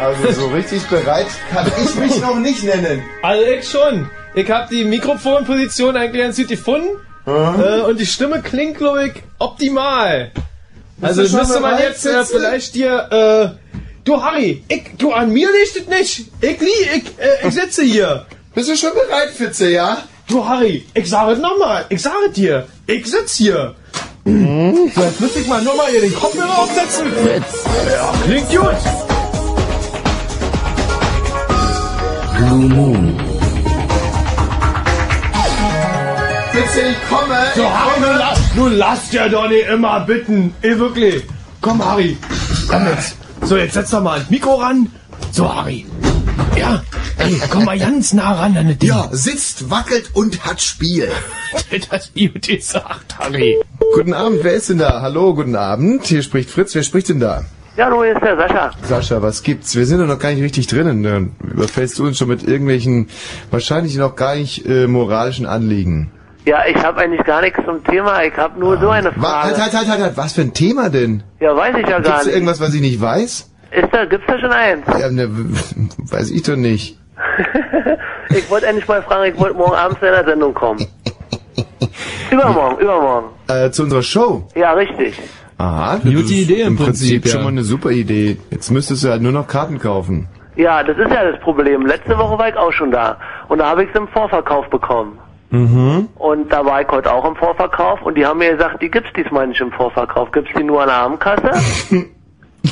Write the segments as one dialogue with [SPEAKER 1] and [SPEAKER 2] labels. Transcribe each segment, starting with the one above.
[SPEAKER 1] Also so richtig bereit kann ich mich noch nicht nennen.
[SPEAKER 2] Also ich schon. Ich habe die Mikrofonposition eigentlich ganz gut gefunden. Äh, und die Stimme klingt, glaube ich, optimal.
[SPEAKER 1] Bist
[SPEAKER 2] also
[SPEAKER 1] du schon
[SPEAKER 2] müsste man
[SPEAKER 1] bereit,
[SPEAKER 2] jetzt äh,
[SPEAKER 1] Sitze?
[SPEAKER 2] vielleicht dir... Äh, du Harry, ich, du an mir liegt es nicht. Ich, li ich, äh, ich sitze hier.
[SPEAKER 1] Bist du schon bereit, Fitze, ja?
[SPEAKER 2] Du Harry, ich sage es nochmal. Ich sage es dir. Ich sitze hier.
[SPEAKER 1] Mhm.
[SPEAKER 2] Vielleicht müsste ich mal nochmal hier den Kopfhörer aufsetzen. Ja, klingt gut.
[SPEAKER 3] Blue Moon.
[SPEAKER 1] Fitze, ich komme.
[SPEAKER 2] So, Harry, nun lass, nun lass dir doch nicht immer bitten. Ey, wirklich. Komm, Harry. Komm jetzt. So, jetzt setz doch mal ans Mikro ran. So, Harry. Ja. Ey, komm mal ganz nah ran an das Ding.
[SPEAKER 4] Ja, sitzt, wackelt und hat Spiel.
[SPEAKER 2] Das wie du dir sagt, Harry.
[SPEAKER 1] Guten Abend, wer ist denn da? Hallo, guten Abend. Hier spricht Fritz. Wer spricht denn da?
[SPEAKER 5] Ja, hallo, hier ist der Sascha.
[SPEAKER 1] Sascha, was gibt's? Wir sind doch noch gar nicht richtig drinnen. Ne? Überfällst du uns schon mit irgendwelchen wahrscheinlich noch gar nicht äh, moralischen Anliegen?
[SPEAKER 5] Ja, ich habe eigentlich gar nichts zum Thema. Ich habe nur so eine
[SPEAKER 1] Wa
[SPEAKER 5] Frage.
[SPEAKER 1] halt, halt, halt, halt, halt, was für ein Thema denn?
[SPEAKER 5] Ja, weiß ich ja gar
[SPEAKER 1] Gibt's da
[SPEAKER 5] nicht.
[SPEAKER 1] irgendwas, was ich nicht weiß?
[SPEAKER 5] Ist da, gibt's da schon eins?
[SPEAKER 1] Ja, ne, weiß ich doch nicht.
[SPEAKER 5] Ich wollte endlich mal fragen, ich wollte morgen abends zu einer Sendung kommen. übermorgen, übermorgen.
[SPEAKER 1] Äh, zu unserer Show.
[SPEAKER 5] Ja, richtig.
[SPEAKER 1] Aha,
[SPEAKER 2] Gute Idee im
[SPEAKER 1] im Prinzip,
[SPEAKER 2] Prinzip, ja.
[SPEAKER 1] schon mal eine super Idee. Jetzt müsstest du halt nur noch Karten kaufen.
[SPEAKER 5] Ja, das ist ja das Problem. Letzte Woche war ich auch schon da. Und da habe ich es im Vorverkauf bekommen.
[SPEAKER 1] Mhm.
[SPEAKER 5] Und da war ich heute auch im Vorverkauf und die haben mir gesagt, die gibt's diesmal nicht im Vorverkauf. Gibt's die nur an der Abendkasse?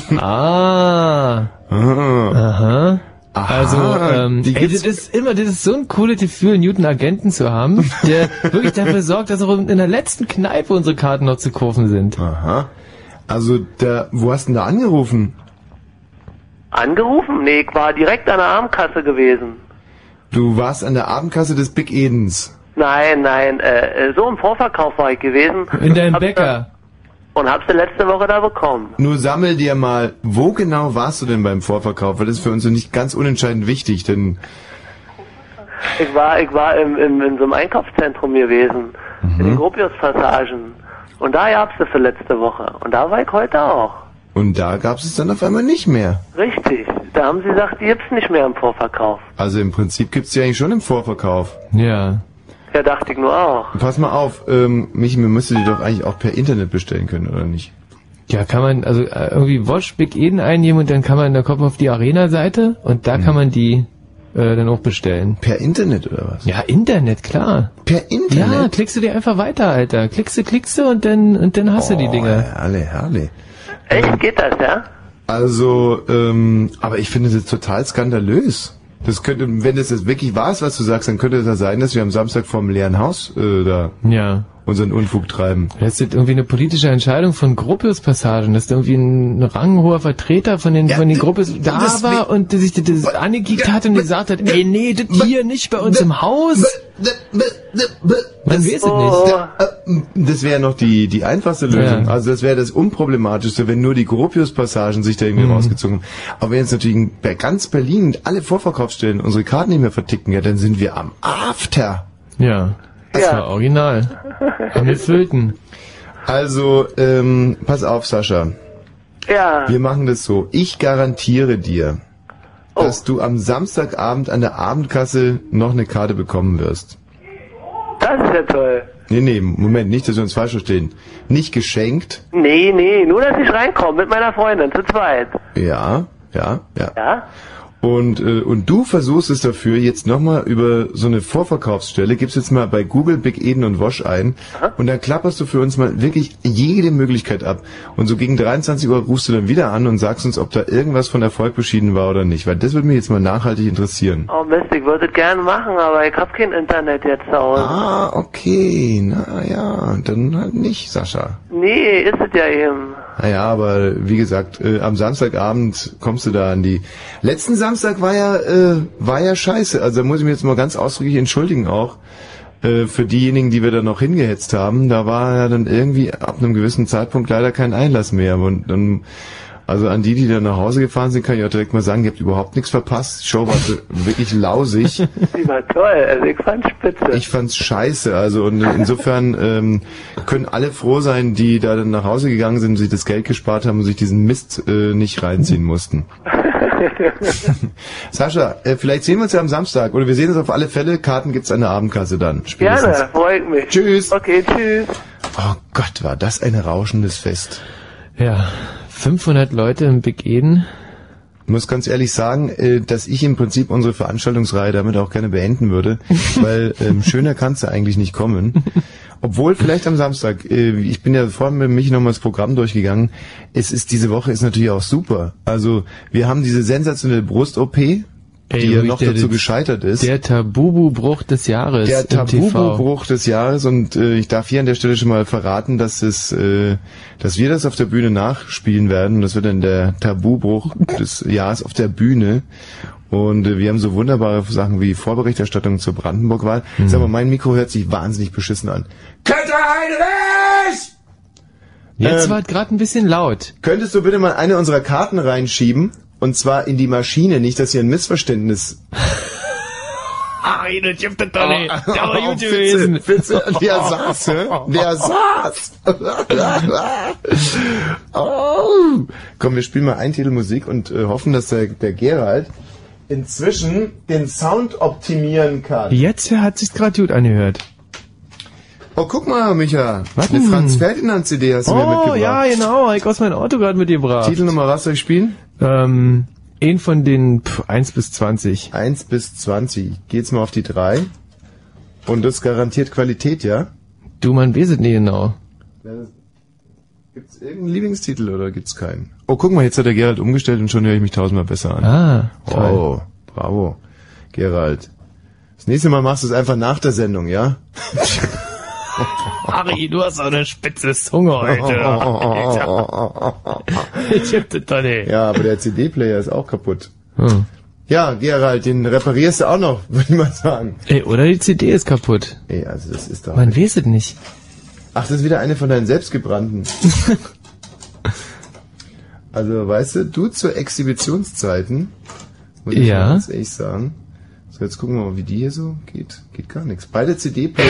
[SPEAKER 2] Ah. Aha. Also, ähm,
[SPEAKER 1] die
[SPEAKER 2] ey,
[SPEAKER 1] gibt's-
[SPEAKER 2] das ist immer, das ist so ein cooles Gefühl, einen guten Agenten zu haben, der wirklich dafür sorgt, dass auch in der letzten Kneipe unsere Karten noch zu kaufen sind.
[SPEAKER 1] Aha. Also, da, wo hast du denn da angerufen?
[SPEAKER 5] Angerufen? Nee, ich war direkt an der Abendkasse gewesen.
[SPEAKER 1] Du warst an der Abendkasse des Big Edens.
[SPEAKER 5] Nein, nein, äh, äh, so im Vorverkauf war ich gewesen.
[SPEAKER 2] In deinem
[SPEAKER 5] Hab sie-
[SPEAKER 2] Bäcker.
[SPEAKER 5] Und hab sie letzte Woche da bekommen.
[SPEAKER 1] Nur sammel dir mal, wo genau warst du denn beim Vorverkauf? Weil das ist für uns so nicht ganz unentscheidend wichtig, denn
[SPEAKER 5] Ich war, ich war im, im, in so einem Einkaufszentrum gewesen, in
[SPEAKER 2] Mhm.
[SPEAKER 5] den Gropius-Passagen. Und da gab's sie für letzte Woche. Und da war ich heute auch.
[SPEAKER 1] und da gab es dann auf einmal nicht mehr.
[SPEAKER 5] Richtig. Da haben sie gesagt, die gibt's nicht mehr im Vorverkauf.
[SPEAKER 1] Also im Prinzip gibt's die eigentlich schon im Vorverkauf.
[SPEAKER 2] Ja.
[SPEAKER 5] Ja, dachte ich nur auch.
[SPEAKER 1] Pass mal auf, ähm, Michi, wir müsste die doch eigentlich auch per Internet bestellen können, oder nicht?
[SPEAKER 2] Ja, kann man, also äh, irgendwie Watch Big Eden eingeben und dann kann man, da kommt man auf die Arena-Seite und da kann man die äh, dann auch bestellen.
[SPEAKER 1] Hm. Per Internet oder was?
[SPEAKER 2] Ja, Internet, klar.
[SPEAKER 1] Per
[SPEAKER 2] Ja,
[SPEAKER 1] Internet?
[SPEAKER 2] klickst du dir einfach weiter, Alter. Klickst du, klickst du und dann, und dann hast du
[SPEAKER 1] Oh,
[SPEAKER 2] die Dinger.
[SPEAKER 1] Herrle, herrle.
[SPEAKER 5] Echt, geht das, ja?
[SPEAKER 1] Also, ähm, aber ich finde das total skandalös. Das könnte, wenn das jetzt wirklich wahr ist, was du sagst, dann könnte es ja sein, dass wir am Samstag vorm leeren Haus äh, da
[SPEAKER 2] Ja.
[SPEAKER 1] unseren Unfug treiben.
[SPEAKER 2] Das ist irgendwie eine politische Entscheidung von Gropius-Passagen, dass da irgendwie ein ranghoher Vertreter von den, von den Gruppes da
[SPEAKER 1] das-
[SPEAKER 2] war und der sich das- das angegiegt hat und gesagt hat, ey, nee, das hier nicht bei uns im Haus. Man weiß es nicht.
[SPEAKER 5] Oh,
[SPEAKER 1] äh, Das wäre noch die, die einfachste Lösung.
[SPEAKER 2] Ja.
[SPEAKER 1] Also das wäre das Unproblematischste, wenn nur die Gropius-Passagen sich da
[SPEAKER 2] Mhm.
[SPEAKER 1] irgendwie rausgezogen haben. Aber wenn jetzt natürlich bei ganz Berlin und alle Vorverkaufsstellen unsere Karten nicht mehr verticken, ja, dann sind wir am After.
[SPEAKER 2] Ja. Das
[SPEAKER 5] Ja.
[SPEAKER 2] war original. Haben wir Flöten.
[SPEAKER 1] Also, ähm, pass auf, Sascha.
[SPEAKER 5] ja.
[SPEAKER 1] Wir machen das so. Ich garantiere dir,
[SPEAKER 5] Oh.
[SPEAKER 1] dass du am Samstagabend an der Abendkasse noch eine Karte bekommen wirst.
[SPEAKER 5] Das ist ja toll.
[SPEAKER 1] Nee, nee, Moment, nicht, dass wir uns falsch verstehen. Nicht geschenkt.
[SPEAKER 5] Nee, nee, nur, dass ich reinkomme mit meiner Freundin, zu zweit.
[SPEAKER 1] Ja, ja, ja.
[SPEAKER 5] Ja?
[SPEAKER 1] Und, äh, und du versuchst es dafür jetzt nochmal über so eine Vorverkaufsstelle, gibst jetzt mal bei Google Big Eden und Wash ein und dann klapperst du für uns mal wirklich jede Möglichkeit ab. Und so gegen 23 Uhr rufst du dann wieder an und sagst uns, ob da irgendwas von Erfolg beschieden war oder nicht, weil das würde mich jetzt mal nachhaltig interessieren.
[SPEAKER 5] Oh Mist, ich würde es gerne machen, aber ich hab kein Internet jetzt zu Hause.
[SPEAKER 1] Ah, okay, na ja, dann halt nicht, Sascha.
[SPEAKER 5] Nee, ist es ja eben.
[SPEAKER 1] Naja, aber wie gesagt, äh, am Samstagabend kommst du da an die. Letzten Samstag war ja, äh, war ja scheiße. Also da muss ich mich jetzt mal ganz ausdrücklich entschuldigen auch. äh, Für diejenigen, die wir da noch hingehetzt haben, da war ja dann irgendwie ab einem gewissen Zeitpunkt leider kein Einlass mehr. Und dann Also an die, die dann nach Hause gefahren sind, kann ich auch direkt mal sagen, ihr habt überhaupt nichts verpasst. Die Show war so wirklich lausig.
[SPEAKER 6] Die war toll, also ich fand's spitze.
[SPEAKER 1] Ich fand's scheiße. Also und insofern ähm, können alle froh sein, die da dann nach Hause gegangen sind, sich das Geld gespart haben und sich diesen Mist äh, nicht reinziehen mussten. Sascha, äh, vielleicht sehen wir uns ja am Samstag oder wir sehen uns auf alle Fälle. Karten gibt's an der Abendkasse dann. spätestens.
[SPEAKER 6] Gerne, freut mich.
[SPEAKER 1] Tschüss.
[SPEAKER 6] Okay, tschüss.
[SPEAKER 1] Oh Gott, war das ein rauschendes Fest.
[SPEAKER 2] Ja, 500 Leute im Big Eden.
[SPEAKER 1] muss ganz ehrlich sagen, äh, dass ich im Prinzip unsere Veranstaltungsreihe damit auch gerne beenden würde, weil ähm, schöner kannst du eigentlich nicht kommen. Obwohl vielleicht am Samstag, äh, ich bin ja vorhin mit mich nochmal das Programm durchgegangen, es ist diese Woche ist natürlich auch super. Also wir haben diese sensationelle Brust-OP, die ja
[SPEAKER 2] Ulrich,
[SPEAKER 1] noch
[SPEAKER 2] der-
[SPEAKER 1] dazu gescheitert ist.
[SPEAKER 2] Der Tabubu-Bruch des Jahres.
[SPEAKER 1] Der
[SPEAKER 2] im TV.
[SPEAKER 1] Tabubruch des Jahres und äh, ich darf hier an der Stelle schon mal verraten, dass es, äh, dass wir das auf der Bühne nachspielen werden. Das wird dann der Tabubruch des Jahres auf der Bühne. Und äh, wir haben so wunderbare Sachen wie Vorberichterstattung zur Brandenburg-Wahl.
[SPEAKER 2] Mhm.
[SPEAKER 1] Sag mal, mein Mikro hört sich wahnsinnig beschissen an. Könnte Heinrich!
[SPEAKER 2] Jetzt
[SPEAKER 1] Ähm,
[SPEAKER 2] war es gerade ein bisschen laut.
[SPEAKER 1] Könntest du bitte mal eine unserer Karten reinschieben? Und zwar in die Maschine, nicht, dass hier ein Missverständnis
[SPEAKER 2] Harry, das gibt es doch nicht. Der war
[SPEAKER 1] Oh,
[SPEAKER 2] gut gewesen.
[SPEAKER 1] Fitze, Fitze, wer saß, hä? Wer saß? oh. Komm, wir spielen mal einen Titel Musik und äh, hoffen, dass der, der Gerald inzwischen den Sound optimieren kann.
[SPEAKER 2] Jetzt hat sich gerade gut angehört.
[SPEAKER 1] Oh, guck mal, Micha.
[SPEAKER 2] Was
[SPEAKER 1] Eine
[SPEAKER 2] denn?
[SPEAKER 1] Franz Ferdinand CD hast du mir
[SPEAKER 2] Oh,
[SPEAKER 1] mitgebracht.
[SPEAKER 2] ja, genau. Ich aus mein Auto gerade mitgebracht.
[SPEAKER 1] Titelnummer, was soll ich spielen?
[SPEAKER 2] Ähm, ein von den pff, 1 bis 20.
[SPEAKER 1] 1 bis 20. Geht's mal auf die 3. Und das garantiert Qualität, ja?
[SPEAKER 2] Du, man weiß es nicht genau.
[SPEAKER 1] Gibt's irgendeinen Lieblingstitel oder gibt's keinen? Oh, guck mal, jetzt hat der Gerald umgestellt und schon höre ich mich tausendmal besser an.
[SPEAKER 2] Ah, toll.
[SPEAKER 1] Wow, bravo, Gerald. Das nächste Mal machst du es einfach nach der Sendung, ja?
[SPEAKER 2] Harry, du hast so eine spitze
[SPEAKER 1] Oh,
[SPEAKER 2] Zunge Ich hab das doch nicht.
[SPEAKER 1] Ja, aber der CD-Player ist auch kaputt.
[SPEAKER 2] Hm.
[SPEAKER 1] Ja, Gerald, den reparierst du auch noch, würde ich mal sagen.
[SPEAKER 2] Ey, oder die CD ist kaputt.
[SPEAKER 1] Ey, also das ist doch...
[SPEAKER 2] Man weiß es nicht.
[SPEAKER 1] Ach, das ist wieder eine von deinen selbstgebrannten. also, weißt du, du zu Exhibitionszeiten, muss ich
[SPEAKER 2] Ja.
[SPEAKER 1] mal ganz ehrlich sagen. So, jetzt gucken wir mal, wie die hier so geht. Geht gar nichts. Beide CD-Player.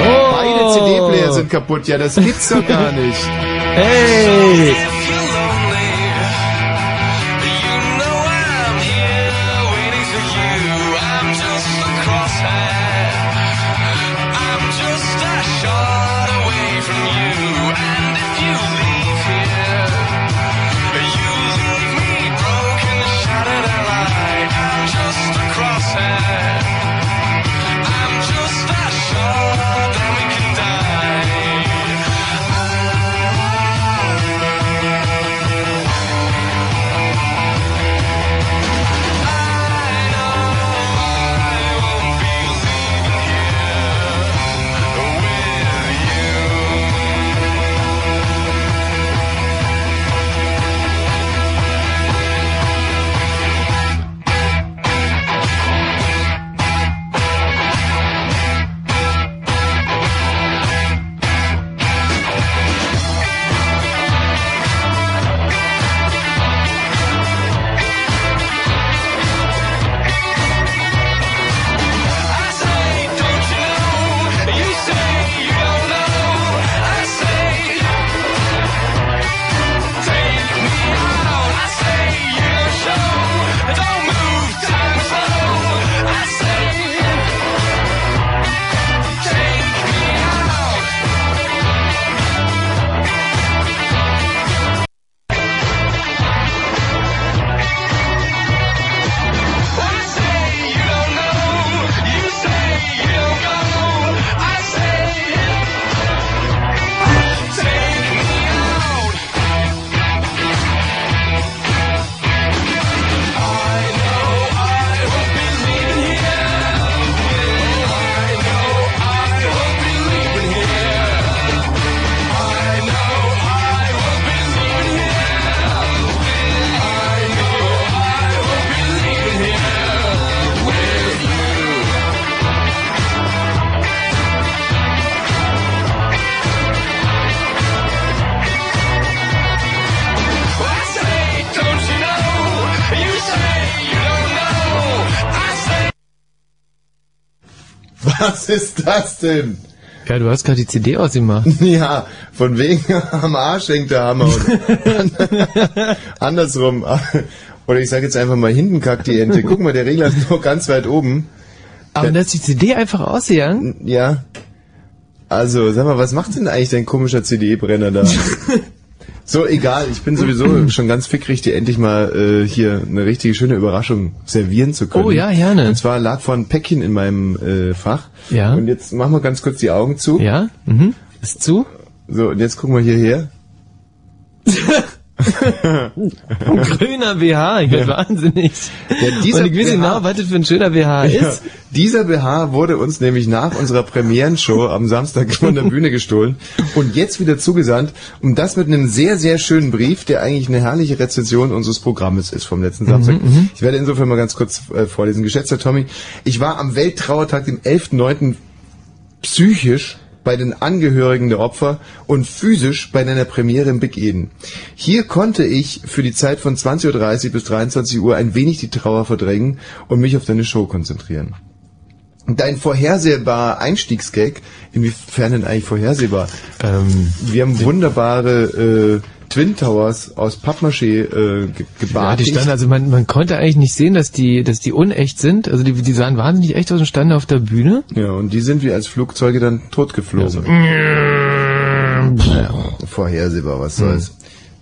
[SPEAKER 2] Oh!
[SPEAKER 1] Beide CD-Player sind kaputt. Ja, das gibt's doch gar nicht.
[SPEAKER 2] Hey!
[SPEAKER 7] Then we can die.
[SPEAKER 1] Was ist das denn?
[SPEAKER 8] Ja, du hast gerade die CD ausgemacht.
[SPEAKER 1] Ja, von wegen am Arsch hängt der Hammer. Und andersrum. Oder ich sage jetzt einfach mal hinten kackt die Ente. Guck mal, der Regler ist noch ganz weit oben.
[SPEAKER 8] Aber da ist die CD einfach ausgegangen?
[SPEAKER 1] Ja. Also, sag mal, was macht denn eigentlich dein komischer CD-Brenner da? so, egal, ich bin sowieso schon ganz fickrig, dir endlich mal äh, hier eine richtige schöne Überraschung servieren zu können.
[SPEAKER 8] Oh ja, gerne.
[SPEAKER 1] Und zwar lag vor ein Päckchen in meinem äh, Fach.
[SPEAKER 8] Ja.
[SPEAKER 1] Und jetzt machen wir ganz kurz die Augen zu.
[SPEAKER 8] Ja? Mhm. Ist zu?
[SPEAKER 1] So, und jetzt gucken wir hierher.
[SPEAKER 8] Ein grüner BH, ich werde wahnsinnig.
[SPEAKER 1] Ja, dieser
[SPEAKER 8] Und ich weiß
[SPEAKER 1] BH
[SPEAKER 8] genau, was das für ein schöner BH
[SPEAKER 1] Ja,
[SPEAKER 8] ist.
[SPEAKER 1] dieser BH wurde uns nämlich nach unserer Premierenshow am Samstag von der Bühne gestohlen und jetzt wieder zugesandt und das mit einem sehr, sehr schönen Brief, der eigentlich eine herrliche Rezension unseres Programmes ist vom letzten Samstag.
[SPEAKER 8] Mhm,
[SPEAKER 1] ich werde insofern mal ganz kurz äh, vorlesen. Geschätzter Tommy, ich war am Welttrauertag, dem 11.9. psychisch bei den Angehörigen der Opfer und physisch bei deiner Premiere in Big Eden. Hier konnte ich für die Zeit von 20.30 bis 23 Uhr ein wenig die Trauer verdrängen und mich auf deine Show konzentrieren. Dein vorhersehbarer Einstiegsgag, inwiefern denn eigentlich vorhersehbar?
[SPEAKER 8] Ähm,
[SPEAKER 1] Wir haben wunderbare äh, Twin Towers aus Pappmaché äh, ge-
[SPEAKER 8] Ja,
[SPEAKER 1] gebart.
[SPEAKER 8] die standen, also man, man konnte eigentlich nicht sehen, dass die, dass die unecht sind. Also die, die sahen wahnsinnig echt aus und standen auf der Bühne.
[SPEAKER 1] Ja, und die sind wie als Flugzeuge dann totgeflogen.
[SPEAKER 8] Also,
[SPEAKER 1] Naja, vorhersehbar, was soll's.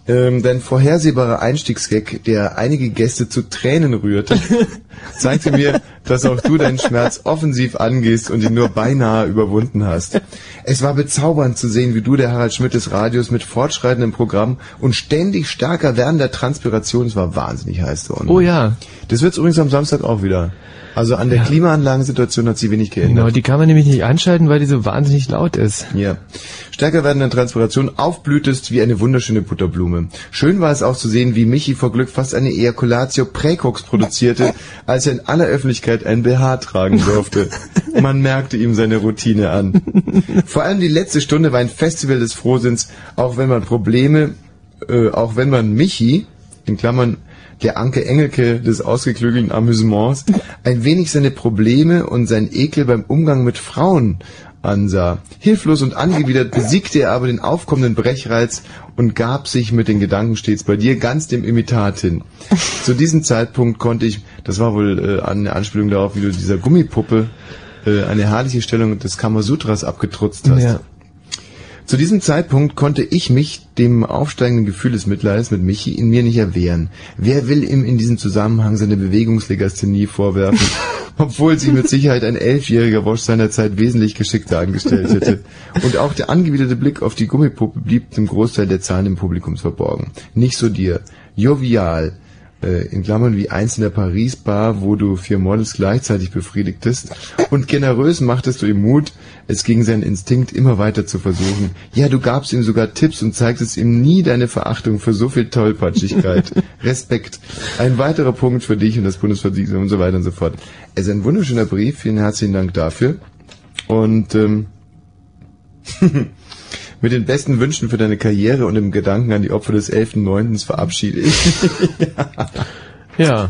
[SPEAKER 1] Ähm, dein vorhersehbarer Einstiegsgag, der einige Gäste zu Tränen rührte, zeigte mir, dass auch du deinen Schmerz offensiv angehst und ihn nur beinahe überwunden hast. Es war bezaubernd zu sehen, wie du, der Harald Schmidt des Radios, mit fortschreitendem Programm und ständig stärker werdender Transpiration, es war wahnsinnig heiß da unten.
[SPEAKER 8] Oh ja.
[SPEAKER 1] Das wird's übrigens am Samstag auch wieder. Also an der Klimaanlagensituation hat sich wenig geändert.
[SPEAKER 8] Genau, die kann man nämlich nicht einschalten, weil die so wahnsinnig laut ist.
[SPEAKER 1] Ja. Stärker werdende Transpiration aufblühtest wie eine wunderschöne Butterblume. Schön war es auch zu sehen, wie Michi vor Glück fast eine Ejaculatio Praecox produzierte, als er in aller Öffentlichkeit ein BH tragen durfte. Man merkte ihm seine Routine an. Vor allem die letzte Stunde war ein Festival des Frohsinns, auch wenn man Probleme, äh, auch wenn man Michi, in Klammern, der Anke Engelke des ausgeklügelten Amüsements, ein wenig seine Probleme und sein Ekel beim Umgang mit Frauen ansah. Hilflos und angewidert besiegte er aber den aufkommenden Brechreiz und gab sich mit den Gedanken stets bei dir ganz dem Imitat hin. Zu diesem Zeitpunkt konnte ich, das war wohl äh, eine Anspielung darauf, wie du dieser Gummipuppe äh, eine herrliche Stellung des Kamasutras abgetrutzt hast.
[SPEAKER 8] Ja.
[SPEAKER 1] Zu diesem Zeitpunkt konnte ich mich dem aufsteigenden Gefühl des Mitleids mit Michi in mir nicht erwehren. Wer will ihm in diesem Zusammenhang seine Bewegungslegasthenie vorwerfen, obwohl sich mit Sicherheit ein elfjähriger Bosch seinerzeit wesentlich geschickter angestellt hätte. Und auch der angewiderte Blick auf die Gummipuppe blieb dem Großteil der Zahlen im Publikums verborgen. Nicht so dir. Jovial. Äh, in Klammern wie eins in der Paris-Bar, wo du vier Models gleichzeitig befriedigtest und generös machtest du ihm Mut, es gegen seinen Instinkt immer weiter zu versuchen. Ja, du gabst ihm sogar Tipps und zeigtest ihm nie deine Verachtung für so viel Tollpatschigkeit. Respekt. Ein weiterer Punkt für dich und das Bundesverdienstum und so weiter und so fort. Es ist ein wunderschöner Brief, vielen herzlichen Dank dafür und ähm, mit den besten Wünschen für deine Karriere und im Gedanken an die Opfer des 11.9. verabschiede ich.
[SPEAKER 8] Ja.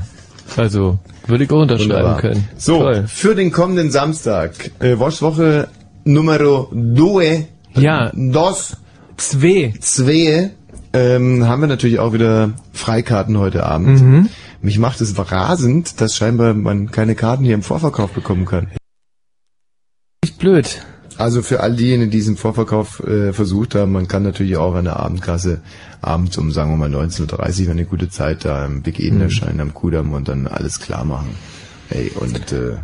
[SPEAKER 8] Also, würde ich auch unterschreiben
[SPEAKER 1] Wunderbar.
[SPEAKER 8] können.
[SPEAKER 1] So,
[SPEAKER 8] Toll.
[SPEAKER 1] für den kommenden Samstag, äh, Woche Numero 2,
[SPEAKER 8] Ja.
[SPEAKER 1] dos,
[SPEAKER 8] Zwei.
[SPEAKER 1] zwei, ähm, haben wir natürlich auch wieder Freikarten heute Abend.
[SPEAKER 8] Mhm.
[SPEAKER 1] Mich macht es rasend, dass scheinbar man keine Karten hier im Vorverkauf bekommen kann.
[SPEAKER 8] Nicht blöd.
[SPEAKER 1] Also für all diejenigen, die es im Vorverkauf äh, versucht haben, man kann natürlich auch an der Abendkasse abends um, sagen wir mal, 19.30 Uhr eine gute Zeit da im Big
[SPEAKER 8] Mhm.
[SPEAKER 1] Eden erscheinen, am Kudamm und dann alles klar machen. Ey, und äh,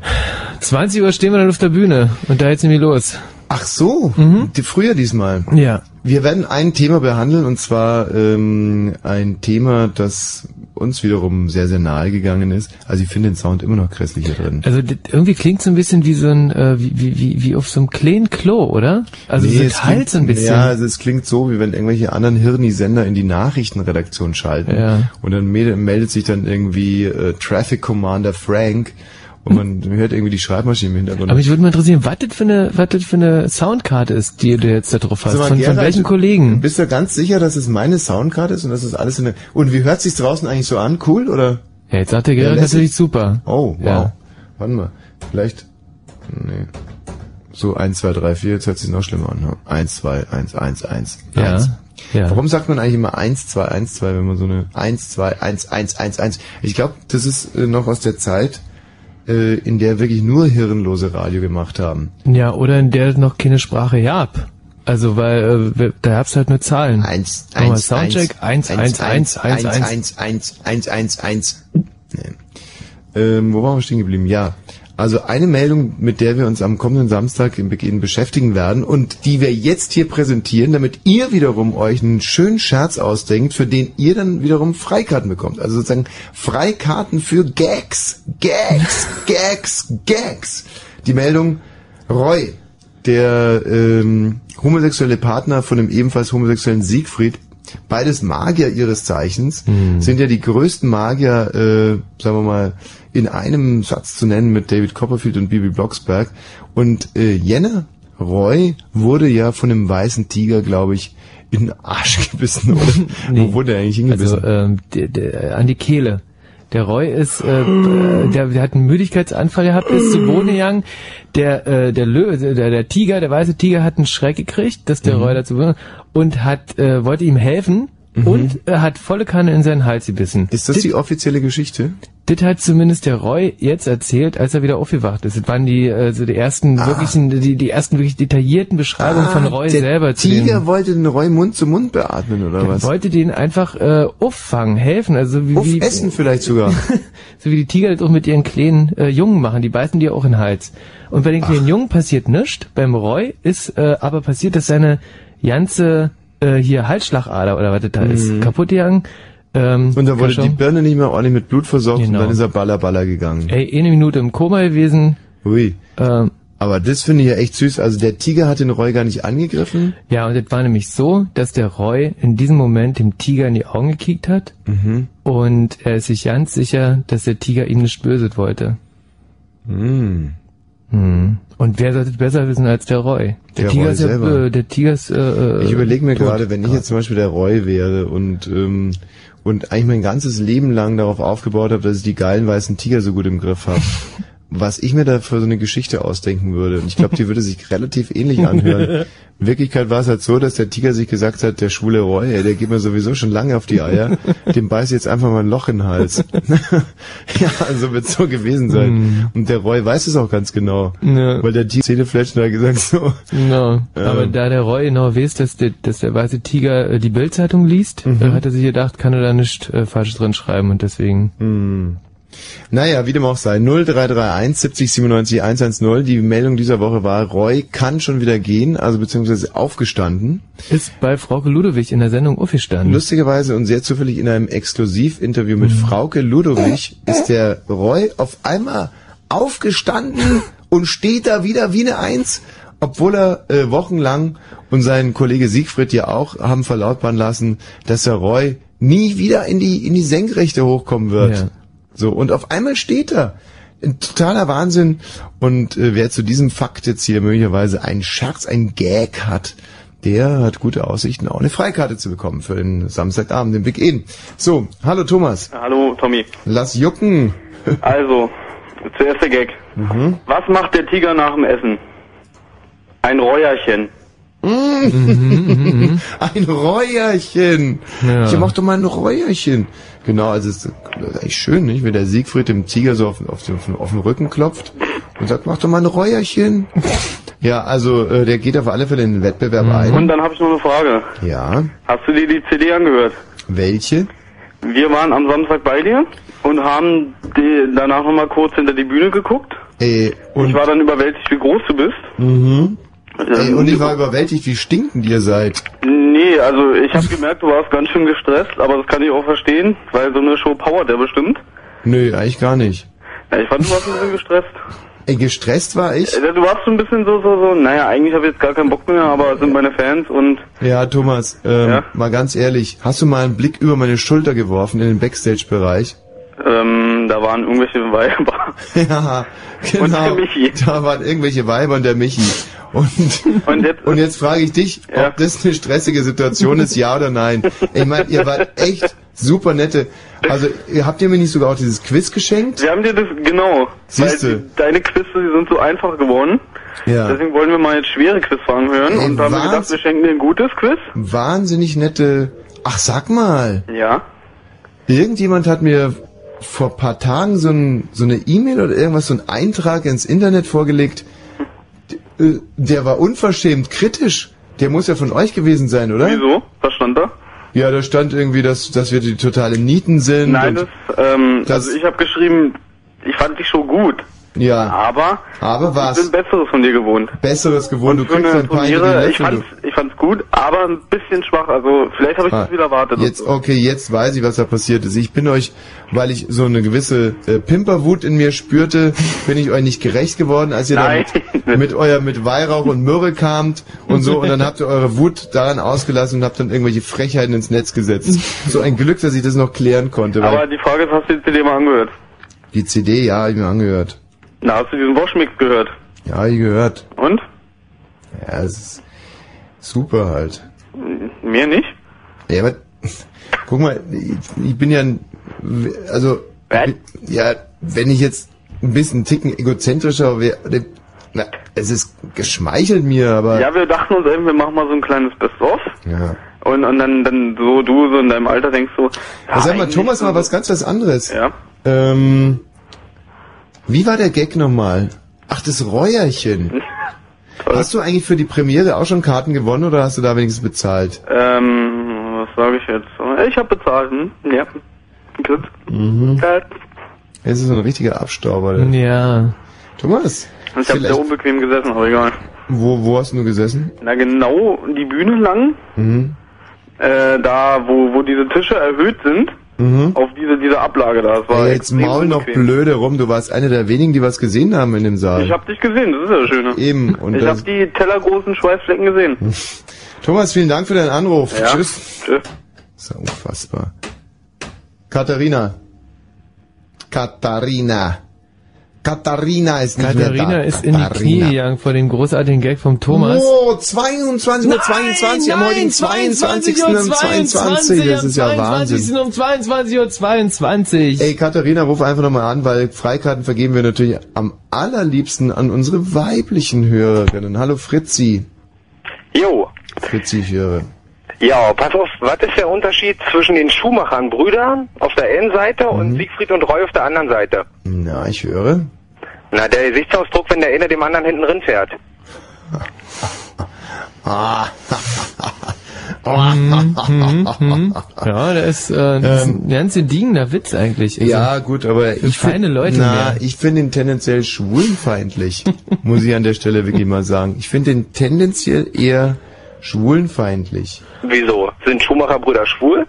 [SPEAKER 8] 20 Uhr stehen wir dann auf der Bühne und da jetzt nämlich los.
[SPEAKER 1] Ach so, die, früher diesmal.
[SPEAKER 8] Ja.
[SPEAKER 1] Wir werden ein Thema behandeln und zwar ähm, ein Thema, das uns wiederum sehr, sehr nahe gegangen ist. Also ich finde den Sound immer noch grässlich hier drin.
[SPEAKER 8] Also d- irgendwie klingt so ein bisschen wie so ein äh, wie, wie, wie, wie auf so einem kleinen Klo, oder? Also
[SPEAKER 1] Nee,
[SPEAKER 8] so es halt so ein bisschen.
[SPEAKER 1] Ja, also es klingt so, wie wenn irgendwelche anderen Hirni-Sender in die Nachrichtenredaktion schalten.
[SPEAKER 8] Ja.
[SPEAKER 1] Und dann mel- meldet sich dann irgendwie äh, Traffic Commander Frank und man hört irgendwie die Schreibmaschine im Hintergrund.
[SPEAKER 8] aber mich würde mal interessieren, was das für eine, was das für eine Soundkarte ist, die du jetzt da drauf hast.
[SPEAKER 1] Sag Also mal,
[SPEAKER 8] Von, von
[SPEAKER 1] Gerald,
[SPEAKER 8] welchen Kollegen?
[SPEAKER 1] Bist du ganz sicher, dass es meine Soundkarte ist und dass es alles in der... Und wie hört sich's draußen eigentlich so an? Cool oder... Oh,
[SPEAKER 8] Ja, jetzt sagt der Gerrit
[SPEAKER 1] lässig.
[SPEAKER 8] natürlich super.
[SPEAKER 1] Oh, wow.
[SPEAKER 8] Ja.
[SPEAKER 1] Warte mal. Vielleicht... Nee. So 1, 2, 3, 4, jetzt hört sich noch schlimmer an. ne? 1, 2, 1, 1, 1,
[SPEAKER 2] Ja,
[SPEAKER 1] 1.
[SPEAKER 2] ja.
[SPEAKER 1] Warum sagt man eigentlich immer 1, 2, 1, 2, wenn man so eine 1, 2, 1, 1, 1, 1? Ich glaube, das ist äh, noch aus der Zeit, äh, in der wirklich nur Hirnlose Radio gemacht haben.
[SPEAKER 2] Ja, oder in der es noch keine Sprache gab. Also, weil äh, da gab's halt nur Zahlen. Eins,
[SPEAKER 1] Eins,
[SPEAKER 2] Soundcheck, eins, eins, eins, eins, eins.
[SPEAKER 1] eins, eins, eins, eins, eins. Nee. Ähm, wo waren wir stehen geblieben? Ja. Also eine Meldung, mit der wir uns am kommenden Samstag im Beginn beschäftigen werden und die wir jetzt hier präsentieren, damit ihr wiederum euch einen schönen Scherz ausdenkt, für den ihr dann wiederum Freikarten bekommt. Also sozusagen Freikarten für Gags, Gags, Gags, Gags. Die Meldung Roy, der ähm, homosexuelle Partner von dem ebenfalls homosexuellen Siegfried, beides Magier ihres Zeichens,
[SPEAKER 2] Mhm.
[SPEAKER 9] Hm.
[SPEAKER 1] sind ja die größten Magier, äh, sagen wir mal, in einem Satz zu nennen mit David Copperfield und Bibi Blocksberg. Und äh, Jenna Roy wurde ja von einem weißen Tiger, glaube ich, in den Arsch gebissen. Oder? Wo wurde er eigentlich hingebissen?
[SPEAKER 2] Also, ähm, der, der, an die Kehle. Der Roy ist, äh, äh, der, der hat einen Müdigkeitsanfall gehabt, ist zu Boden gegangen. Der, äh, der, Lö, der, der Tiger, der weiße Tiger hat einen Schreck gekriegt, dass
[SPEAKER 1] Mhm.
[SPEAKER 2] der Roy dazu wurde und hat, äh, wollte ihm helfen und äh, hat volle Kanne in seinen Hals gebissen.
[SPEAKER 1] Mhm. Ist das die offizielle Geschichte?
[SPEAKER 2] Das hat zumindest der Roy jetzt erzählt, als er wieder aufgewacht ist. Das waren die, äh, so die ersten wirklichen, die, die ersten wirklich detaillierten Beschreibungen von Roy
[SPEAKER 1] Ah. der
[SPEAKER 2] selber zu dem-
[SPEAKER 1] Tiger wollte den Roy Mund zu Mund beatmen, oder
[SPEAKER 2] der
[SPEAKER 1] was?
[SPEAKER 2] wollte denen einfach äh, auffangen, helfen, also wie, wie
[SPEAKER 1] Essen vielleicht sogar.
[SPEAKER 2] so wie die Tiger das auch mit ihren kleinen äh, Jungen machen, die beißen dir auch in den Hals. Und bei den kleinen Jungen passiert nichts, beim Roy ist äh, aber passiert, dass seine ganze äh, hier Halsschlagader oder was das da ist,
[SPEAKER 1] Mhm.
[SPEAKER 2] kaputt gegangen. Ähm,
[SPEAKER 1] Und da wurde
[SPEAKER 2] Kaschau.
[SPEAKER 1] die Birne nicht mehr ordentlich mit Blut versorgt
[SPEAKER 2] Genau.
[SPEAKER 1] und dann ist er baller baller gegangen.
[SPEAKER 2] Ey, eine Minute im Koma gewesen. Äh,
[SPEAKER 1] Ui. Aber das finde ich ja echt süß. Also der Tiger hat den Roy gar nicht angegriffen.
[SPEAKER 2] Ja, und das war nämlich so, dass der Roy in diesem Moment dem Tiger in die Augen gekickt hat
[SPEAKER 1] Mhm.
[SPEAKER 2] und er ist sich ganz sicher, dass der Tiger ihm nicht böse wollte.
[SPEAKER 1] Mhm.
[SPEAKER 2] Mhm. Und wer sollte es besser wissen als der Roy?
[SPEAKER 1] Der
[SPEAKER 2] Tiger
[SPEAKER 1] Roy
[SPEAKER 2] ist ja,
[SPEAKER 1] selber.
[SPEAKER 2] äh, der Tiger ist, äh,
[SPEAKER 1] Ich überlege mir
[SPEAKER 2] tot.
[SPEAKER 1] gerade, wenn ich jetzt zum Beispiel der Roy wäre und ähm, und eigentlich mein ganzes Leben lang darauf aufgebaut habe, dass ich die geilen weißen Tiger so gut im Griff habe, was ich mir da für so eine Geschichte ausdenken würde. Und ich glaube, die würde sich relativ ähnlich anhören. In Wirklichkeit war es halt so, dass der Tiger sich gesagt hat, der schwule Roy, ey, der geht mir sowieso schon lange auf die Eier, dem beiß ich jetzt einfach mal ein Loch in den Hals. ja, also wird so gewesen sein.
[SPEAKER 2] Hm.
[SPEAKER 1] Und der Roy weiß es auch ganz genau.
[SPEAKER 2] Ja.
[SPEAKER 1] Weil der Tiger Zähnefletschen hat gesagt so,
[SPEAKER 2] No. Aber
[SPEAKER 1] Ähm.
[SPEAKER 2] da der Roy genau weiß, dass der, dass der weiße Tiger äh, die Bildzeitung liest,
[SPEAKER 1] Mhm.
[SPEAKER 2] äh, hat er sich gedacht, kann er da nicht äh, falsch drin schreiben und deswegen.
[SPEAKER 1] Hm. Naja, wie dem auch sei. 0331 70 97 110. Die Meldung dieser Woche war, Roy kann schon wieder gehen, also beziehungsweise aufgestanden.
[SPEAKER 2] Ist bei Frauke Ludewig in der Sendung aufgestanden. Mhm.
[SPEAKER 1] Lustigerweise und sehr zufällig in einem Exklusivinterview mit Frauke Ludowig ist der Roy auf einmal aufgestanden und steht da wieder wie eine Eins, obwohl er äh, wochenlang und sein Kollege Siegfried ja auch haben verlautbaren lassen, dass der Roy nie wieder in die in die Senkrechte hochkommen wird.
[SPEAKER 2] Ja.
[SPEAKER 1] So und auf einmal steht er. Ein totaler Wahnsinn. Und äh, wer zu diesem Fakt jetzt hier möglicherweise einen Scherz, einen Gag hat, der hat gute Aussichten, auch eine Freikarte zu bekommen für den Samstagabend, den Big Eden. So, hallo Thomas.
[SPEAKER 10] Hallo, Tommy.
[SPEAKER 1] Lass jucken.
[SPEAKER 10] Also, zuerst der Gag.
[SPEAKER 1] Mhm.
[SPEAKER 10] Was macht der Tiger nach dem Essen? Ein Räuerchen.
[SPEAKER 1] Mm. ein Räuerchen.
[SPEAKER 10] Ja.
[SPEAKER 1] Ich mach doch mal ein Räuerchen. Genau, also es ist eigentlich schön, nicht? Wenn der Siegfried dem Tiger so auf, auf, den, auf den Rücken klopft und sagt, mach doch mal ein Räuerchen. ja, also äh, der geht auf alle Fälle in den Wettbewerb ein.
[SPEAKER 10] Mhm. Und dann habe ich noch eine Frage.
[SPEAKER 1] ja.
[SPEAKER 10] Hast du dir die CD angehört?
[SPEAKER 1] Welche?
[SPEAKER 10] Wir waren am Samstag bei dir und haben die danach nochmal kurz hinter die Bühne geguckt.
[SPEAKER 1] Äh,
[SPEAKER 10] ich war dann überwältigt, wie groß du bist.
[SPEAKER 1] Mhm. Ey, und ich war überwältigt, wie stinkend ihr seid.
[SPEAKER 10] Nee, also ich habe gemerkt, du warst ganz schön gestresst, aber das kann ich auch verstehen, weil so eine Show powert ja bestimmt.
[SPEAKER 1] Nö, eigentlich gar nicht.
[SPEAKER 10] Ja, ich fand, du warst ein bisschen gestresst.
[SPEAKER 1] Ey, gestresst war ich?
[SPEAKER 10] Ja, Du warst so ein bisschen so, so, so, naja, eigentlich habe ich jetzt gar keinen Bock mehr, aber es sind meine Fans und
[SPEAKER 1] Ja, Thomas, ähm, mal ganz ehrlich, hast du mal einen Blick über meine Schulter geworfen in den Backstage-Bereich?
[SPEAKER 10] ähm, da waren irgendwelche Weiber.
[SPEAKER 1] Ja, genau. Da waren irgendwelche Weiber und der Michi. Und,
[SPEAKER 10] und jetzt,
[SPEAKER 1] frage ich dich, ob das eine stressige Situation ist, ja oder nein. Ich meine, ihr wart echt super nette. Also, ihr- habt ihr mir nicht sogar auch dieses Quiz geschenkt?
[SPEAKER 10] Wir haben dir das, genau,
[SPEAKER 1] Siehste.
[SPEAKER 10] weil die, deine Quizze, die sind so einfach geworden.
[SPEAKER 1] Ja.
[SPEAKER 10] Deswegen wollen wir mal jetzt schwere Quizfragen hören
[SPEAKER 1] Ey,
[SPEAKER 10] und haben wir
[SPEAKER 1] was?
[SPEAKER 10] gedacht, wir schenken dir ein gutes Quiz.
[SPEAKER 1] Wahnsinnig nette. Ach, sag mal.
[SPEAKER 10] Ja.
[SPEAKER 1] Irgendjemand hat mir vor ein paar Tagen so, ein, so eine E-Mail oder irgendwas, so einen Eintrag ins Internet vorgelegt. D- äh, Der war unverschämt kritisch. Der muss ja von euch gewesen sein, oder?
[SPEAKER 10] Wieso? Was stand da?
[SPEAKER 1] Ja, da stand irgendwie, dass, dass wir die totale Nieten sind.
[SPEAKER 10] Nein,
[SPEAKER 1] und,
[SPEAKER 10] das, ähm,
[SPEAKER 1] das-
[SPEAKER 10] also ich habe geschrieben, ich fand dich schon gut,
[SPEAKER 1] ja,
[SPEAKER 10] aber
[SPEAKER 1] aber was?
[SPEAKER 10] ich bin Besseres von dir gewohnt.
[SPEAKER 1] besseres gewohnt. Du
[SPEAKER 10] Für
[SPEAKER 1] kriegst
[SPEAKER 10] eine
[SPEAKER 1] ein paar in die
[SPEAKER 10] Turniere, ich
[SPEAKER 1] Löffel.
[SPEAKER 10] fand's,
[SPEAKER 1] du.
[SPEAKER 10] ich fand's gut, aber ein bisschen schwach. Also vielleicht habe ich
[SPEAKER 1] Ah,
[SPEAKER 10] das wieder erwartet.
[SPEAKER 1] Jetzt, okay, jetzt weiß ich, was da passiert ist. Ich bin euch, weil ich so eine gewisse äh, Pimperwut in mir spürte, bin ich euch nicht gerecht geworden, als ihr
[SPEAKER 10] Nein.
[SPEAKER 1] da mit, mit euer mit Weihrauch und Myrrhe kamt und so und dann habt ihr eure Wut daran ausgelassen und habt dann irgendwelche Frechheiten ins Netz gesetzt. So ein Glück, dass ich das noch klären konnte, weil
[SPEAKER 10] Aber die Frage ist, hast du die CD mal angehört?
[SPEAKER 1] die CD, ja, hab ich mir angehört.
[SPEAKER 10] Na, hast du diesen Bosch-Mix gehört?
[SPEAKER 1] Ja, hab ich gehört.
[SPEAKER 10] Und?
[SPEAKER 1] Ja, es ist super halt.
[SPEAKER 10] M- Mir nicht?
[SPEAKER 1] Ja, aber guck mal, ich- ich bin ja ein, also ja, wenn ich jetzt ein bisschen einen Ticken egozentrischer wäre, na, es ist geschmeichelt mir, aber
[SPEAKER 10] Ja, wir dachten uns eben, wir machen mal so ein kleines Best-of.
[SPEAKER 1] ja.
[SPEAKER 10] Und, und dann, dann so du so in deinem Alter denkst so.
[SPEAKER 1] Ja, sag mal,
[SPEAKER 10] eigentlich
[SPEAKER 1] Thomas,
[SPEAKER 10] so-
[SPEAKER 1] mal was ganz was anderes.
[SPEAKER 10] Ja.
[SPEAKER 1] Ähm, wie war der Gag nochmal? Ach, das Räuerchen. Hast du eigentlich für die Premiere auch schon Karten gewonnen oder hast du da wenigstens bezahlt?
[SPEAKER 10] Ähm, was sage ich jetzt? Ich habe bezahlt, hm? Ja. Gut.
[SPEAKER 1] Mhm.
[SPEAKER 10] Äh,
[SPEAKER 1] Es ist so ein richtiger Abstauber. Ja. Thomas,
[SPEAKER 10] Ich habe sehr
[SPEAKER 1] vielleicht-
[SPEAKER 10] unbequem gesessen, aber egal.
[SPEAKER 1] wo, wo hast du gesessen?
[SPEAKER 10] Na genau die Bühne lang,
[SPEAKER 1] Mhm.
[SPEAKER 10] äh, da wo, wo diese Tische erhöht sind,
[SPEAKER 1] Mhm.
[SPEAKER 10] auf diese, diese Ablage da. Das war
[SPEAKER 1] Ey, jetzt
[SPEAKER 10] extrem
[SPEAKER 1] maul noch
[SPEAKER 10] unbequem.
[SPEAKER 1] blöde rum, du warst einer der wenigen, die was gesehen haben in dem Saal.
[SPEAKER 10] Ich hab dich gesehen, das ist ja das Schöne.
[SPEAKER 1] Eben, und
[SPEAKER 10] ich
[SPEAKER 1] das- Hm.
[SPEAKER 10] hab die tellergroßen Schweißflecken gesehen.
[SPEAKER 1] Thomas, vielen Dank für deinen Anruf.
[SPEAKER 10] Ja.
[SPEAKER 1] Tschüss.
[SPEAKER 10] Tschüss.
[SPEAKER 1] Ist ja unfassbar. Katharina. Katharina. Katharina ist nicht mehr da.
[SPEAKER 2] Katharina ist in die Knie gegangen vor dem großartigen Gag vom Thomas. Mhm,
[SPEAKER 1] Oh, 22 Uhr
[SPEAKER 2] Nein,
[SPEAKER 1] 22, am
[SPEAKER 2] nein,
[SPEAKER 1] heutigen 22. um 22, das ist ja Wahnsinn.
[SPEAKER 2] um 22 Uhr 22.
[SPEAKER 1] Ey, Katharina, ruf einfach nochmal an, weil Freikarten vergeben wir natürlich am allerliebsten an unsere weiblichen Hörerinnen. Hallo Fritzi.
[SPEAKER 11] Jo,
[SPEAKER 1] Fritzi, ich höre.
[SPEAKER 11] ja, pass auf, was ist der Unterschied zwischen den Schuhmachern Brüdern auf der einen Seite
[SPEAKER 3] Mhm.
[SPEAKER 11] und Siegfried und Roy auf der anderen Seite?
[SPEAKER 1] Na, ich höre.
[SPEAKER 11] Na, der Gesichtsausdruck, wenn der eine dem anderen hinten rin fährt.
[SPEAKER 1] Ah.
[SPEAKER 2] mhm, Ja, der ist, äh, das ist ein ganz gediegener Witz eigentlich. Also,
[SPEAKER 1] Ähm. Ja, gut, aber ich find-
[SPEAKER 2] feine Leute
[SPEAKER 1] Na,
[SPEAKER 2] mehr.
[SPEAKER 1] ich finde ihn tendenziell schwulenfeindlich, muss ich an der Stelle wirklich mal sagen. Ich finde ihn tendenziell eher schwulenfeindlich.
[SPEAKER 11] Wieso? Sind Schumacher Brüder schwul?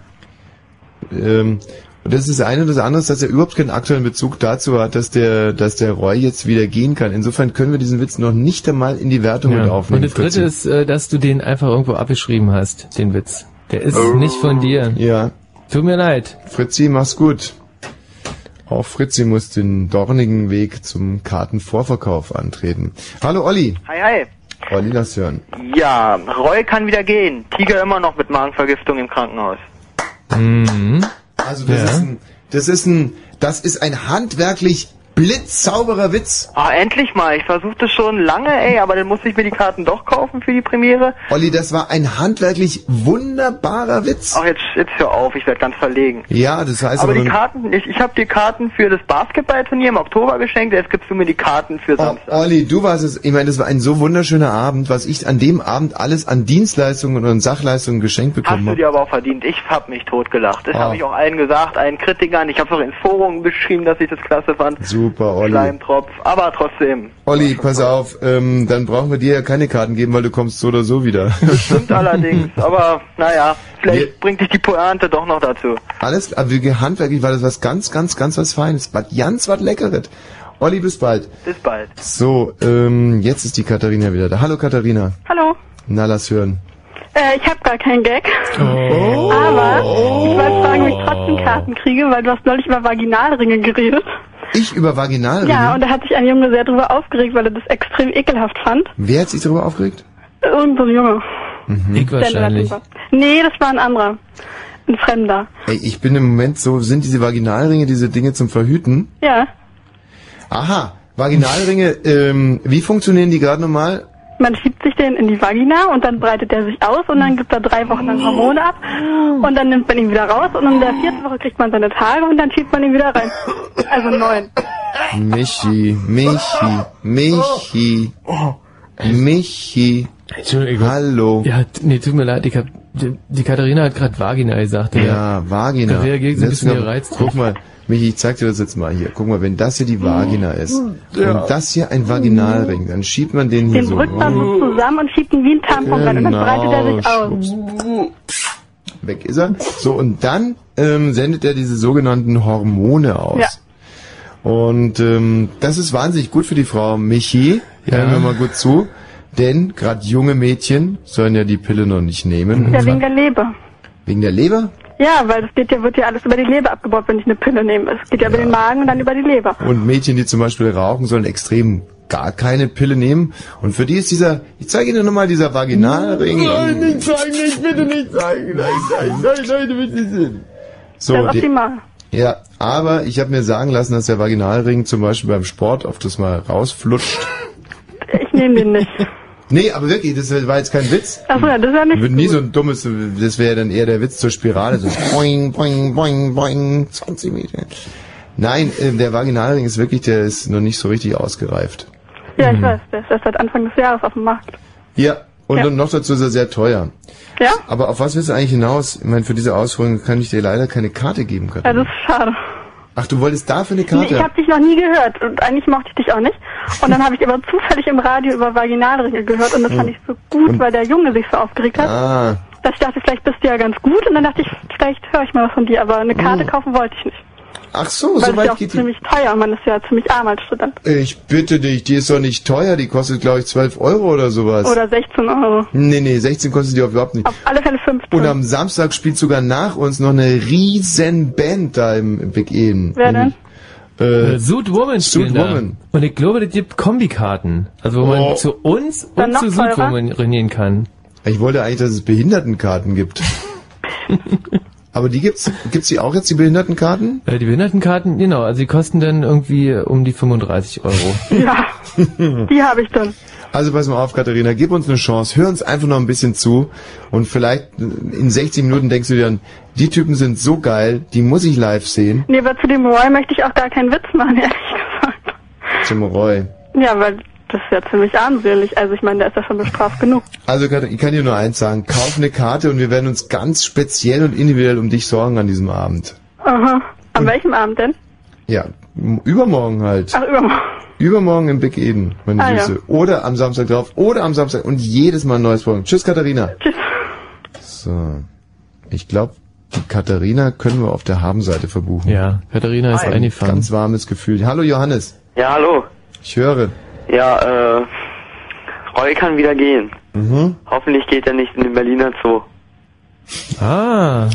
[SPEAKER 1] Ähm, und das ist ein und das andere, ist, dass er überhaupt keinen aktuellen Bezug dazu hat, dass der, dass der Roy jetzt wieder gehen kann. Insofern können wir diesen Witz noch nicht einmal in die Wertung mit
[SPEAKER 2] Ja.
[SPEAKER 1] aufnehmen.
[SPEAKER 2] Und das dritte ist,
[SPEAKER 1] Fritzi.
[SPEAKER 2] äh, dass du den einfach irgendwo abgeschrieben hast, den Witz. Der ist
[SPEAKER 1] Oh.
[SPEAKER 2] nicht von dir.
[SPEAKER 1] Ja.
[SPEAKER 2] Tut mir leid.
[SPEAKER 1] Fritzi, mach's gut. Auch Fritzi muss den dornigen Weg zum Kartenvorverkauf antreten. Hallo Olli.
[SPEAKER 3] Hi, hi.
[SPEAKER 1] Olli, lass hören.
[SPEAKER 3] Ja, Roy kann wieder gehen. Tiger immer noch mit Magenvergiftung im Krankenhaus.
[SPEAKER 1] Also das
[SPEAKER 2] Ja.
[SPEAKER 1] ist ein, das ist ein, das ist ein handwerklich blitzzauberer Witz.
[SPEAKER 3] Ah, endlich mal. Ich versuchte schon lange, ey, aber dann musste ich mir die Karten doch kaufen für die Premiere.
[SPEAKER 1] Olli, das war ein handwerklich wunderbarer Witz.
[SPEAKER 3] Ach, jetzt, jetzt hör auf. Ich werde ganz verlegen.
[SPEAKER 1] Ja, das heißt
[SPEAKER 3] aber die
[SPEAKER 1] nun-
[SPEAKER 3] Karten, ich, ich habe dir Karten für das Basketballturnier im Oktober geschenkt. Jetzt gibst du mir die Karten
[SPEAKER 1] Oh,
[SPEAKER 3] für Samstag.
[SPEAKER 1] Olli, du warst es. Ich meine, das war ein so wunderschöner Abend, was ich an dem Abend alles an Dienstleistungen und an Sachleistungen geschenkt
[SPEAKER 3] Hast
[SPEAKER 1] bekommen
[SPEAKER 3] du
[SPEAKER 1] habe.
[SPEAKER 3] dir aber auch verdient. Ich hab mich totgelacht. Das
[SPEAKER 1] Ah.
[SPEAKER 3] habe ich auch allen gesagt, allen Kritikern. Ich habe auch ins Forum geschrieben, dass ich das klasse fand.
[SPEAKER 1] Super, Olli.
[SPEAKER 3] Schleimtropf. Aber trotzdem.
[SPEAKER 1] Olli, pass auf, ähm, dann brauchen wir dir ja keine Karten geben, weil du kommst so oder so wieder.
[SPEAKER 3] Stimmt allerdings. Aber naja, vielleicht bringt dich die Pointe doch noch dazu.
[SPEAKER 1] Alles, aber wir- handwerklich war das was ganz, ganz, ganz was Feines. Was ganz was Leckeres. Olli, bis bald.
[SPEAKER 3] Bis bald.
[SPEAKER 1] So, ähm, jetzt ist die Katharina wieder da. Hallo Katharina.
[SPEAKER 6] Hallo.
[SPEAKER 1] Na, lass hören.
[SPEAKER 6] Äh, ich habe gar keinen Gag. Aber ich wollte fragen, ob ich trotzdem Karten kriege, weil du hast neulich über Vaginalringe geredet.
[SPEAKER 1] Ich über Vaginalringe?
[SPEAKER 6] Ja, und da hat sich ein Junge sehr drüber aufgeregt, weil er das extrem ekelhaft fand.
[SPEAKER 1] Wer hat sich darüber aufgeregt?
[SPEAKER 6] Irgend so ein Junge.
[SPEAKER 2] Mhm.
[SPEAKER 1] Ich
[SPEAKER 6] der da drüber- Nee, das war ein anderer. Ein Fremder.
[SPEAKER 1] Ey, ich bin im Moment so, sind diese Vaginalringe diese Dinge zum Verhüten?
[SPEAKER 6] Ja.
[SPEAKER 1] Aha, Vaginalringe, ähm, wie funktionieren die gerade normal?
[SPEAKER 6] Man schiebt sich den in die Vagina und dann breitet er sich aus und dann gibt er drei Wochen lang Hormone ab und dann nimmt man ihn wieder raus und in der vierten Woche kriegt man seine Tage und dann schiebt man ihn wieder rein. Also neun.
[SPEAKER 1] Michi, Michi, Michi, Michi.
[SPEAKER 2] Oh. Entschuldigung.
[SPEAKER 1] Hallo.
[SPEAKER 2] Ja, t- nee, tut mir leid, ich hab, die, die Katharina hat gerade Vagina gesagt.
[SPEAKER 1] Ja, Vagina.
[SPEAKER 2] Da reagiert sie ein
[SPEAKER 1] Letztes
[SPEAKER 2] bisschen
[SPEAKER 1] Mal-
[SPEAKER 2] gereizt drauf.
[SPEAKER 1] Guck mal, Michi, ich zeig dir das jetzt mal hier. Guck mal, wenn das hier die Vagina ist
[SPEAKER 6] Ja.
[SPEAKER 1] und das hier ein Vaginalring, dann schiebt man den hier
[SPEAKER 6] Den
[SPEAKER 1] so.
[SPEAKER 6] drückt man so zusammen und schiebt ihn wie ein Tampon rein und dann
[SPEAKER 1] Genau,
[SPEAKER 6] breitet er sich aus.
[SPEAKER 1] weg ist er. So, und dann ähm, sendet er diese sogenannten Hormone aus.
[SPEAKER 6] Ja.
[SPEAKER 1] Und ähm, das ist wahnsinnig gut für die Frau Michi. Hören wir mal gut zu. Denn gerade junge Mädchen sollen ja die Pille noch nicht nehmen.
[SPEAKER 6] Ja, wegen der Leber.
[SPEAKER 1] Wegen der Leber?
[SPEAKER 6] Ja, weil das geht ja, wird ja alles über die Leber abgebaut, wenn ich eine Pille nehme. Es geht ja über den Magen und dann über die Leber.
[SPEAKER 1] Und Mädchen, die zum Beispiel rauchen, sollen extrem gar keine Pille nehmen. Und für die ist dieser, ich zeige Ihnen nochmal dieser Vaginalring.
[SPEAKER 12] nicht zeigen, nicht, bitte nicht zeigen. Nein, nein, nein, Leute, bitte nicht.
[SPEAKER 1] So,
[SPEAKER 6] das ist
[SPEAKER 1] die-
[SPEAKER 6] optimal.
[SPEAKER 1] Ja, aber ich habe mir sagen lassen, dass der Vaginalring zum Beispiel beim Sport oft das mal rausflutscht.
[SPEAKER 6] Ich nehme den nicht.
[SPEAKER 1] Nee, aber wirklich, das war jetzt kein Witz.
[SPEAKER 6] Achso, ja, das ist ja nicht.
[SPEAKER 1] Wird nie so ein dummes, das wäre dann eher der Witz zur Spirale. So boing, boing, boing, boing, 20 Meter. Nein, äh, der Vaginalring ist wirklich, der ist noch nicht so richtig ausgereift.
[SPEAKER 6] Ja,
[SPEAKER 1] Mhm.
[SPEAKER 6] ich weiß, der ist erst seit Anfang des Jahres auf dem Markt.
[SPEAKER 1] Ja, und
[SPEAKER 6] Ja.
[SPEAKER 1] dann noch dazu ist er sehr teuer.
[SPEAKER 6] Ja?
[SPEAKER 1] Aber auf was willst du eigentlich hinaus? Ich meine, für diese Ausführung kann ich dir leider keine Karte geben
[SPEAKER 6] Ja,
[SPEAKER 1] können.
[SPEAKER 6] das ist schade.
[SPEAKER 1] Ach, du wolltest dafür eine
[SPEAKER 6] Also- Nee, ich
[SPEAKER 1] Karte?
[SPEAKER 6] habe dich noch nie gehört und eigentlich mochte ich dich auch nicht. Und dann habe ich aber zufällig im Radio über Vaginalringe gehört und das fand ich so gut, weil der Junge sich so aufgeregt hat,
[SPEAKER 1] Mhm. Ah,
[SPEAKER 6] dass ich dachte, vielleicht bist du ja ganz gut und dann dachte ich, vielleicht höre ich mal was von dir, aber eine
[SPEAKER 1] Oh.
[SPEAKER 6] Karte kaufen wollte ich nicht.
[SPEAKER 1] ach so,
[SPEAKER 6] weil
[SPEAKER 1] so
[SPEAKER 6] es ist ja
[SPEAKER 1] weit
[SPEAKER 6] auch
[SPEAKER 1] geht die.
[SPEAKER 6] ziemlich teuer, man ist ja ziemlich arm als Student.
[SPEAKER 1] Ich bitte dich, die ist doch nicht teuer, die kostet glaube ich 12 Euro oder sowas.
[SPEAKER 6] Oder 16 Euro.
[SPEAKER 1] nee, nee, 16 kostet die überhaupt nicht.
[SPEAKER 6] Alle Fälle 15.
[SPEAKER 1] Und am Samstag spielt sogar nach uns noch eine riesen Band da im im Big Eden.
[SPEAKER 6] Wer denn?
[SPEAKER 1] Äh,
[SPEAKER 2] Äh, Suit Woman spielen da.
[SPEAKER 1] Woman.
[SPEAKER 2] Und ich glaube, das gibt Kombikarten. Also wo man
[SPEAKER 1] Oh.
[SPEAKER 2] zu uns
[SPEAKER 6] Dann
[SPEAKER 2] und
[SPEAKER 6] noch
[SPEAKER 2] zu Suit
[SPEAKER 6] teurer?
[SPEAKER 2] Woman rennen kann.
[SPEAKER 1] Ich wollte eigentlich, dass es Behindertenkarten gibt. Aber die gibt's, gibt's die auch jetzt, die Behindertenkarten?
[SPEAKER 2] Äh, die Behindertenkarten, genau, also die kosten dann irgendwie um die 35 Euro.
[SPEAKER 6] Ja, die habe ich dann.
[SPEAKER 1] Also pass mal auf, Katharina, gib uns eine Chance, hör uns einfach noch ein bisschen zu und vielleicht in 60 Minuten denkst du dir dann, die Typen sind so geil, die muss ich live sehen.
[SPEAKER 6] Nee, aber zu dem Roy möchte ich auch gar keinen Witz machen, ehrlich gesagt.
[SPEAKER 1] Zum Roy.
[SPEAKER 6] Ja, weil das ist ja ziemlich armselig. Also ich meine, der ist ja schon bestraft genug.
[SPEAKER 1] Also Katharina, ich kann dir nur eins sagen, kauf eine Karte und wir werden uns ganz speziell und individuell um dich sorgen an diesem Abend.
[SPEAKER 6] Aha.
[SPEAKER 1] Hm.
[SPEAKER 6] An welchem Abend denn?
[SPEAKER 1] Ja, m- übermorgen halt.
[SPEAKER 6] Ach, übermorgen.
[SPEAKER 1] Übermorgen im Big Eden, meine
[SPEAKER 6] Ah, ja.
[SPEAKER 1] Süße. Oder am Samstag drauf, oder am Samstag und jedes Mal ein neues Programm. Tschüss, Katharina.
[SPEAKER 6] Tschüss.
[SPEAKER 1] So. Ich glaube, die Katharina können wir auf der Habenseite verbuchen.
[SPEAKER 2] Ja, Katharina ist
[SPEAKER 1] Ein
[SPEAKER 2] eingefahren.
[SPEAKER 1] Ganz warmes Gefühl. Hallo, Johannes.
[SPEAKER 10] Ja, hallo.
[SPEAKER 1] Ich höre.
[SPEAKER 10] Ja, äh, Roy kann wieder gehen.
[SPEAKER 1] Mhm.
[SPEAKER 10] Hoffentlich geht er nicht in den Berliner Zoo.
[SPEAKER 2] Ah.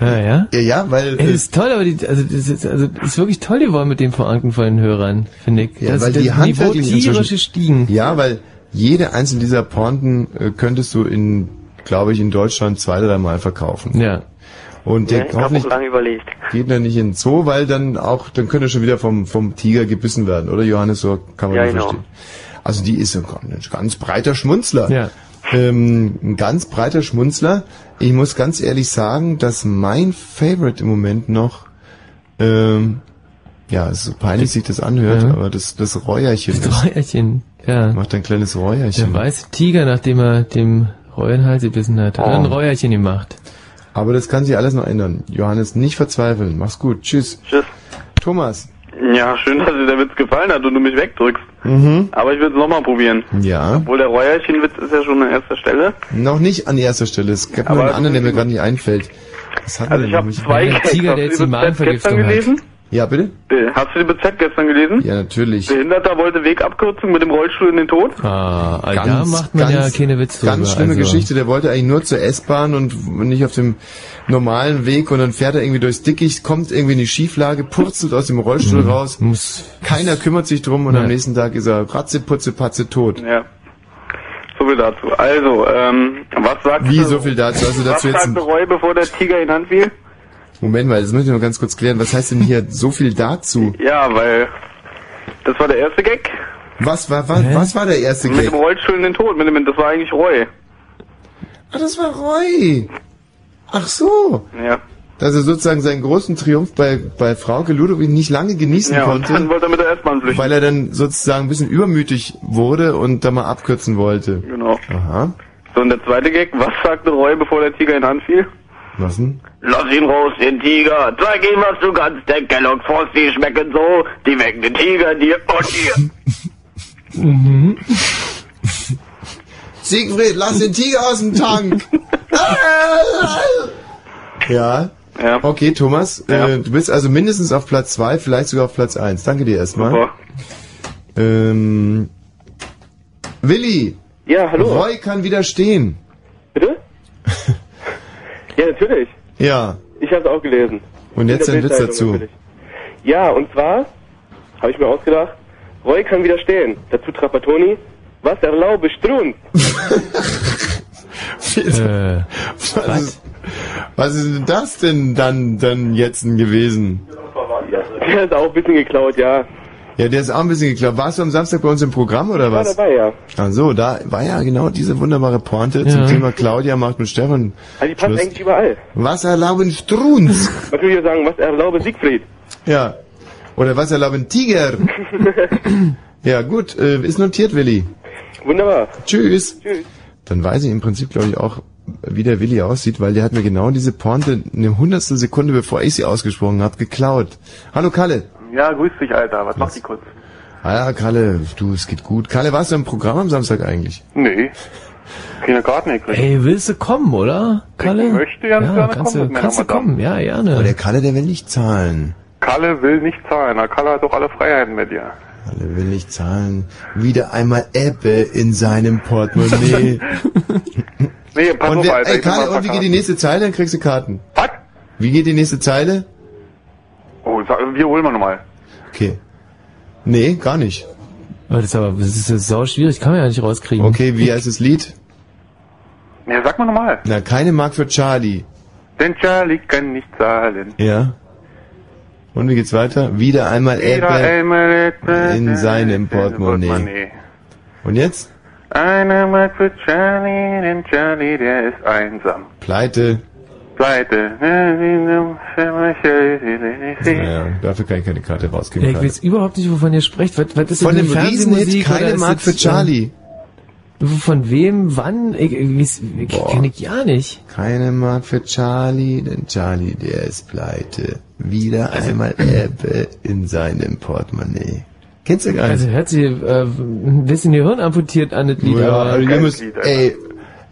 [SPEAKER 2] Ja, ja.
[SPEAKER 1] Ja, ja, weil. äh,
[SPEAKER 2] Es ist toll, aber die, also, das ist, also, das ist wirklich toll geworden mit dem Veranken von den Hörern, finde ich.
[SPEAKER 1] Ja,
[SPEAKER 2] das,
[SPEAKER 1] weil
[SPEAKER 2] das
[SPEAKER 1] die Hand
[SPEAKER 2] Niveau
[SPEAKER 1] wirklich
[SPEAKER 2] tierisch
[SPEAKER 1] inzwischen,
[SPEAKER 2] gestiegen.
[SPEAKER 1] Ja, weil jede einzelne dieser Pointen äh, könntest du in, glaube ich, in Deutschland zwei, dreimal verkaufen.
[SPEAKER 2] Ja.
[SPEAKER 1] Und
[SPEAKER 10] Ja,
[SPEAKER 1] der
[SPEAKER 10] ich habe auch
[SPEAKER 1] hoffentlich
[SPEAKER 10] lange überlegt.
[SPEAKER 1] geht dann nicht in den Zoo, weil dann auch, dann könnte er schon wieder vom, vom Tiger gebissen werden, oder Johannes? So kann man
[SPEAKER 10] Ja,
[SPEAKER 1] das
[SPEAKER 10] genau.
[SPEAKER 1] verstehen. Also die ist ein ganz breiter Schmunzler.
[SPEAKER 2] Ja.
[SPEAKER 1] Ähm, ein ganz breiter Schmunzler. Ich muss ganz ehrlich sagen, dass mein Favorite im Moment noch, ähm, ja, es ist so peinlich sich das anhört,
[SPEAKER 2] Ja.
[SPEAKER 1] aber das, das Räuerchen. ist.
[SPEAKER 2] Das Räuerchen. Ja.
[SPEAKER 1] Macht ein kleines
[SPEAKER 2] Der
[SPEAKER 1] Räuerchen.
[SPEAKER 2] weiße Tiger, nachdem er dem Reuenhals gebissen hat, hat
[SPEAKER 1] Oh.
[SPEAKER 2] er ein Räuerchen gemacht.
[SPEAKER 1] Aber das kann sich alles noch ändern. Johannes, nicht verzweifeln. Mach's gut. Tschüss.
[SPEAKER 10] Tschüss.
[SPEAKER 1] Thomas.
[SPEAKER 10] Ja, schön, dass dir der Witz gefallen hat und du mich wegdrückst.
[SPEAKER 1] Mhm.
[SPEAKER 10] Aber ich würde es nochmal probieren.
[SPEAKER 1] Ja.
[SPEAKER 10] Obwohl der Räuerchenwitz ist ja schon an erster Stelle.
[SPEAKER 1] Noch nicht an erster Stelle. Es gab noch
[SPEAKER 10] Aber-
[SPEAKER 1] einen anderen, der
[SPEAKER 2] also
[SPEAKER 1] mir gerade nicht einfällt. Was hatten
[SPEAKER 10] Also
[SPEAKER 1] wir
[SPEAKER 10] ich
[SPEAKER 1] denn
[SPEAKER 10] habe
[SPEAKER 1] noch?
[SPEAKER 10] zwei
[SPEAKER 1] weiß-
[SPEAKER 10] Gags. Hast du die BZ gestern gelesen?
[SPEAKER 1] Ja, bitte?
[SPEAKER 10] Äh, Hast du die BZ gestern gelesen?
[SPEAKER 1] Ja, natürlich.
[SPEAKER 10] Behinderter wollte Wegabkürzung mit dem Rollstuhl in den Tod.
[SPEAKER 2] Ah, Alter, da macht man ja keine Witze drüber,
[SPEAKER 1] Ganz schlimme
[SPEAKER 2] also.
[SPEAKER 1] Geschichte. Der wollte eigentlich nur zur S-Bahn und nicht auf dem normalen Weg und dann fährt er irgendwie durchs Dickicht, kommt irgendwie in die Schieflage, purzelt aus dem Rollstuhl
[SPEAKER 2] Mhm.
[SPEAKER 1] raus.
[SPEAKER 2] Muss.
[SPEAKER 1] Keiner kümmert sich drum und
[SPEAKER 2] Ja.
[SPEAKER 1] am nächsten Tag ist er ratze, putze, patze tot.
[SPEAKER 10] Ja. So viel dazu. Also, ähm, was sagt
[SPEAKER 1] Wie, so viel dazu? Also dazu
[SPEAKER 10] was
[SPEAKER 1] jetzt
[SPEAKER 10] sagte
[SPEAKER 1] ein-
[SPEAKER 10] Roy, bevor der Tiger in Hand fiel?
[SPEAKER 1] Moment mal, das müssen wir mal ganz kurz klären. Was heißt denn hier so viel dazu?
[SPEAKER 10] Ja, weil
[SPEAKER 11] Das war der erste Gag.
[SPEAKER 1] Was war, was, was war der erste
[SPEAKER 11] Mit dem
[SPEAKER 1] Gag?
[SPEAKER 11] Rollstuhl in den Tod. Mit dem, das war eigentlich Roy.
[SPEAKER 1] Ah, das war Roy. Ach so.
[SPEAKER 11] Ja.
[SPEAKER 1] Dass er sozusagen seinen großen Triumph bei, bei Frauke Ludowig nicht lange genießen
[SPEAKER 11] Ja, und
[SPEAKER 1] konnte.
[SPEAKER 11] dann wollte er mit der S-Bahn flüchten.
[SPEAKER 1] Weil er dann sozusagen ein bisschen übermütig wurde und da mal abkürzen wollte.
[SPEAKER 11] Genau.
[SPEAKER 1] Aha.
[SPEAKER 11] So, und der zweite Gag. Was sagte Roy, bevor der Tiger ihn anfiel?
[SPEAKER 1] Was denn?
[SPEAKER 13] Lass ihn raus, den Tiger. Zeig ihm, was du kannst. Der Kellogg Frosty schmecken so. Die wecken den Tiger dir und dir.
[SPEAKER 1] Mhm. Siegfried, lass den Tiger aus dem Tank! Ja. Okay, Thomas, äh, du bist also mindestens auf Platz 2, vielleicht sogar auf Platz 1. Danke dir erstmal. Ähm, Willi!
[SPEAKER 14] Ja, hallo.
[SPEAKER 1] Roy kann widerstehen.
[SPEAKER 14] Bitte? Ja, natürlich.
[SPEAKER 1] Ja.
[SPEAKER 14] Ich habe es auch gelesen.
[SPEAKER 1] Und jetzt
[SPEAKER 14] In der
[SPEAKER 1] ein Witz
[SPEAKER 14] Bildzeitung
[SPEAKER 1] dazu.
[SPEAKER 14] Ja, und zwar habe ich mir ausgedacht, Roy kann widerstehen. Dazu Trapattoni, was erlaube Strunz.
[SPEAKER 1] was, Ist, was ist denn das denn dann, dann jetzt gewesen?
[SPEAKER 14] Der ist auch ein bisschen geklaut, ja.
[SPEAKER 1] Ja, der ist auch ein bisschen geklappt. Warst du am Samstag bei uns im Programm oder
[SPEAKER 14] Ich war
[SPEAKER 1] was?
[SPEAKER 14] dabei, ja.
[SPEAKER 11] Also,
[SPEAKER 1] Ach so, da war ja genau diese wunderbare Pointe
[SPEAKER 14] Ja.
[SPEAKER 1] zum Thema Claudia macht mit Stefan.
[SPEAKER 14] Also die passt
[SPEAKER 1] Schluss.
[SPEAKER 14] eigentlich überall.
[SPEAKER 1] Was erlauben Strunz?
[SPEAKER 14] Was will ich sagen, was erlaube Siegfried?
[SPEAKER 1] Ja. Oder was erlauben Tiger? ja, gut, äh, ist notiert, Willi.
[SPEAKER 14] Wunderbar.
[SPEAKER 1] Tschüss. Tschüss. Dann weiß ich im Prinzip, glaube ich, auch, wie der Willi aussieht, weil der hat mir genau diese Pointe eine hundertstel Sekunde, bevor ich sie ausgesprochen habe, geklaut. Hallo Kalle.
[SPEAKER 10] Ja, grüß dich, Alter. Was macht die kurz?
[SPEAKER 1] Ah ja, Kalle, du, es geht gut. Kalle, warst du im Programm am Samstag eigentlich?
[SPEAKER 10] Nee. Kindergarten gekriegt.
[SPEAKER 2] Ey, willst du kommen, oder? Kalle?
[SPEAKER 10] Ich möchte ganz
[SPEAKER 2] ja,
[SPEAKER 10] gerne
[SPEAKER 2] kannst
[SPEAKER 10] kommen mit
[SPEAKER 2] Du,
[SPEAKER 10] meiner
[SPEAKER 2] kannst du
[SPEAKER 10] Madame.
[SPEAKER 2] kommen, ja, gerne.
[SPEAKER 1] Aber der Kalle, der will nicht zahlen.
[SPEAKER 10] Kalle will nicht zahlen. Na, Kalle hat doch alle Freiheiten bei dir.
[SPEAKER 1] Kalle will nicht zahlen. Wieder einmal Ebbe in seinem Portemonnaie.
[SPEAKER 10] Nee, pass
[SPEAKER 1] und
[SPEAKER 10] auf,
[SPEAKER 1] wer,
[SPEAKER 10] Alter.
[SPEAKER 1] ey,
[SPEAKER 10] ich will
[SPEAKER 1] Kalle,
[SPEAKER 10] mal
[SPEAKER 1] und wie geht
[SPEAKER 10] verkaufen.
[SPEAKER 1] die nächste Zeile? Dann kriegst du Karten.
[SPEAKER 10] Was?
[SPEAKER 1] Wie geht die nächste Zeile?
[SPEAKER 10] Oh, sag, wir holen wir nochmal.
[SPEAKER 1] Okay. Nee, gar nicht.
[SPEAKER 2] Das ist aber das ist ja sau schwierig, kann man ja nicht rauskriegen.
[SPEAKER 1] Okay, wie heißt das Lied?
[SPEAKER 10] Ja, sag mal nochmal.
[SPEAKER 1] Na, keine Mark für Charlie.
[SPEAKER 10] Denn Charlie kann nicht zahlen.
[SPEAKER 1] Ja. Und wie geht's weiter? Wieder einmal
[SPEAKER 10] Wieder
[SPEAKER 1] Ebbe
[SPEAKER 10] einmal Ebbe
[SPEAKER 1] in seinem Portemonnaie.
[SPEAKER 10] Portemonnaie.
[SPEAKER 1] Und jetzt?
[SPEAKER 10] Einer mag für Charlie, denn Charlie, der ist einsam.
[SPEAKER 1] Pleite.
[SPEAKER 10] Pleite.
[SPEAKER 1] Ja, dafür kann ich keine Karte
[SPEAKER 2] Ja,
[SPEAKER 1] rausgeben.
[SPEAKER 2] ich
[SPEAKER 1] Kalle.
[SPEAKER 2] weiß überhaupt nicht, wovon ihr sprecht. Was, was ist
[SPEAKER 1] Von
[SPEAKER 2] denn
[SPEAKER 1] dem
[SPEAKER 2] eine
[SPEAKER 1] Riesenhit
[SPEAKER 2] Fernsehmusik
[SPEAKER 1] Keine
[SPEAKER 2] oder ist
[SPEAKER 1] Mark
[SPEAKER 2] das,
[SPEAKER 1] für Charlie.
[SPEAKER 2] Äh, von wem, wann? Ich, ich, weiß- ich, kenn ich ja nicht.
[SPEAKER 1] Keine Mark für Charlie, denn Charlie, der ist pleite. Wieder einmal Ebbe in seinem Portemonnaie. Kennst du gar nicht?
[SPEAKER 2] Also hört sich äh, ein bisschen Gehirn amputiert an das Lied.
[SPEAKER 1] ja,
[SPEAKER 2] aber-
[SPEAKER 1] also ihr müsst, ey,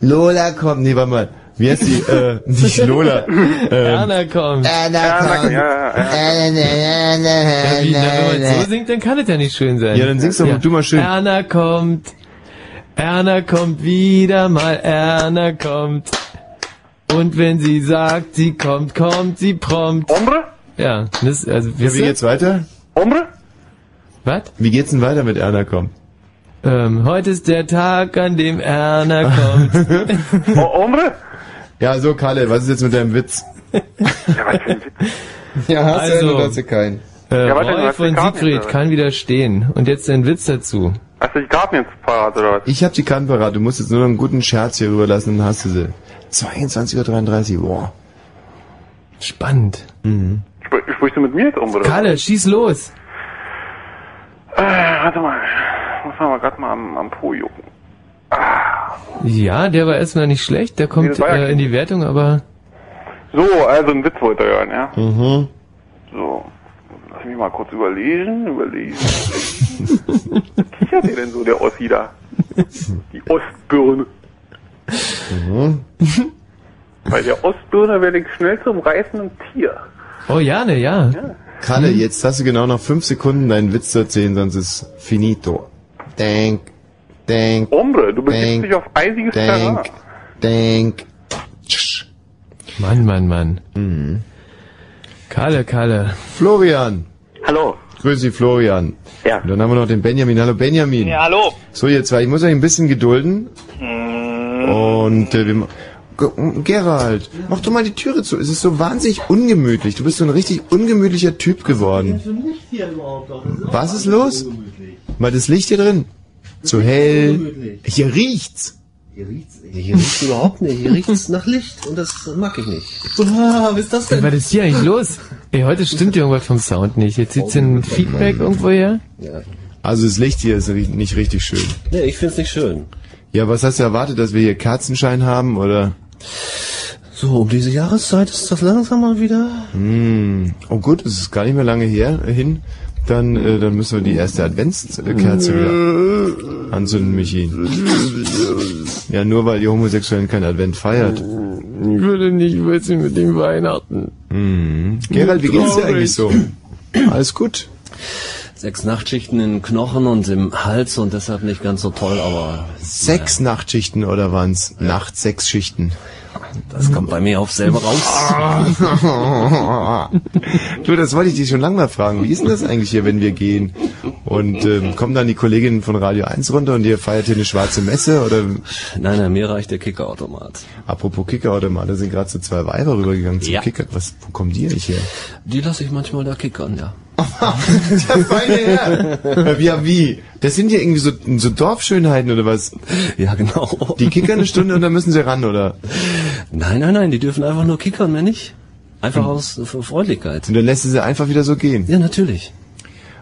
[SPEAKER 1] Lola kommt, nee, warte mal. Wie heißt die, äh, nicht Lola. Ähm,
[SPEAKER 2] Erna kommt.
[SPEAKER 1] Erna kommt.
[SPEAKER 15] Ah,
[SPEAKER 2] Ja, wie, na, wenn man so singt, dann kann es ja nicht schön sein.
[SPEAKER 1] Ja, dann singst doch mal du mal schön.
[SPEAKER 2] Erna kommt, Erna kommt wieder mal, Erna kommt. Und wenn sie sagt, sie kommt, kommt sie prompt.
[SPEAKER 10] Ombre?
[SPEAKER 2] Ja, das, also,
[SPEAKER 1] Ja, wie geht's weiter?
[SPEAKER 10] Ombre?
[SPEAKER 2] Was?
[SPEAKER 1] Wie geht's denn weiter mit Erna kommt?
[SPEAKER 2] Ähm, heute ist der Tag, an dem Erna kommt.
[SPEAKER 10] oh, Ombre?
[SPEAKER 1] Ja, so, Kalle, was ist jetzt mit deinem Witz? ja, hast du
[SPEAKER 2] Also-
[SPEAKER 1] einen oder hast du keinen?
[SPEAKER 2] Äh,
[SPEAKER 1] Ja, warte, du
[SPEAKER 2] Roy
[SPEAKER 1] hast die
[SPEAKER 2] von
[SPEAKER 1] Karten
[SPEAKER 2] Siegfried
[SPEAKER 1] jetzt,
[SPEAKER 2] kann widerstehen. Und jetzt ein Witz dazu.
[SPEAKER 10] Hast du die Karten jetzt parat, oder was?
[SPEAKER 1] Ich hab die Karten parat, du musst jetzt nur noch einen guten Scherz hier rüberlassen, dann hast du sie. 22.33 Uhr, boah.
[SPEAKER 2] Spannend.
[SPEAKER 1] Mhm.
[SPEAKER 10] Sp- Sprichst du mit mir jetzt, Ombre?
[SPEAKER 2] Kalle, schieß los.
[SPEAKER 10] Äh, warte mal. Muss man mal gerade mal am, am Po jucken.
[SPEAKER 2] Ja, der war erstmal nicht schlecht, der kommt
[SPEAKER 10] das war ja
[SPEAKER 2] äh, in die Wertung, aber
[SPEAKER 10] So, also einen Witz wollt ihr hören, ja?
[SPEAKER 1] Mhm.
[SPEAKER 10] So. Lass mich mal kurz überlegen, überlegen. überlegen. Was kichert ihr denn so, der Ossi da? Die Ostbirne.
[SPEAKER 1] Mhm.
[SPEAKER 10] Bei der Ostbirne werde ich schnell zum reißenden Tier.
[SPEAKER 2] Oh, Jane, ja. Hm?
[SPEAKER 1] Kalle, jetzt hast du genau noch fünf Sekunden deinen Witz zu erzählen, sonst ist finito. Denk, denk.
[SPEAKER 10] Ombre, du begibst
[SPEAKER 1] denk,
[SPEAKER 10] dich auf eisiges
[SPEAKER 1] Denk,
[SPEAKER 10] Terrain.
[SPEAKER 1] denk.
[SPEAKER 2] Mann, Mann, Mann. Kalle, Kalle.
[SPEAKER 1] Mhm. Florian.
[SPEAKER 13] Hallo.
[SPEAKER 1] Grüß dich, Florian.
[SPEAKER 13] Ja.
[SPEAKER 1] Und dann haben wir noch den Benjamin. Hallo, Benjamin.
[SPEAKER 16] Ja, hallo.
[SPEAKER 1] So, ihr zwei, ich muss euch ein bisschen gedulden. Und äh, wir, G- Gerald, mach doch mal die Türe zu. Es ist so wahnsinnig ungemütlich. Du bist so ein richtig ungemütlicher Typ geworden. Was ist los? Mal das Licht hier drin. Zu hell. Hier riecht's.
[SPEAKER 17] Hier riecht's, hier riecht's überhaupt nicht. Hier riecht's nach Licht und das mag ich nicht.
[SPEAKER 2] Was ist das denn? Was ist hier eigentlich los? Ey, heute stimmt irgendwas vom Sound nicht. Jetzt sieht's
[SPEAKER 1] Oh
[SPEAKER 2] ein Feedback irgendwo her.
[SPEAKER 17] Ja.
[SPEAKER 1] Also das Licht hier ist ri- nicht richtig schön.
[SPEAKER 17] Nee, ich find's nicht schön.
[SPEAKER 1] Ja, was hast du erwartet, dass wir hier Kerzenschein haben, oder?
[SPEAKER 17] So, um diese Jahreszeit ist das langsam mal wieder.
[SPEAKER 1] Hm. Oh gut, es ist gar nicht mehr lange her äh, hin. Dann, äh, dann müssen wir die erste Adventskerze wieder anzünden, Michi. Ja, nur weil ihr Homosexuellen keinen Advent Mhm. feiert.
[SPEAKER 2] Ich würde nicht wissen mit dem Weihnachten.
[SPEAKER 1] Hm. Gerald, wie geht's dir
[SPEAKER 17] Traurig.
[SPEAKER 1] eigentlich so? Alles gut.
[SPEAKER 17] Sechs Nachtschichten in Knochen und im Hals und deshalb nicht ganz so toll, aber
[SPEAKER 1] Sechs Nachtschichten oder waren's? Nacht sechs Schichten.
[SPEAKER 17] das kommt bei mir auf selber raus.
[SPEAKER 1] du, das wollte ich dich schon lange mal fragen. Wie ist denn das eigentlich hier, wenn wir gehen? Und ähm, kommen dann die Kolleginnen von Radio 1 runter und ihr feiert hier eine schwarze Messe? Oder?
[SPEAKER 17] Nein, nein, mir reicht der Kickerautomat.
[SPEAKER 1] Apropos Kickerautomat, da sind gerade so zwei Weiber rübergegangen zum
[SPEAKER 17] Ja.
[SPEAKER 1] Kicker. Was, wo kommen die eigentlich her?
[SPEAKER 17] Die lasse ich manchmal da kickern, ja.
[SPEAKER 1] Der feine Herr. Ja, wie? Das sind ja irgendwie so, so Dorfschönheiten oder was?
[SPEAKER 17] Ja, genau.
[SPEAKER 1] Die kickern eine Stunde und dann müssen sie ran, oder?
[SPEAKER 17] Nein, nein, nein, die dürfen einfach nur kickern, mehr nicht. Einfach aus äh, Freundlichkeit.
[SPEAKER 1] Und dann lässt du sie einfach wieder so gehen.
[SPEAKER 17] Ja, natürlich.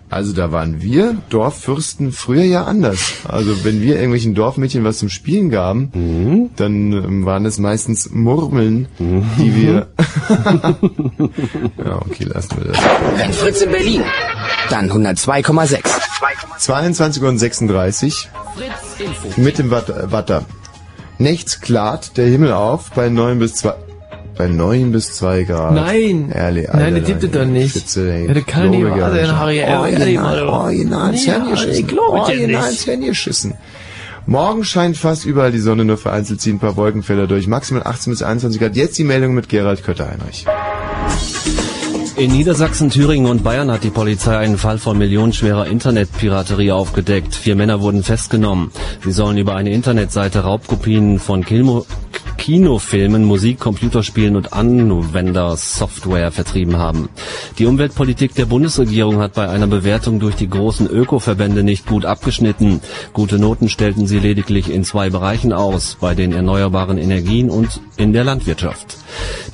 [SPEAKER 1] Also da waren wir Dorffürsten früher ja anders. Also wenn wir irgendwelchen Dorfmädchen was zum Spielen gaben,
[SPEAKER 17] Mhm.
[SPEAKER 1] dann ähm, waren es meistens Murmeln, die wir...
[SPEAKER 17] Mhm.
[SPEAKER 1] ja, okay, lassen wir das.
[SPEAKER 18] Wenn Fritz in Berlin, dann 102,6.
[SPEAKER 1] 22 und 36
[SPEAKER 18] Fritz Info.
[SPEAKER 1] mit dem Wat- äh, Watter. Nächts klart der Himmel auf bei 9 bis 2... Bei 9 bis 2 Grad.
[SPEAKER 2] Nein.
[SPEAKER 1] Ehrlich,
[SPEAKER 2] Nein, das gibt es doch nicht. Ja, das kann nicht wahr sein, Harry. Ehrlich mal,
[SPEAKER 1] Original,
[SPEAKER 2] du.
[SPEAKER 1] original,
[SPEAKER 2] Nee,
[SPEAKER 1] Zähne
[SPEAKER 2] ich
[SPEAKER 1] geschissen.
[SPEAKER 2] glaub dir
[SPEAKER 1] Original,
[SPEAKER 2] nicht.
[SPEAKER 1] Zähne geschissen. Morgen scheint fast überall die Sonne, nur vereinzelt ziehen ein paar Wolkenfelder durch. Maximal 18 bis 21 Grad. Jetzt die Meldung mit Gerald Kötter-Heinrich.
[SPEAKER 17] In Niedersachsen, Thüringen und Bayern hat die Polizei einen Fall von millionenschwerer Internetpiraterie aufgedeckt. Vier Männer wurden festgenommen. Sie sollen über eine Internetseite Raubkopien von Kilmo Kinofilmen, Musik, Computerspielen und Anwendersoftware vertrieben haben. Die Umweltpolitik der Bundesregierung hat bei einer Bewertung durch die großen Ökoverbände nicht gut abgeschnitten. Gute Noten stellten sie lediglich in zwei Bereichen aus, bei den erneuerbaren Energien und in der Landwirtschaft.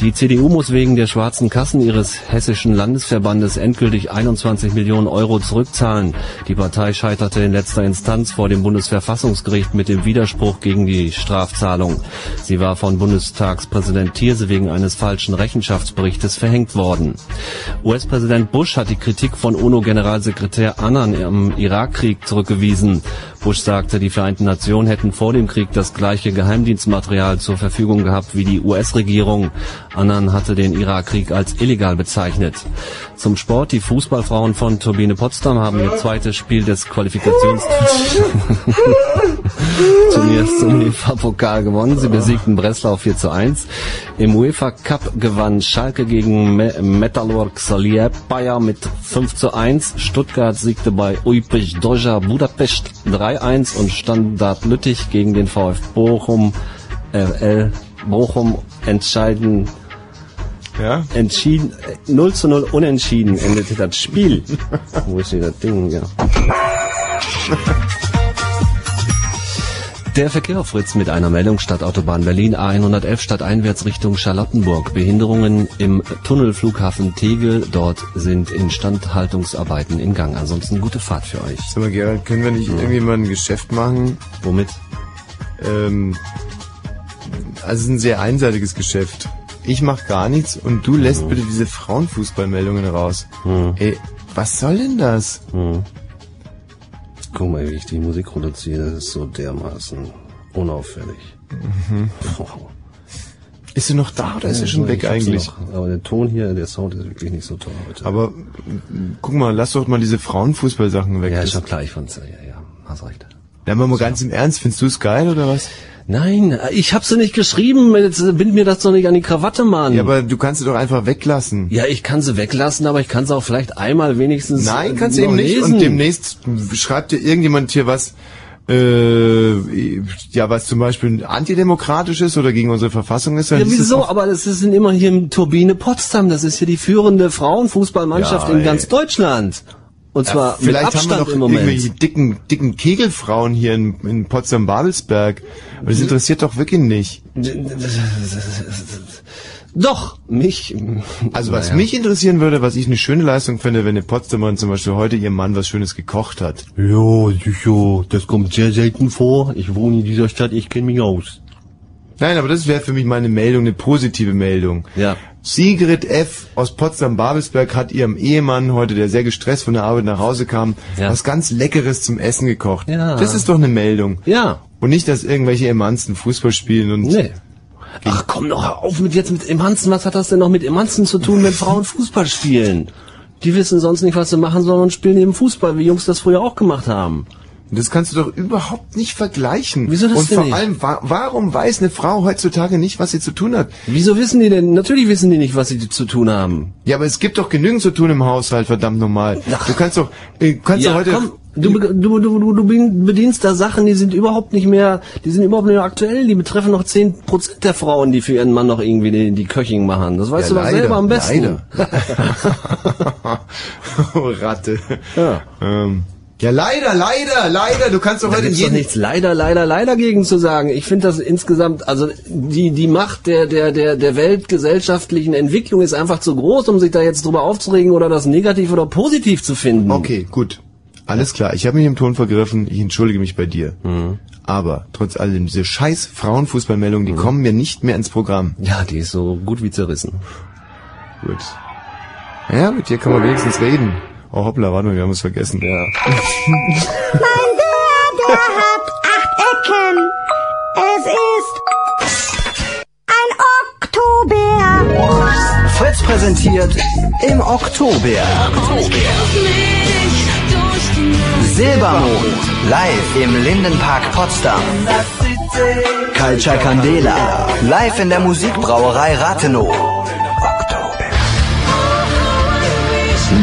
[SPEAKER 17] Die CDU muss wegen der schwarzen Kassen ihres hessischen Landesverbandes endgültig 21 Millionen Euro zurückzahlen. Die Partei scheiterte in letzter Instanz vor dem Bundesverfassungsgericht mit dem Widerspruch gegen die Strafzahlung. Sie war von Bundestagspräsident Thierse wegen eines falschen Rechenschaftsberichtes verhängt worden. US-Präsident Bush hat die Kritik von UNO-Generalsekretär Annan im Irakkrieg zurückgewiesen. Bush sagte, die Vereinten Nationen hätten vor dem Krieg das gleiche Geheimdienstmaterial zur Verfügung gehabt wie die US-Regierung. Annan hatte den Irakkrieg als illegal bezeichnet. Zum Sport, die Fußballfrauen von Turbine Potsdam haben ihr zweites Spiel des Qualifikations... Turniers zum UEFA-Pokal gewonnen. Sie besiegten Breslau 4 zu 1. Im UEFA-Cup gewann Schalke gegen Me Metalurg Solier Bayer mit 5 zu 1. Stuttgart siegte bei Uipich Doja Budapest 3-1 und Standard Lüttich gegen den VfB Bochum RL Bochum entscheiden
[SPEAKER 1] ja?
[SPEAKER 17] entschieden äh, 0 zu 0 unentschieden endete das Spiel. Wo ist denn das Ding? Ja. Der Verkehr Fritz mit einer Meldung Stadtautobahn Berlin A111 stadteinwärts Richtung Charlottenburg. Behinderungen im Tunnel Flughafen Tegel. Dort sind Instandhaltungsarbeiten in Gang. Ansonsten gute Fahrt für euch.
[SPEAKER 1] Sag mal, Gerald, können wir nicht irgendwie mal ein Geschäft machen?
[SPEAKER 17] Womit?
[SPEAKER 1] Ähm, also es ist ein sehr einseitiges Geschäft. Ich mach gar nichts und du lässt bitte diese Frauenfußballmeldungen raus.
[SPEAKER 17] Hm.
[SPEAKER 1] Ey, was soll denn das?
[SPEAKER 17] Guck mal, wie ich die Musik reduziere. Das ist so dermaßen unauffällig.
[SPEAKER 1] Mhm. Ist sie noch da oder ist sie schon
[SPEAKER 17] Ich
[SPEAKER 1] weg
[SPEAKER 17] hab's
[SPEAKER 1] eigentlich?
[SPEAKER 17] Noch. Aber der Ton hier, der Sound ist wirklich nicht so toll heute.
[SPEAKER 1] Aber m, guck mal, lass doch mal diese Frauenfußballsachen weg.
[SPEAKER 17] Ja,
[SPEAKER 1] Das-
[SPEAKER 17] ist schon klar, ich fand's, ja, ja, ja, hast recht.
[SPEAKER 1] Na, aber mal ganz im Ernst, findest du es geil oder was?
[SPEAKER 17] Nein, ich hab's dir nicht geschrieben, jetzt äh, bind mir das doch nicht an die Krawatte, Mann.
[SPEAKER 1] Ja, aber du kannst sie doch einfach weglassen.
[SPEAKER 17] Ja, ich kann sie weglassen, aber ich kann sie auch vielleicht einmal wenigstens.
[SPEAKER 1] Nein, kannst
[SPEAKER 17] äh,
[SPEAKER 1] du eben
[SPEAKER 17] noch
[SPEAKER 1] nicht.
[SPEAKER 17] lesen.
[SPEAKER 1] Und demnächst schreibt dir irgendjemand hier was. äh, ja, was zum Beispiel antidemokratisch ist oder gegen unsere Verfassung ist. dann
[SPEAKER 17] Ja,
[SPEAKER 1] hieß es
[SPEAKER 17] wieso?
[SPEAKER 1] doch-
[SPEAKER 17] Aber das ist immer hier im Turbine Potsdam. Das ist hier die führende Frauenfußballmannschaft
[SPEAKER 1] Ja,
[SPEAKER 17] in
[SPEAKER 1] ey.
[SPEAKER 17] ganz Deutschland. Und zwar mit
[SPEAKER 1] vielleicht haben wir
[SPEAKER 17] Abstand
[SPEAKER 1] doch
[SPEAKER 17] im Moment.
[SPEAKER 1] irgendwelche dicken, dicken Kegelfrauen hier in, in Potsdam-Babelsberg. Aber das interessiert doch wirklich nicht.
[SPEAKER 17] Doch, mich.
[SPEAKER 1] Also was
[SPEAKER 17] Naja.
[SPEAKER 1] mich interessieren würde, was ich eine schöne Leistung finde, wenn eine Potsdamerin zum Beispiel heute ihrem Mann was Schönes gekocht hat.
[SPEAKER 17] Jo, jo, das kommt sehr selten vor. Ich wohne in dieser Stadt, ich kenne mich aus.
[SPEAKER 1] Nein, aber das wäre für mich mal eine Meldung, eine positive Meldung.
[SPEAKER 17] Ja.
[SPEAKER 1] Sigrid F. aus Potsdam-Babelsberg hat ihrem Ehemann heute, der sehr gestresst von der Arbeit nach Hause kam, was ganz Leckeres zum Essen gekocht.
[SPEAKER 17] Ja.
[SPEAKER 1] Das ist doch eine Meldung.
[SPEAKER 17] Ja.
[SPEAKER 1] Und nicht, dass irgendwelche Emanzen Fußball spielen und...
[SPEAKER 17] Nee. Ach komm doch hör auf mit jetzt mit Emanzen. Was hat das denn noch mit Emanzen zu tun, wenn Frauen Fußball spielen? Die wissen sonst nicht, was sie machen sollen und spielen eben Fußball, wie Jungs das früher auch gemacht haben.
[SPEAKER 1] Das kannst du doch überhaupt nicht vergleichen.
[SPEAKER 17] Wieso das
[SPEAKER 1] und
[SPEAKER 17] denn
[SPEAKER 1] vor
[SPEAKER 17] nicht?
[SPEAKER 1] allem, wa warum weiß eine Frau heutzutage nicht, was sie zu tun hat?
[SPEAKER 17] Wieso wissen die denn? Natürlich wissen die nicht, was sie zu tun haben.
[SPEAKER 1] Ja, aber es gibt doch genügend zu tun im Haushalt, verdammt nochmal. Du kannst doch, äh, kannst
[SPEAKER 17] ja,
[SPEAKER 1] du heute...
[SPEAKER 17] komm, du, be- du, du, du, du bedienst da Sachen, die sind überhaupt nicht mehr, die sind überhaupt nicht mehr aktuell, die betreffen noch 10% der Frauen, die für ihren Mann noch irgendwie die, die Köchin machen. Das weißt
[SPEAKER 1] Ja,
[SPEAKER 17] du doch
[SPEAKER 1] leider,
[SPEAKER 17] selber am besten.
[SPEAKER 1] leider. oh, Ratte. Ja. Ähm, ja, leider, leider, leider. Du kannst doch
[SPEAKER 17] Da
[SPEAKER 1] heute in
[SPEAKER 17] gibt's doch
[SPEAKER 1] jedem...
[SPEAKER 17] nichts leider, leider, leider gegen zu sagen. Ich finde das insgesamt, also die, die Macht der, der, der, der weltgesellschaftlichen Entwicklung ist einfach zu groß, um sich da jetzt drüber aufzuregen oder das negativ oder positiv zu finden.
[SPEAKER 1] Okay, gut. Alles klar, ich habe mich im Ton vergriffen, ich entschuldige mich bei dir.
[SPEAKER 17] Mhm.
[SPEAKER 1] Aber trotz allem, diese scheiß Frauenfußballmeldungen, die kommen mir nicht mehr ins Programm.
[SPEAKER 17] Ja, die ist so gut wie zerrissen.
[SPEAKER 1] Gut. Ja, mit dir kann man wenigstens reden. Oh hoppla, warte mal, wir haben es vergessen. Ja.
[SPEAKER 19] Mein Burger hat acht Ecken. Es ist ein Oktober.
[SPEAKER 20] Fritz präsentiert im Oktober. Silbermond live im Lindenpark Potsdam. Culture Candela live in der Musikbrauerei Rathenow.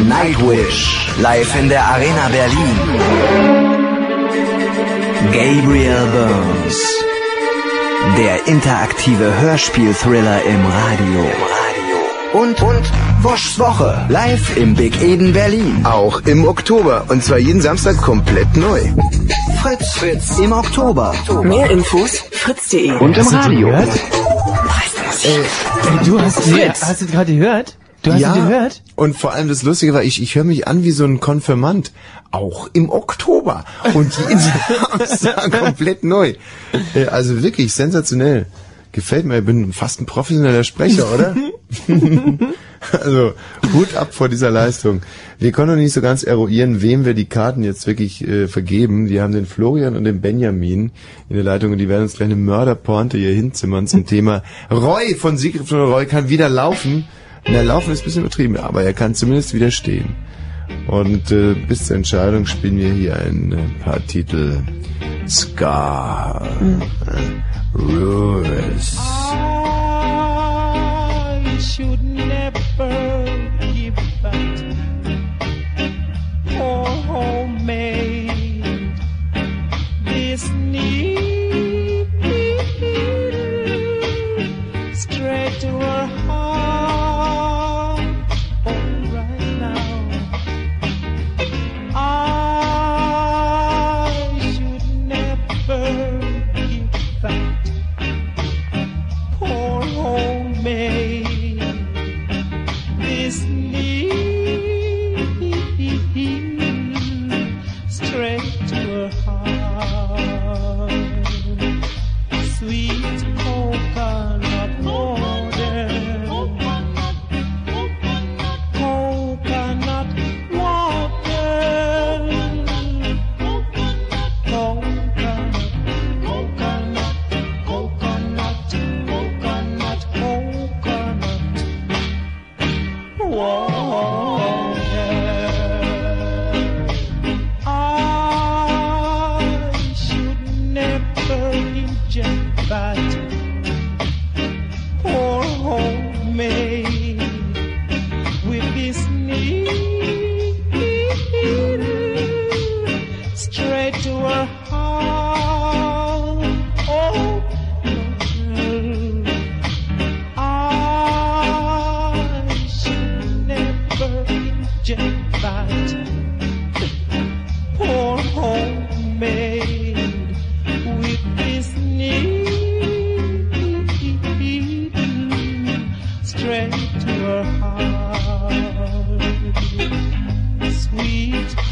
[SPEAKER 20] Nightwish live in der Arena Berlin. Gabriel Burns. Der interaktive Hörspielthriller im Radio. Und, und Woschs Woche live im Big Eden Berlin.
[SPEAKER 21] Auch im Oktober und zwar jeden Samstag komplett neu.
[SPEAKER 20] Fritz, Fritz im Oktober. Mehr Infos fritz.de
[SPEAKER 21] Und im Radio.
[SPEAKER 1] Äh,
[SPEAKER 2] Wie, du hast sie,
[SPEAKER 1] Fritz.
[SPEAKER 2] hast du gerade gehört? Du hast sie gehört?
[SPEAKER 1] Und vor allem das Lustige war, ich, ich höre mich an wie so ein Konfirmand. Auch im Oktober. Und jeden Samstag komplett neu. Äh, Also wirklich sensationell. Gefällt mir, ich bin fast ein professioneller Sprecher, oder? also Hut ab vor dieser Leistung. Wir können noch nicht so ganz eruieren, wem wir die Karten jetzt wirklich äh, vergeben. Wir haben den Florian und den Benjamin in der Leitung und die werden uns gleich eine Mörderpointe hier hinzimmern zum Thema Roy von Sigrid von Roy kann wieder laufen. Na, laufen ist ein bisschen übertrieben, aber er kann zumindest wieder stehen. Und äh, bis zur Entscheidung spielen wir hier ein äh, paar Titel. Scar. Ruiz.
[SPEAKER 18] I should never give up. Poor homemade, this need straight to her heart. Oh, right now, I should never give up poor homemade.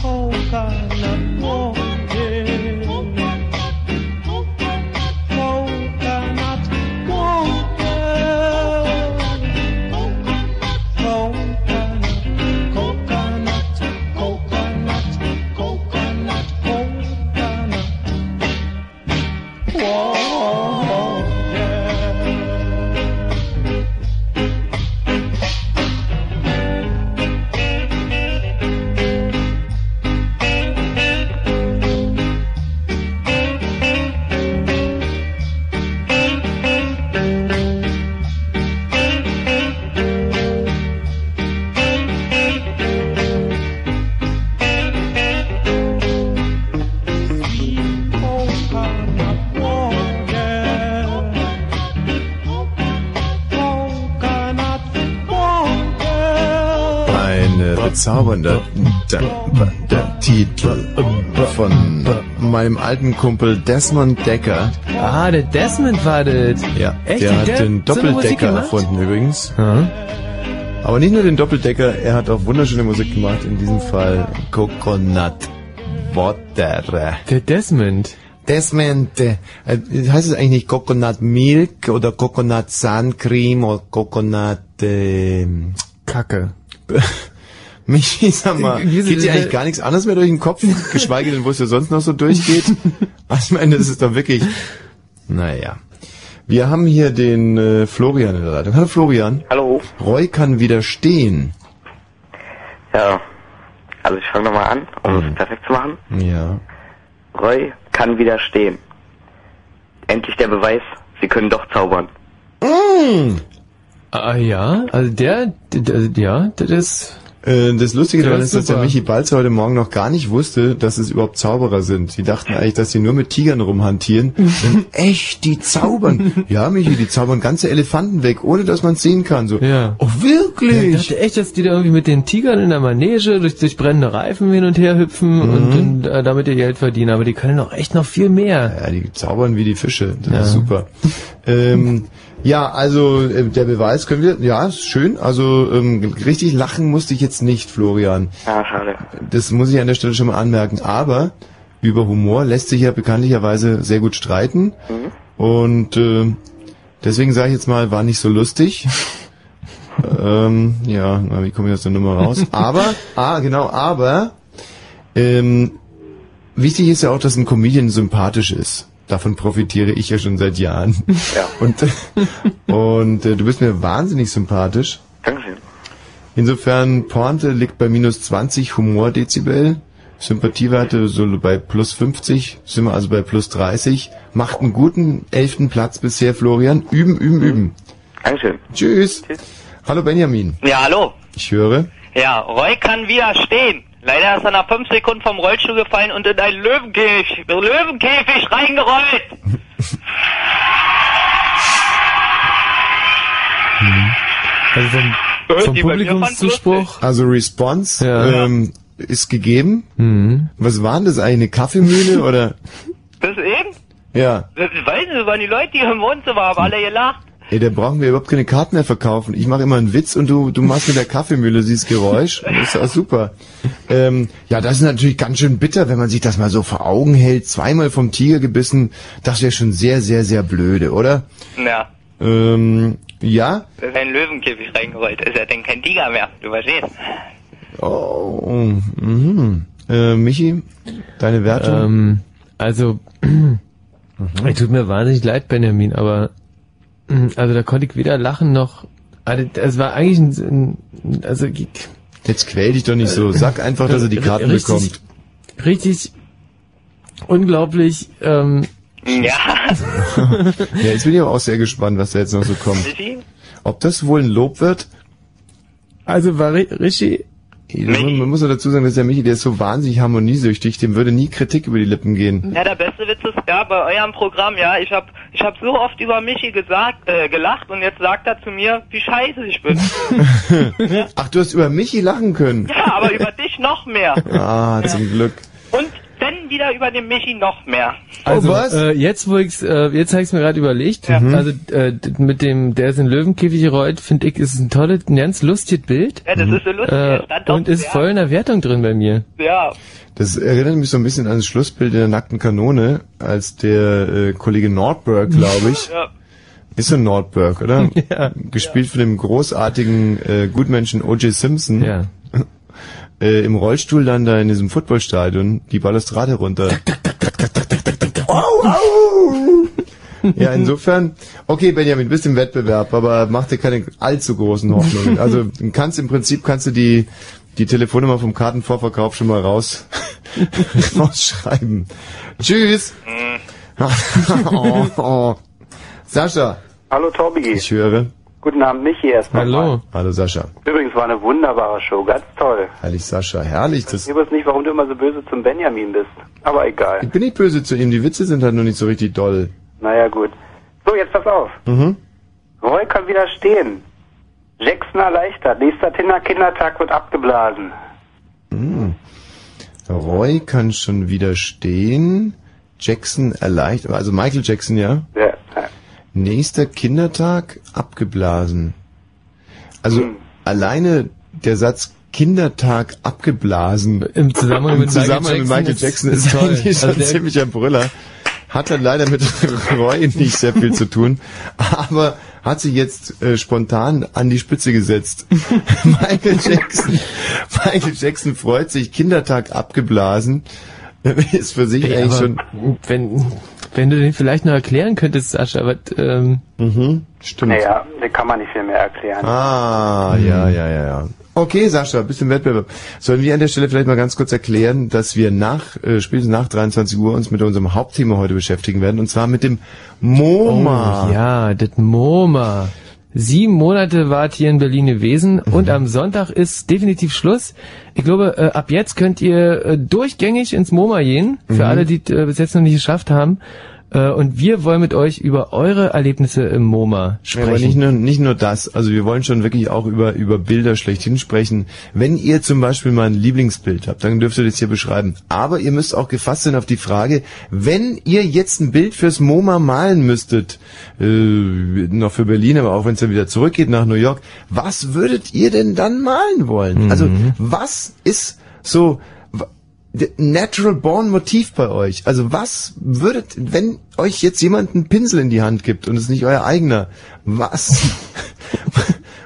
[SPEAKER 18] Oh, coconut oil. Coconut oil. Coconut, coconut, coconut, coconut, coconut. Whoa,
[SPEAKER 1] Ein bezaubernder der Titel von meinem alten Kumpel Desmond Decker.
[SPEAKER 2] Ah, der Desmond war das.
[SPEAKER 1] Ja,
[SPEAKER 2] Echt?
[SPEAKER 1] der
[SPEAKER 2] Hat
[SPEAKER 1] hat
[SPEAKER 2] der
[SPEAKER 1] den
[SPEAKER 2] so eine Musik
[SPEAKER 1] Doppeldecker
[SPEAKER 2] gemacht?
[SPEAKER 1] erfunden übrigens. Aber nicht nur den Doppeldecker, er hat auch wunderschöne Musik gemacht, in diesem Fall Coconut Water.
[SPEAKER 2] Der Desmond.
[SPEAKER 1] Desmond, äh, äh, heißt es eigentlich nicht Coconut Milk oder Coconut Sun Cream oder Coconut ähm, Kacke? Michi, sag mal,
[SPEAKER 2] Äh, wir sind-
[SPEAKER 1] geht dir eigentlich gar nichts anderes mehr durch den Kopf, geschweige denn, wo es dir sonst noch so durchgeht? Also, ich meine, das ist doch wirklich, naja. Wir haben hier den äh, Florian in der Leitung. Hallo Florian.
[SPEAKER 22] Hallo.
[SPEAKER 1] Roy kann widerstehen.
[SPEAKER 22] Ja, also ich fange nochmal an, um es perfekt zu machen.
[SPEAKER 1] Ja.
[SPEAKER 22] Roy kann widerstehen. Endlich der Beweis, sie können doch zaubern.
[SPEAKER 2] Mm. Ah ja, also der, der, der ja, das ist...
[SPEAKER 1] Äh, das Lustige
[SPEAKER 2] Ja,
[SPEAKER 1] daran
[SPEAKER 2] das
[SPEAKER 1] ist,
[SPEAKER 2] ist
[SPEAKER 1] dass der
[SPEAKER 2] super.
[SPEAKER 1] Michi Balzer heute Morgen noch gar nicht wusste, dass es überhaupt Zauberer sind. Die dachten eigentlich, dass sie nur mit Tigern rumhantieren. Und echt, die zaubern. Ja, Michi, die zaubern ganze Elefanten weg, ohne dass man es sehen kann. So.
[SPEAKER 2] Ja.
[SPEAKER 1] Oh, wirklich?
[SPEAKER 2] Ich dachte echt, dass die da irgendwie mit den Tigern in der Manege durch, durch brennende Reifen hin und her hüpfen und, und äh, damit ihr Geld verdienen. Aber die können doch echt noch viel mehr.
[SPEAKER 1] Mhm. Ja, die zaubern wie die Fische. Das ist super. Ähm, ja, also äh, der Beweis können wir, ja, ist schön. Also ähm, richtig lachen musste ich jetzt nicht, Florian.
[SPEAKER 22] Ja, schade.
[SPEAKER 1] Das muss ich an der Stelle schon mal anmerken. Aber über Humor lässt sich ja bekanntlicherweise sehr gut streiten.
[SPEAKER 22] Mhm.
[SPEAKER 1] Und äh, deswegen sage ich jetzt mal, war nicht so lustig. ähm, ja, na, wie komme ich aus der Nummer raus? Aber, ah, genau, aber ähm, wichtig ist ja auch, dass ein Comedian sympathisch ist. Davon profitiere ich ja schon seit Jahren. Ja. Und, äh, und äh, du bist mir wahnsinnig sympathisch.
[SPEAKER 22] Dankeschön.
[SPEAKER 1] Insofern, Pointe liegt bei minus 20 Humordezibel. Sympathiewerte so bei plus 50, sind wir also bei plus 30. Macht einen guten elften Platz bisher, Florian. Üben, üben, üben.
[SPEAKER 22] Dankeschön.
[SPEAKER 1] Tschüss. Hallo Benjamin.
[SPEAKER 23] Ja, hallo.
[SPEAKER 1] Ich höre.
[SPEAKER 23] Ja, Roy kann widerstehen. Leider ist er nach fünf Sekunden vom Rollstuhl gefallen und in einen Löwenkäfig, Löwenkäfig reingerollt.
[SPEAKER 2] Also vom, vom Publikumszuspruch.
[SPEAKER 1] Also Response ähm, ist gegeben.
[SPEAKER 2] Mhm.
[SPEAKER 1] Was waren das eigentlich? Eine Kaffeemühle oder?
[SPEAKER 23] Bis eben?
[SPEAKER 1] Ja.
[SPEAKER 23] Das weiß nicht, das waren die Leute, die im Wohnzimmer haben, alle gelacht.
[SPEAKER 1] Ey, da brauchen wir überhaupt keine Karten mehr verkaufen. Ich mache immer einen Witz und du, du machst mit der Kaffeemühle dieses Geräusch. Das ist auch super. Ähm, ja, das ist natürlich ganz schön bitter, wenn man sich das mal so vor Augen hält. Zweimal vom Tiger gebissen. Das wäre schon sehr, sehr, sehr blöde, oder?
[SPEAKER 23] Ja,
[SPEAKER 1] Ähm, ja.
[SPEAKER 23] da ist ein Löwenkäfig reingerollt. Ist ja denn kein Tiger mehr, du verstehst.
[SPEAKER 1] Oh, mhm. äh, Michi, deine Wertung?
[SPEAKER 2] Ähm, also, es tut mir wahnsinnig leid, Benjamin, aber mm, also da konnte ich weder lachen noch. Also, das war eigentlich ein, ein also ich-
[SPEAKER 1] Jetzt quäl dich doch nicht so. Sag einfach, dass er die Karten
[SPEAKER 2] richtig,
[SPEAKER 1] bekommt.
[SPEAKER 2] Richtig unglaublich. Ähm,
[SPEAKER 23] ja.
[SPEAKER 1] ja, jetzt bin ich aber auch sehr gespannt, was da jetzt noch so kommt. Ob das wohl ein Lob wird?
[SPEAKER 2] Also war Rishi...
[SPEAKER 1] Man man muss ja dazu sagen, dass der Michi, der ist so wahnsinnig harmoniesüchtig, dem würde nie Kritik über die Lippen gehen.
[SPEAKER 23] Ja, der beste Witz ist ja bei eurem Programm, ja, ich hab ich hab so oft über Michi gesagt, äh, gelacht und jetzt sagt er zu mir, wie scheiße ich bin.
[SPEAKER 1] Ach, du hast über Michi lachen können.
[SPEAKER 23] ja, aber über dich noch mehr.
[SPEAKER 1] Ah, zum Glück.
[SPEAKER 23] Und wenn die wieder über den Michi noch mehr.
[SPEAKER 1] Oh,
[SPEAKER 2] Also Äh, jetzt, wo ich's, äh, jetzt habe ich es mir gerade überlegt. Also äh, d- mit dem, der ist in Löwenkäfig gerollt, finde ich, ist ein tolles, ein ganz lustiges Bild.
[SPEAKER 23] Ja, das ist so lustig. Er stand
[SPEAKER 2] Äh, und ist voll in der Wertung drin bei mir.
[SPEAKER 23] Ja,
[SPEAKER 1] Das erinnert mich so ein bisschen an das Schlussbild in der nackten Kanone, als der äh, Kollege Nordberg, glaube ich,
[SPEAKER 23] Ja.
[SPEAKER 1] ist so Nordberg, oder? Gespielt von dem großartigen äh, Gutmenschen O.J. Simpson. Ja. Äh, Im Rollstuhl dann da in diesem Footballstadion die Balustrade runter. Ja, insofern, okay, Benjamin, bist im Wettbewerb, aber mach dir keine allzu großen Hoffnungen. Also du kannst im Prinzip kannst du die die Telefonnummer vom Kartenvorverkauf schon mal raus rausschreiben. Tschüss.
[SPEAKER 15] Hm.
[SPEAKER 1] oh, oh. Sascha.
[SPEAKER 15] Hallo Tobi.
[SPEAKER 1] Ich höre.
[SPEAKER 15] Guten Abend, Michi erstmal.
[SPEAKER 1] Hallo Sascha.
[SPEAKER 15] Übrigens war eine wunderbare Show, ganz toll.
[SPEAKER 1] Herrlich Sascha, herrlich. Das,
[SPEAKER 15] Ich weiß nicht, warum du immer so böse zum Benjamin bist. Aber egal.
[SPEAKER 1] ich bin nicht böse zu ihm, die Witze sind halt nur nicht so richtig doll.
[SPEAKER 15] Naja, gut. So, jetzt pass auf.
[SPEAKER 1] Mhm.
[SPEAKER 15] Roy kann wieder stehen. Jackson erleichtert. Nächster Tinder Kindertag wird abgeblasen.
[SPEAKER 1] Hm. Roy kann schon wieder stehen. Jackson erleichtert, also Michael Jackson, ja?
[SPEAKER 15] Ja.
[SPEAKER 1] Nächster Kindertag abgeblasen. Also alleine der Satz Kindertag abgeblasen im
[SPEAKER 2] Zusammenhang mit Michael
[SPEAKER 1] Zusammenhang mit
[SPEAKER 2] Jackson ist-
[SPEAKER 1] Michael Jackson
[SPEAKER 2] ist
[SPEAKER 1] ist,
[SPEAKER 2] toll.
[SPEAKER 1] eigentlich schon
[SPEAKER 2] Also der-
[SPEAKER 1] ziemlich ein Brüller. Hat dann leider mit Roy nicht sehr viel zu tun, aber hat sich jetzt äh, spontan an die Spitze gesetzt. Michael Jackson, Michael Jackson freut sich, Kindertag abgeblasen, ist für sich
[SPEAKER 2] Ey,
[SPEAKER 1] eigentlich
[SPEAKER 2] aber
[SPEAKER 1] schon...
[SPEAKER 2] Wenn, wenn du den vielleicht noch erklären könntest, Sascha, aber ähm,
[SPEAKER 1] stimmt.
[SPEAKER 15] Naja, den kann man nicht viel mehr erklären.
[SPEAKER 1] Ah, ja, ja, ja, ja. Okay, Sascha, bisschen Wettbewerb. Sollen wir an der Stelle vielleicht mal ganz kurz erklären, dass wir nach, äh, spätestens nach 23 Uhr uns mit unserem Hauptthema heute beschäftigen werden, und zwar mit dem MoMA.
[SPEAKER 2] Oh, ja, das MoMA. Sieben Monate wart ihr in Berlin gewesen
[SPEAKER 1] Mhm.
[SPEAKER 2] und am Sonntag ist definitiv Schluss. Ich glaube, äh, ab jetzt könnt ihr äh, durchgängig ins MoMA gehen, für
[SPEAKER 3] Mhm.
[SPEAKER 2] alle, die äh, bis jetzt noch nicht geschafft haben. Äh, und wir wollen mit euch über eure Erlebnisse im MoMA
[SPEAKER 1] Ja, aber
[SPEAKER 2] sprechen.
[SPEAKER 1] nicht nur, nicht nur das. Also wir wollen schon wirklich auch über, über Bilder schlechthin sprechen. Wenn ihr zum Beispiel mal ein Lieblingsbild habt, dann dürft ihr das hier beschreiben. Aber ihr müsst auch gefasst sein auf die Frage, wenn ihr jetzt ein Bild fürs MoMA malen müsstet, äh, noch für Berlin, aber auch wenn es dann wieder zurückgeht nach New York, was würdet ihr denn dann malen wollen? Also was ist so w- d- natural born Motiv bei euch? Also was würdet, wenn euch jetzt jemand einen Pinsel in die Hand gibt und es nicht euer eigener, was?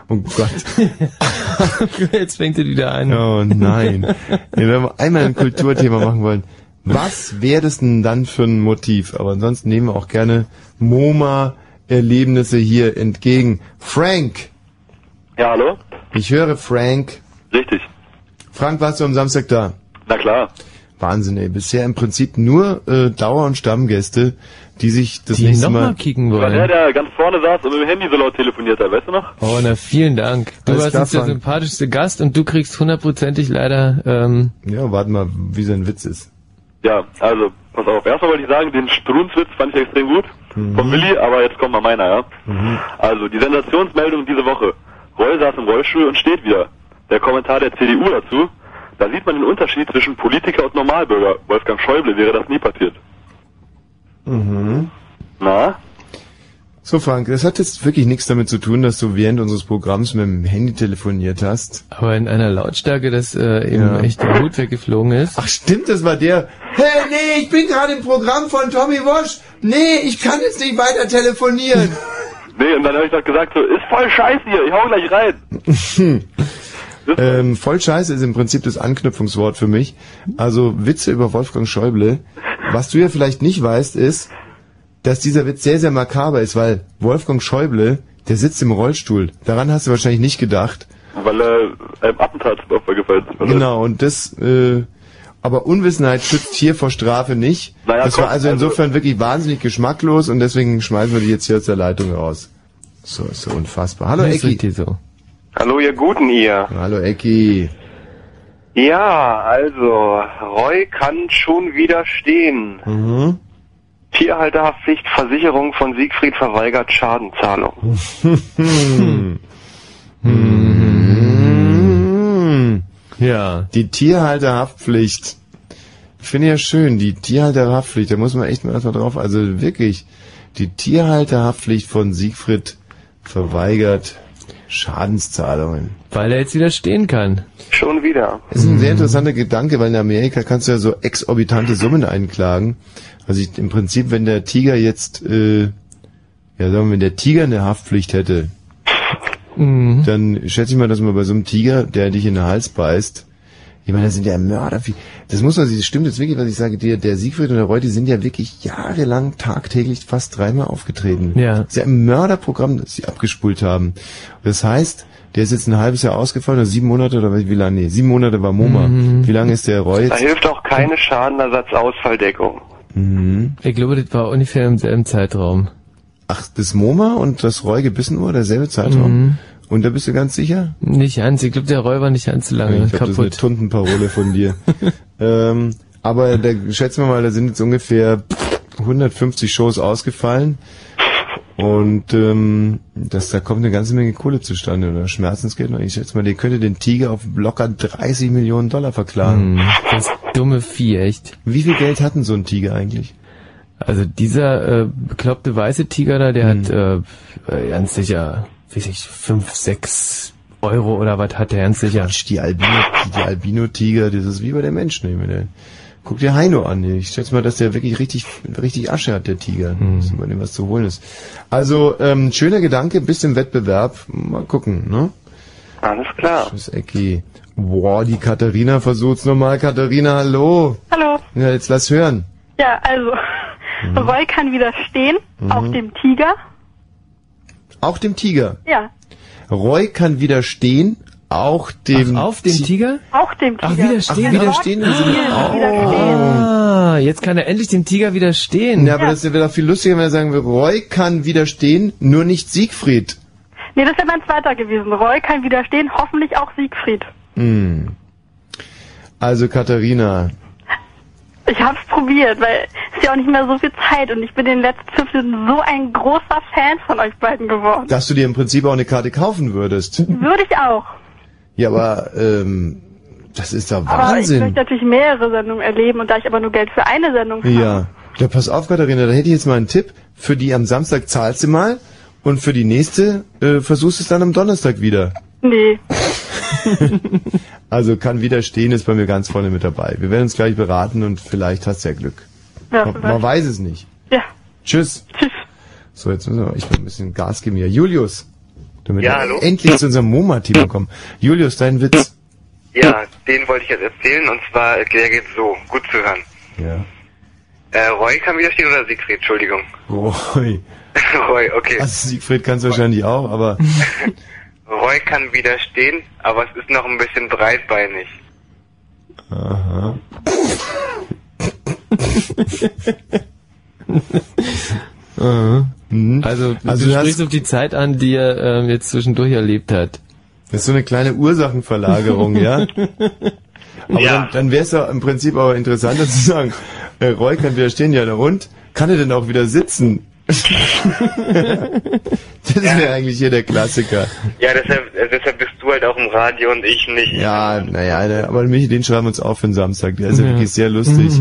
[SPEAKER 1] oh Gott.
[SPEAKER 2] Jetzt fängt ihr wieder an.
[SPEAKER 1] Oh nein. Wenn wir mal einmal ein Kulturthema machen wollen. Was wäre das denn dann für ein Motiv? Aber ansonsten nehmen wir auch gerne MoMA-Erlebnisse hier entgegen. Frank!
[SPEAKER 11] Ja, hallo?
[SPEAKER 1] Ich höre Frank.
[SPEAKER 11] Richtig.
[SPEAKER 1] Frank, warst du am Samstag da?
[SPEAKER 11] Na klar.
[SPEAKER 1] Wahnsinn, ey. Bisher im Prinzip nur äh, Dauer- und Stammgäste, die sich das
[SPEAKER 2] Die
[SPEAKER 1] nächste
[SPEAKER 2] noch
[SPEAKER 1] Mal
[SPEAKER 2] mal kicken
[SPEAKER 11] War
[SPEAKER 2] wollen.
[SPEAKER 11] der, der ganz vorne saß und mit dem Handy so laut telefoniert hat, weißt du noch?
[SPEAKER 2] Oh, na vielen Dank. Du
[SPEAKER 1] Alles
[SPEAKER 2] warst
[SPEAKER 1] klar,
[SPEAKER 2] jetzt der
[SPEAKER 1] Frank.
[SPEAKER 2] sympathischste Gast und du kriegst hundertprozentig leider... Ähm,
[SPEAKER 1] ja, warte mal, wie sein Witz ist.
[SPEAKER 11] Ja, also, pass auf. Erstmal wollte ich sagen, den Strunzwitz fand ich extrem gut. Von Willi, aber jetzt kommt mal meiner, ja? Also, die Sensationsmeldung diese Woche. Roll saß im Rollstuhl und steht wieder. Der Kommentar der CDU dazu. Da sieht man den Unterschied zwischen Politiker und Normalbürger. Wolfgang Schäuble wäre das nie passiert.
[SPEAKER 1] Mhm.
[SPEAKER 11] Na?
[SPEAKER 1] So, Frank, das hat jetzt wirklich nichts damit zu tun, dass du während unseres Programms mit dem Handy telefoniert hast.
[SPEAKER 2] Aber in einer Lautstärke, dass äh, eben echt der Hut weggeflogen ist.
[SPEAKER 1] Ach stimmt, das war der. Hey, nee, ich bin gerade im Programm von Tommy Walsh. Nee, ich kann jetzt nicht weiter telefonieren.
[SPEAKER 11] Nee, und dann habe ich noch gesagt, so, ist voll scheiße hier, ich hau gleich rein.
[SPEAKER 1] ähm, voll scheiße ist im Prinzip das Anknüpfungswort für mich. Also Witze über Wolfgang Schäuble. Was du ja vielleicht nicht weißt, ist, dass dieser Witz sehr, sehr makaber ist, weil Wolfgang Schäuble, der sitzt im Rollstuhl. Daran hast du wahrscheinlich nicht gedacht.
[SPEAKER 11] Weil
[SPEAKER 10] äh,
[SPEAKER 11] er einem Attentatsopfer gefallen ist.
[SPEAKER 1] Genau, und das, äh, aber Unwissenheit schützt hier vor Strafe nicht.
[SPEAKER 11] Naja,
[SPEAKER 1] das
[SPEAKER 11] komm,
[SPEAKER 1] war also
[SPEAKER 11] also-
[SPEAKER 1] insofern wirklich wahnsinnig geschmacklos und deswegen schmeißen wir die jetzt hier aus der Leitung raus. So, ist so unfassbar. Hallo,
[SPEAKER 2] Das ist
[SPEAKER 1] Ecki. So.
[SPEAKER 15] Hallo, ihr Guten ihr.
[SPEAKER 1] Hallo, Ecki.
[SPEAKER 7] Ja, also, Roy kann schon wieder stehen.
[SPEAKER 1] Mhm.
[SPEAKER 7] Tierhalterhaftpflicht, Versicherung von Siegfried verweigert Schadenzahlung.
[SPEAKER 1] Hm. Hm. Ja. Die Mhm. Tierhalterhaftpflicht. Finde ja schön, die Tierhalterhaftpflicht, da muss man echt mal erstmal drauf, also wirklich, die Tierhalterhaftpflicht von Siegfried verweigert Schadenszahlungen.
[SPEAKER 2] Weil er jetzt wieder stehen kann.
[SPEAKER 1] Schon wieder. Das ist ein sehr interessanter Gedanke, weil in Amerika kannst du ja so exorbitante Summen einklagen. Also ich, im Prinzip, wenn der Tiger jetzt, äh, ja sagen wir, wenn der Tiger eine Haftpflicht hätte,
[SPEAKER 2] Mhm.
[SPEAKER 1] dann schätze ich mal, dass man bei so einem Tiger, der dich in den Hals beißt, ich meine, das sind ja Mörder. wie- Das muss man, das stimmt jetzt wirklich, was ich sage dir. Der Siegfried und der Roy, die sind ja wirklich jahrelang tagtäglich fast dreimal aufgetreten.
[SPEAKER 2] Ja.
[SPEAKER 1] Das ist ja ein Mörderprogramm, das sie abgespult haben. Und Das heißt, der ist jetzt ein halbes Jahr ausgefallen oder sieben Monate oder wie lange? Nee, sieben Monate war Moma. Wie lange ist der Roy
[SPEAKER 3] Da
[SPEAKER 1] jetzt?
[SPEAKER 3] hilft auch keine Schadenersatzausfalldeckung.
[SPEAKER 2] Ich glaube, das war ungefähr im selben Zeitraum.
[SPEAKER 1] Mhm. Ach, das Moma und das Roy gebissen wurde, derselbe Zeitraum?
[SPEAKER 2] Mhm.
[SPEAKER 1] Und da bist du ganz sicher?
[SPEAKER 2] Nicht ganz, ich glaube, der Roy war nicht ganz so lange
[SPEAKER 1] ich glaube, das ist eine
[SPEAKER 2] kaputt.
[SPEAKER 1] Tuntenparole von dir. ähm, aber da schätzen wir mal, da sind jetzt ungefähr 150 Shows ausgefallen. Und ähm, das, da kommt eine ganze Menge Kohle zustande oder Schmerzensgeld. Und Ich schätze mal, der könnte den Tiger auf locker 30 Millionen Dollar verklagen.
[SPEAKER 2] Hm, Das dumme Vieh, echt.
[SPEAKER 1] Wie viel Geld hat denn so ein Tiger eigentlich?
[SPEAKER 2] Also dieser äh, bekloppte weiße Tiger da,
[SPEAKER 1] Mhm.
[SPEAKER 2] der hat äh, äh, ganz sicher, weiß ich, fünf, sechs Euro oder was hat der ganz sicher.
[SPEAKER 1] Die Albino, die Albino-Tiger, das ist wie bei der Mensch, nehmen wir Guck dir Heino an. Ich schätze mal, dass der wirklich richtig, richtig Asche hat, der Tiger. Dass bei dem was zu holen ist. Also, ähm, schöner Gedanke, bis im Wettbewerb. Mal gucken, ne?
[SPEAKER 3] Alles klar.
[SPEAKER 1] Tschüss, Ecki. Boah, die Katharina versucht's nochmal. Katharina, hallo.
[SPEAKER 6] Hallo.
[SPEAKER 1] Ja, jetzt lass hören.
[SPEAKER 6] Ja, also, Roy kann widerstehen,
[SPEAKER 1] Mhm.
[SPEAKER 6] auch dem Tiger.
[SPEAKER 1] Auch dem Tiger.
[SPEAKER 6] Ja,
[SPEAKER 1] Roy kann widerstehen, auch dem... auf
[SPEAKER 2] dem Tiger?
[SPEAKER 6] auch dem Tiger.
[SPEAKER 2] Ach, widerstehen.
[SPEAKER 1] Ach, widerstehen im Sinne-
[SPEAKER 2] Ah, jetzt kann er endlich dem Tiger widerstehen.
[SPEAKER 1] Ja, aber das wäre doch viel lustiger, wenn er sagen würde, Roy kann widerstehen, nur nicht Siegfried.
[SPEAKER 6] Nee, das wäre mein zweiter gewesen. Roy kann widerstehen, hoffentlich auch Siegfried.
[SPEAKER 1] Hm. Also Katharina,
[SPEAKER 6] Ich hab's probiert, weil es ist ja auch nicht mehr so viel Zeit und ich bin in den letzten fünf Minuten so ein großer Fan von euch beiden geworden.
[SPEAKER 1] dass du dir im Prinzip auch eine Karte kaufen würdest.
[SPEAKER 6] Würde ich auch.
[SPEAKER 1] Ja, aber ähm, das ist doch
[SPEAKER 6] Aber ich
[SPEAKER 1] Wahnsinn.
[SPEAKER 6] möchte natürlich mehrere Sendungen erleben und da ich aber nur Geld für eine Sendung habe.
[SPEAKER 1] Ja. Ja, pass auf, Katharina, da hätte ich jetzt mal einen Tipp. Für die am Samstag zahlst du mal und für die nächste äh, versuchst es dann am Donnerstag wieder.
[SPEAKER 6] Nee.
[SPEAKER 1] Also kann widerstehen, ist bei mir ganz vorne mit dabei. Wir werden uns gleich beraten und vielleicht hast du ja Glück.
[SPEAKER 6] Ja,
[SPEAKER 1] man, man weiß es nicht.
[SPEAKER 6] Ja.
[SPEAKER 1] Tschüss. Tschüss. So, jetzt müssen wir ich will ein bisschen Gas geben hier. Julius, damit
[SPEAKER 3] Ja,
[SPEAKER 1] wir
[SPEAKER 3] hallo?
[SPEAKER 1] endlich zu unserem MoMA-Team kommen. Julius, dein Witz.
[SPEAKER 3] Ja, den wollte ich jetzt erzählen und zwar, der geht so, gut zu hören.
[SPEAKER 1] Ja.
[SPEAKER 3] Äh, Roy kann widerstehen oder Siegfried, Entschuldigung.
[SPEAKER 1] Roy.
[SPEAKER 3] Roy, okay.
[SPEAKER 1] Also Siegfried kann es wahrscheinlich auch, aber
[SPEAKER 3] Roy kann widerstehen, aber es ist noch ein bisschen breitbeinig.
[SPEAKER 1] aha.
[SPEAKER 2] Also,
[SPEAKER 1] Also
[SPEAKER 2] du
[SPEAKER 1] du hast-
[SPEAKER 2] sprichst auf die Zeit an, die er ähm, jetzt zwischendurch erlebt hat.
[SPEAKER 1] Das ist so eine kleine Ursachenverlagerung, ja? Aber dann, dann wäre es ja im Prinzip aber interessanter zu sagen, äh, Roy kann widerstehen, ja, der Hund, kann er denn auch wieder sitzen? das wäre eigentlich hier der Klassiker.
[SPEAKER 3] Ja, deshalb, äh, deshalb bist du halt auch im Radio und ich nicht.
[SPEAKER 1] Ja, naja, der- aber Michi, den schreiben wir uns auf für den Samstag. Der ist ja, wirklich sehr lustig.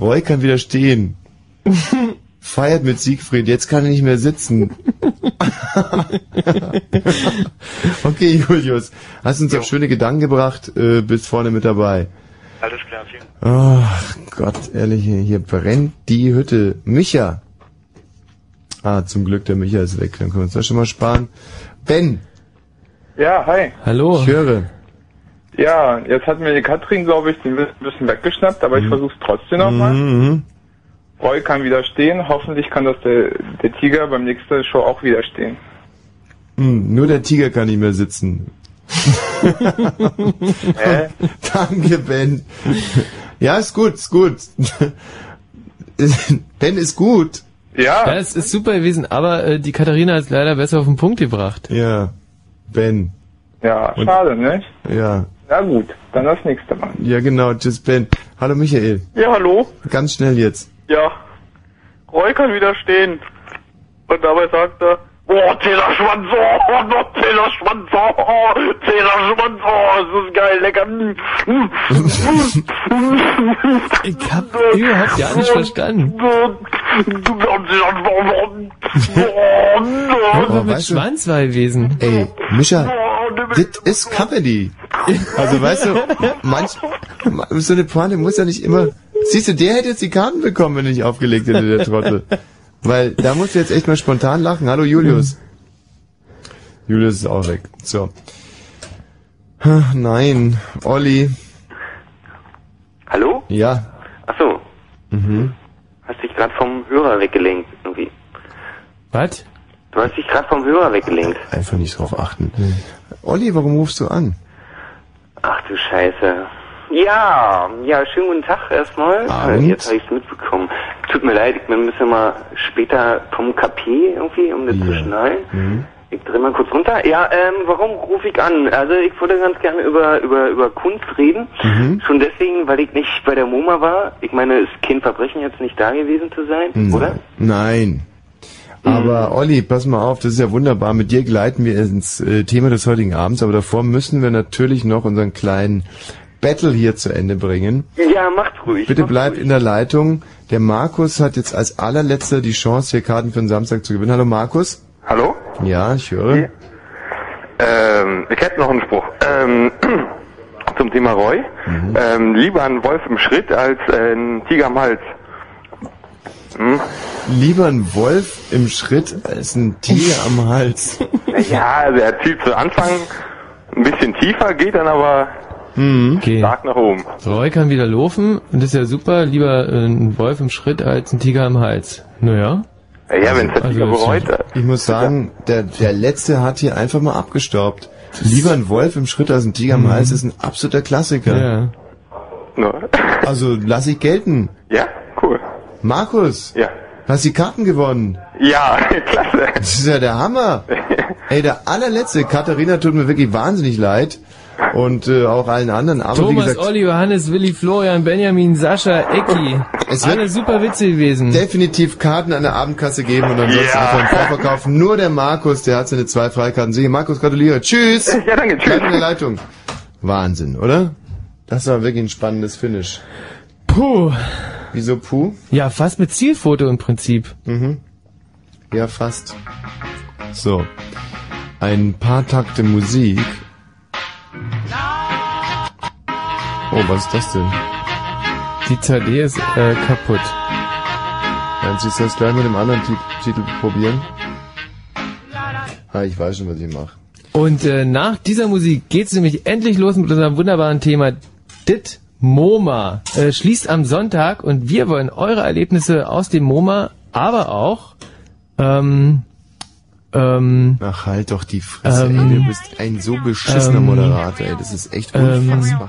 [SPEAKER 1] Roy kann wieder stehen. Feiert mit Siegfried, jetzt kann er nicht mehr sitzen. okay, Julius, hast uns auf schöne Gedanken gebracht, äh, bist vorne mit dabei.
[SPEAKER 3] Alles klar, vielen
[SPEAKER 1] Ach Gott, ehrlich, hier, hier brennt die Hütte. Micha. Ah, zum Glück, der Micha ist weg, dann können wir uns das schon mal sparen. Ben.
[SPEAKER 24] Ja, hi.
[SPEAKER 2] Hallo.
[SPEAKER 1] Ich höre.
[SPEAKER 24] Ja, jetzt hat mir die Katrin, glaube ich, den Witz ein bisschen weggeschnappt, aber ich versuche es trotzdem nochmal.
[SPEAKER 1] Mhm.
[SPEAKER 24] Roy kann widerstehen, hoffentlich kann das der, der Tiger beim nächsten Show auch widerstehen.
[SPEAKER 1] Hm, nur der Tiger kann nicht mehr sitzen. Danke, Ben. Ja, ist gut, ist gut. ben ist gut.
[SPEAKER 24] Ja.
[SPEAKER 2] Ja, es ist super gewesen, aber äh, die Katharina hat es leider besser auf den Punkt gebracht.
[SPEAKER 1] Ja, Ben.
[SPEAKER 24] Ja,
[SPEAKER 1] Und-
[SPEAKER 24] schade, ne?
[SPEAKER 1] Ja,
[SPEAKER 24] Na gut, dann das nächste Mal.
[SPEAKER 1] ja genau, tschüss, Ben. Hallo, Michael.
[SPEAKER 10] Ja, hallo.
[SPEAKER 1] Ganz schnell jetzt.
[SPEAKER 10] Ja. Roy kann widerstehen. Und dabei sagt er,
[SPEAKER 13] Oh, Zählerschwanz, oh, oh, Zählerschwanz, oh, oh, Zählerschwanz, oh, es ist geil, lecker. Mm, mm,
[SPEAKER 2] Ich hab überhaupt gar nicht verstanden.
[SPEAKER 1] Oh,
[SPEAKER 2] Irgendwas mit
[SPEAKER 1] weißt du-
[SPEAKER 2] Schwanz war gewesen.
[SPEAKER 1] Ey, Mischa,
[SPEAKER 18] Oh,
[SPEAKER 1] das ist Comedy. Also weißt du, manch, ma- so eine Pointe muss ja nicht immer... Siehst du, der hätte jetzt die Karten bekommen, wenn er nicht aufgelegt hätte, der Trottel. Weil da musst du jetzt echt mal spontan lachen. Hallo Julius. Julius ist auch weg. So. Ha, Nein, Olli.
[SPEAKER 3] Hallo?
[SPEAKER 1] Ja.
[SPEAKER 3] Achso,
[SPEAKER 1] Mhm.
[SPEAKER 3] hast dich gerade vom Hörer weggelenkt irgendwie.
[SPEAKER 2] Was?
[SPEAKER 3] Du hast dich gerade vom Hörer weggelenkt.
[SPEAKER 1] Einfach nicht drauf achten. Olli, warum rufst du an?
[SPEAKER 3] Ach du Scheiße. Ja, ja, schönen guten Tag erstmal. Äh,
[SPEAKER 1] Abend.
[SPEAKER 3] Jetzt habe ich es mitbekommen. Tut mir leid, wir müssen mal später vom KP irgendwie, um das zu schnallen. Ich drehe mal kurz runter. Ja, ähm, warum rufe ich an? Also ich würde ganz gerne über, über, über Kunst reden.
[SPEAKER 1] Mhm.
[SPEAKER 3] Schon deswegen, weil ich nicht bei der MoMA war. Ich meine, es ist kein Verbrechen, jetzt nicht da gewesen zu sein,
[SPEAKER 1] Nein.
[SPEAKER 3] oder? Hm.
[SPEAKER 1] Nein. Aber Olli, pass mal auf, das ist ja wunderbar. Mit dir gleiten wir ins äh, Thema des heutigen Abends, aber davor müssen wir natürlich noch unseren kleinen Battle hier zu Ende bringen.
[SPEAKER 3] Ja, macht ruhig.
[SPEAKER 1] Bitte bleib in der Leitung. Der Markus hat jetzt als allerletzter die Chance, hier Karten für den Samstag zu gewinnen. Hallo Markus.
[SPEAKER 10] Hallo?
[SPEAKER 1] Ja, ich höre.
[SPEAKER 10] Ähm, ich hätte noch einen Spruch. Ähm, zum Thema Roy.
[SPEAKER 24] Mhm.
[SPEAKER 10] Ähm, lieber ein Wolf im Schritt als äh, ein Tiger am Hals. Hm?
[SPEAKER 1] Lieber ein Wolf im Schritt als ein Tier am Hals.
[SPEAKER 10] Ja, also er zieht zu Anfang ein bisschen tiefer, geht dann aber
[SPEAKER 1] Mhm.
[SPEAKER 2] Okay.
[SPEAKER 10] stark nach oben.
[SPEAKER 2] Roy kann wieder laufen und ist ja super. Lieber äh, ein Wolf im Schritt als ein Tiger im Hals. Naja.
[SPEAKER 10] Ja, wenn es der Tiger
[SPEAKER 2] Also ist ja-
[SPEAKER 10] bereut. äh,
[SPEAKER 1] Ich muss sagen, der, der letzte hat hier einfach mal abgestaubt. Lieber ein Wolf im Schritt als ein Tiger am Hals ist ein absoluter Klassiker.
[SPEAKER 10] Ja.
[SPEAKER 1] Also lass ich gelten.
[SPEAKER 10] Ja, cool.
[SPEAKER 1] Markus.
[SPEAKER 10] Ja.
[SPEAKER 1] Hast die Karten gewonnen?
[SPEAKER 10] Ja, klasse.
[SPEAKER 1] Das ist ja der Hammer. Ey, der allerletzte. Katharina tut mir wirklich wahnsinnig leid. Und äh, auch allen anderen. Aber wie
[SPEAKER 2] Thomas,
[SPEAKER 1] gesagt,
[SPEAKER 2] Olli, Johannes, Willi, Florian, Benjamin, Sascha, Ecki.
[SPEAKER 1] Es wird
[SPEAKER 2] Alle super Witze gewesen.
[SPEAKER 1] definitiv Karten an der Abendkasse geben und ansonsten
[SPEAKER 2] Ja.
[SPEAKER 1] einfach im Vorverkauf. Nur der Markus, der hat seine zwei Freikarten. Sicher, Markus, gratuliere. Tschüss.
[SPEAKER 10] Ja, danke. Tschüss.
[SPEAKER 1] Bleib in der Leitung. Wahnsinn, oder? Das war wirklich ein spannendes Finish.
[SPEAKER 2] Puh.
[SPEAKER 1] Wieso Puh?
[SPEAKER 2] Ja, fast mit Zielfoto im Prinzip.
[SPEAKER 1] Mhm. Ja, fast. So. Ein paar Takte Musik. Oh, was ist das denn?
[SPEAKER 2] Die CD ist äh, kaputt.
[SPEAKER 1] Meinst du, ich soll es gleich mit dem anderen Ti- Titel probieren? Ah, ich weiß schon, was ich mache.
[SPEAKER 2] Und äh, nach dieser Musik geht's nämlich endlich los mit unserem wunderbaren Thema DIT MoMA. Äh, schließt am Sonntag und wir wollen eure Erlebnisse aus dem MoMA, aber auch ähm, ähm,
[SPEAKER 1] Ach, halt doch die Fresse,
[SPEAKER 2] Ähm,
[SPEAKER 1] ey. Du bist ein so beschissener
[SPEAKER 2] ähm,
[SPEAKER 1] Moderator, ey. Das ist echt
[SPEAKER 2] ähm,
[SPEAKER 1] unfassbar.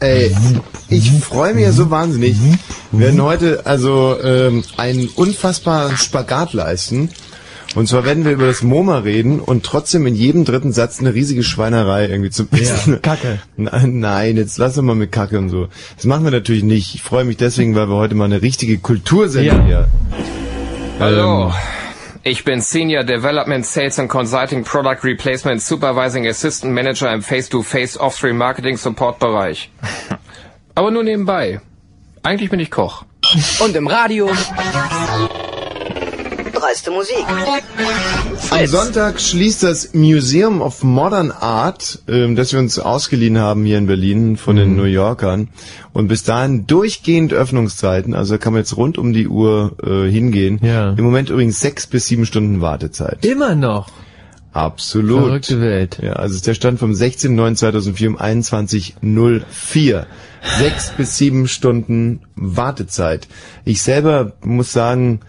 [SPEAKER 1] Ey, ich freue mich ja so wahnsinnig. Wir werden heute also ähm, einen unfassbaren Spagat leisten. Und zwar werden wir über das MoMA reden und trotzdem in jedem dritten Satz eine riesige Schweinerei irgendwie zum Besten. Kacke. Nein, nein, jetzt lass doch mal mit Kacke und so. Das machen wir natürlich nicht. Ich freue mich deswegen, weil wir heute mal eine richtige Kultursendung
[SPEAKER 25] Ja.
[SPEAKER 1] hier.
[SPEAKER 25] Hallo.
[SPEAKER 1] Ähm,
[SPEAKER 25] Ich bin Senior Development Sales and Consulting Product Replacement Supervising Assistant Manager im Face-to-Face Offstream Marketing Support Bereich. Aber nur nebenbei. Eigentlich bin ich Koch.
[SPEAKER 20] Und im Radio. Dreiste Musik.
[SPEAKER 1] Am Sonntag schließt das Museum of Modern Art, ähm, das wir uns ausgeliehen haben hier in Berlin von
[SPEAKER 2] Mhm.
[SPEAKER 1] den New Yorkern. Und bis dahin durchgehend Öffnungszeiten, also da kann man jetzt rund um die Uhr äh, hingehen. Im Moment übrigens sechs bis sieben Stunden Wartezeit.
[SPEAKER 2] Immer noch.
[SPEAKER 1] Absolut.
[SPEAKER 2] Verrückte Welt.
[SPEAKER 1] Ja, also ist der Stand vom 16.09.2004 um 21.04. Sechs bis sieben Stunden Wartezeit. Ich selber muss sagen,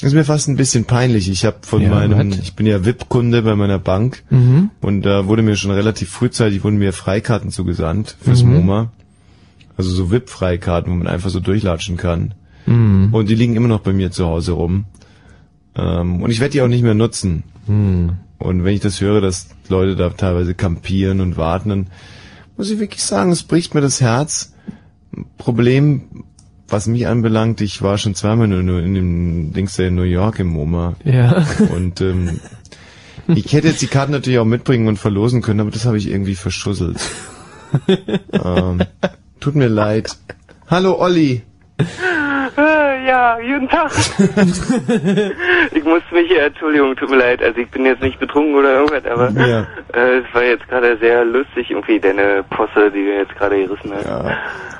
[SPEAKER 1] ist mir fast ein bisschen peinlich. Ich habe von
[SPEAKER 2] Ja,
[SPEAKER 1] meinem,
[SPEAKER 2] was?
[SPEAKER 1] ich bin ja VIP-Kunde bei meiner Bank
[SPEAKER 2] Mhm.
[SPEAKER 1] und da wurde mir schon relativ frühzeitig wurden mir Freikarten zugesandt fürs
[SPEAKER 2] Mhm.
[SPEAKER 1] MoMA. Also so VIP-Freikarten, wo man einfach so durchlatschen kann.
[SPEAKER 2] Mhm.
[SPEAKER 1] Und die liegen immer noch bei mir zu Hause rum. Ähm, und ich werde die auch nicht mehr nutzen.
[SPEAKER 2] Hm.
[SPEAKER 1] Und wenn ich das höre, dass Leute da teilweise kampieren und warten, dann muss ich wirklich sagen, es bricht mir das Herz. Problem, was mich anbelangt, ich war schon zweimal in, in dem Dings da in New York im MoMA.
[SPEAKER 2] Ja.
[SPEAKER 1] Und ähm, ich hätte jetzt die Karten natürlich auch mitbringen und verlosen können, aber das habe ich irgendwie verschusselt. ähm, tut mir leid. Hallo Olli.
[SPEAKER 3] Äh, ja, jeden Tag. ich muss mich, äh, Entschuldigung, tut mir leid, also ich bin jetzt nicht betrunken oder irgendwas, aber
[SPEAKER 1] Ja.
[SPEAKER 3] äh, es war jetzt gerade sehr lustig, irgendwie deine Posse, die du jetzt gerade gerissen hast.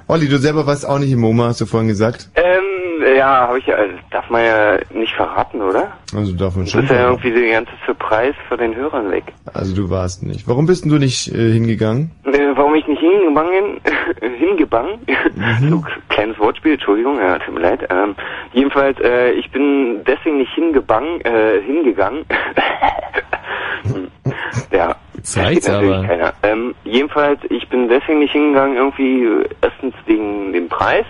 [SPEAKER 1] Olli, du selber warst auch nicht im MoMA, hast du vorhin gesagt.
[SPEAKER 3] Ähm, ja, habe ich ja, also darf man ja nicht verraten, oder?
[SPEAKER 1] Also davon
[SPEAKER 3] Das
[SPEAKER 1] schon.
[SPEAKER 3] ist ja irgendwie der ganze Surprise vor den Hörern weg.
[SPEAKER 1] Also du warst nicht. Warum bist denn du nicht äh, hingegangen?
[SPEAKER 3] Äh, warum ich nicht hingebangen, hingebangen,
[SPEAKER 1] Mhm.
[SPEAKER 3] so kleines Wortspiel, Entschuldigung, ja, tut mir leid. Ähm, jedenfalls, äh, ich bin deswegen nicht hingebangen, äh, hingegangen. ja,
[SPEAKER 2] Zeig's
[SPEAKER 3] versteht natürlich
[SPEAKER 2] aber.
[SPEAKER 3] Keiner. Ähm, jedenfalls, ich bin deswegen nicht hingegangen, irgendwie äh, erstens wegen dem Preis,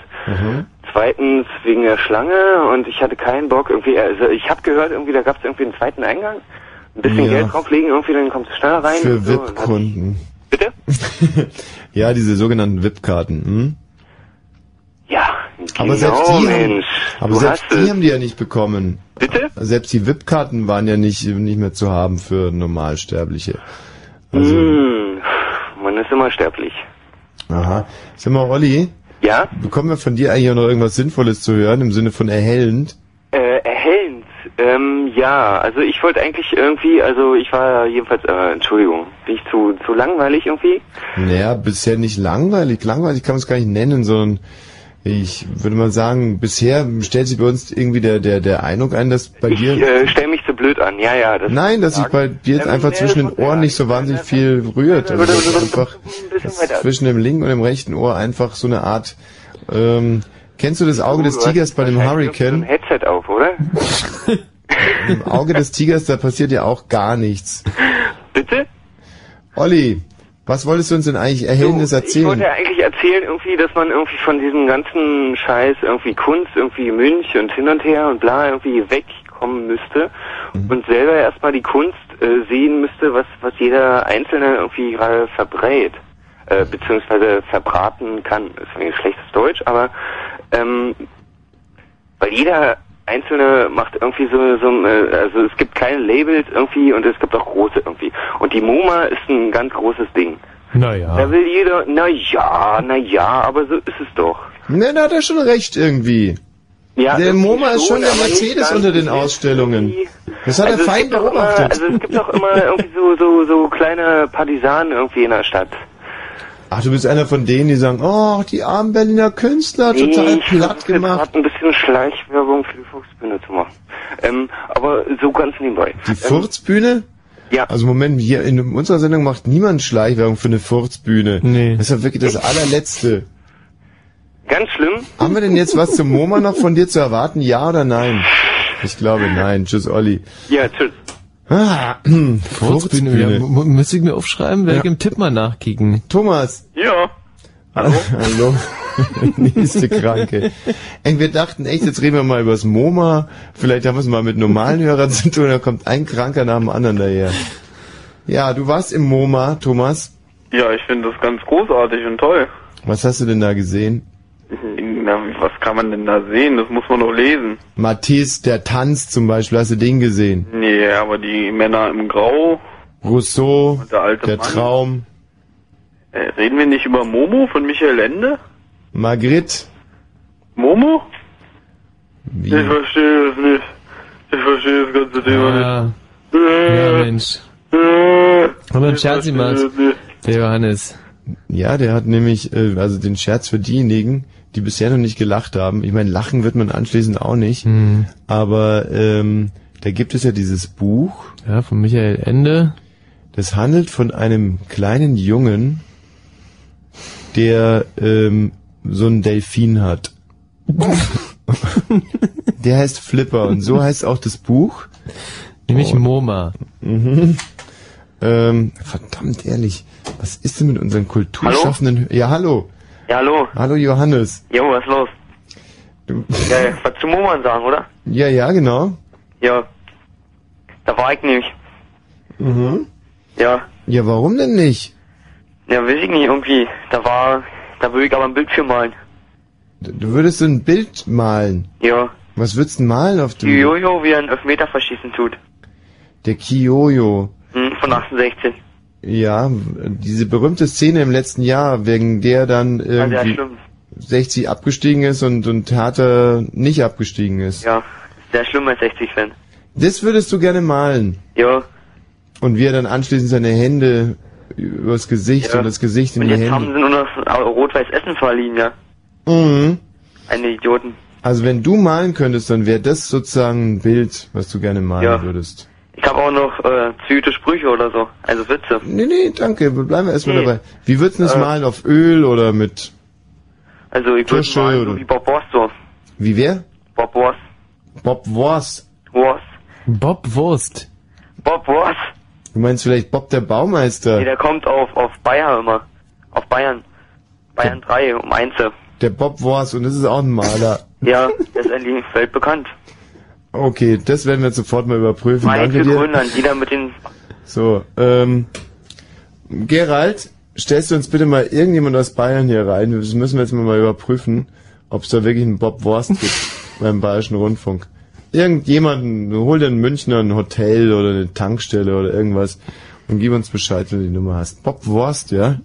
[SPEAKER 3] zweitens wegen der Schlange und ich hatte keinen Bock irgendwie, also ich habe gehört, irgendwie da gab es irgendwie einen zweiten Eingang. Ein bisschen
[SPEAKER 1] Ja.
[SPEAKER 3] Geld drauflegen, irgendwie, dann kommst du schneller rein.
[SPEAKER 1] Für
[SPEAKER 3] und so.
[SPEAKER 1] VIP-Kunden. Bitte? ja, diese sogenannten VIP-Karten. Hm?
[SPEAKER 3] Ja, genau,
[SPEAKER 1] Aber selbst die,
[SPEAKER 3] Mensch.
[SPEAKER 1] haben, aber
[SPEAKER 3] du
[SPEAKER 1] selbst
[SPEAKER 3] hast
[SPEAKER 1] die
[SPEAKER 3] es.
[SPEAKER 1] haben die ja nicht bekommen.
[SPEAKER 3] Bitte?
[SPEAKER 1] Selbst die VIP-Karten waren ja nicht, nicht mehr zu haben für Normalsterbliche. Also-
[SPEAKER 3] Mm, man ist immer sterblich.
[SPEAKER 1] Aha. Sag mal, Olli.
[SPEAKER 3] Ja?
[SPEAKER 1] Bekommen wir von dir eigentlich auch noch irgendwas Sinnvolles zu hören, im Sinne von erhellend?
[SPEAKER 3] Äh, erhellend. Ähm, ja, also ich wollte eigentlich irgendwie, also ich war jedenfalls, äh, Entschuldigung, bin ich zu, zu langweilig irgendwie?
[SPEAKER 1] Naja, bisher nicht langweilig. Langweilig kann man es gar nicht nennen, sondern ich würde mal sagen, bisher stellt sich bei uns irgendwie der, der, der Eindruck ein, dass bei dir...
[SPEAKER 3] Ich äh, stell mich zu blöd an, ja, ja. Das
[SPEAKER 1] Nein, dass sich bei dir jetzt einfach zwischen den Ohren nicht so wahnsinnig viel rührt. Also dass es einfach dass zwischen dem linken und dem rechten Ohr einfach so eine Art. Ähm, kennst du das Auge des
[SPEAKER 3] Du hast
[SPEAKER 1] Tigers bei dem
[SPEAKER 3] ein
[SPEAKER 1] Hurricane?
[SPEAKER 3] Headset auf, oder?
[SPEAKER 1] Im Auge des Tigers, da passiert ja auch gar nichts.
[SPEAKER 3] Bitte?
[SPEAKER 1] Olli, was wolltest du uns denn eigentlich
[SPEAKER 3] Ich
[SPEAKER 1] Erhellendes
[SPEAKER 3] wollte
[SPEAKER 1] erzählen?
[SPEAKER 3] ja eigentlich erzählen irgendwie, dass man irgendwie von diesem ganzen Scheiß irgendwie Kunst, irgendwie Münch und hin und her und bla irgendwie wegkommen müsste und selber erstmal die Kunst äh, sehen müsste, was was jeder Einzelne irgendwie gerade verbrät äh, beziehungsweise verbraten kann. Ist ein schlechtes Deutsch, aber ähm, weil jeder Einzelne macht irgendwie so, so ein, äh, also es gibt keine Labels irgendwie und es gibt auch große irgendwie. Und die MoMA ist ein ganz großes Ding.
[SPEAKER 2] Naja.
[SPEAKER 3] Da will jeder, na ja, na ja, aber so ist es doch.
[SPEAKER 1] Ne, da hat er schon recht irgendwie.
[SPEAKER 3] Ja,
[SPEAKER 1] der
[SPEAKER 3] irgendwie
[SPEAKER 1] MoMA ist schon
[SPEAKER 3] schon,
[SPEAKER 1] der
[SPEAKER 3] aber nicht
[SPEAKER 1] Mercedes
[SPEAKER 3] ganz.
[SPEAKER 1] unter den Ausstellungen. Das hat er
[SPEAKER 3] Also es
[SPEAKER 1] fein
[SPEAKER 3] gibt doch immer,
[SPEAKER 1] beobachtet.
[SPEAKER 3] also es gibt doch immer irgendwie so, so, so kleine Partisanen irgendwie in der Stadt.
[SPEAKER 1] Ach, du bist einer von denen, die sagen, oh, die armen Berliner Künstler, total
[SPEAKER 3] ich
[SPEAKER 1] platt
[SPEAKER 3] versuche jetzt
[SPEAKER 1] gemacht.
[SPEAKER 3] grad ein bisschen Schleichwerbung für die Fuchsbühne zu machen. Ähm, aber so ganz nebenbei.
[SPEAKER 1] Die Furzbühne?
[SPEAKER 3] ähm, Ja.
[SPEAKER 1] Also Moment, hier in unserer Sendung macht niemand Schleichwerbung für eine Furzbühne. Nee. Das ist ja wirklich das allerletzte.
[SPEAKER 3] Ganz schlimm.
[SPEAKER 1] Haben wir denn jetzt was zum MoMA noch von dir zu erwarten? Ja oder nein? Ich glaube nein. Tschüss, Olli.
[SPEAKER 3] Ja, tschüss.
[SPEAKER 1] Ah,
[SPEAKER 2] Furzbühne. Ja, mu- mu- müsste ich mir aufschreiben, werde ich im Tipp mal nachkicken.
[SPEAKER 1] Thomas.
[SPEAKER 11] Ja.
[SPEAKER 1] Hallo? Hallo? Nächste Kranke. Ey, wir dachten echt, jetzt reden wir mal über das MoMA. Vielleicht haben wir es mal mit normalen Hörern zu tun. Da kommt ein Kranker nach dem anderen daher. Ja, du warst im MoMA, Thomas.
[SPEAKER 11] Ja, ich finde das ganz großartig und toll.
[SPEAKER 1] Was hast du denn da gesehen?
[SPEAKER 6] Mhm.
[SPEAKER 11] Na, was kann man denn da sehen? Das muss man doch lesen.
[SPEAKER 1] Matisse, der Tanz zum Beispiel. Hast du den gesehen?
[SPEAKER 11] Nee, aber die Männer im Grau,
[SPEAKER 1] Rousseau,
[SPEAKER 11] der alte
[SPEAKER 1] der
[SPEAKER 11] Mann.
[SPEAKER 1] Traum.
[SPEAKER 11] Äh, reden wir nicht über Momo von Michael Ende?
[SPEAKER 1] Margrit.
[SPEAKER 11] Momo? Ich verstehe es nicht. Ich verstehe das ganze Thema
[SPEAKER 2] Ja.
[SPEAKER 11] nicht.
[SPEAKER 2] Ja, Mensch.
[SPEAKER 18] Hm.
[SPEAKER 2] Aber einen Scherz gemacht. Der Johannes.
[SPEAKER 1] Ja, der hat nämlich, äh, also den Scherz für diejenigen, die bisher noch nicht gelacht haben. Ich meine, lachen wird man anschließend auch nicht.
[SPEAKER 2] Mhm.
[SPEAKER 1] Aber ähm, da gibt es ja dieses Buch.
[SPEAKER 2] Ja, von Michael Ende.
[SPEAKER 1] Das handelt von einem kleinen Jungen, der ähm, so einen Delfin hat. der heißt Flipper und so heißt auch das Buch.
[SPEAKER 2] Nämlich MoMA.
[SPEAKER 1] Mhm. Ähm, verdammt ehrlich, was ist denn mit unseren Kulturschaffenden? Ja, hallo.
[SPEAKER 3] Ja, hallo.
[SPEAKER 1] Hallo Johannes.
[SPEAKER 3] Jo, was ist los? Ja, was zu Moman sagen, oder?
[SPEAKER 1] Ja, ja, genau.
[SPEAKER 3] Ja. Da war ich nämlich.
[SPEAKER 1] Mhm.
[SPEAKER 3] Ja.
[SPEAKER 1] Ja, warum denn nicht?
[SPEAKER 3] Ja, weiß ich nicht, irgendwie. Da war, da würde ich aber ein Bild für malen.
[SPEAKER 1] Du würdest so ein Bild malen.
[SPEAKER 3] Ja.
[SPEAKER 1] Was würdest du denn malen auf dem?
[SPEAKER 3] Die Jojo, wie er einen Elfmeter verschießen tut.
[SPEAKER 1] Der Kiyoyo.
[SPEAKER 3] Hm, von 1860.
[SPEAKER 1] Ja, diese berühmte Szene im letzten Jahr, wegen der dann
[SPEAKER 3] Also,
[SPEAKER 1] irgendwie 60 abgestiegen ist und, und Hertha nicht abgestiegen ist.
[SPEAKER 3] Ja. Sehr schlimm als 60-Fan.
[SPEAKER 1] Das würdest du gerne malen.
[SPEAKER 3] Ja.
[SPEAKER 1] Und wie er dann anschließend seine Hände übers Gesicht und das Gesicht in
[SPEAKER 3] Und
[SPEAKER 1] die
[SPEAKER 3] jetzt haben
[SPEAKER 1] Hände.
[SPEAKER 3] sie nur noch Rot-Weiß Essen verliehen, ja.
[SPEAKER 1] Mhm.
[SPEAKER 3] Eine Idioten.
[SPEAKER 1] Also wenn du malen könntest, dann wäre das sozusagen ein Bild, was du gerne malen
[SPEAKER 3] Ja.
[SPEAKER 1] würdest.
[SPEAKER 3] Ich habe auch noch äh, züte Sprüche oder so. Also Witze.
[SPEAKER 1] Nee, nee, danke, wir bleiben erstmal
[SPEAKER 3] Nee.
[SPEAKER 1] dabei. Wie würdest du das
[SPEAKER 3] Äh.
[SPEAKER 1] malen? Auf Öl oder mit
[SPEAKER 3] Also ich würde
[SPEAKER 1] Tusche
[SPEAKER 3] mal
[SPEAKER 1] oder-
[SPEAKER 3] so wie Bob Ross so.
[SPEAKER 1] wie wer?
[SPEAKER 3] Bob Ross.
[SPEAKER 1] Bob Wurst.
[SPEAKER 3] Ross.
[SPEAKER 1] Bob Wurst.
[SPEAKER 3] Bob Ross.
[SPEAKER 1] Du meinst vielleicht Bob der Baumeister?
[SPEAKER 3] Nee, der kommt auf, auf Bayern immer. Auf Bayern. Bayern 3 um 1.
[SPEAKER 1] Der Bob Wars und das ist auch ein Maler.
[SPEAKER 3] Ja, das ist eigentlich weltbekannt.
[SPEAKER 1] Okay, das werden wir jetzt sofort mal überprüfen.
[SPEAKER 3] Meine
[SPEAKER 1] Danke
[SPEAKER 3] für
[SPEAKER 1] dir.
[SPEAKER 3] Grönland, jeder mit den...
[SPEAKER 1] So, ähm, Gerald, stellst du uns bitte mal irgendjemand aus Bayern hier rein? Das müssen wir jetzt mal überprüfen, ob es da wirklich einen Bob Wars gibt beim Bayerischen Rundfunk. Irgendjemanden, hol dir in Münchner ein Hotel oder eine Tankstelle oder irgendwas und gib uns Bescheid, wenn du die Nummer hast. Bob Wurst, ja?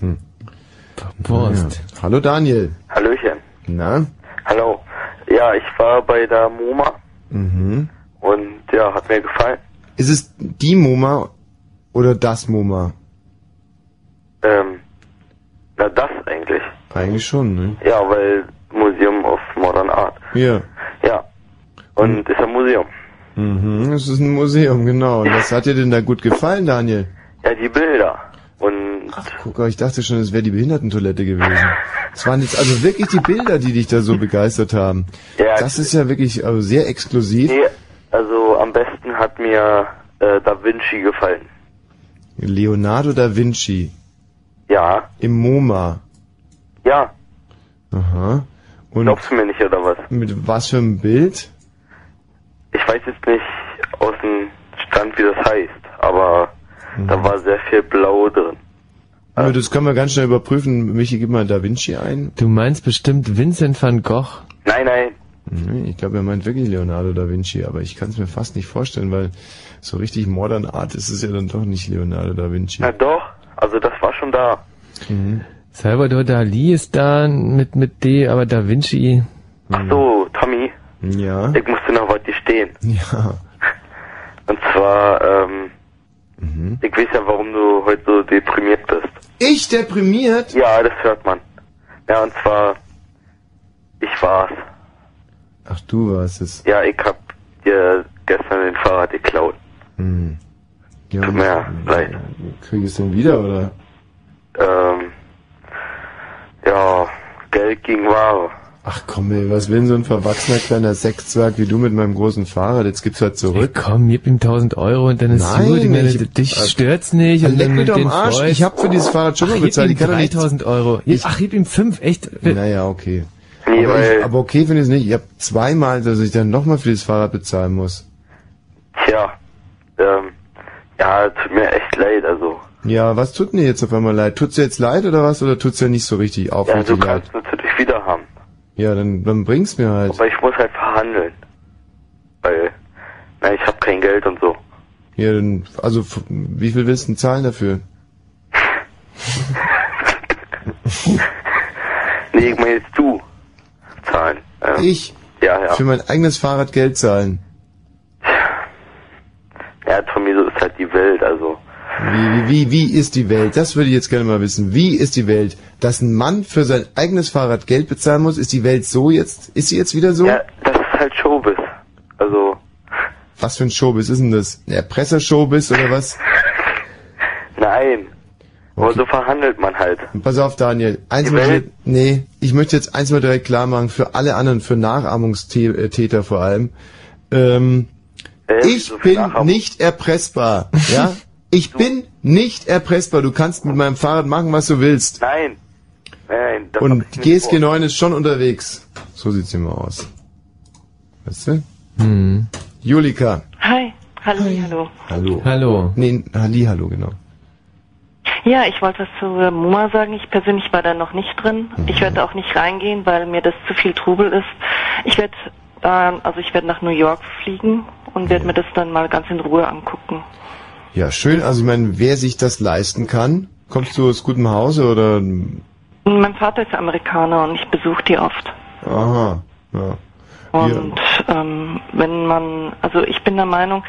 [SPEAKER 1] Hm. Bob
[SPEAKER 2] Wurst.
[SPEAKER 1] Ja. Hallo Daniel.
[SPEAKER 6] Hallöchen.
[SPEAKER 1] Na?
[SPEAKER 6] Hallo. Ja, ich war bei der MoMA
[SPEAKER 1] Mhm.
[SPEAKER 6] und ja, hat mir gefallen.
[SPEAKER 1] Ist es die MoMA oder das MoMA?
[SPEAKER 6] Ähm, na das eigentlich.
[SPEAKER 1] Eigentlich schon, ne?
[SPEAKER 6] Ja, weil Museum of Modern Art.
[SPEAKER 1] Ja.
[SPEAKER 6] Ja. Und
[SPEAKER 1] Hm.
[SPEAKER 6] ist ein Museum.
[SPEAKER 1] Mhm, es ist ein Museum, genau. Und was hat dir denn da gut gefallen, Daniel?
[SPEAKER 6] Ja, die Bilder. Und
[SPEAKER 1] Guck, ich dachte schon, es wäre die Behindertentoilette gewesen. Es waren jetzt also wirklich die Bilder, die dich da so begeistert haben.
[SPEAKER 6] Ja.
[SPEAKER 1] Das ist ja wirklich also sehr exklusiv.
[SPEAKER 6] nee, also am besten hat mir äh, Da Vinci gefallen.
[SPEAKER 1] Leonardo da Vinci
[SPEAKER 6] Ja,
[SPEAKER 1] im MoMA.
[SPEAKER 6] ja.
[SPEAKER 1] Aha. Und
[SPEAKER 6] Glaubst du mir nicht oder was?
[SPEAKER 1] mit was für einem Bild?
[SPEAKER 6] Ich weiß jetzt nicht aus dem Stand, wie das heißt, aber
[SPEAKER 2] Mhm.
[SPEAKER 6] da war sehr viel Blau drin.
[SPEAKER 1] Aber das können wir ganz schnell überprüfen. Michi, gib mal Da Vinci ein.
[SPEAKER 2] Du meinst bestimmt Vincent van Gogh.
[SPEAKER 6] Nein, nein.
[SPEAKER 1] Nee, Ich glaube, er meint wirklich Leonardo da Vinci, aber ich kann es mir fast nicht vorstellen, weil so richtig Modern Art ist es ja dann doch nicht Leonardo da Vinci.
[SPEAKER 6] Na doch, also das war schon da.
[SPEAKER 2] Mhm. Salvador Dali ist da mit, mit D, aber Da Vinci.
[SPEAKER 6] Ach so, Tommy.
[SPEAKER 1] Ja.
[SPEAKER 6] Ich musste noch was gestehen.
[SPEAKER 1] Ja.
[SPEAKER 6] Und zwar, ähm, ich weiß ja, warum du heute so deprimiert bist.
[SPEAKER 1] Ich deprimiert?
[SPEAKER 6] Ja, das hört man. Ja, und zwar, ich war's.
[SPEAKER 1] Ach, du warst es.
[SPEAKER 6] Ja, ich hab dir gestern den Fahrrad geklaut.
[SPEAKER 1] Hm. Ja,
[SPEAKER 6] Tut mir ja leid.
[SPEAKER 1] Krieg ich es denn wieder, oder?
[SPEAKER 6] Ähm, ja, Geld gegen Ware.
[SPEAKER 1] Ach komm, ey, was will denn so ein verwachsener kleiner Sechszwerg wie du mit meinem großen Fahrrad? Jetzt gibt's halt zurück.
[SPEAKER 2] komm, gib ihm 1000 Euro und dann ist
[SPEAKER 1] Nein,
[SPEAKER 2] gut. Ich meine,
[SPEAKER 1] ich-
[SPEAKER 2] dich stört's nicht.
[SPEAKER 1] Ah,
[SPEAKER 2] und
[SPEAKER 1] leck
[SPEAKER 2] dann
[SPEAKER 1] mich
[SPEAKER 2] mit
[SPEAKER 1] doch am
[SPEAKER 2] den
[SPEAKER 1] Arsch,
[SPEAKER 2] Freuds.
[SPEAKER 1] ich hab für dieses Fahrrad schon mal
[SPEAKER 2] Ach, gib
[SPEAKER 1] bezahlt,
[SPEAKER 2] ihm
[SPEAKER 1] ich kann doch nicht-
[SPEAKER 2] 3000 Euro. Ich, ach, gib ihm 5, echt.
[SPEAKER 1] Naja, okay. aber, ich, aber okay finde ich es nicht. Ich habe zweimal, dass ich dann nochmal für das Fahrrad bezahlen muss.
[SPEAKER 6] Tja, ähm, ja, tut mir echt leid, also.
[SPEAKER 1] Ja, was tut mir jetzt auf einmal leid? Tut's dir jetzt leid oder was? Oder tut's dir nicht so richtig
[SPEAKER 6] Ja,
[SPEAKER 1] aufrichtig
[SPEAKER 6] du
[SPEAKER 1] leid?
[SPEAKER 6] kannst natürlich wieder haben.
[SPEAKER 1] Ja, dann, dann bring's mir halt.
[SPEAKER 6] Aber ich muss halt verhandeln. Weil, na, ich habe kein Geld und so.
[SPEAKER 1] Ja, dann, also f- wie viel willst du denn zahlen dafür?
[SPEAKER 6] Nee, ich meine jetzt du. Zahlen. Ähm,
[SPEAKER 1] Ich?
[SPEAKER 6] Ja, ja.
[SPEAKER 1] Für mein eigenes Fahrrad Geld zahlen.
[SPEAKER 6] Ja, Tommy, so ist halt die Welt, also.
[SPEAKER 1] Wie, wie, wie wie ist die Welt? Das würde ich jetzt gerne mal wissen. Wie ist die Welt? Dass ein Mann für sein eigenes Fahrrad Geld bezahlen muss, ist die Welt so jetzt? Ist sie jetzt wieder so? Ja,
[SPEAKER 6] das ist halt Showbiz. Also.
[SPEAKER 1] Was für ein Showbiz ist denn das? Ein Erpresser-Showbiz oder was?
[SPEAKER 6] Nein. Aber so verhandelt man halt.
[SPEAKER 1] Und Pass auf, Daniel. Eins
[SPEAKER 6] Die
[SPEAKER 1] mal
[SPEAKER 6] Welt-
[SPEAKER 1] direkt, nee, ich möchte jetzt eins mal direkt klar machen, für alle anderen, für Nachahmungstäter vor allem. Ähm,
[SPEAKER 6] Äh,
[SPEAKER 1] ich bin nicht erpressbar, ja? Ich bin nicht erpressbar. Du kannst mit meinem Fahrrad machen, was du willst.
[SPEAKER 6] Nein. Nein, das
[SPEAKER 1] Und
[SPEAKER 6] hab ich nicht
[SPEAKER 1] GSG 9 ist schon unterwegs. So sieht's immer aus. Weißt du? Hm. Julika.
[SPEAKER 26] Hi, hallo, hallo.
[SPEAKER 1] Hallo. Hallo. Nee, Halli, hallo, genau.
[SPEAKER 26] Ja, ich wollte was zur MoMA sagen. Ich persönlich war da noch nicht drin. Ich werde auch nicht reingehen, weil mir das zu viel Trubel ist. Ich werde, ähm, also ich werde nach New York fliegen und werde mir das dann mal ganz in Ruhe angucken.
[SPEAKER 1] Ja, schön. Also ich meine, wer sich das leisten kann, kommst du aus gutem Hause oder...
[SPEAKER 26] Und mein Vater ist Amerikaner und ich besuche die oft.
[SPEAKER 1] Aha. Ja.
[SPEAKER 26] Und ähm, wenn man, also ich bin der Meinung,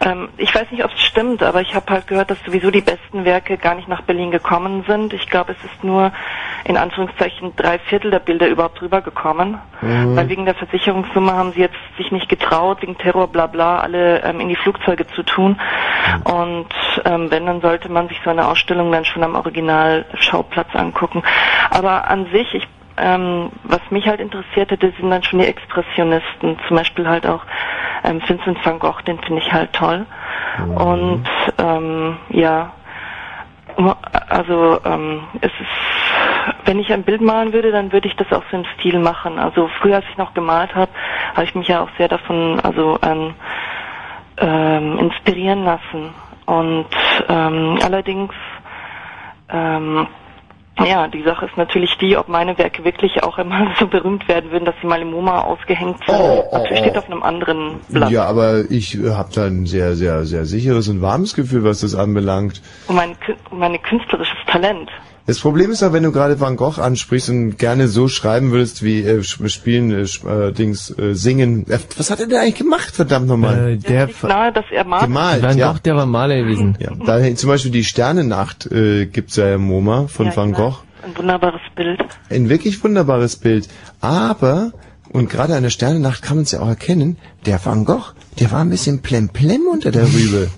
[SPEAKER 26] ähm, ich weiß nicht, ob es stimmt, aber ich habe halt gehört, dass sowieso die besten Werke gar nicht nach Berlin gekommen sind. Ich glaube, es ist nur in Anführungszeichen drei Viertel der Bilder überhaupt rübergekommen.
[SPEAKER 18] Mhm.
[SPEAKER 26] Weil wegen der Versicherungssumme haben sie jetzt sich nicht getraut, wegen Terror, bla bla, alle ähm, in die Flugzeuge zu tun. Und ähm, wenn, dann sollte man sich so eine Ausstellung dann schon am Originalschauplatz angucken. Aber an sich, ich, ähm, was mich halt interessiert hätte, sind dann schon die Expressionisten. Zum Beispiel halt auch ähm, Vincent van Gogh, den finde ich halt toll. Und ähm, ja, also ähm, es ist, wenn ich ein Bild malen würde, dann würde ich das auch so im Stil machen. Also früher, als ich noch gemalt habe, habe ich mich ja auch sehr davon, also ähm, ähm, inspirieren lassen. Und ähm, allerdings, ähm, ja, die Sache ist natürlich die, ob meine Werke wirklich auch einmal so berühmt werden würden, dass sie mal im MoMA ausgehängt sind.
[SPEAKER 1] oh,
[SPEAKER 26] das steht
[SPEAKER 1] oh.
[SPEAKER 26] auf einem anderen
[SPEAKER 1] Ja, aber ich habe da ein sehr, sehr, sehr sicheres und warmes Gefühl, was das anbelangt.
[SPEAKER 26] um mein, Kü- um mein künstlerisches Talent.
[SPEAKER 1] Das Problem ist ja, wenn du gerade Van Gogh ansprichst und gerne so schreiben würdest wie äh, sch- spielen, äh, sch- äh, Dings, äh, singen. Äh, was hat er denn eigentlich gemacht, verdammt nochmal?
[SPEAKER 2] Äh, der
[SPEAKER 26] Nahe, dass er malt.
[SPEAKER 1] gemalt,
[SPEAKER 2] Van
[SPEAKER 1] ja.
[SPEAKER 2] Gogh, der war Maler gewesen.
[SPEAKER 1] Ja, da, zum Beispiel die Sternennacht äh, gibt's ja im MoMA von
[SPEAKER 26] Ja, ich
[SPEAKER 1] Van Gogh.
[SPEAKER 26] Ein wunderbares Bild.
[SPEAKER 1] Ein wirklich wunderbares Bild. Aber, und gerade an der Sternennacht kann man es ja auch erkennen, der Van Gogh, der war ein bisschen plemplem unter der Rübe.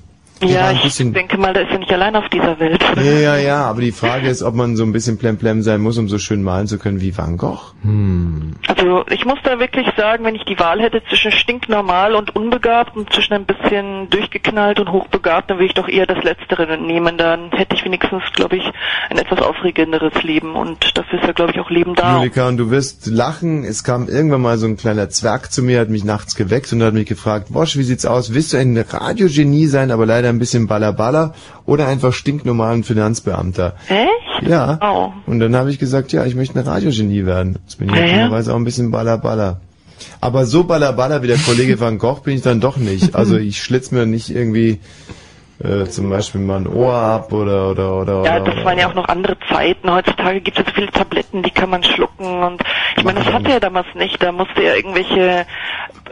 [SPEAKER 1] Der war
[SPEAKER 26] Ja,
[SPEAKER 1] ein
[SPEAKER 26] ich denke mal, da ist er nicht allein auf dieser Welt.
[SPEAKER 1] Ja, ja, ja, aber die Frage ist, ob man so ein bisschen plemplem sein muss, um so schön malen zu können wie Van Gogh. Hm.
[SPEAKER 26] Also ich muss da wirklich sagen, wenn ich die Wahl hätte zwischen stinknormal und unbegabt und zwischen ein bisschen durchgeknallt und hochbegabt, dann würde ich doch eher das Letztere nehmen. Dann hätte ich wenigstens, glaube ich, ein etwas aufregenderes Leben und dafür ist ja, glaube ich, auch Leben da.
[SPEAKER 1] Julika, und du wirst lachen. Es kam irgendwann mal so ein kleiner Zwerg zu mir, hat mich nachts geweckt und hat mich gefragt, Wosch, wie sieht's aus? Willst du ein Radiogenie sein, aber leider ein bisschen ballerballer oder einfach stinknormalen Finanzbeamter?
[SPEAKER 26] Echt?
[SPEAKER 1] Ja.
[SPEAKER 26] Oh.
[SPEAKER 1] Und dann habe ich gesagt, ja, ich möchte ein Radiogenie werden. Jetzt bin ich
[SPEAKER 26] Ja, ja.
[SPEAKER 1] möglicherweise auch ein bisschen ballerballer. Aber so ballerballer wie der Kollege Van Gogh bin ich dann doch nicht. Also ich schlitz mir nicht irgendwie äh, zum Beispiel mal ein Ohr ab oder oder oder
[SPEAKER 26] Ja,
[SPEAKER 1] oder,
[SPEAKER 26] das waren ja auch noch andere Zeiten. Heutzutage gibt es ja so viele Tabletten, die kann man schlucken. Und ich meine, das hatte er damals nicht. Da musste er irgendwelche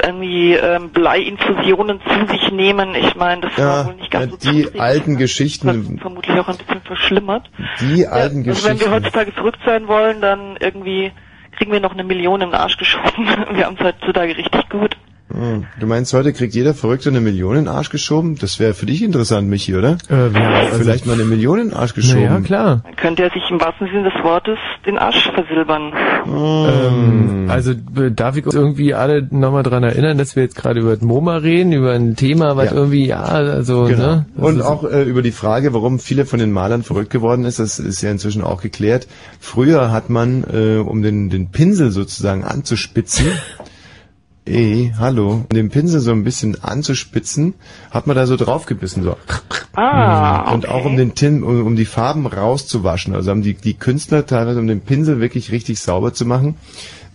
[SPEAKER 26] irgendwie ähm, Bleiinfusionen zu sich nehmen. Ich meine, das war wohl nicht ganz so
[SPEAKER 1] äh, die alten Geschichten,
[SPEAKER 26] vermutlich auch ein bisschen verschlimmert.
[SPEAKER 1] die alten
[SPEAKER 26] Also wenn wir
[SPEAKER 1] Geschichten.
[SPEAKER 26] heutzutage verrückt sein wollen, dann irgendwie kriegen wir noch eine Million im Arsch geschoben. Wir haben es heutzutage richtig gut.
[SPEAKER 1] Ja, Hm. Du meinst, heute kriegt jeder Verrückte eine Million in den Arsch geschoben? Das wäre für dich interessant, Michi, oder?
[SPEAKER 2] Äh, ja, also-
[SPEAKER 1] Vielleicht mal eine Million in den Arsch geschoben.
[SPEAKER 2] Naja, klar.
[SPEAKER 26] Könnte er sich im wahrsten Sinne des Wortes den Arsch versilbern.
[SPEAKER 2] Ähm, also äh, darf ich uns irgendwie alle nochmal dran erinnern, dass wir jetzt gerade über das MoMA reden, über ein Thema, was
[SPEAKER 1] Ja.
[SPEAKER 2] irgendwie, ja, also,
[SPEAKER 1] Genau.
[SPEAKER 2] ne? Das
[SPEAKER 1] Und
[SPEAKER 2] ist-
[SPEAKER 1] auch äh, über die Frage, warum viele von den Malern verrückt geworden ist, das ist ja inzwischen auch geklärt. Früher hat man, äh, um den, den Pinsel sozusagen anzuspitzen, eh, hallo, um den Pinsel so ein bisschen anzuspitzen, hat man da so draufgebissen, so.
[SPEAKER 26] Ah,
[SPEAKER 1] Und auch um den Tin, um, um die Farben rauszuwaschen. Also haben die, die Künstler teilweise, um den Pinsel wirklich richtig sauber zu machen,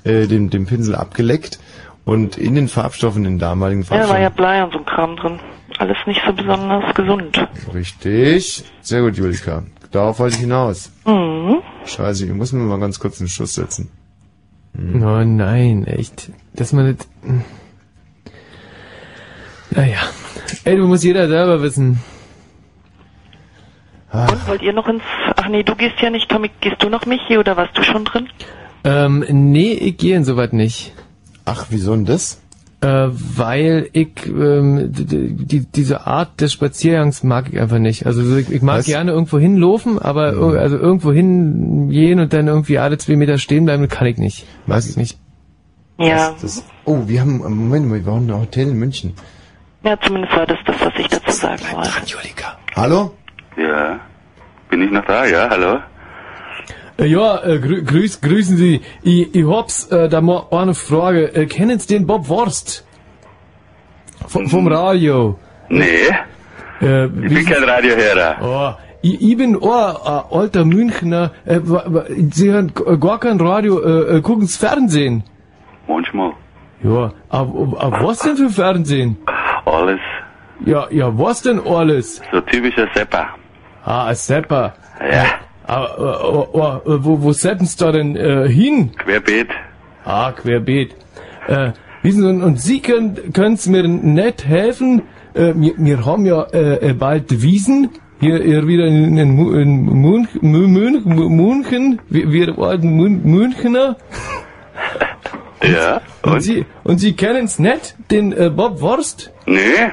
[SPEAKER 1] äh, den, den Pinsel abgeleckt und in den Farbstoffen, in den damaligen
[SPEAKER 26] Ja, war
[SPEAKER 1] Farbstoffen.
[SPEAKER 26] ja Blei und so ein Kram drin. Alles nicht so besonders gesund.
[SPEAKER 1] Richtig. Sehr gut, Julika. Darauf wollte ich hinaus.
[SPEAKER 26] Mhm.
[SPEAKER 1] Scheiße, ich muss mir mal ganz kurz einen Schuss setzen.
[SPEAKER 2] Oh nein, echt. Dass man das. Naja. Ey, du musst jeder selber wissen.
[SPEAKER 1] Ah,
[SPEAKER 2] Ah.
[SPEAKER 26] Und wollt ihr noch ins... Ach nee, du gehst ja nicht, Tommy. Gehst du noch, Michi, oder warst du schon drin?
[SPEAKER 2] Ähm, nee, ich gehe insoweit nicht.
[SPEAKER 1] Ach, wieso denn das?
[SPEAKER 2] Äh, weil ich ähm, d- d- die, diese Art des Spaziergangs mag ich einfach nicht. Also so, ich, ich mag
[SPEAKER 1] Was?
[SPEAKER 2] gerne irgendwo hinlaufen, aber ir- also irgendwo hingehen und dann irgendwie alle zwei Meter stehen bleiben, kann ich nicht.
[SPEAKER 1] Weiß ich nicht.
[SPEAKER 26] Ja.
[SPEAKER 1] Das, das, oh, wir haben, Moment mal, wir haben ein Hotel in München.
[SPEAKER 26] Ja, zumindest war das das, was ich dazu sagen wollte.
[SPEAKER 1] Hallo?
[SPEAKER 8] Ja. Bin ich noch da? Ja, hallo?
[SPEAKER 2] Äh, Ja, äh, grü grüß, grüßen Sie. Ich, ich hab's äh, da mal eine Frage. Äh, kennen Sie den Bob Worst? V vom
[SPEAKER 1] Hm.
[SPEAKER 2] Radio.
[SPEAKER 8] Nee.
[SPEAKER 2] Äh,
[SPEAKER 18] Hm.
[SPEAKER 8] Ich bin kein Radiohörer.
[SPEAKER 2] Oh, ich, ich bin oh, äh, alter Münchner. Äh, wa- wa- Sie hören g- gar kein Radio, äh, äh, gucken's Fernsehen.
[SPEAKER 8] Manchmal.
[SPEAKER 2] Ja, aber ab was denn für Fernsehen?
[SPEAKER 8] Alles.
[SPEAKER 2] Ja, ja, was denn alles?
[SPEAKER 8] So typischer Sepper.
[SPEAKER 2] Ah, ein Sepper. Äh,
[SPEAKER 8] Ja.
[SPEAKER 2] Aber, oh, oh, oh, wo, wo seppen's da denn äh, hin?
[SPEAKER 8] Querbeet.
[SPEAKER 2] Ah, querbeet. Äh, wissen Sie, und, und Sie können, können's mir nicht helfen. Äh, wir, wir haben ja äh, äh, bald Wiesen. Hier, hier wieder in, in, Mu- in Münch, Mü- Münch, Mü- München. Wir, wir alten Mün, Münchner.
[SPEAKER 8] Ja.
[SPEAKER 2] Und, Sie, und Sie kennen's nicht, den äh, Bob Worst?
[SPEAKER 8] Nee.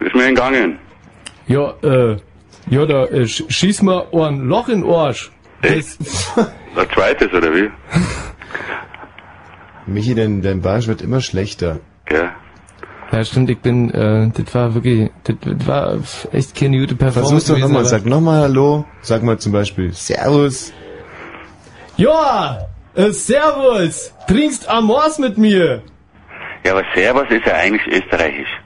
[SPEAKER 8] Ist mir entgangen.
[SPEAKER 2] Ja, äh, ja, da äh, sch- schieß mal ein Loch in den Arsch. Echt?
[SPEAKER 8] Ein zweites, oder wie?
[SPEAKER 1] Michi, dein, dein Barsch wird immer schlechter.
[SPEAKER 8] Ja.
[SPEAKER 2] Ja, stimmt, ich bin, äh, das war wirklich, das, das war echt keine gute Performance.
[SPEAKER 1] Versuch's doch
[SPEAKER 2] gewesen,
[SPEAKER 1] nochmal,
[SPEAKER 2] aber-
[SPEAKER 1] sag nochmal Hallo, sag mal zum Beispiel Servus.
[SPEAKER 2] Ja, äh, servus, trinkst Amors mit mir.
[SPEAKER 8] Ja, aber Servus ist ja eigentlich österreichisch.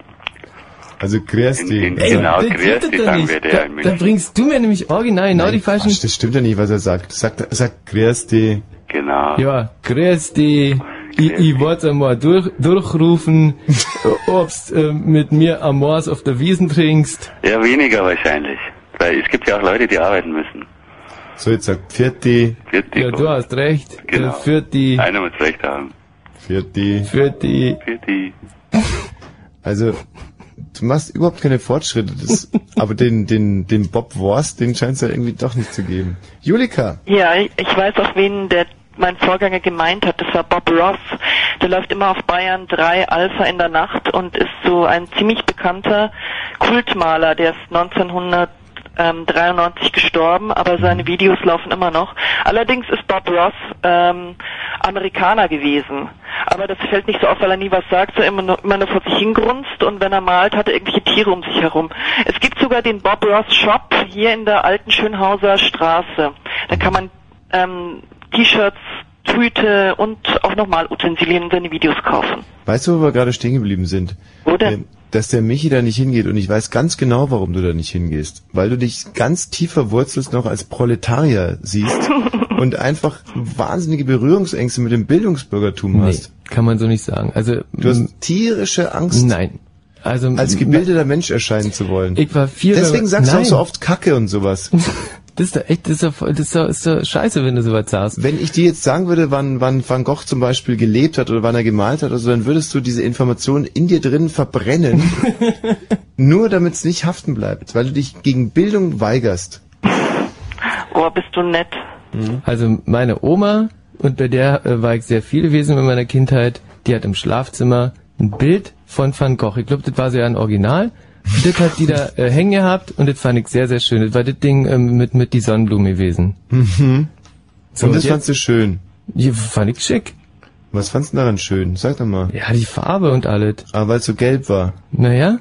[SPEAKER 1] Also grüß dich.
[SPEAKER 8] Genau,
[SPEAKER 2] das
[SPEAKER 8] grüß
[SPEAKER 2] geht
[SPEAKER 8] dich,
[SPEAKER 2] doch
[SPEAKER 8] sagen
[SPEAKER 2] nicht.
[SPEAKER 8] wir
[SPEAKER 2] Da-
[SPEAKER 8] der in
[SPEAKER 2] Da
[SPEAKER 8] München.
[SPEAKER 2] bringst du mir nämlich original genau die falschen...
[SPEAKER 1] Quatsch, das stimmt ja nicht, was er sagt. Sag, sag grüß dich.
[SPEAKER 8] Genau.
[SPEAKER 2] Ja, grüß dich. Ich, ich wollte einmal durch, durchrufen, ob's äh, mit mir Amors auf der Wiesen trinkst.
[SPEAKER 8] Ja, weniger wahrscheinlich. Weil es gibt ja auch Leute, die arbeiten müssen.
[SPEAKER 1] So, jetzt sag Pfirti.
[SPEAKER 8] Pfirti.
[SPEAKER 2] Ja, du hast recht.
[SPEAKER 8] Genau.
[SPEAKER 2] Äh, für die...
[SPEAKER 8] Einer muss recht haben.
[SPEAKER 1] Pfirti.
[SPEAKER 2] Pfirti.
[SPEAKER 8] Pfirti.
[SPEAKER 1] Also, du machst überhaupt keine Fortschritte. Das, aber den, den, den Bob Wurst, den scheint es ja irgendwie doch nicht zu geben. Julika.
[SPEAKER 26] Ja, ich, ich weiß auch, wen der mein Vorgänger gemeint hat. Das war Bob Ross. Der läuft immer auf Bayern 3 Alpha in der Nacht und ist so ein ziemlich bekannter Kultmaler. Der ist 1993 gestorben, aber seine Videos laufen immer noch. Allerdings ist Bob Ross ähm, Amerikaner gewesen. Aber das fällt nicht so auf, weil er nie was sagt, so immer nur, immer nur vor sich hingrunzt und wenn er malt, hat er irgendwelche Tiere um sich herum. Es gibt sogar den Bob Ross Shop hier in der alten Schönhauser Straße. Da kann man ähm, T-Shirts, Tüte und auch nochmal Utensilien in seine Videos kaufen.
[SPEAKER 1] Weißt du, wo wir gerade stehen geblieben sind?
[SPEAKER 26] Oder?
[SPEAKER 1] Ähm, Dass der Michi da nicht hingeht und ich weiß ganz genau, warum du da nicht hingehst. Weil du dich ganz tief verwurzelst noch als Proletarier siehst und einfach wahnsinnige Berührungsängste mit dem Bildungsbürgertum
[SPEAKER 2] Nee,
[SPEAKER 1] hast.
[SPEAKER 2] kann man so nicht sagen. Also
[SPEAKER 1] Du hast tierische Angst.
[SPEAKER 2] Nein. Also
[SPEAKER 1] als gebildeter Mensch erscheinen zu wollen.
[SPEAKER 2] Ich war viel-
[SPEAKER 1] Deswegen sagst du auch
[SPEAKER 2] Nein.
[SPEAKER 1] so oft Kacke und sowas.
[SPEAKER 2] Das ist doch echt, das ist doch, voll- das ist doch, ist doch scheiße, wenn du sowas sagst.
[SPEAKER 1] Wenn ich dir jetzt sagen würde, wann, wann Van Gogh zum Beispiel gelebt hat oder wann er gemalt hat, also dann würdest du diese Information in dir drin verbrennen, nur damit es nicht haften bleibt, weil du dich gegen Bildung weigerst.
[SPEAKER 26] Oh, bist du nett.
[SPEAKER 1] Mhm.
[SPEAKER 2] Also meine Oma, und bei der äh, war ich sehr viel gewesen in meiner Kindheit, die hat im Schlafzimmer ein Bild von Van Gogh. Ich glaube, das war sehr ein Original. Das hat die da äh, hängen gehabt und das fand ich sehr, sehr schön. Das war das Ding ähm, mit, mit die Sonnenblume gewesen.
[SPEAKER 1] Mhm.
[SPEAKER 2] So,
[SPEAKER 1] und das
[SPEAKER 2] jetzt-
[SPEAKER 1] fandst du schön?
[SPEAKER 2] Ja, fand ich schick.
[SPEAKER 1] Was fandst du daran schön? Sag doch mal.
[SPEAKER 2] Ja, die Farbe und alles.
[SPEAKER 1] Aber weil es so gelb war.
[SPEAKER 2] Naja.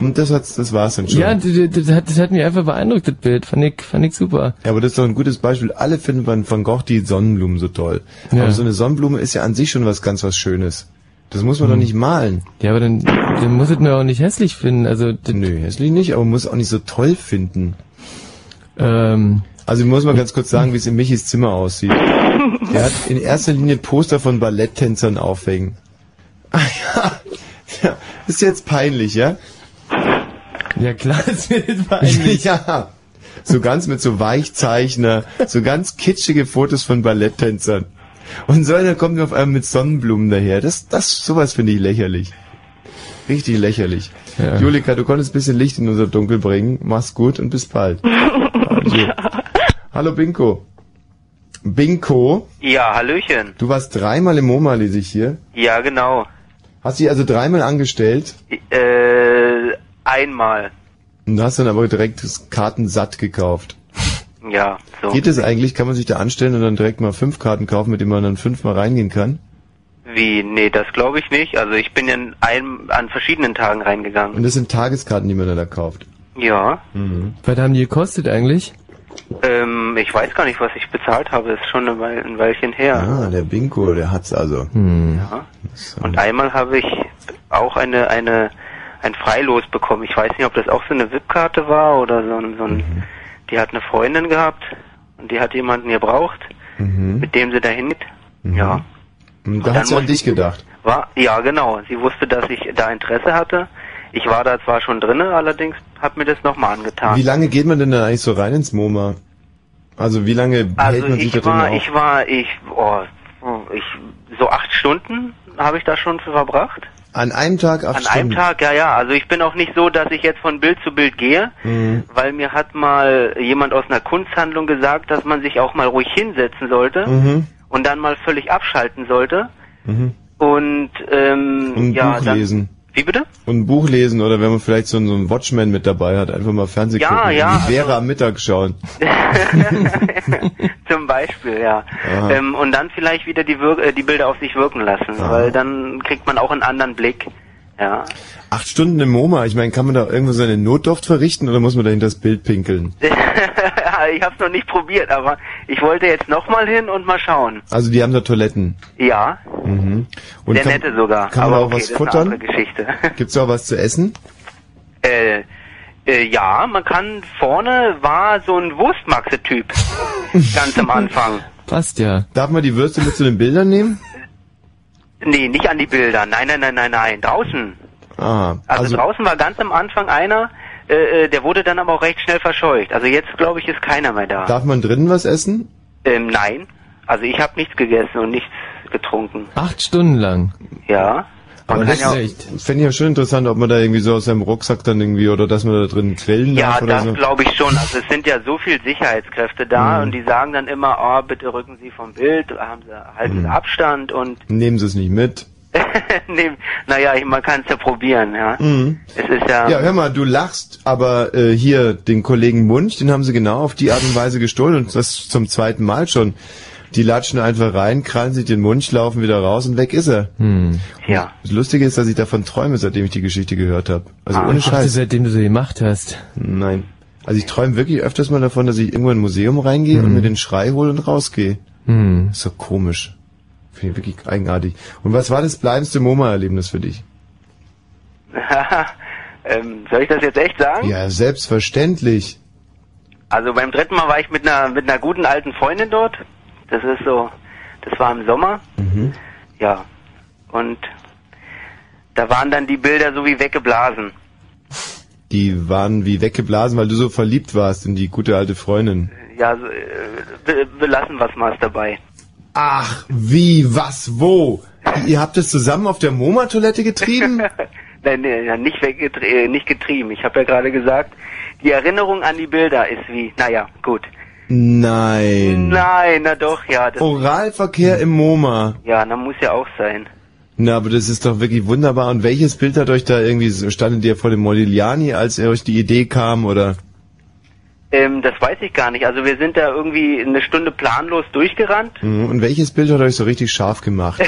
[SPEAKER 1] Und das hat's, das war's dann schon.
[SPEAKER 2] Ja, das, das, das hat, das hat mich einfach beeindruckt, das Bild. Fand ich, fand ich super.
[SPEAKER 1] Ja, aber das ist doch ein gutes Beispiel. Alle finden von Van Gogh die Sonnenblumen so toll.
[SPEAKER 2] Ja.
[SPEAKER 1] Aber so eine Sonnenblume ist ja an sich schon was ganz was Schönes. Das muss man
[SPEAKER 2] Hm.
[SPEAKER 1] doch nicht malen.
[SPEAKER 2] Ja, aber dann, dann muss es mir auch nicht hässlich finden. Also
[SPEAKER 1] Nö, hässlich nicht, aber man muss es auch nicht so toll finden.
[SPEAKER 2] Ähm.
[SPEAKER 1] Also ich muss mal ganz kurz sagen, wie es in Michis Zimmer aussieht. Er hat in erster Linie Poster von Balletttänzern aufhängen. Ah ja. ja, ist jetzt peinlich, ja?
[SPEAKER 2] Ja klar, ist mir das
[SPEAKER 1] peinlich. ja. So ganz mit so Weichzeichner, so ganz kitschige Fotos von Balletttänzern. Und so einer kommt auf einmal mit Sonnenblumen daher. Das, das, sowas finde ich lächerlich. Richtig lächerlich. Julika, du konntest ein bisschen Licht in unser Dunkel bringen. Mach's gut und bis bald. Adieu. Hallo Binko. Binko,
[SPEAKER 16] Ja, Hallöchen.
[SPEAKER 1] du warst dreimal im MoMA, lese ich hier.
[SPEAKER 16] Ja, genau.
[SPEAKER 1] Hast dich also dreimal angestellt
[SPEAKER 16] Äh, einmal.
[SPEAKER 1] und hast dann aber direkt das Karten satt gekauft.
[SPEAKER 16] Ja, so.
[SPEAKER 1] Geht das eigentlich? Kann man sich da anstellen und dann direkt mal fünf Karten kaufen, mit denen man dann fünfmal reingehen kann?
[SPEAKER 16] Wie? Nee, das glaube ich nicht. Also ich bin in einem, an verschiedenen Tagen reingegangen.
[SPEAKER 1] Und das sind Tageskarten, die man dann da kauft.
[SPEAKER 16] Ja.
[SPEAKER 2] Was haben die gekostet eigentlich?
[SPEAKER 16] Ähm, ich weiß gar nicht, was ich bezahlt habe. Ist schon ein Weil- ein Weilchen her.
[SPEAKER 1] Ah, der Binko, der hat's also.
[SPEAKER 16] Ja. Und einmal habe ich auch eine, eine, ein Freilos bekommen. Ich weiß nicht, ob das auch so eine VIP-Karte war oder so ein, so ein, die hat eine Freundin gehabt und die hat jemanden gebraucht, mit dem sie dahin geht. Ja.
[SPEAKER 1] Und
[SPEAKER 16] dann
[SPEAKER 1] Hm, da hat's ja an
[SPEAKER 16] muss-
[SPEAKER 1] dich gedacht.
[SPEAKER 16] War, ja, genau. Sie wusste, dass ich da Interesse hatte. Ich war da zwar schon drinne, allerdings hat mir das nochmal angetan.
[SPEAKER 1] Wie lange geht man denn da eigentlich so rein ins MoMA? Also wie lange
[SPEAKER 16] also
[SPEAKER 1] hält man sich da
[SPEAKER 16] ich
[SPEAKER 1] drin
[SPEAKER 16] war,
[SPEAKER 1] auf?
[SPEAKER 16] ich war, ich, oh, ich, so acht Stunden habe ich da schon für verbracht.
[SPEAKER 1] An einem Tag acht
[SPEAKER 16] An einem
[SPEAKER 1] Stunden.
[SPEAKER 16] Tag, ja, ja. Also ich bin auch nicht so, dass ich jetzt von Bild zu Bild gehe,
[SPEAKER 1] Mhm.
[SPEAKER 16] weil mir hat mal jemand aus einer Kunsthandlung gesagt, dass man sich auch mal ruhig hinsetzen sollte
[SPEAKER 1] Mhm.
[SPEAKER 16] und dann mal völlig abschalten sollte.
[SPEAKER 1] Mhm.
[SPEAKER 16] Und, ähm,
[SPEAKER 1] Und ein
[SPEAKER 16] Hm, ja,
[SPEAKER 1] Buch
[SPEAKER 16] dann,
[SPEAKER 1] lesen.
[SPEAKER 16] Wie bitte?
[SPEAKER 1] Und ein Buch lesen oder wenn man vielleicht so einen, so einen Watchman mit dabei hat, einfach mal Fernsehen
[SPEAKER 16] Ja,
[SPEAKER 1] gucken,
[SPEAKER 16] ja, also-
[SPEAKER 1] die Vera am Mittag schauen.
[SPEAKER 16] Zum Beispiel, ja.
[SPEAKER 1] Aha.
[SPEAKER 16] Ähm, und dann vielleicht wieder die, wir äh, die Bilder auf sich wirken lassen, weil dann kriegt man auch einen anderen Blick. Ja.
[SPEAKER 1] Acht Stunden im MoMA, ich meine, kann man da irgendwo seine Notdurft verrichten oder muss man dahinter das Bild pinkeln?
[SPEAKER 16] ich habe es noch nicht probiert, aber ich wollte jetzt nochmal hin und mal schauen.
[SPEAKER 1] Also die haben da Toiletten.
[SPEAKER 16] Ja,
[SPEAKER 1] Mhm. Und
[SPEAKER 16] sehr
[SPEAKER 1] kann,
[SPEAKER 16] nette sogar.
[SPEAKER 1] Kann man
[SPEAKER 16] aber
[SPEAKER 1] da auch
[SPEAKER 16] okay,
[SPEAKER 1] was
[SPEAKER 16] das ist eine
[SPEAKER 1] futtern?
[SPEAKER 16] andere Geschichte.
[SPEAKER 1] Gibt's da auch was zu essen?
[SPEAKER 16] äh, äh, ja, man kann vorne war so ein Wurstmaxe-Typ. Ganz am Anfang.
[SPEAKER 2] Passt ja.
[SPEAKER 1] Darf man die Würste mit zu den Bildern nehmen?
[SPEAKER 16] Nee, nicht an die Bilder. Nein, nein, nein, nein, nein. Draußen.
[SPEAKER 1] Ah,
[SPEAKER 16] Also,
[SPEAKER 1] also,
[SPEAKER 16] draußen war ganz am Anfang einer, äh, äh, der wurde dann aber auch recht schnell verscheucht. Also jetzt glaube ich ist keiner mehr da.
[SPEAKER 1] darf man drinnen was essen?
[SPEAKER 16] Ähm, nein, also ich habe nichts gegessen und nichts getrunken.
[SPEAKER 2] Acht Stunden lang.
[SPEAKER 16] Ja.
[SPEAKER 1] Aber
[SPEAKER 16] Man
[SPEAKER 1] das
[SPEAKER 16] kann ja, auch,
[SPEAKER 1] fände ich ja schon interessant, ob man da irgendwie so aus seinem Rucksack dann irgendwie oder dass man da drin grillen
[SPEAKER 16] ja,
[SPEAKER 1] darf oder
[SPEAKER 16] das
[SPEAKER 1] so.
[SPEAKER 16] glaube ich schon. Also es sind ja so viel Sicherheitskräfte da
[SPEAKER 1] Mhm.
[SPEAKER 16] und die sagen dann immer, oh, bitte rücken Sie vom Bild, haben Sie, halten Sie
[SPEAKER 1] Mhm.
[SPEAKER 16] Abstand und
[SPEAKER 1] Nehmen Sie es nicht mit.
[SPEAKER 16] nehmen. Naja, ich- man kann es ja probieren, ja.
[SPEAKER 1] Mhm.
[SPEAKER 16] Es ist ja,
[SPEAKER 1] Ja, hör mal, du lachst, aber äh, hier den Kollegen Munch, den haben sie genau auf die Art und Weise gestohlen und das zum zweiten Mal schon. Die latschen einfach rein, krallen sich den Munch, laufen wieder raus und weg ist er.
[SPEAKER 2] Hm.
[SPEAKER 16] Ja.
[SPEAKER 1] Das Lustige ist, dass ich davon träume, seitdem ich die Geschichte gehört habe. Also
[SPEAKER 2] Ah.
[SPEAKER 1] ohne
[SPEAKER 2] Ach,
[SPEAKER 1] Scheiß.
[SPEAKER 2] Seitdem du sie gemacht hast.
[SPEAKER 1] Nein. Also ich träume wirklich öfters mal davon, dass ich irgendwo in ein Museum reingehe und
[SPEAKER 2] Mhm.
[SPEAKER 1] mir den Schrei hole und rausgehe.
[SPEAKER 2] Hm.
[SPEAKER 1] Ist doch komisch. Finde ich wirklich eigenartig. Und was war das bleibendste MoMA-Erlebnis für dich?
[SPEAKER 16] ähm, soll ich das jetzt echt sagen?
[SPEAKER 1] Ja, selbstverständlich.
[SPEAKER 16] Also beim dritten Mal war ich mit einer mit einer guten alten Freundin dort. Das ist so, das war im Sommer.
[SPEAKER 1] Mhm.
[SPEAKER 16] Ja. Und da waren dann die Bilder so wie weggeblasen.
[SPEAKER 1] Die waren wie weggeblasen, weil du so verliebt warst in die gute alte Freundin.
[SPEAKER 16] Ja, so, äh, be- belassen wir es mal dabei.
[SPEAKER 1] Ach, wie, was, wo? Ihr habt es zusammen auf der MoMA-Toilette getrieben?
[SPEAKER 16] Nein, nee, ja, nicht weggetrie- äh, nicht getrieben. Ich habe ja gerade gesagt, die Erinnerung an die Bilder ist wie, naja, gut.
[SPEAKER 1] Nein.
[SPEAKER 16] Nein, na doch, ja. Das,
[SPEAKER 1] Oralverkehr im MoMA.
[SPEAKER 16] Ja, na muss ja auch sein.
[SPEAKER 1] Na, aber das ist doch wirklich wunderbar. Und welches Bild hat euch da irgendwie, standet ihr vor dem Modigliani, als ihr euch die Idee kam, oder?
[SPEAKER 16] Ähm, das weiß ich gar nicht. Also wir sind da irgendwie eine Stunde planlos durchgerannt.
[SPEAKER 1] Mhm. Und welches Bild hat euch so richtig scharf gemacht?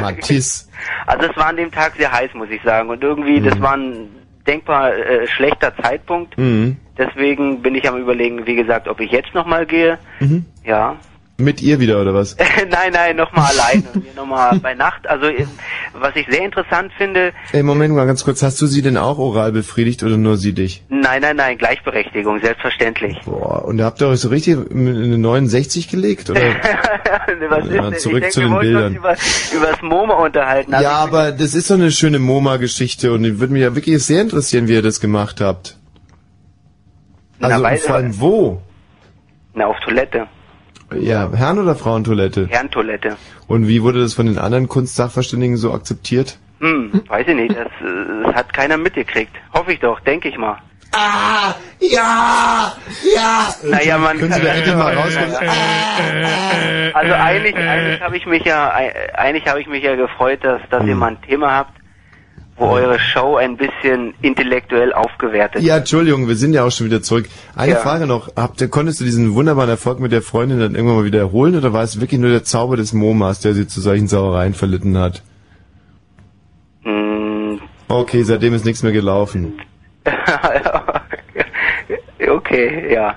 [SPEAKER 1] Matisse.
[SPEAKER 16] Also es war an dem Tag sehr heiß, muss ich sagen. Und irgendwie, das war ein denkbar äh, schlechter Zeitpunkt.
[SPEAKER 1] Mhm.
[SPEAKER 16] Deswegen bin ich am überlegen, wie gesagt, ob ich jetzt nochmal gehe.
[SPEAKER 1] Mhm.
[SPEAKER 16] Ja.
[SPEAKER 1] Mit ihr wieder, oder was?
[SPEAKER 16] nein, nein, nochmal alleine. und hier Nochmal bei Nacht. Also äh, was ich sehr interessant finde,
[SPEAKER 1] Ey, Moment mal ganz kurz, hast du sie denn auch oral befriedigt oder nur sie dich?
[SPEAKER 16] nein, nein, nein, Gleichberechtigung, selbstverständlich.
[SPEAKER 1] Boah, und da habt ihr euch so richtig in eine 69 gelegt, oder?
[SPEAKER 16] was
[SPEAKER 1] Ja,
[SPEAKER 16] denn?
[SPEAKER 1] zurück
[SPEAKER 16] ich denke,
[SPEAKER 1] zu
[SPEAKER 16] wir
[SPEAKER 1] den
[SPEAKER 16] wollten uns
[SPEAKER 1] Bildern.
[SPEAKER 16] über, über das MoMA unterhalten. Also
[SPEAKER 1] ja, aber das ist so eine schöne MoMA-Geschichte und ich würde mich ja wirklich sehr interessieren, wie ihr das gemacht habt.
[SPEAKER 16] Na,
[SPEAKER 1] Also
[SPEAKER 16] weil-
[SPEAKER 1] und vor allem wo?
[SPEAKER 16] Na, auf Toilette.
[SPEAKER 1] Ja, Herren- oder Frauentoilette?
[SPEAKER 16] Herrentoilette.
[SPEAKER 1] Und wie wurde das von den anderen Kunstsachverständigen so akzeptiert?
[SPEAKER 16] Hm, weiß ich nicht. Das, äh, das hat keiner mitgekriegt. Hoffe ich doch, denke ich mal.
[SPEAKER 18] Ah, ja, ja. Äh,
[SPEAKER 16] Naja, man
[SPEAKER 18] Können Sie da endlich mal raus? äh,
[SPEAKER 16] Also eigentlich, eigentlich habe ich mich ja, äh, eigentlich habe ich mich ja gefreut, dass, dass
[SPEAKER 1] Hm.
[SPEAKER 16] ihr mal ein Thema habt, wo eure Show ein bisschen intellektuell aufgewertet.
[SPEAKER 1] Ja, Entschuldigung, wir sind ja auch schon wieder zurück. Eine
[SPEAKER 16] Ja.
[SPEAKER 1] Frage noch. Habt, ihr- konntest du diesen wunderbaren Erfolg mit der Freundin dann irgendwann mal wiederholen oder war es wirklich nur der Zauber des Momas, der sie zu solchen Sauereien verlitten hat? Okay, seitdem ist nichts mehr gelaufen.
[SPEAKER 16] Okay, ja.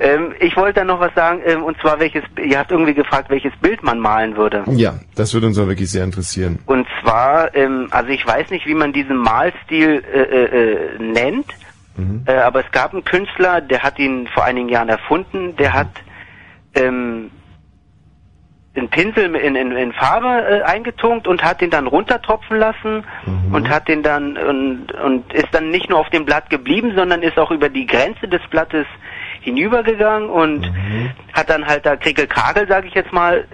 [SPEAKER 16] Ähm, ich wollte da noch was sagen, ähm, und zwar welches, ihr habt irgendwie gefragt, welches Bild man malen würde.
[SPEAKER 1] Ja, das würde uns auch wirklich sehr interessieren.
[SPEAKER 16] Und zwar, ähm, also ich weiß nicht, wie man diesen Malstil äh, äh, äh, nennt, äh, aber es gab einen Künstler, der hat ihn vor einigen Jahren erfunden, der hat ähm, einen Pinsel in, in, in Farbe äh, eingetunkt und hat den dann runtertropfen lassen und hat den dann und, und ist dann nicht nur auf dem Blatt geblieben, sondern ist auch über die Grenze des Blattes hinübergegangen und hat dann halt da Krickelkragel, sage ich jetzt mal,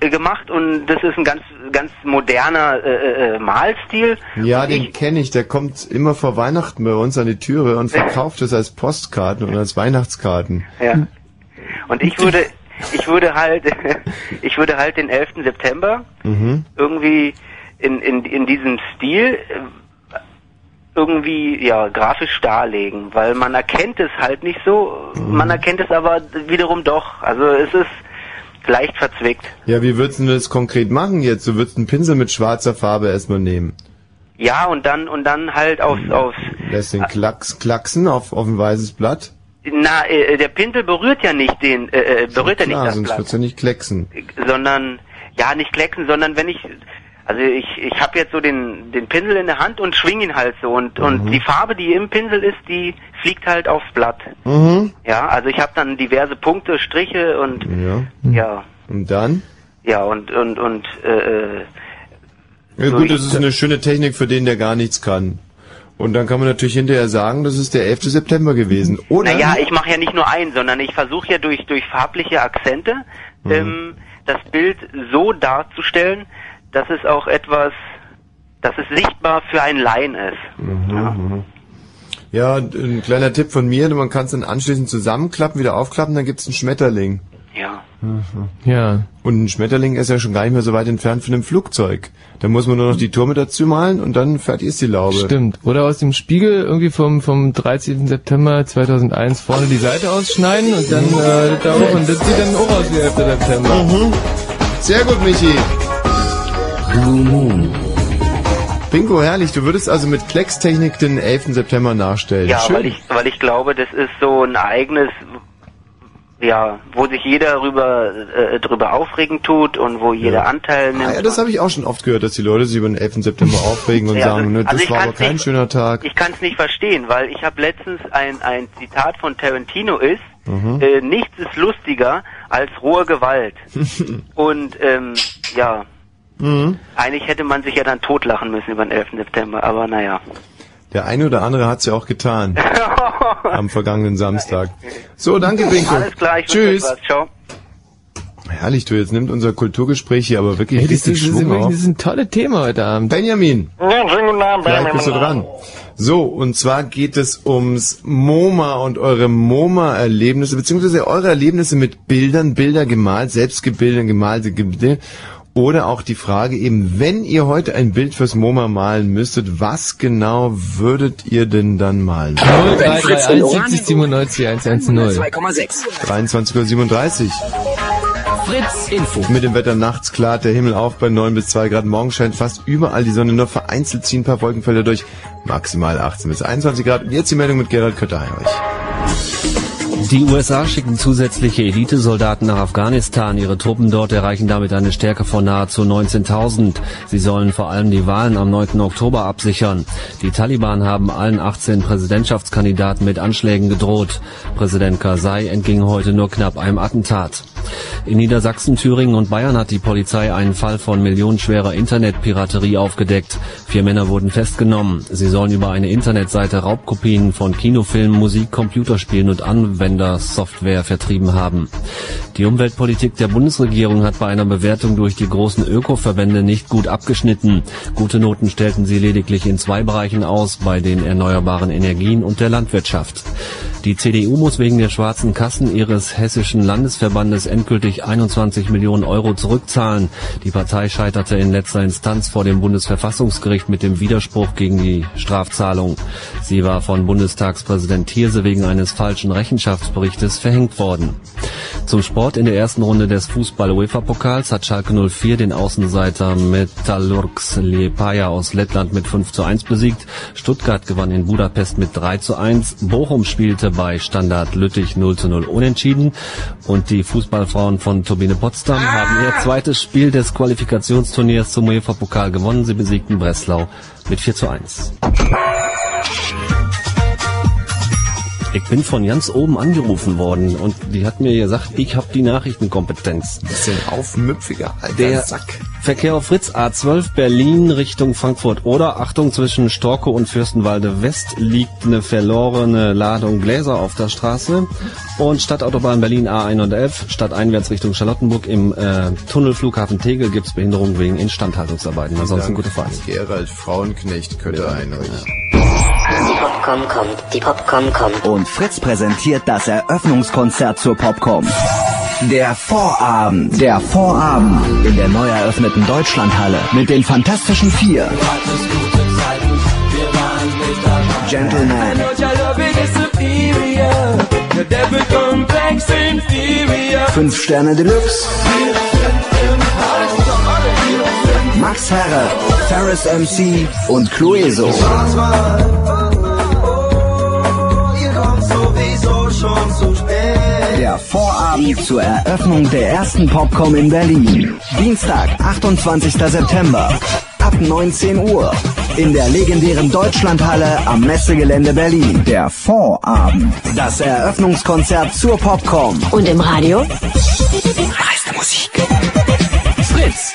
[SPEAKER 16] äh, gemacht und das ist ein ganz ganz moderner äh, äh, Malstil.
[SPEAKER 1] Ja,
[SPEAKER 16] Also
[SPEAKER 1] den kenne ich. Der kommt immer vor Weihnachten bei uns an die Türe und verkauft es als Postkarten und als Weihnachtskarten.
[SPEAKER 16] Ja. Und ich würde ich würde halt ich würde halt den 11. September
[SPEAKER 1] Mhm.
[SPEAKER 16] irgendwie in, in, in diesem Stil äh, irgendwie ja grafisch darlegen, weil man erkennt es halt nicht so, man erkennt es aber wiederum doch. Also es ist leicht verzwickt.
[SPEAKER 1] Ja, wie würdest du das konkret machen jetzt? Du würdest einen Pinsel mit schwarzer Farbe erstmal nehmen.
[SPEAKER 16] Ja, und dann und dann halt auf auf
[SPEAKER 1] Lässt den Klacks, Klacksen auf, auf ein weißes Blatt.
[SPEAKER 16] na äh, der Pinsel berührt ja nicht den äh, äh, berührt ja nicht
[SPEAKER 1] Klar,
[SPEAKER 16] das
[SPEAKER 1] sonst
[SPEAKER 16] Blatt.
[SPEAKER 1] wird's ja nicht klecksen.
[SPEAKER 16] sondern ja nicht klecksen, sondern wenn ich also ich ich habe jetzt so den den Pinsel in der Hand und schwing ihn halt so und und die Farbe, die im Pinsel ist, die fliegt halt aufs Blatt.
[SPEAKER 1] Mhm.
[SPEAKER 16] Ja, also ich habe dann diverse Punkte, Striche und
[SPEAKER 1] Ja.
[SPEAKER 16] ja,
[SPEAKER 1] Und dann?
[SPEAKER 16] ja und und und äh, äh,
[SPEAKER 1] Ja,
[SPEAKER 16] So,
[SPEAKER 1] gut,
[SPEAKER 16] Also ich-
[SPEAKER 1] das ist eine schöne Technik für den, der gar nichts kann. Und dann kann man natürlich hinterher sagen, das ist der 11. September gewesen. Oder?
[SPEAKER 16] naja, ich mache ja nicht nur einen, sondern ich versuche ja durch durch farbliche Akzente
[SPEAKER 1] Mhm.
[SPEAKER 16] ähm, das Bild so darzustellen, dass es auch etwas, dass es sichtbar für einen Laien ist.
[SPEAKER 1] Mhm. Ja, und ein kleiner Tipp von mir, man kann es dann anschließend zusammenklappen, wieder aufklappen, dann gibt's einen Schmetterling.
[SPEAKER 16] Ja.
[SPEAKER 1] Ja. Und ein Schmetterling ist ja schon gar nicht mehr so weit entfernt von einem Flugzeug. Da muss man nur noch die Türme dazu malen und dann fertig ist die Laube.
[SPEAKER 2] Stimmt. Oder aus dem Spiegel irgendwie vom, vom 13. September 2001 vorne die Seite ausschneiden und dann äh, da hoch und das sieht dann auch aus wie 11. September.
[SPEAKER 1] Mhm. Sehr gut, Michi. Blue Moon. Bingo, herrlich. Du würdest also mit Kleckstechnik den 11. September nachstellen.
[SPEAKER 16] Ja,
[SPEAKER 1] Schön.
[SPEAKER 16] weil ich, weil ich glaube, das ist so ein eigenes, ja, wo sich jeder darüber, äh, drüber aufregen tut und wo jeder
[SPEAKER 1] Ja.
[SPEAKER 16] Anteil nimmt.
[SPEAKER 1] Ah, ja, das habe ich auch schon oft gehört, dass die Leute sich über den 11. September aufregen und
[SPEAKER 16] Ja, also-
[SPEAKER 1] sagen, ne, das
[SPEAKER 16] also ich
[SPEAKER 1] war aber
[SPEAKER 16] kann's
[SPEAKER 1] kein
[SPEAKER 16] nicht-
[SPEAKER 1] schöner Tag.
[SPEAKER 16] Ich kann es nicht verstehen, weil ich habe letztens ein, ein Zitat von Tarantino ist,
[SPEAKER 1] Mhm.
[SPEAKER 16] äh, nichts ist lustiger als rohe Gewalt. und ähm, ja,
[SPEAKER 1] Mhm.
[SPEAKER 16] eigentlich hätte man sich ja dann totlachen müssen über den 11. September, aber naja.
[SPEAKER 1] Der eine oder andere hat's ja auch getan. am vergangenen Samstag. So, danke, Binko.
[SPEAKER 16] Alles klar, ich wünsche
[SPEAKER 1] Tschüss.
[SPEAKER 16] euch Was. Ciao.
[SPEAKER 1] Herrlich, du, jetzt nimmt unser Kulturgespräch hier aber wirklich
[SPEAKER 2] Hey, das,
[SPEAKER 1] richtig
[SPEAKER 2] ist, das, ist
[SPEAKER 1] Schwung
[SPEAKER 2] wirklich,
[SPEAKER 1] auf.
[SPEAKER 2] das ist ein tolles Thema heute Abend.
[SPEAKER 1] Benjamin.
[SPEAKER 27] Ja, schönen guten Abend,
[SPEAKER 1] Gleich bist du dran. So, und zwar geht es ums MoMA und eure MoMA-Erlebnisse, beziehungsweise eure Erlebnisse mit Bildern, Bilder gemalt, selbst gebildete, gemalte Gebilde Oder auch die Frage eben, wenn ihr heute ein Bild fürs MoMA malen müsstet, was genau würdet ihr denn dann malen?
[SPEAKER 2] 0331 70 97 110.
[SPEAKER 27] 2,6.
[SPEAKER 1] 23.37 Uhr.
[SPEAKER 27] Fritz Info.
[SPEAKER 1] Mit dem Wetter nachts klart der Himmel auf bei 9 bis 2 Grad. Morgen scheint fast überall die Sonne, nur vereinzelt ziehen ein paar Wolkenfelder durch. Maximal 18 bis 21 Grad. Und jetzt die Meldung mit Gerald Kötter-Heinrich.
[SPEAKER 17] Die USA schicken zusätzliche Elitesoldaten nach Afghanistan. Ihre Truppen dort erreichen damit eine Stärke von nahezu 19.000. Sie sollen vor allem die Wahlen am 9. Oktober absichern. Die Taliban haben allen 18 Präsidentschaftskandidaten mit Anschlägen gedroht. Präsident Karzai entging heute nur knapp einem Attentat. In Niedersachsen, Thüringen und Bayern hat die Polizei einen Fall von millionenschwerer Internetpiraterie aufgedeckt. Vier Männer wurden festgenommen. Sie sollen über eine Internetseite Raubkopien von Kinofilmen, Musik, Computerspielen und Anwendersoftware vertrieben haben. Die Umweltpolitik der Bundesregierung hat bei einer Bewertung durch die großen Ökoverbände nicht gut abgeschnitten. Gute Noten stellten sie lediglich in zwei Bereichen aus, bei den erneuerbaren Energien und der Landwirtschaft. Die CDU muss wegen der schwarzen Kassen ihres hessischen Landesverbandes endgültig 21 Millionen Euro zurückzahlen. Die Partei scheiterte in letzter Instanz vor dem Bundesverfassungsgericht mit dem Widerspruch gegen die Strafzahlung. Sie war von Bundestagspräsident Thierse wegen eines falschen Rechenschaftsberichtes verhängt worden. Zum Sport in der ersten Runde des Fußball-UEFA-Pokals hat Schalke 04 den Außenseiter Metallurgs Liepaja aus Lettland mit 5 zu 1 besiegt. Stuttgart gewann in Budapest mit 3 zu 1. Bochum spielte bei Standard Lüttich 0 zu 0 unentschieden. Und die Fußballfrauen von Turbine Potsdam haben ihr zweites Spiel des Qualifikationsturniers zum UEFA-Pokal gewonnen. Sie besiegten Breslau mit 4 zu 1. Ich bin von ganz oben angerufen worden und die hat mir gesagt, ich habe die Nachrichtenkompetenz. Bisschen aufmüpfiger alter Der
[SPEAKER 1] Sack.
[SPEAKER 17] Verkehr auf Fritz A12 Berlin Richtung Frankfurt oder Achtung zwischen Storkow und Fürstenwalde West liegt eine verlorene Ladung Gläser auf der Straße und Stadtautobahn Berlin A111 stadteinwärts Richtung Charlottenburg im äh, Tunnel Flughafen Tegel gibt's Behinderungen wegen Instandhaltungsarbeiten. Ansonsten gute Fahrt.
[SPEAKER 1] Gerald Frauenknecht Kötter-Heinrich.
[SPEAKER 27] Die Popcorn kommt, die Popcorn kommt.
[SPEAKER 20] Und Fritz präsentiert das Eröffnungskonzert zur Popcom. Der Vorabend. Der Vorabend in der neu eröffneten Deutschlandhalle mit den Fantastischen Vier. Gentlemen. Fünf Sterne Deluxe. Max Herre, Ferris MC und Clueso. Der Vorabend zur Eröffnung der ersten Popcom in Berlin. Dienstag, 28. September. Ab 19 Uhr. In der legendären Deutschlandhalle am Messegelände Berlin. Der Vorabend. Das Eröffnungskonzert zur Popcom. Und im Radio? Meiste Musik. Fritz.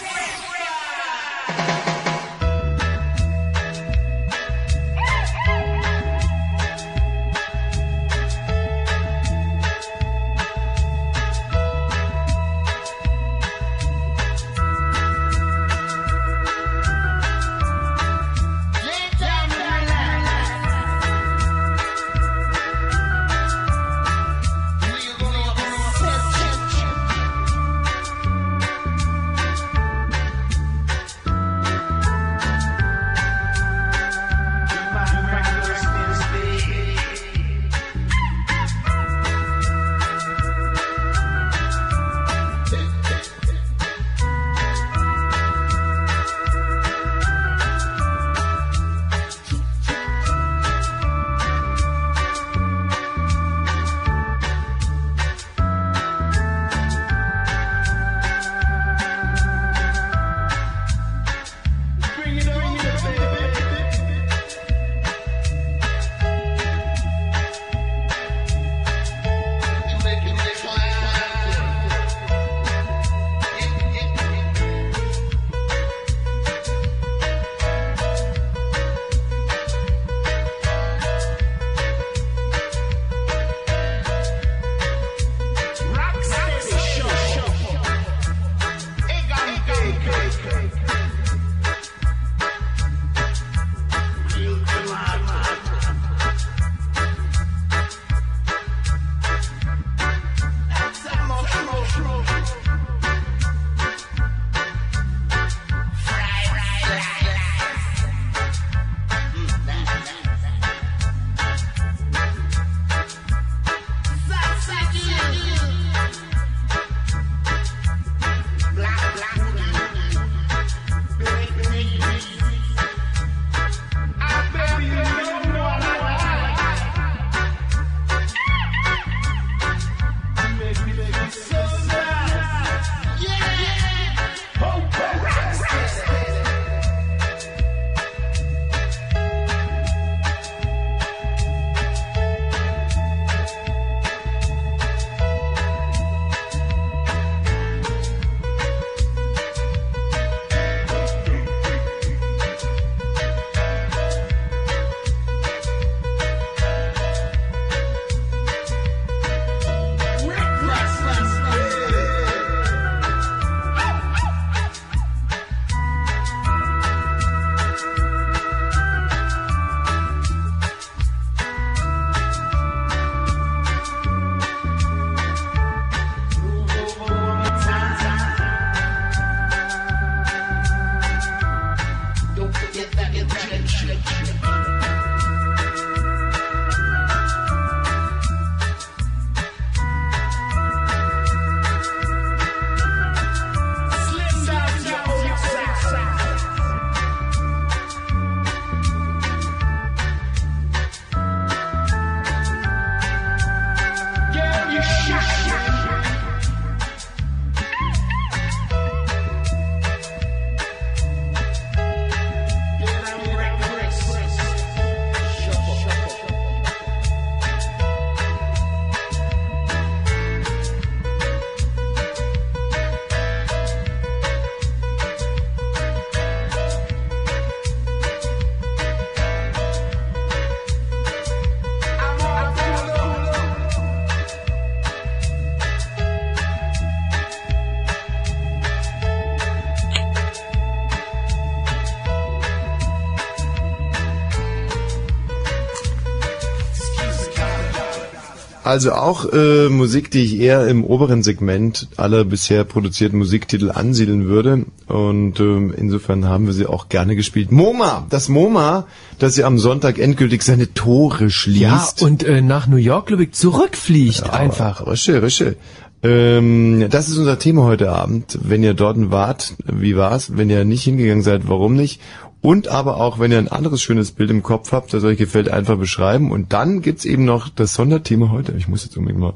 [SPEAKER 1] Also auch äh, Musik, die ich eher im oberen Segment aller bisher produzierten Musiktitel ansiedeln würde. Und ähm, insofern haben wir sie auch gerne gespielt. MoMA, das MoMA, das ja am Sonntag endgültig seine Tore schließt.
[SPEAKER 2] Ja, und äh, nach New York, glaube ich, zurückfliegt einfach.
[SPEAKER 1] Rische, rische. Ähm, das ist unser Thema heute Abend. Wenn ihr dort wart, wie war's? Wenn ihr nicht hingegangen seid, warum nicht? Und aber auch, wenn ihr ein anderes schönes Bild im Kopf habt, das euch gefällt, einfach beschreiben. Und dann gibt's eben noch das Sonderthema heute. Ich muss jetzt unbedingt mal...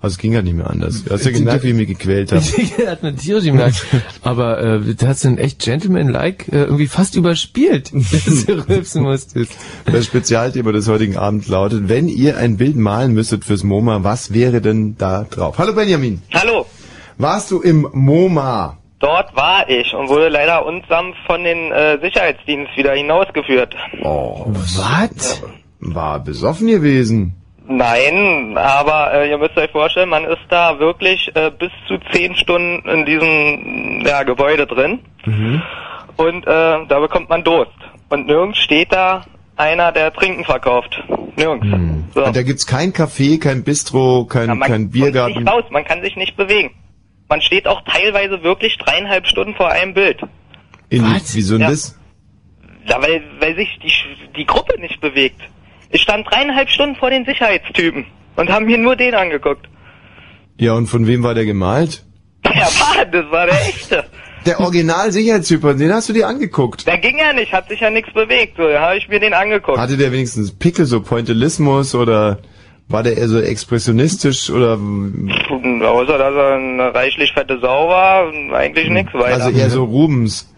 [SPEAKER 1] Also es ging ja nicht mehr anders. Du hast ja gemerkt, wie ich mich gequält habe.
[SPEAKER 2] hat man tierisch gemerkt. Aber äh, das hast du echt gentleman-like äh, irgendwie fast überspielt, dass du rülpsen musstest.
[SPEAKER 1] Das Spezialthema des heutigen Abends lautet, wenn ihr ein Bild malen müsstet fürs MoMA, was wäre denn da drauf? Hallo Benjamin.
[SPEAKER 23] Hallo.
[SPEAKER 1] Warst du im MoMA?
[SPEAKER 23] Dort war ich und wurde leider unsanft von den äh, Sicherheitsdienst wieder hinausgeführt.
[SPEAKER 1] Oh, was? War besoffen gewesen.
[SPEAKER 23] Nein, aber äh, ihr müsst euch vorstellen, man ist da wirklich äh, bis zu zehn Stunden in diesem ja, Gebäude drin
[SPEAKER 18] Mm-hmm.
[SPEAKER 23] und äh, da bekommt man Durst. Und nirgends steht da einer, der Trinken verkauft. Nirgends. So.
[SPEAKER 1] Und da gibt's kein Café, kein Bistro, kein,
[SPEAKER 23] Ja, man
[SPEAKER 1] kein
[SPEAKER 23] kommt
[SPEAKER 1] Biergarten.
[SPEAKER 23] nicht raus, man kann sich nicht bewegen. Man steht auch teilweise wirklich dreieinhalb Stunden vor einem Bild.
[SPEAKER 1] In, wieso denn
[SPEAKER 23] Ja.
[SPEAKER 1] das?
[SPEAKER 23] Ja, weil, weil sich die, Sch- die Gruppe nicht bewegt. Ich stand dreieinhalb Stunden vor den Sicherheitstypen und haben mir nur den angeguckt.
[SPEAKER 1] Ja, und von wem war der gemalt?
[SPEAKER 23] Ja, Mann, das war der echte.
[SPEAKER 1] Der
[SPEAKER 2] Hm.
[SPEAKER 1] Original-Sicherheitstyp, den hast du dir angeguckt.
[SPEAKER 23] Der ging ja nicht, hat sich ja nichts bewegt. So, da habe ich mir den angeguckt.
[SPEAKER 1] Hatte der wenigstens Pickel, so Pointillismus oder war der eher so expressionistisch oder
[SPEAKER 23] Außer, dass er eine reichlich fette Sau war, eigentlich
[SPEAKER 2] Hm.
[SPEAKER 23] nichts weiter.
[SPEAKER 1] also eher so Rubens?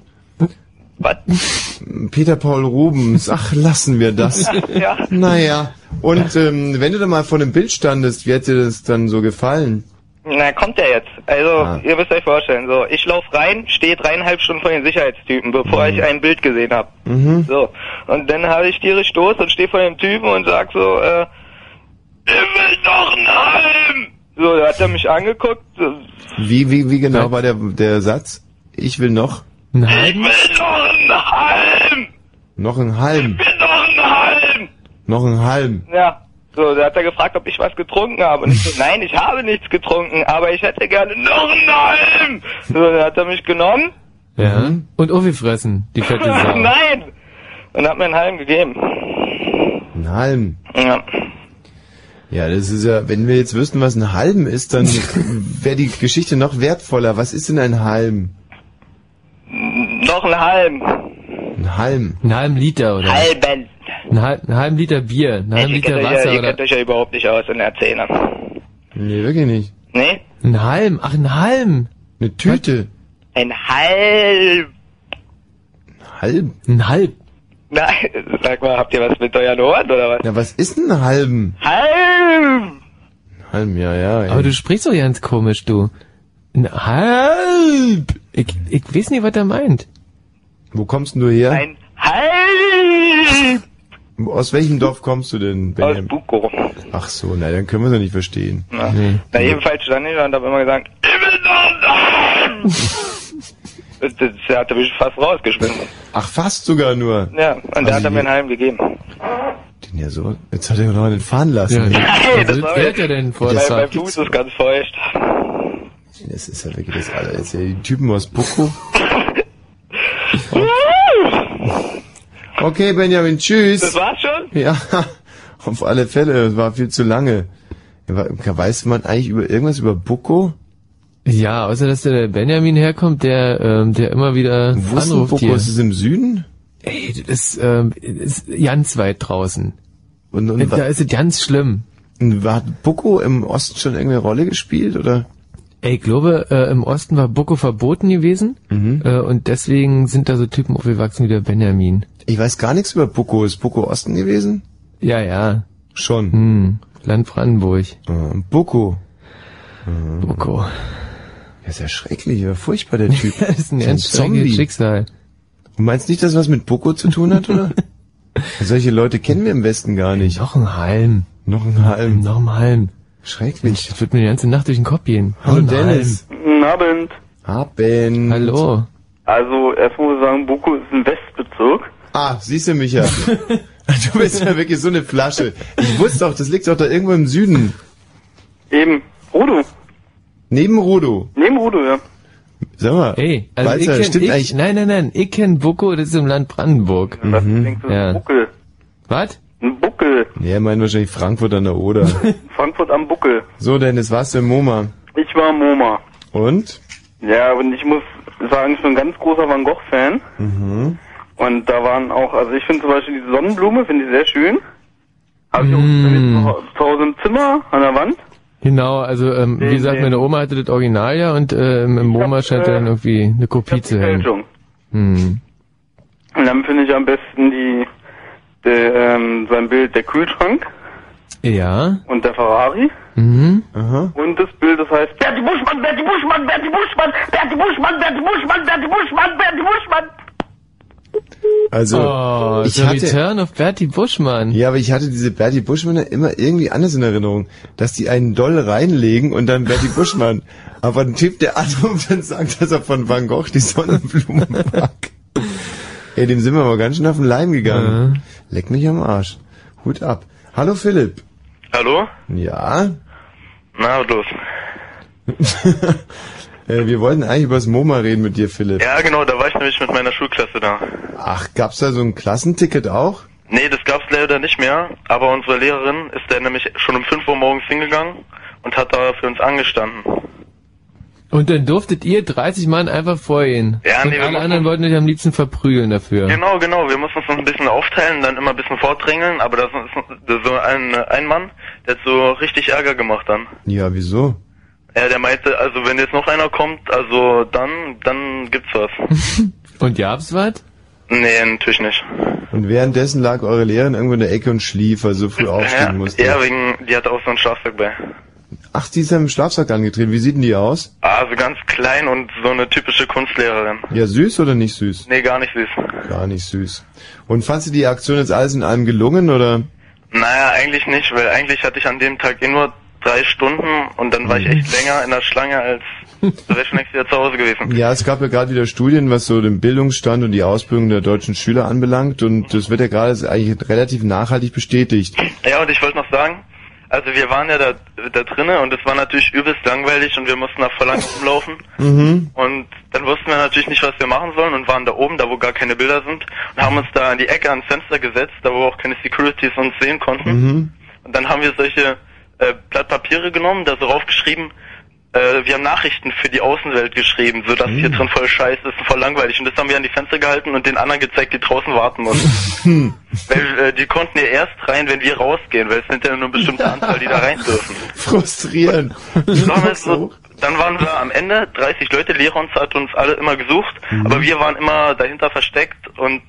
[SPEAKER 1] Was? Peter Paul Rubens, ach lassen wir das.
[SPEAKER 23] ja.
[SPEAKER 1] Naja, und ähm, wenn du da mal vor dem Bild standest, wie hat dir das dann so gefallen?
[SPEAKER 23] Na, kommt der jetzt. Also,
[SPEAKER 1] Ah.
[SPEAKER 23] ihr müsst euch vorstellen, so, ich lauf rein, stehe dreieinhalb Stunden vor den Sicherheitstypen, bevor ich ein Bild gesehen habe.
[SPEAKER 18] Mhm.
[SPEAKER 23] So, und dann habe ich tierisch Stoß und stehe vor dem Typen und sag so, äh, ich will noch einen Halm! So, da hat er mich angeguckt, so,
[SPEAKER 1] Wie, wie, wie genau war der, der Satz? Ich will noch
[SPEAKER 2] Nein.
[SPEAKER 1] Noch ein Halm. Noch ein Halm.
[SPEAKER 23] ja. So, da hat er gefragt, ob ich was getrunken habe. Und ich so, nein, ich habe nichts getrunken, aber ich hätte gerne noch einen Halm! So, da hat er mich genommen,
[SPEAKER 2] Ja. Und aufgefressen, die fette Sau.
[SPEAKER 23] Mhm. nein! Und hat mir einen Halm gegeben.
[SPEAKER 1] Ein Halm.
[SPEAKER 23] Ja.
[SPEAKER 1] Ja, das ist ja, wenn wir jetzt wüssten, was ein Halm ist, dann wäre die Geschichte noch wertvoller. Was ist denn ein Halm?
[SPEAKER 23] Noch einen Halm.
[SPEAKER 1] Ein Halm.
[SPEAKER 2] Ein halben Liter, oder?
[SPEAKER 23] Halben.
[SPEAKER 2] Ein, halb, einen halben Liter Bier, einen halben
[SPEAKER 23] Ihr
[SPEAKER 2] Liter
[SPEAKER 23] kennt euch
[SPEAKER 2] Wasser,
[SPEAKER 23] ja, ihr
[SPEAKER 2] oder?
[SPEAKER 23] kennt euch ja überhaupt nicht aus in der Szene.
[SPEAKER 1] Nee, wirklich nicht.
[SPEAKER 23] Nee?
[SPEAKER 2] Ein halben, ach, ein halben.
[SPEAKER 1] Eine Tüte.
[SPEAKER 23] Ein halb.
[SPEAKER 1] Halm?
[SPEAKER 2] Ein Halm.
[SPEAKER 23] Na, sag mal, habt ihr was mit euren Ohren oder was?
[SPEAKER 1] Na, was ist denn ein Halm?
[SPEAKER 23] Halb!
[SPEAKER 1] Halm, ja, ja.
[SPEAKER 2] Aber du sprichst doch ganz komisch, du. Ein halb. Ich, ich weiß nicht, was er meint.
[SPEAKER 1] Wo kommst denn du her?
[SPEAKER 23] Ein Halm!
[SPEAKER 1] Aus welchem Dorf kommst du denn, Benjamin?
[SPEAKER 23] Aus Buko.
[SPEAKER 1] Ach so, na, dann können wir es ja nicht verstehen.
[SPEAKER 23] Ja. Na, jedenfalls stand ich da und hab immer gesagt, ich will noch einen Halm! Und Das hat er mich fast rausgeschmissen.
[SPEAKER 1] Ach, fast sogar nur. Also
[SPEAKER 23] Ja, und da hat er mir einen Halm gegeben.
[SPEAKER 1] Den ja so, jetzt hat er noch einen fahren lassen.
[SPEAKER 23] Hey, das war
[SPEAKER 1] fährt er denn vor? Das
[SPEAKER 23] Mein, mein
[SPEAKER 1] sagt
[SPEAKER 23] Fuß ist ganz feucht.
[SPEAKER 1] Das ist ja wirklich das allerletzte. Die Typen aus Buko.
[SPEAKER 18] Mm-hmm.
[SPEAKER 1] Okay, Benjamin, tschüss.
[SPEAKER 18] Das war's schon?
[SPEAKER 1] Ja, auf alle Fälle. Es war viel zu lange. Weiß man eigentlich über irgendwas über Buko?
[SPEAKER 2] Ja, außer dass da der Benjamin herkommt, der, ähm, der immer wieder
[SPEAKER 1] Wussten
[SPEAKER 2] anruft
[SPEAKER 1] Buko,
[SPEAKER 2] hier.
[SPEAKER 1] ist es im Süden?
[SPEAKER 2] Ey, das ist, ähm, ist ganz weit draußen.
[SPEAKER 1] Und,
[SPEAKER 2] und da ist es ganz schlimm.
[SPEAKER 1] Hat Buko im Osten schon irgendeine Rolle gespielt, oder?
[SPEAKER 2] Ey, ich glaube, äh, im Osten war Bucco verboten gewesen
[SPEAKER 1] Mhm.
[SPEAKER 2] äh, und deswegen sind da so Typen aufgewachsen wie der Benjamin.
[SPEAKER 1] Ich weiß gar nichts über Buko. Ist Buko Osten gewesen?
[SPEAKER 2] Ja, ja.
[SPEAKER 1] Schon. Ah,
[SPEAKER 2] Hm, Land Brandenburg.
[SPEAKER 1] Buko.
[SPEAKER 2] Buko.
[SPEAKER 1] Ja, ist ja schrecklich, ja, furchtbar, der Typ.
[SPEAKER 2] das ist ein
[SPEAKER 1] So
[SPEAKER 2] ganz schreckliches Schicksal.
[SPEAKER 1] Du meinst nicht, dass was mit Buko zu tun hat, oder? Solche Leute kennen wir im Westen gar nicht.
[SPEAKER 2] Noch ein Halm.
[SPEAKER 1] Noch ein Halm.
[SPEAKER 2] Noch ein Halm.
[SPEAKER 1] Schrecklich.
[SPEAKER 2] Das wird mir die ganze Nacht durch den Kopf gehen.
[SPEAKER 1] Hallo,
[SPEAKER 2] Noch ein
[SPEAKER 1] Dennis.
[SPEAKER 14] Guten Abend.
[SPEAKER 1] Abend.
[SPEAKER 2] Hallo.
[SPEAKER 14] Also, erstmal muss ich sagen, Buko ist ein Westbezirk.
[SPEAKER 1] Ah, siehst du, Micha. Du bist ja wirklich so eine Flasche. Ich wusste doch, das liegt doch da irgendwo im Süden.
[SPEAKER 15] Eben. Rudo.
[SPEAKER 1] Neben Rudo.
[SPEAKER 15] Neben Rudo, ja.
[SPEAKER 1] Sag mal,
[SPEAKER 2] Ey, also
[SPEAKER 1] Walzer,
[SPEAKER 2] ich kenn,
[SPEAKER 1] stimmt
[SPEAKER 2] ich,
[SPEAKER 1] eigentlich...
[SPEAKER 2] Nein, nein, nein. Ich kenn Bucko, das ist im Land Brandenburg. Mhm. Ja.
[SPEAKER 15] Buckel.
[SPEAKER 2] Was?
[SPEAKER 15] Ein Buckel.
[SPEAKER 1] Ja, meinen wahrscheinlich Frankfurt an der Oder.
[SPEAKER 15] Frankfurt am Buckel.
[SPEAKER 1] so, Dennis, warst du im MoMA?
[SPEAKER 15] Ich war Moma.
[SPEAKER 1] Und?
[SPEAKER 15] Ja, und ich muss sagen, ich bin ein ganz großer Van Gogh-Fan.
[SPEAKER 1] Mhm.
[SPEAKER 15] Und da waren auch, also ich finde zum Beispiel die Sonnenblume, finde ich sehr schön.
[SPEAKER 2] Mm.
[SPEAKER 15] Zu Hause im Zimmer, an der Wand.
[SPEAKER 2] Genau, also ähm, wie
[SPEAKER 15] Nee,
[SPEAKER 2] gesagt,
[SPEAKER 15] nee.
[SPEAKER 2] meine Oma hatte das Original ja und äh, im im MoMA scheint
[SPEAKER 15] äh,
[SPEAKER 2] dann irgendwie eine Kopie zu
[SPEAKER 15] Fälschung.
[SPEAKER 2] hängen. Hm.
[SPEAKER 15] Und dann finde ich am besten die, der, ähm, sein Bild der Kühlschrank
[SPEAKER 2] Ja.
[SPEAKER 15] und der Ferrari.
[SPEAKER 2] Mhm.
[SPEAKER 18] Uh-huh.
[SPEAKER 15] Und das Bild, das heißt,
[SPEAKER 18] Berti Buschmann, Berti Buschmann, Berti Buschmann, Berti Buschmann, Berti Buschmann, Berti Buschmann, Berti Buschmann.
[SPEAKER 1] Also,
[SPEAKER 2] Oh,
[SPEAKER 1] ich
[SPEAKER 2] The
[SPEAKER 1] hatte...
[SPEAKER 2] Return of Bertie Buschmann.
[SPEAKER 1] Ja, aber ich hatte diese Bertie Buschmann immer irgendwie anders in Erinnerung, dass die einen doll reinlegen und dann Bertie Buschmann. aber ein Typ, der anruft und sagt, dass er von Van Gogh die Sonnenblumen mag. Ey, dem sind wir aber ganz schön auf den Leim gegangen. Leck mich am Arsch. Hut ab. Hallo Philipp.
[SPEAKER 28] Hallo?
[SPEAKER 1] Ja?
[SPEAKER 28] Na, was los?
[SPEAKER 1] Äh, wir wollten eigentlich über das MoMA reden mit dir, Philipp.
[SPEAKER 28] Ja, genau, da war ich nämlich mit meiner Schulklasse da.
[SPEAKER 1] Ach, gab's da so ein Klassenticket auch?
[SPEAKER 28] Nee, das gab's leider nicht mehr, aber unsere Lehrerin ist da nämlich schon um 5 Uhr morgens hingegangen und hat da für uns angestanden.
[SPEAKER 2] Und dann durftet ihr 30 Mann einfach vorgehen.
[SPEAKER 28] Ja,
[SPEAKER 2] und
[SPEAKER 28] nee, wir
[SPEAKER 2] alle
[SPEAKER 28] mussten-
[SPEAKER 2] anderen wollten euch am liebsten verprügeln dafür.
[SPEAKER 28] Genau, genau, wir mussten uns noch ein bisschen aufteilen, dann immer ein bisschen vordrängeln, aber das ist das ist so ein, ein Mann, der hat so richtig Ärger gemacht dann.
[SPEAKER 1] Ja, wieso?
[SPEAKER 28] Ja, der meinte, also wenn jetzt noch einer kommt, also dann, dann gibt's was.
[SPEAKER 2] Und gab's was?
[SPEAKER 28] nee, natürlich nicht.
[SPEAKER 1] Und währenddessen lag eure Lehrerin irgendwo in der Ecke und schlief, weil sie so früh
[SPEAKER 28] Ja,
[SPEAKER 1] aufstehen musste.
[SPEAKER 28] ja, wegen, die hatte auch so einen Schlafsack bei.
[SPEAKER 1] Ach, die ist ja im Schlafsack angetreten. Wie sieht denn die aus?
[SPEAKER 28] Also ganz klein und so eine typische Kunstlehrerin.
[SPEAKER 1] Ja, süß oder nicht süß?
[SPEAKER 28] Nee, gar nicht süß.
[SPEAKER 1] Gar nicht süß. Und fandst du die Aktion jetzt alles in allem gelungen oder?
[SPEAKER 28] Naja, eigentlich nicht, weil eigentlich hatte ich an dem Tag eh nur drei Stunden und dann war ich echt länger in der Schlange als wäre ich schon längst wieder zu Hause gewesen.
[SPEAKER 1] Ja, es gab ja gerade wieder Studien, was so den Bildungsstand und die Ausbildung der deutschen Schüler anbelangt und das wird ja gerade jetzt eigentlich relativ nachhaltig bestätigt.
[SPEAKER 28] Ja, und ich wollte noch sagen, also wir waren ja da, da drinnen und es war natürlich übelst langweilig und wir mussten da voll lang rumlaufen
[SPEAKER 18] Mhm.
[SPEAKER 28] und dann wussten wir natürlich nicht, was wir machen sollen und waren da oben, da wo gar keine Bilder sind und haben uns da an die Ecke ans Fenster gesetzt, da wo auch keine Securities uns sehen konnten.
[SPEAKER 18] Mhm.
[SPEAKER 28] Und dann haben wir solche äh, Blatt Papiere genommen, da so raufgeschrieben, äh, wir haben Nachrichten für die Außenwelt geschrieben, so dass hier drin voll scheiße ist und voll langweilig. Und das haben wir an die Fenster gehalten und den anderen gezeigt, die draußen warten
[SPEAKER 18] Hmm.
[SPEAKER 28] mussten. weil, äh, die konnten ja erst rein, wenn wir rausgehen, weil es sind ja nur eine bestimmte Anzahl, die da rein dürfen.
[SPEAKER 1] Frustrierend.
[SPEAKER 28] Sagen wir es so, Dann waren wir am Ende 30 Leute, Lehrer uns hat uns alle immer gesucht, aber wir waren immer dahinter versteckt und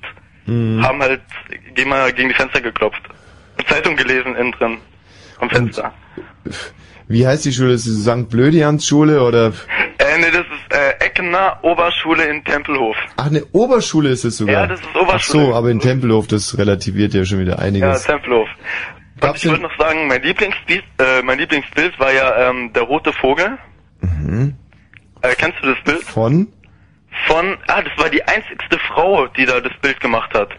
[SPEAKER 1] Mhm.
[SPEAKER 28] haben halt geh mal gegen die Fenster geklopft. Zeitung gelesen innen drin. Am Fenster.
[SPEAKER 1] Wie heißt die Schule? Ist es St. Blödians Schule oder?
[SPEAKER 28] Äh, nee, das ist äh, Eckener Oberschule in Tempelhof.
[SPEAKER 1] Ach, eine Oberschule ist es sogar.
[SPEAKER 28] Ja, das ist
[SPEAKER 1] Ach so, aber in Tempelhof, das relativiert ja schon wieder
[SPEAKER 28] Ja,
[SPEAKER 1] einiges.
[SPEAKER 28] Tempelhof. Und ich wollte noch sagen, mein Lieblingsbild, äh, mein Lieblingsbild war ja ähm, der rote Vogel.
[SPEAKER 1] mhm.
[SPEAKER 28] Äh, kennst du das Bild?
[SPEAKER 1] Von?
[SPEAKER 28] Von, ah, das war die einzigste Frau, die da das Bild gemacht hat.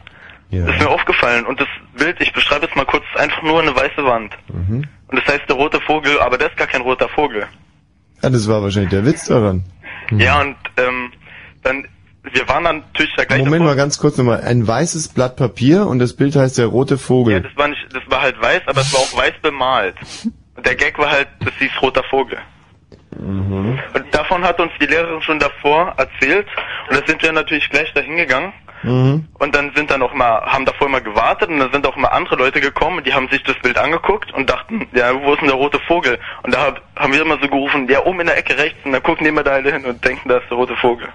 [SPEAKER 28] Das ist mir aufgefallen. Und das Bild, ich beschreibe es mal kurz, ist einfach nur eine weiße Wand.
[SPEAKER 1] Mhm.
[SPEAKER 28] Und das heißt der rote Vogel, aber das ist gar kein roter Vogel.
[SPEAKER 1] Ah, das war wahrscheinlich der Witz daran.
[SPEAKER 28] Ja, und ähm, dann, wir waren dann natürlich da gleich
[SPEAKER 1] Moment mal ganz kurz nochmal. Ein weißes Blatt Papier und das Bild heißt der rote
[SPEAKER 28] Ja,
[SPEAKER 1] Vogel.
[SPEAKER 28] das war nicht, das war halt weiß, aber es war auch weiß bemalt. Und der Gag war halt, das hieß roter Vogel.
[SPEAKER 1] mhm.
[SPEAKER 28] Und davon hat uns die Lehrerin schon davor erzählt. Und da sind wir natürlich gleich dahin gegangen.
[SPEAKER 1] Mhm.
[SPEAKER 28] Und dann sind dann auch mal, haben davor immer gewartet und dann sind auch mal andere Leute gekommen, die haben sich das Bild angeguckt und dachten, ja, wo ist denn der rote Vogel? Und da hab, haben wir immer so gerufen, ja, oben in der Ecke rechts und dann gucken die immer da alle hin und denken, da ist der rote Vogel.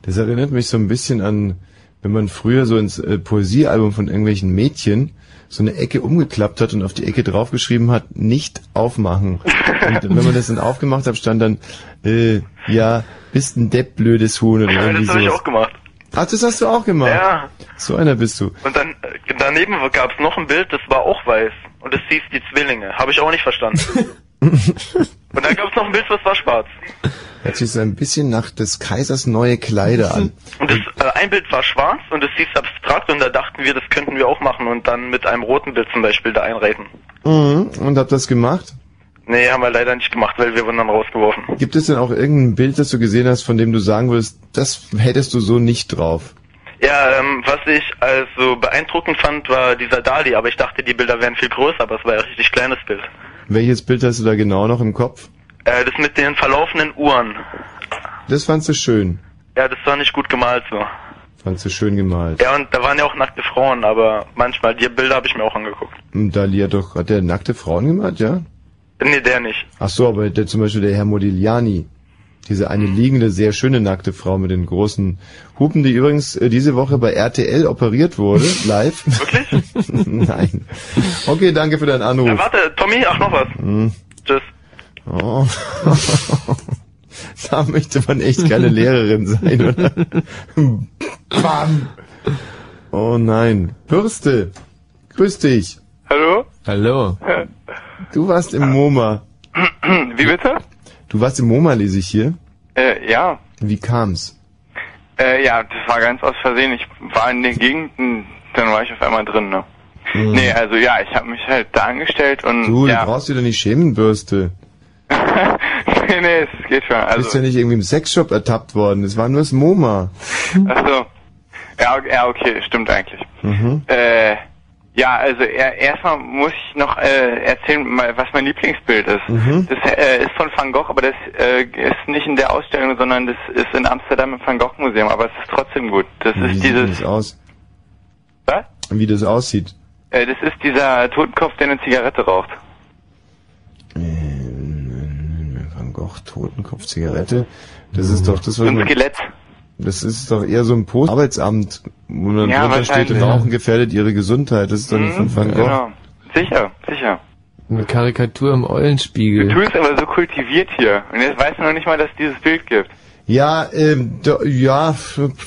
[SPEAKER 1] Das erinnert mich so ein bisschen an, wenn man früher so ins äh, Poesiealbum von irgendwelchen Mädchen so eine Ecke umgeklappt hat und auf die Ecke draufgeschrieben hat, nicht aufmachen. Und wenn man das dann aufgemacht hat, stand dann, äh, ja, bist ein Depp, blödes Huhn oder irgendwie
[SPEAKER 28] das habe ich
[SPEAKER 1] sowas.
[SPEAKER 28] auch gemacht.
[SPEAKER 1] Ach, das hast du auch gemacht?
[SPEAKER 28] Ja.
[SPEAKER 1] So einer bist du.
[SPEAKER 28] Und dann äh, daneben gab es noch ein Bild, das war auch weiß und das hieß die Zwillinge. Habe ich auch nicht verstanden. Und dann gab es noch ein Bild, das war schwarz.
[SPEAKER 1] Er zieht so ein bisschen nach des Kaisers neue Kleider an.
[SPEAKER 28] Und das, äh, ein Bild war schwarz und es hieß abstrakt und da dachten wir, das könnten wir auch machen und dann mit einem roten Bild zum Beispiel da einreden.
[SPEAKER 1] Mhm. Und habt das gemacht?
[SPEAKER 28] Nee, haben wir leider nicht gemacht, weil wir wurden dann rausgeworfen.
[SPEAKER 1] Gibt es denn auch irgendein Bild, das du gesehen hast, von dem du sagen würdest, das hättest du so nicht drauf?
[SPEAKER 28] Ja, ähm, was ich also beeindruckend fand, war dieser Dali, aber ich dachte, die Bilder wären viel größer, aber es war ja ein richtig kleines Bild.
[SPEAKER 1] Welches Bild hast du da genau noch im Kopf?
[SPEAKER 28] Äh, das mit den verlaufenden Uhren.
[SPEAKER 1] Das fandst du schön.
[SPEAKER 28] Ja, das war nicht gut gemalt so.
[SPEAKER 1] Fandst du schön gemalt.
[SPEAKER 28] Ja, und da waren ja auch nackte Frauen, aber manchmal, die Bilder habe ich mir auch angeguckt.
[SPEAKER 1] Und Dali hat doch, hat der nackte Frauen gemalt, ja?
[SPEAKER 28] Nee, der nicht.
[SPEAKER 1] Ach so, aber der, zum Beispiel der Herr Modigliani. Diese eine
[SPEAKER 28] Mhm.
[SPEAKER 1] liegende, sehr schöne nackte Frau mit den großen Hupen, die übrigens äh, diese Woche bei RTL operiert wurde, live. Wirklich? Nein. Okay, danke für deinen Anruf.
[SPEAKER 28] Äh, warte, Tommy, ach noch was.
[SPEAKER 1] Hm.
[SPEAKER 28] Tschüss.
[SPEAKER 1] Oh. da möchte man echt keine Lehrerin sein, oder? Bam. Oh nein. Bürste. Grüß dich.
[SPEAKER 24] Hallo?
[SPEAKER 1] Hallo. Du warst im MoMA.
[SPEAKER 24] Wie bitte?
[SPEAKER 1] Du warst im MoMA, lese ich hier.
[SPEAKER 24] Äh, ja.
[SPEAKER 1] Wie kam's?
[SPEAKER 24] Äh, ja, das war ganz aus Versehen. Ich war in den Gegenden, dann war ich auf einmal drin, ne?
[SPEAKER 1] Mhm.
[SPEAKER 24] Nee, also ja, ich habe mich halt da angestellt und
[SPEAKER 1] Du,
[SPEAKER 24] ja.
[SPEAKER 1] du brauchst wieder nicht Schemenbürste.
[SPEAKER 24] nee, nee, es geht
[SPEAKER 1] Du
[SPEAKER 24] schon.
[SPEAKER 1] bist ja
[SPEAKER 24] Also,
[SPEAKER 1] nicht irgendwie im Sexshop ertappt worden. Es war nur das MoMA.
[SPEAKER 24] ach so. Ja, okay, ja, okay, stimmt eigentlich.
[SPEAKER 1] Mhm.
[SPEAKER 24] Äh, ja, also er, erstmal muss ich noch äh, erzählen, mal, was mein Lieblingsbild ist.
[SPEAKER 1] Mhm.
[SPEAKER 24] Das äh, ist von Van Gogh, aber das äh, ist nicht in der Ausstellung, sondern das ist in Amsterdam im Van Gogh Museum, aber es ist trotzdem gut. Das
[SPEAKER 1] Wie
[SPEAKER 24] ist
[SPEAKER 1] sieht denn
[SPEAKER 24] dieses,
[SPEAKER 1] das aus?
[SPEAKER 24] Was?
[SPEAKER 1] Wie das aussieht.
[SPEAKER 24] äh, das ist dieser Totenkopf, der eine Zigarette raucht.
[SPEAKER 1] Van Gogh, Totenkopf, Zigarette. Das ist doch das, was
[SPEAKER 24] Ein
[SPEAKER 1] man-
[SPEAKER 24] Skelett.
[SPEAKER 1] Das ist doch eher so ein Post Arbeitsamt, wo dann
[SPEAKER 24] Ja,
[SPEAKER 1] drunter steht,
[SPEAKER 24] wahrscheinlich.
[SPEAKER 1] Rauchen gefährdet ihre Gesundheit. Das ist doch nicht von Van Gogh.
[SPEAKER 24] Genau. Sicher, sicher.
[SPEAKER 2] Eine Karikatur im Eulenspiegel.
[SPEAKER 24] Du bist aber so kultiviert hier. Und jetzt weißt du noch nicht mal, dass es dieses Bild gibt.
[SPEAKER 1] Ja, ähm, da, ja,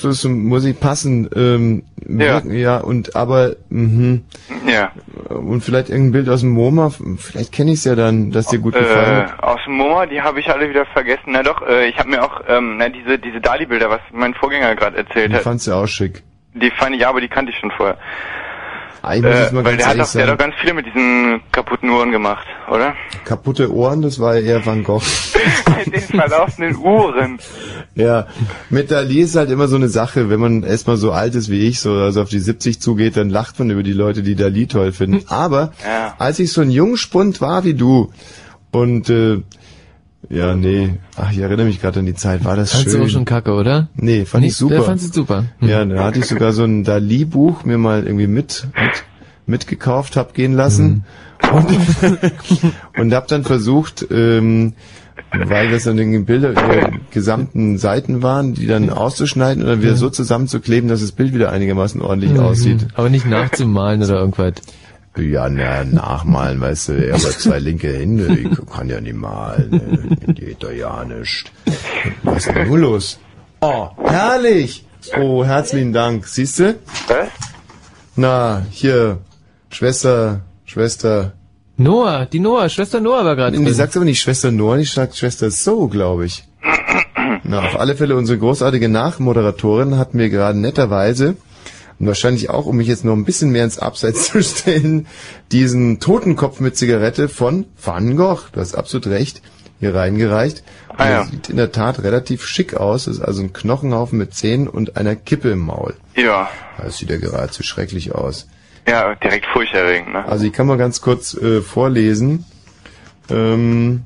[SPEAKER 1] das muss ich passen. Ähm, ja. ja, und aber, mhm.
[SPEAKER 24] Ja.
[SPEAKER 1] Und vielleicht irgendein Bild aus dem MoMA, vielleicht kenne ich es ja dann, dass dir gut gefallen
[SPEAKER 24] Äh,
[SPEAKER 1] hat.
[SPEAKER 24] aus dem MoMA, die habe ich alle wieder vergessen. Na doch, äh, ich habe mir auch ähm, na, diese, diese Dali-Bilder, was mein Vorgänger gerade erzählt
[SPEAKER 1] Ich
[SPEAKER 24] hat,
[SPEAKER 1] fand's ja auch schick.
[SPEAKER 24] die fand ich, aber die kannte ich schon vorher.
[SPEAKER 1] Ah, ich muss jetzt mal
[SPEAKER 24] Äh, weil
[SPEAKER 1] ganz
[SPEAKER 24] der hat,
[SPEAKER 1] ehrlich
[SPEAKER 24] doch, der hat
[SPEAKER 1] sagen.
[SPEAKER 24] doch ganz viele mit diesen kaputten Uhren gemacht, oder?
[SPEAKER 1] Kaputte Ohren, das war eher Van Gogh.
[SPEAKER 24] Mit den verlaufenden Uhren.
[SPEAKER 1] Ja, mit Dali ist halt immer so eine Sache, wenn man erstmal so alt ist wie ich, so also auf die 70 zugeht, dann lacht man über die Leute, die Dali toll finden. Aber
[SPEAKER 24] Ja.
[SPEAKER 1] als ich so ein Jungspund war wie du und äh, ja, nee, ach, ich erinnere mich gerade an die Zeit, war das
[SPEAKER 2] Fandst
[SPEAKER 1] schön.
[SPEAKER 2] du auch schon kacke, oder?
[SPEAKER 1] Nee, fand
[SPEAKER 2] Nee,
[SPEAKER 1] ich super.
[SPEAKER 2] der fand's super.
[SPEAKER 1] Ja, da hatte ich sogar so ein Dali-Buch mir mal irgendwie mit, mit mitgekauft, hab gehen lassen
[SPEAKER 2] Mhm.
[SPEAKER 1] und, und hab dann versucht, ähm, weil das dann irgendwie Bilder über die gesamten Seiten waren, die dann auszuschneiden oder wieder so zusammenzukleben, dass das Bild wieder einigermaßen ordentlich
[SPEAKER 2] Mhm.
[SPEAKER 1] aussieht.
[SPEAKER 2] Aber nicht nachzumalen oder irgendwas.
[SPEAKER 1] Ja, na, nachmalen, weißt du, er hat zwei linke Hände, ich kann ja nicht malen, ne, geht doch ja nicht. Was ist denn nur los? Oh, herrlich! Oh, herzlichen Dank, siehst du? Na, hier, Schwester, Schwester.
[SPEAKER 2] Noah, Ah, die Noah, Schwester Noah war gerade
[SPEAKER 1] Die
[SPEAKER 2] drin.
[SPEAKER 1] sagt aber nicht Schwester Noah, die sagt Schwester So, glaube ich. Na, auf alle Fälle, unsere großartige Nachmoderatorin hat mir gerade netterweise, und wahrscheinlich auch, um mich jetzt noch ein bisschen mehr ins Abseits zu stellen, diesen Totenkopf mit Zigarette von Van Gogh, du hast absolut recht, hier reingereicht. Und
[SPEAKER 24] Ah, ja.
[SPEAKER 1] das Sieht in der Tat relativ schick aus, ist also ein Knochenhaufen mit Zähnen und einer Kippe im Maul.
[SPEAKER 24] Ja.
[SPEAKER 1] Das sieht ja geradezu schrecklich aus.
[SPEAKER 24] Ja, direkt furchterregend, ne?
[SPEAKER 1] Also ich kann mal ganz kurz äh, vorlesen. Ähm,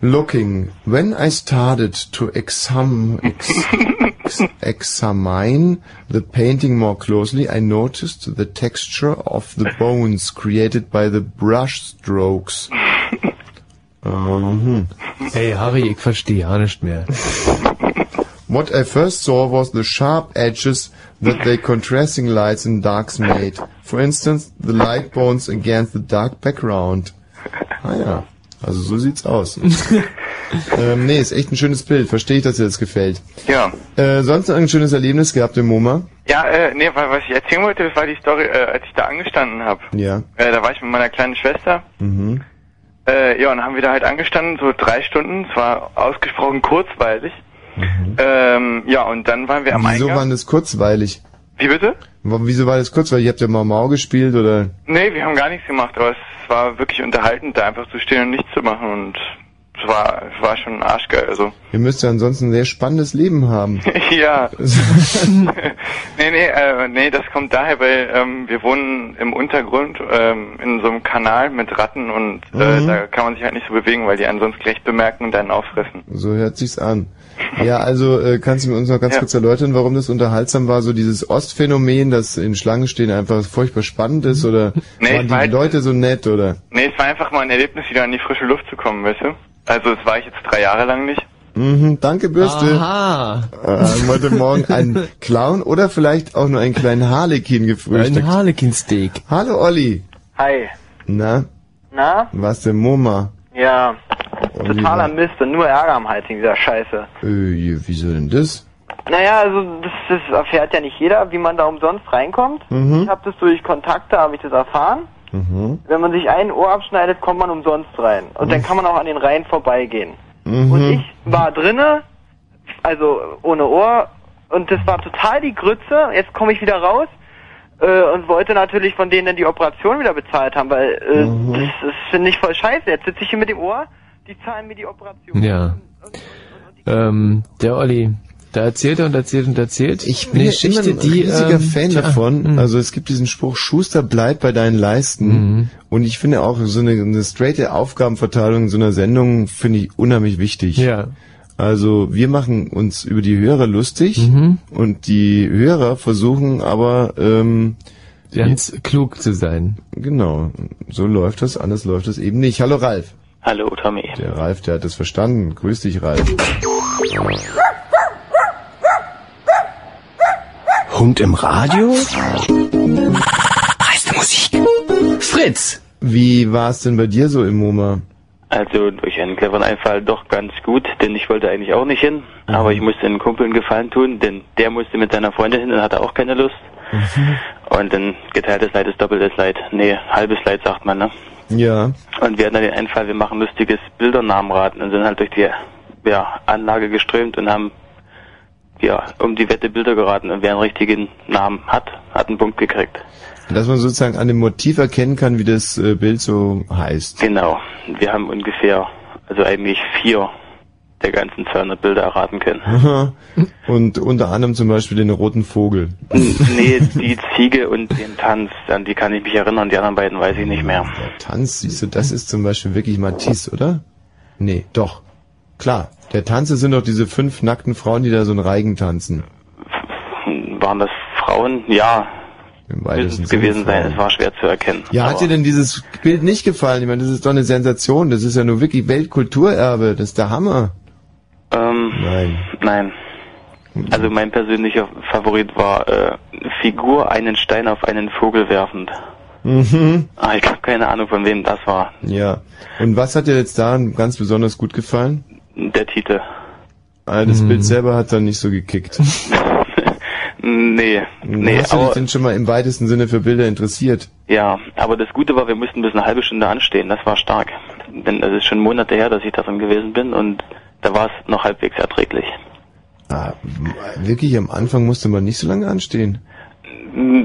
[SPEAKER 1] looking, when I started to exam, ex, ex, examine the painting more closely, I noticed the texture of the bones created by the brush strokes. Mhm.
[SPEAKER 2] Hey Harry, ich verstehe ja nicht mehr.
[SPEAKER 1] What I first saw was the sharp edges that the contrasting lights and darks made. For instance, the light bones against the dark background. Ah ja, also so sieht's aus. ähm, nee, ist echt ein schönes Bild. Verstehe ich, dass dir das gefällt.
[SPEAKER 24] Ja.
[SPEAKER 1] Äh, sonst noch ein schönes Erlebnis gehabt im MoMA?
[SPEAKER 24] Ja, äh, nee, weil was ich erzählen wollte, das war die Story, äh, als ich da angestanden habe.
[SPEAKER 1] Ja.
[SPEAKER 24] Äh, da war ich mit meiner kleinen Schwester.
[SPEAKER 1] Mhm.
[SPEAKER 24] Äh, äh, ja, und haben wir da halt angestanden, so drei Stunden, es war ausgesprochen kurzweilig. Ähm, ja, und dann waren wir am
[SPEAKER 1] Mhm. Wieso
[SPEAKER 24] Eingang.
[SPEAKER 1] war das kurzweilig?
[SPEAKER 24] Wie bitte?
[SPEAKER 1] Wa- Wieso war das kurzweilig? Ihr habt ja Mau Mau gespielt oder?
[SPEAKER 24] Nee, wir haben gar nichts gemacht, aber es war wirklich unterhaltend, da einfach zu stehen und nichts zu machen und es war, es war schon arschgeil, also.
[SPEAKER 1] Ihr müsst ja ansonsten ein sehr spannendes Leben haben.
[SPEAKER 24] ja. nee, nee, äh, nee, das kommt daher, weil ähm, wir wohnen im Untergrund ähm, in so einem Kanal mit Ratten und äh,
[SPEAKER 1] Mhm.
[SPEAKER 24] da kann man sich halt nicht so bewegen, weil die einen sonst gleich bemerken und einen auffressen.
[SPEAKER 1] So hört sich's an. Ja, also äh, kannst du mir uns noch ganz kurz erläutern, warum das unterhaltsam war, so dieses Ostphänomen, dass in Schlangen stehen einfach furchtbar spannend ist oder
[SPEAKER 24] Nee, ich
[SPEAKER 1] waren die
[SPEAKER 24] weiß-
[SPEAKER 1] Leute so nett oder?
[SPEAKER 24] Nee, es war einfach mal ein Erlebnis, wieder in die frische Luft zu kommen, weißt du? Also das war ich jetzt drei Jahre lang nicht.
[SPEAKER 1] Mhm, danke Bürste.
[SPEAKER 2] Aha.
[SPEAKER 1] Äh, heute Morgen einen Clown oder vielleicht auch nur einen kleinen Harlekin gefrühstückt. Ein
[SPEAKER 2] Harlekin-Steak.
[SPEAKER 1] Hallo Olli.
[SPEAKER 7] Hi.
[SPEAKER 1] Na,
[SPEAKER 7] Na?
[SPEAKER 1] was denn Moma?
[SPEAKER 7] Ja.
[SPEAKER 1] Olli,
[SPEAKER 7] Totaler
[SPEAKER 1] wa-
[SPEAKER 7] Mist und nur Ärger am Hals wegen dieser Scheiße.
[SPEAKER 1] Äh, wieso denn das?
[SPEAKER 7] Naja, also das, das erfährt ja nicht jeder, wie man da umsonst reinkommt.
[SPEAKER 1] Mhm.
[SPEAKER 7] Ich habe das durch Kontakte, habe ich das erfahren.
[SPEAKER 1] Mhm.
[SPEAKER 7] Wenn man sich ein Ohr abschneidet, kommt man umsonst rein. Und dann kann man auch an den Reihen vorbeigehen.
[SPEAKER 1] Mhm.
[SPEAKER 7] Und ich war drinne, also ohne Ohr, und das war total die Grütze. Jetzt komme ich wieder raus äh, und wollte natürlich von denen dann die Operation wieder bezahlt haben, weil äh, das, das finde ich voll scheiße. Jetzt sitze ich hier mit dem Ohr, die zahlen mir die Operation.
[SPEAKER 2] Ja. Ähm, der Olli, da erzählt er und erzählt und erzählt. Ich
[SPEAKER 1] bin ja immer ein riesiger Fan
[SPEAKER 2] Ah,
[SPEAKER 1] davon.
[SPEAKER 2] hm.
[SPEAKER 1] Also es gibt diesen Spruch, Schuster bleibt bei deinen Leisten.
[SPEAKER 2] Mhm.
[SPEAKER 1] Und ich finde auch so eine, eine straighte Aufgabenverteilung in so einer Sendung finde ich unheimlich wichtig.
[SPEAKER 2] Ja.
[SPEAKER 1] Also wir machen uns über die Hörer lustig
[SPEAKER 2] Mhm.
[SPEAKER 1] und die Hörer versuchen aber ähm,
[SPEAKER 2] ganz klug zu sein.
[SPEAKER 1] Genau, so läuft das, anders läuft das eben nicht. Hallo Ralf.
[SPEAKER 22] Hallo Tommy.
[SPEAKER 1] Der Ralf, der hat das verstanden. Grüß dich, Ralf.
[SPEAKER 29] Hund im Radio? Heißt Musik.
[SPEAKER 1] Fritz! Wie war es denn bei dir so im MoMA?
[SPEAKER 22] Also durch einen cleveren Einfall doch ganz gut, denn ich wollte eigentlich auch nicht hin, aber ich musste einen Kumpel einen Gefallen tun, denn der musste mit seiner Freundin hin und hatte auch keine Lust. Und dann geteiltes Leid ist doppeltes Leid. Nee, halbes Leid sagt man, ne?
[SPEAKER 1] Ja.
[SPEAKER 22] Und wir hatten dann den Einfall, wir machen lustiges Bildernamenraten und sind halt durch die ja, Anlage geströmt und haben ja, um die Wette Bilder geraten und wer einen richtigen Namen hat, hat einen Punkt gekriegt.
[SPEAKER 1] Dass man sozusagen an dem Motiv erkennen kann, wie das äh, Bild so heißt.
[SPEAKER 22] Genau. Wir haben ungefähr, also eigentlich vier der ganzen 200 Bilder erraten können.
[SPEAKER 1] Aha. Und unter anderem zum Beispiel den roten Vogel.
[SPEAKER 22] nee, die Ziege und den Tanz, an die kann ich mich erinnern, die anderen beiden weiß ich nicht mehr.
[SPEAKER 1] Tanz, siehst du, das ist zum Beispiel wirklich Matisse, oder? Nee, doch. Klar. Der Tanz das sind doch diese fünf nackten Frauen, die da so einen Reigen tanzen.
[SPEAKER 22] Waren das Frauen? Ja.
[SPEAKER 1] Beides
[SPEAKER 22] Müssen es gewesen sein, es war schwer zu erkennen.
[SPEAKER 1] Ja, hat dir denn dieses Bild nicht gefallen? Ich meine, das ist doch eine Sensation. Das ist ja nur wirklich Weltkulturerbe. Das ist der Hammer.
[SPEAKER 22] Ähm,
[SPEAKER 1] nein.
[SPEAKER 22] Nein. Also mein persönlicher Favorit war äh, Figur einen Stein auf einen Vogel werfend.
[SPEAKER 1] Mhm.
[SPEAKER 22] Ah, ich habe keine Ahnung, von wem das war.
[SPEAKER 1] Ja. Und was hat dir jetzt daran ganz besonders gut gefallen?
[SPEAKER 22] Der Titel.
[SPEAKER 1] Ah, das
[SPEAKER 22] Mhm.
[SPEAKER 1] Bild selber hat dann nicht so gekickt.
[SPEAKER 22] Nee, nee,
[SPEAKER 1] Hast du dich
[SPEAKER 22] aber,
[SPEAKER 1] denn schon mal im weitesten Sinne für Bilder interessiert?
[SPEAKER 22] ja, aber das Gute war, wir mussten bis eine halbe Stunde anstehen, das war stark. Denn es ist schon Monate her, dass ich davon gewesen bin und da war es noch halbwegs erträglich.
[SPEAKER 1] Ah, wirklich, am Anfang musste man nicht so lange anstehen.
[SPEAKER 22] Mm,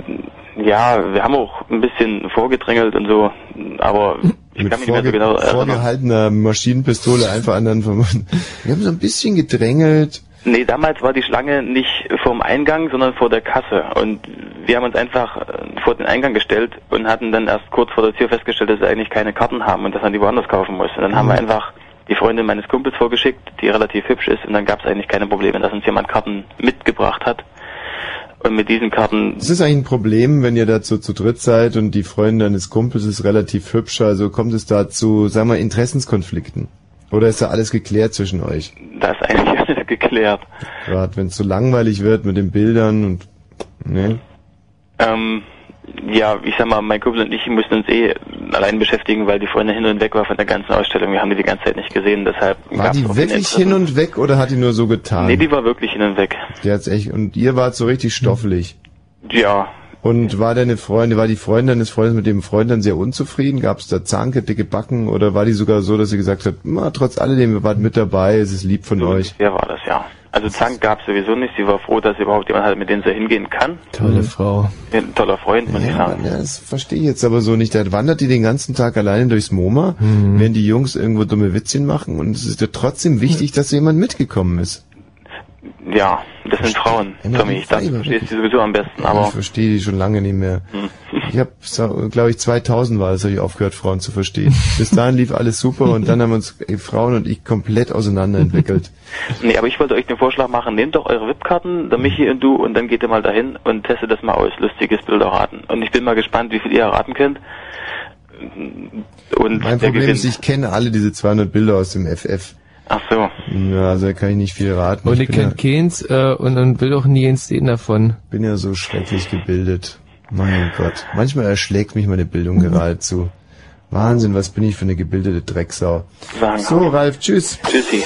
[SPEAKER 22] Ja, wir haben auch ein bisschen vorgedrängelt und so, aber ich kann mich nicht mehr so genau erinnern.
[SPEAKER 1] Vorgehaltener Maschinenpistole einfach anderen vermuten. Wir haben so ein bisschen gedrängelt.
[SPEAKER 22] Nee, damals war die Schlange nicht vorm Eingang, sondern vor der Kasse. Und wir haben uns einfach äh, vor den Eingang gestellt und hatten dann erst kurz vor der Tür festgestellt, dass wir eigentlich keine Karten haben und dass man die woanders kaufen muss. Und dann haben wir
[SPEAKER 1] Mhm.
[SPEAKER 22] einfach die Freundin meines Kumpels vorgeschickt, die relativ hübsch ist, und dann gab es eigentlich keine Probleme, dass uns jemand Karten mitgebracht hat. Und mit diesen Karten
[SPEAKER 1] Es ist eigentlich ein Problem, wenn ihr dazu zu dritt seid und die Freundin deines Kumpels ist relativ hübsch, also kommt es da zu, sagen wir, Interessenskonflikten? Oder ist da alles geklärt zwischen euch?
[SPEAKER 22] Da ist eigentlich alles geklärt.
[SPEAKER 1] Gerade wenn es so langweilig wird mit den Bildern und, ne?
[SPEAKER 22] Ähm, ja, ich sag mal, mein Kumpel und ich mussten uns eh allein beschäftigen, weil die Freundin hin und weg war von der ganzen Ausstellung. Wir haben die die ganze Zeit nicht gesehen, deshalb
[SPEAKER 1] War
[SPEAKER 22] gab's
[SPEAKER 1] die
[SPEAKER 22] auch den
[SPEAKER 1] wirklich hin und weg oder hat die nur so getan?
[SPEAKER 22] Nee, die war wirklich hin und weg.
[SPEAKER 1] Die hat's echt, und ihr wart so richtig stoffelig.
[SPEAKER 22] Ja,
[SPEAKER 1] Und war deine Freundin, war die Freundin deines Freundes mit dem Freund dann sehr unzufrieden? Gab es da Zanke, dicke Backen oder war die sogar so, dass sie gesagt hat, "Ma, trotz alledem, wir waren mit dabei, es ist lieb von euch?
[SPEAKER 22] Wer war das, ja. Also Zank gab es sowieso nicht. Sie war froh, dass sie überhaupt jemanden hatte, mit dem sie hingehen kann.
[SPEAKER 1] Tolle Frau.
[SPEAKER 22] Ein toller Freund, muss ich
[SPEAKER 1] Mhm. Ja,
[SPEAKER 22] sagen.
[SPEAKER 1] ja, das verstehe ich jetzt aber so nicht. Da wandert die den ganzen Tag alleine durchs MoMA, während die Jungs irgendwo dumme Witzchen machen und es ist ja trotzdem wichtig, dass jemand mitgekommen ist.
[SPEAKER 22] Ja, das sind Frauen, Tommy. Ich dachte, du verstehst sie sowieso am besten,
[SPEAKER 1] Aber ich
[SPEAKER 22] aber Mhm.
[SPEAKER 1] verstehe die schon lange nicht mehr. Ich habe, glaube ich, 2000 war das, habe ich aufgehört, Frauen zu verstehen. Bis dahin lief alles super und dann haben uns äh, Frauen und ich komplett auseinanderentwickelt.
[SPEAKER 22] nee, aber ich wollte euch den Vorschlag machen, nehmt doch eure VIP-Karten, der Michi und du, und dann geht ihr mal dahin und testet das mal aus. Lustiges Bilderraten. Und ich bin mal gespannt, wie viel ihr erraten könnt. Und
[SPEAKER 1] Mein
[SPEAKER 22] der
[SPEAKER 1] Problem
[SPEAKER 22] gewinnt.
[SPEAKER 1] ist, ich kenne alle diese 200 Bilder aus dem FF.
[SPEAKER 22] Ach so.
[SPEAKER 1] Ja, also da kann ich nicht viel raten.
[SPEAKER 2] Und
[SPEAKER 1] ich
[SPEAKER 2] ihr
[SPEAKER 1] bin, ja,
[SPEAKER 2] kennt keins äh, und, und will auch nie ins Sehen davon.
[SPEAKER 1] bin ja so schrecklich gebildet. Mein Oh Gott. Manchmal erschlägt mich meine Bildung geradezu. Wahnsinn, was bin ich für eine gebildete Drecksau. So, Ralf, tschüss.
[SPEAKER 22] Tschüssi.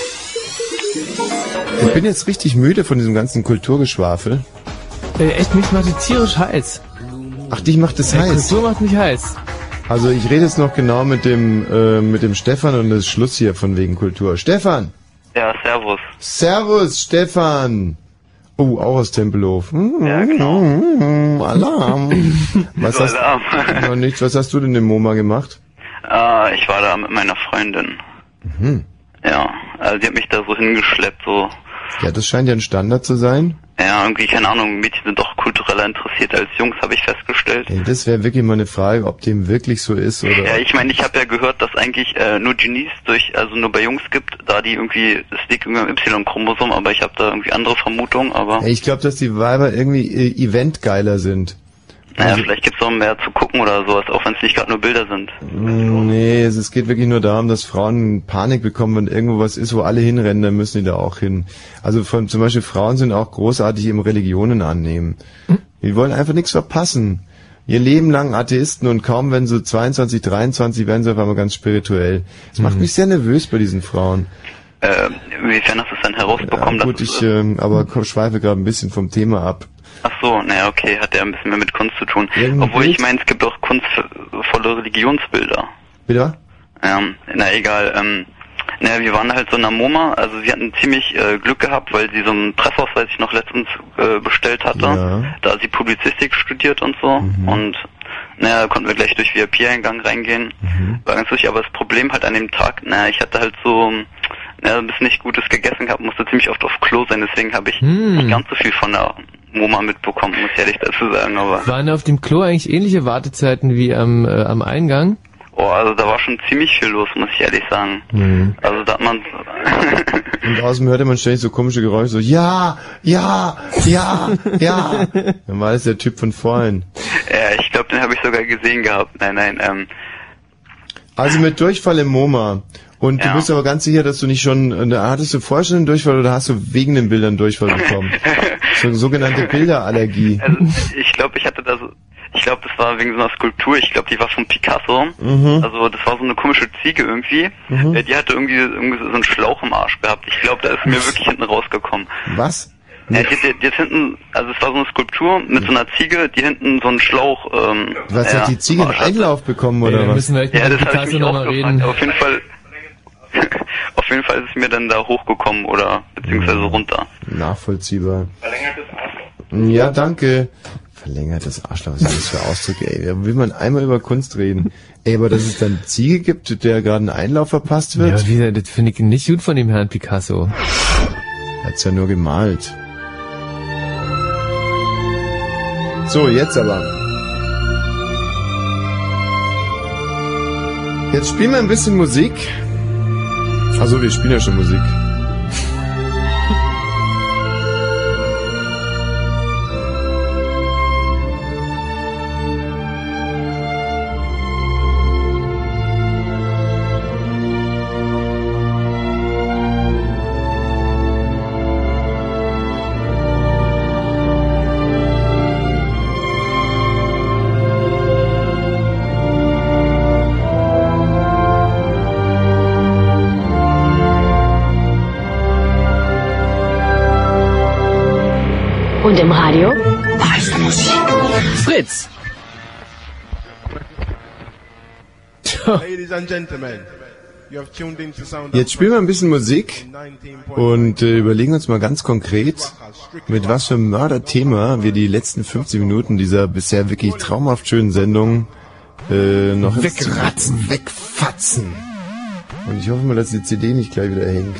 [SPEAKER 1] Ich bin jetzt richtig müde von diesem ganzen Kulturgeschwafel.
[SPEAKER 2] Äh, echt, mich macht die tierisch heiß.
[SPEAKER 1] Ach, dich macht es heiß.
[SPEAKER 2] Kultur macht mich heiß.
[SPEAKER 1] Also ich rede jetzt noch genau mit dem äh, mit dem Stefan und das ist Schluss hier von wegen Kultur. Stefan,
[SPEAKER 28] Ja, servus.
[SPEAKER 1] Servus, Stefan. Oh, auch aus Tempelhof. Hm, Ja,
[SPEAKER 28] genau.
[SPEAKER 1] hm, Alarm. Was
[SPEAKER 28] Wieso
[SPEAKER 1] hast
[SPEAKER 28] Alarm?
[SPEAKER 1] Noch nichts. Was hast du denn im MoMA gemacht?
[SPEAKER 8] Ah, ich war da mit meiner Freundin.
[SPEAKER 1] Mhm.
[SPEAKER 8] Ja, also die hat mich da so hingeschleppt, so.
[SPEAKER 1] Ja, das scheint ja ein Standard zu sein.
[SPEAKER 8] Ja, irgendwie, keine Ahnung, Mädchen sind doch kultureller interessiert als Jungs, habe ich festgestellt.
[SPEAKER 1] Ey, das wäre wirklich mal eine Frage, ob dem wirklich so ist oder.
[SPEAKER 8] Ja, ich meine, ich habe ja gehört, dass eigentlich äh, nur Genies durch, also nur bei Jungs gibt, da die irgendwie, es liegt irgendwie am Y-Chromosom, aber ich habe da irgendwie andere Vermutungen, aber
[SPEAKER 1] Ey, ich glaube, dass die Weiber irgendwie äh, eventgeiler sind. also
[SPEAKER 8] naja, vielleicht gibt's auch mehr zu gucken oder sowas, auch wenn es nicht gerade nur Bilder sind.
[SPEAKER 1] Mm, Nee, es, es geht wirklich nur darum, dass Frauen Panik bekommen, wenn irgendwo was ist, wo alle hinrennen, dann müssen die da auch hin. Also von, zum Beispiel Frauen sind auch großartig im Religionen annehmen. Die wollen einfach nichts verpassen. Ihr Leben lang Atheisten und kaum wenn sie 22, 23 werden sie auf einmal ganz spirituell. Das macht mich sehr nervös bei diesen Frauen.
[SPEAKER 8] Äh, inwiefern hast du es dann herausbekommen?
[SPEAKER 1] Gut, ich ähm, aber ko- schweife gerade ein bisschen vom Thema ab.
[SPEAKER 8] Ach so, naja, okay, hat ja ein bisschen mehr mit Kunst zu tun. Obwohl ich meine, es gibt auch kunstvolle Religionsbilder.
[SPEAKER 1] Bitte?
[SPEAKER 8] Ähm, na egal, ähm, naja, wir waren halt so in der MoMA, also sie hatten ziemlich äh, Glück gehabt, weil sie so einen Presseausweis ich noch letztens äh, bestellt hatte. Da hat sie Publizistik studiert und so und naja, konnten wir gleich durch VIP-Eingang reingehen. War ganz lustig, aber das Problem halt an dem Tag, naja, ich hatte halt so naja, ein bisschen nicht Gutes gegessen gehabt, musste ziemlich oft auf Klo sein, deswegen habe ich
[SPEAKER 2] Hm.
[SPEAKER 8] nicht ganz so viel von der MoMA mitbekommen, muss ich ehrlich dazu sagen, aber
[SPEAKER 2] Waren auf dem Klo eigentlich ähnliche Wartezeiten wie am, äh, am Eingang?
[SPEAKER 8] oh, also da war schon ziemlich viel los, muss ich ehrlich sagen.
[SPEAKER 1] Mhm.
[SPEAKER 8] Also da hat man
[SPEAKER 1] Und außen hörte man ständig so komische Geräusche, so ja, ja, ja, ja. Dann war das der Typ von vorhin.
[SPEAKER 8] Ja, ich glaube, den habe ich sogar gesehen gehabt. Nein, nein, ähm,
[SPEAKER 1] Also mit Durchfall im MoMA. Und du bist aber ganz sicher, dass du nicht schon, äh, hattest du vorher schon einen Durchfall oder hast du wegen den Bildern Durchfall bekommen? so eine sogenannte Bilderallergie.
[SPEAKER 8] also, ich glaube, ich hatte da so, ich glaube, das war wegen so einer Skulptur. Ich glaube, die war von Picasso.
[SPEAKER 1] Mhm.
[SPEAKER 8] Also das war so eine komische Ziege irgendwie.
[SPEAKER 1] Mhm.
[SPEAKER 8] Äh, Die hatte irgendwie, irgendwie so einen Schlauch im Arsch gehabt. Ich glaube, da ist mir wirklich hinten rausgekommen.
[SPEAKER 1] Was?
[SPEAKER 8] Ja, die, die, die hat hinten, also es war so eine Skulptur mit so einer Ziege, die hinten so einen Schlauch. Ähm,
[SPEAKER 1] Was
[SPEAKER 8] ja,
[SPEAKER 1] hat die Ziege
[SPEAKER 8] im
[SPEAKER 1] einen
[SPEAKER 8] Arsch hatte.
[SPEAKER 1] Einlauf bekommen
[SPEAKER 2] Ey,
[SPEAKER 1] oder
[SPEAKER 2] da
[SPEAKER 1] was?
[SPEAKER 2] müssen wir echt
[SPEAKER 8] Ja,
[SPEAKER 2] mit
[SPEAKER 8] das
[SPEAKER 2] Picasso
[SPEAKER 8] habe ich mich
[SPEAKER 2] noch
[SPEAKER 8] auch
[SPEAKER 2] mal
[SPEAKER 8] gefragt.
[SPEAKER 2] reden.
[SPEAKER 8] Auf jeden Fall, auf jeden Fall ist es mir dann da hochgekommen oder beziehungsweise runter.
[SPEAKER 1] Nachvollziehbar. Ja, danke. Verlängertes Arschloch, was ist das für Ausdrücke, ey? Da Will man einmal über Kunst reden? Ey, aber dass es dann Ziege gibt, der gerade einen Einlauf verpasst wird?
[SPEAKER 2] Ja, wie gesagt, das finde ich nicht gut von dem Herrn Picasso.
[SPEAKER 1] Hat's ja nur gemalt. So, jetzt aber. Jetzt spielen wir ein bisschen Musik. Also wir spielen ja schon Musik.
[SPEAKER 13] Und im Radio? Weiße Musik.
[SPEAKER 17] Fritz.
[SPEAKER 10] Ladies and gentlemen, you have tuned in to sound
[SPEAKER 1] Jetzt spielen wir ein bisschen Musik und äh, überlegen uns mal ganz konkret, mit was für einem Mörderthema wir die letzten 15 Minuten dieser bisher wirklich traumhaft schönen Sendung äh, noch ins-
[SPEAKER 18] Wegratzen.
[SPEAKER 1] wegfatzen. Und ich hoffe mal, dass die CD nicht gleich wieder hängt.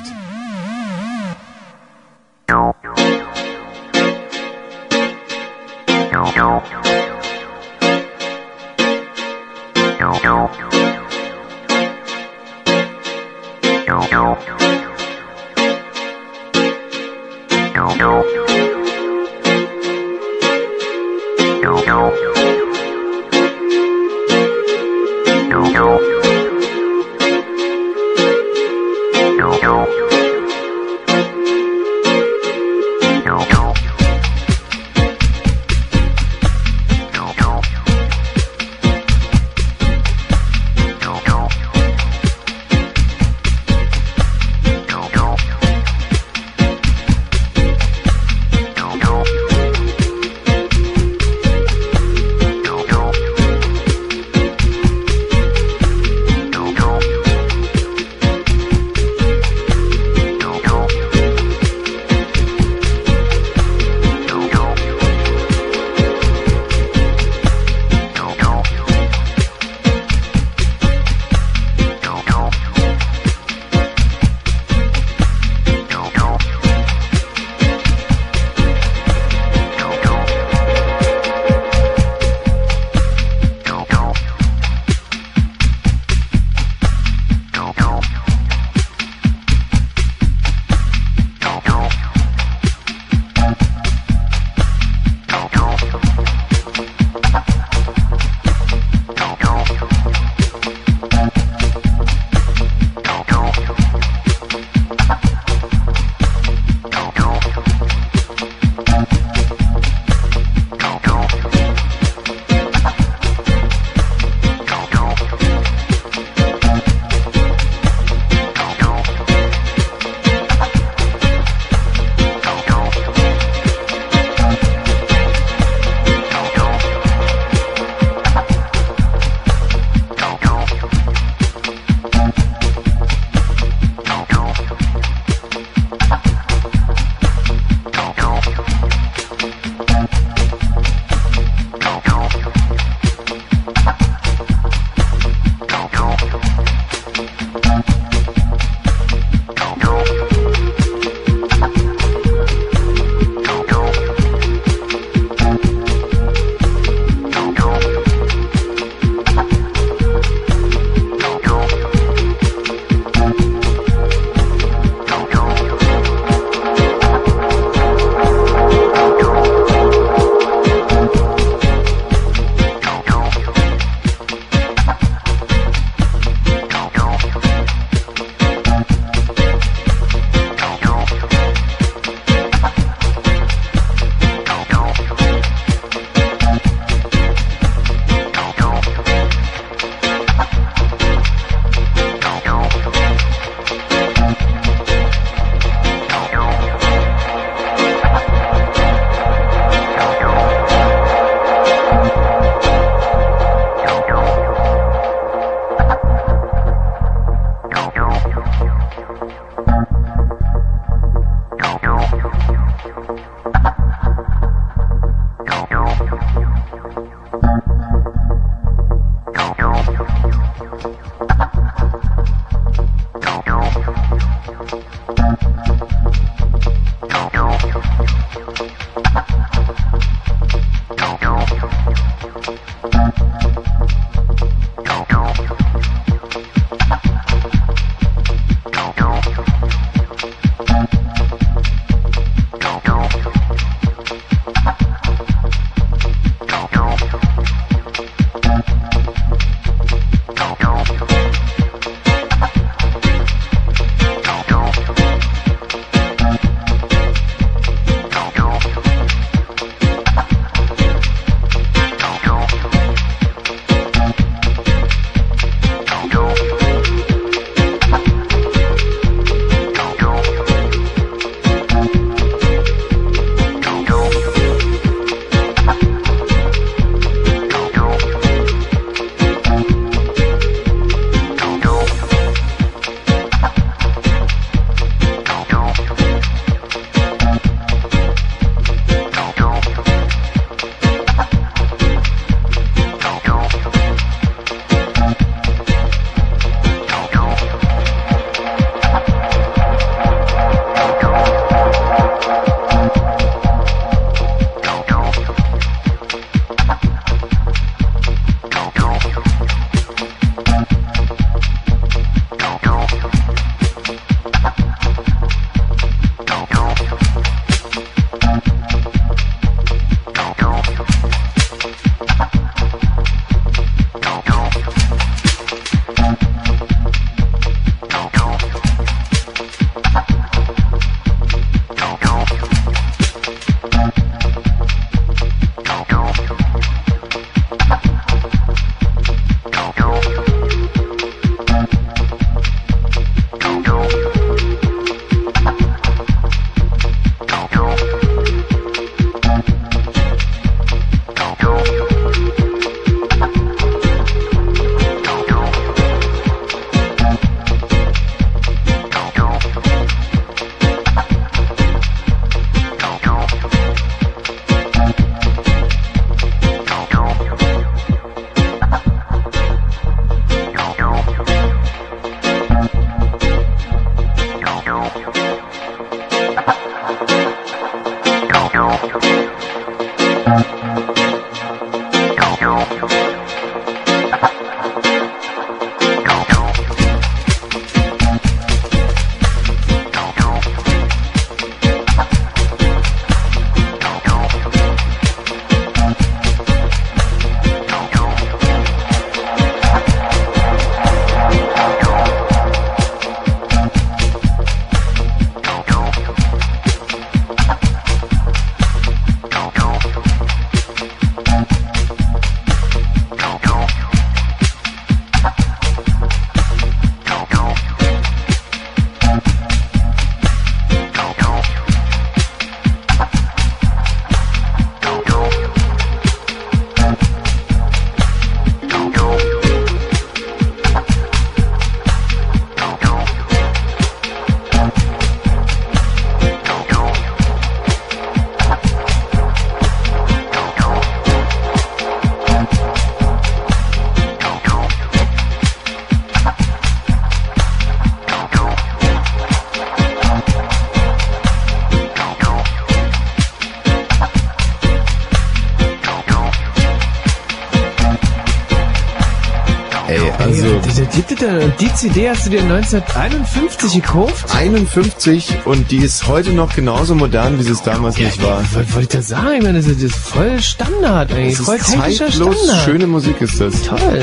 [SPEAKER 2] Also
[SPEAKER 1] Also
[SPEAKER 2] Titel. Und die CD hast du dir 1951 gekauft?
[SPEAKER 1] 51 und die ist heute noch genauso modern, wie sie es damals nicht war.
[SPEAKER 2] Was wollte ich da sagen? Ich meine, das ist, das ist voll Standard eigentlich.
[SPEAKER 1] Es
[SPEAKER 2] voll
[SPEAKER 1] ist
[SPEAKER 2] technischer
[SPEAKER 1] zeitlos
[SPEAKER 2] Standard.
[SPEAKER 1] schöne Musik ist das.
[SPEAKER 2] Toll.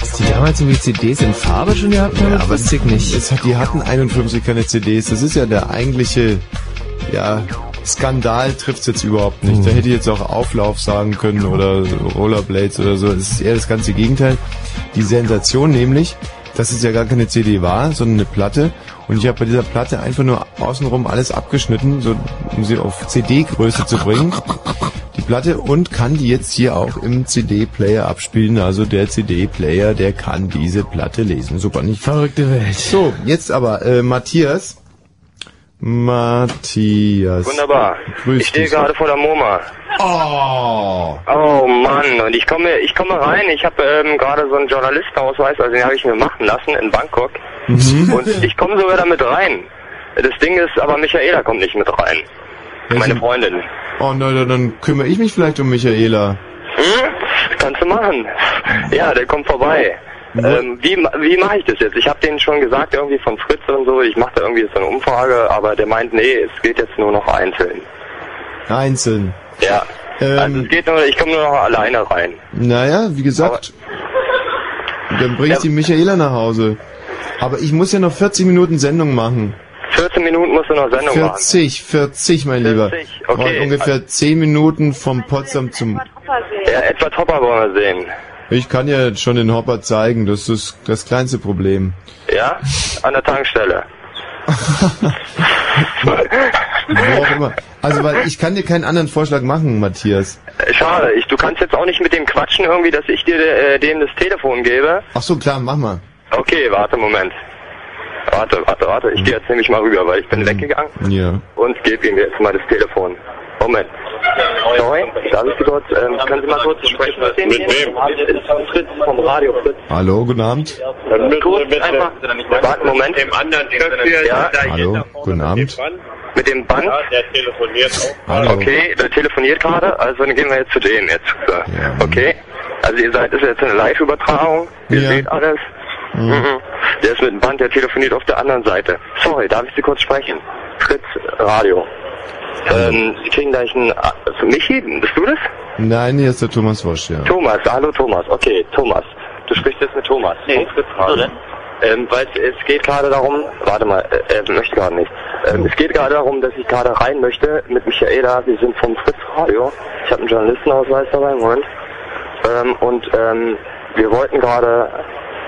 [SPEAKER 2] Dass die damals so wie CDs in Farbe schon gehabt haben,
[SPEAKER 1] Ja,
[SPEAKER 2] das
[SPEAKER 1] aber
[SPEAKER 2] wusste ich nicht.
[SPEAKER 1] Es hat, die hatten 51 keine CDs. Das ist ja der eigentliche, ja, Skandal trifft's jetzt überhaupt
[SPEAKER 2] Hm.
[SPEAKER 1] nicht. Da hätte ich jetzt auch Auflauf sagen können oder Rollerblades oder so. Es ist eher das ganze Gegenteil. Die Sensation nämlich, dass es ja gar keine CD war, sondern eine Platte. Und ich habe bei dieser Platte einfach nur außenrum alles abgeschnitten, so, um sie auf CD-Größe zu bringen. Die Platte und kann die jetzt hier auch im CD-Player abspielen. Also der CD-Player, der kann diese Platte lesen. Super, nicht
[SPEAKER 2] verrückte Welt.
[SPEAKER 1] So, jetzt aber äh, Matthias. Matthias.
[SPEAKER 11] Wunderbar.
[SPEAKER 1] Grüß
[SPEAKER 11] ich stehe
[SPEAKER 1] dich.
[SPEAKER 11] gerade vor der MoMA.
[SPEAKER 1] Oh.
[SPEAKER 11] Oh Mann, und ich komme ich komme rein, ich habe ähm, gerade so einen Journalistenausweis, also den habe ich mir machen lassen in Bangkok und ich komme sogar damit rein. Das Ding ist, aber Michaela kommt nicht mit rein. Meine Freundin.
[SPEAKER 1] Oh nein, dann, dann kümmere ich mich vielleicht um Michaela.
[SPEAKER 11] Hm? Kannst du machen. Ja, der kommt vorbei. Ähm, wie ma- wie mache ich das jetzt? Ich habe denen schon gesagt, irgendwie von Fritz und so, ich mache da irgendwie so eine Umfrage, aber der meint, nee, es geht jetzt nur noch einzeln.
[SPEAKER 1] Einzeln. Ähm,
[SPEAKER 11] Ja. also es geht nur, ich komme nur noch alleine rein.
[SPEAKER 1] Naja, wie gesagt, dann bringe ich die Michaela nach Hause. Aber ich muss ja noch 40 Minuten Sendung machen.
[SPEAKER 11] 14 Minuten musst du noch Sendung machen.
[SPEAKER 1] 40, 40, mein Lieber.
[SPEAKER 11] 40,
[SPEAKER 1] Wir brauchen
[SPEAKER 11] okay.
[SPEAKER 1] ungefähr 10 Minuten vom Potsdam zum...
[SPEAKER 11] Ja, etwa Topper wollen wir sehen.
[SPEAKER 1] Ich kann ja jetzt schon den Hopper zeigen, das ist das kleinste Problem.
[SPEAKER 11] Ja? An der Tankstelle.
[SPEAKER 1] Wo auch immer. Also, weil ich kann dir keinen anderen Vorschlag machen, Matthias.
[SPEAKER 11] Äh, Schade, ich, du kannst jetzt auch nicht mit dem quatschen irgendwie, dass ich dir äh, dem das Telefon gebe.
[SPEAKER 1] Ach so, klar, mach mal.
[SPEAKER 11] Okay, warte, Moment. Warte, warte, warte. Ich gehe jetzt nämlich mal rüber, weil ich bin weggegangen
[SPEAKER 1] Ja.
[SPEAKER 11] und gebe ihm jetzt mal das Telefon. Moment. Sorry, darf ich Sie kurz, ähm, können Sie mal kurz sprechen mit dem? Mit wem? Fritz vom Radio, Fritz.
[SPEAKER 1] Hallo, guten Abend.
[SPEAKER 11] Dann müssen kurz, einfach, warte, Moment. Mit dem anderen ja.
[SPEAKER 1] Hallo, guten Abend.
[SPEAKER 11] Mit dem Band? der telefoniert auch.
[SPEAKER 1] Hallo.
[SPEAKER 11] Okay, der telefoniert gerade, also dann gehen wir jetzt zu dem jetzt. So. Okay? Also ihr seid, ist jetzt eine Live-Übertragung, ihr seht alles. Mhm. Der ist mit dem Band, der telefoniert auf der anderen Seite. Sorry, darf ich Sie kurz sprechen? Fritz Radio. Ähm, Sie kriegen gleich einen... A- Also Michi, bist du das?
[SPEAKER 1] Nein, hier ist der Thomas Wosch, ja.
[SPEAKER 11] Thomas, hallo Thomas. Okay, Thomas. Du sprichst jetzt mit Thomas. Nee, Fritz Radio. Ähm, weil es es geht gerade darum, warte mal, äh, äh, möchte gerade nicht. Ähm, es geht gerade darum, dass ich gerade rein möchte mit Michaela. Wir sind vom Fritz Radio. Ich habe einen Journalistenausweis dabei, Moment. Ähm, und ähm, wir wollten gerade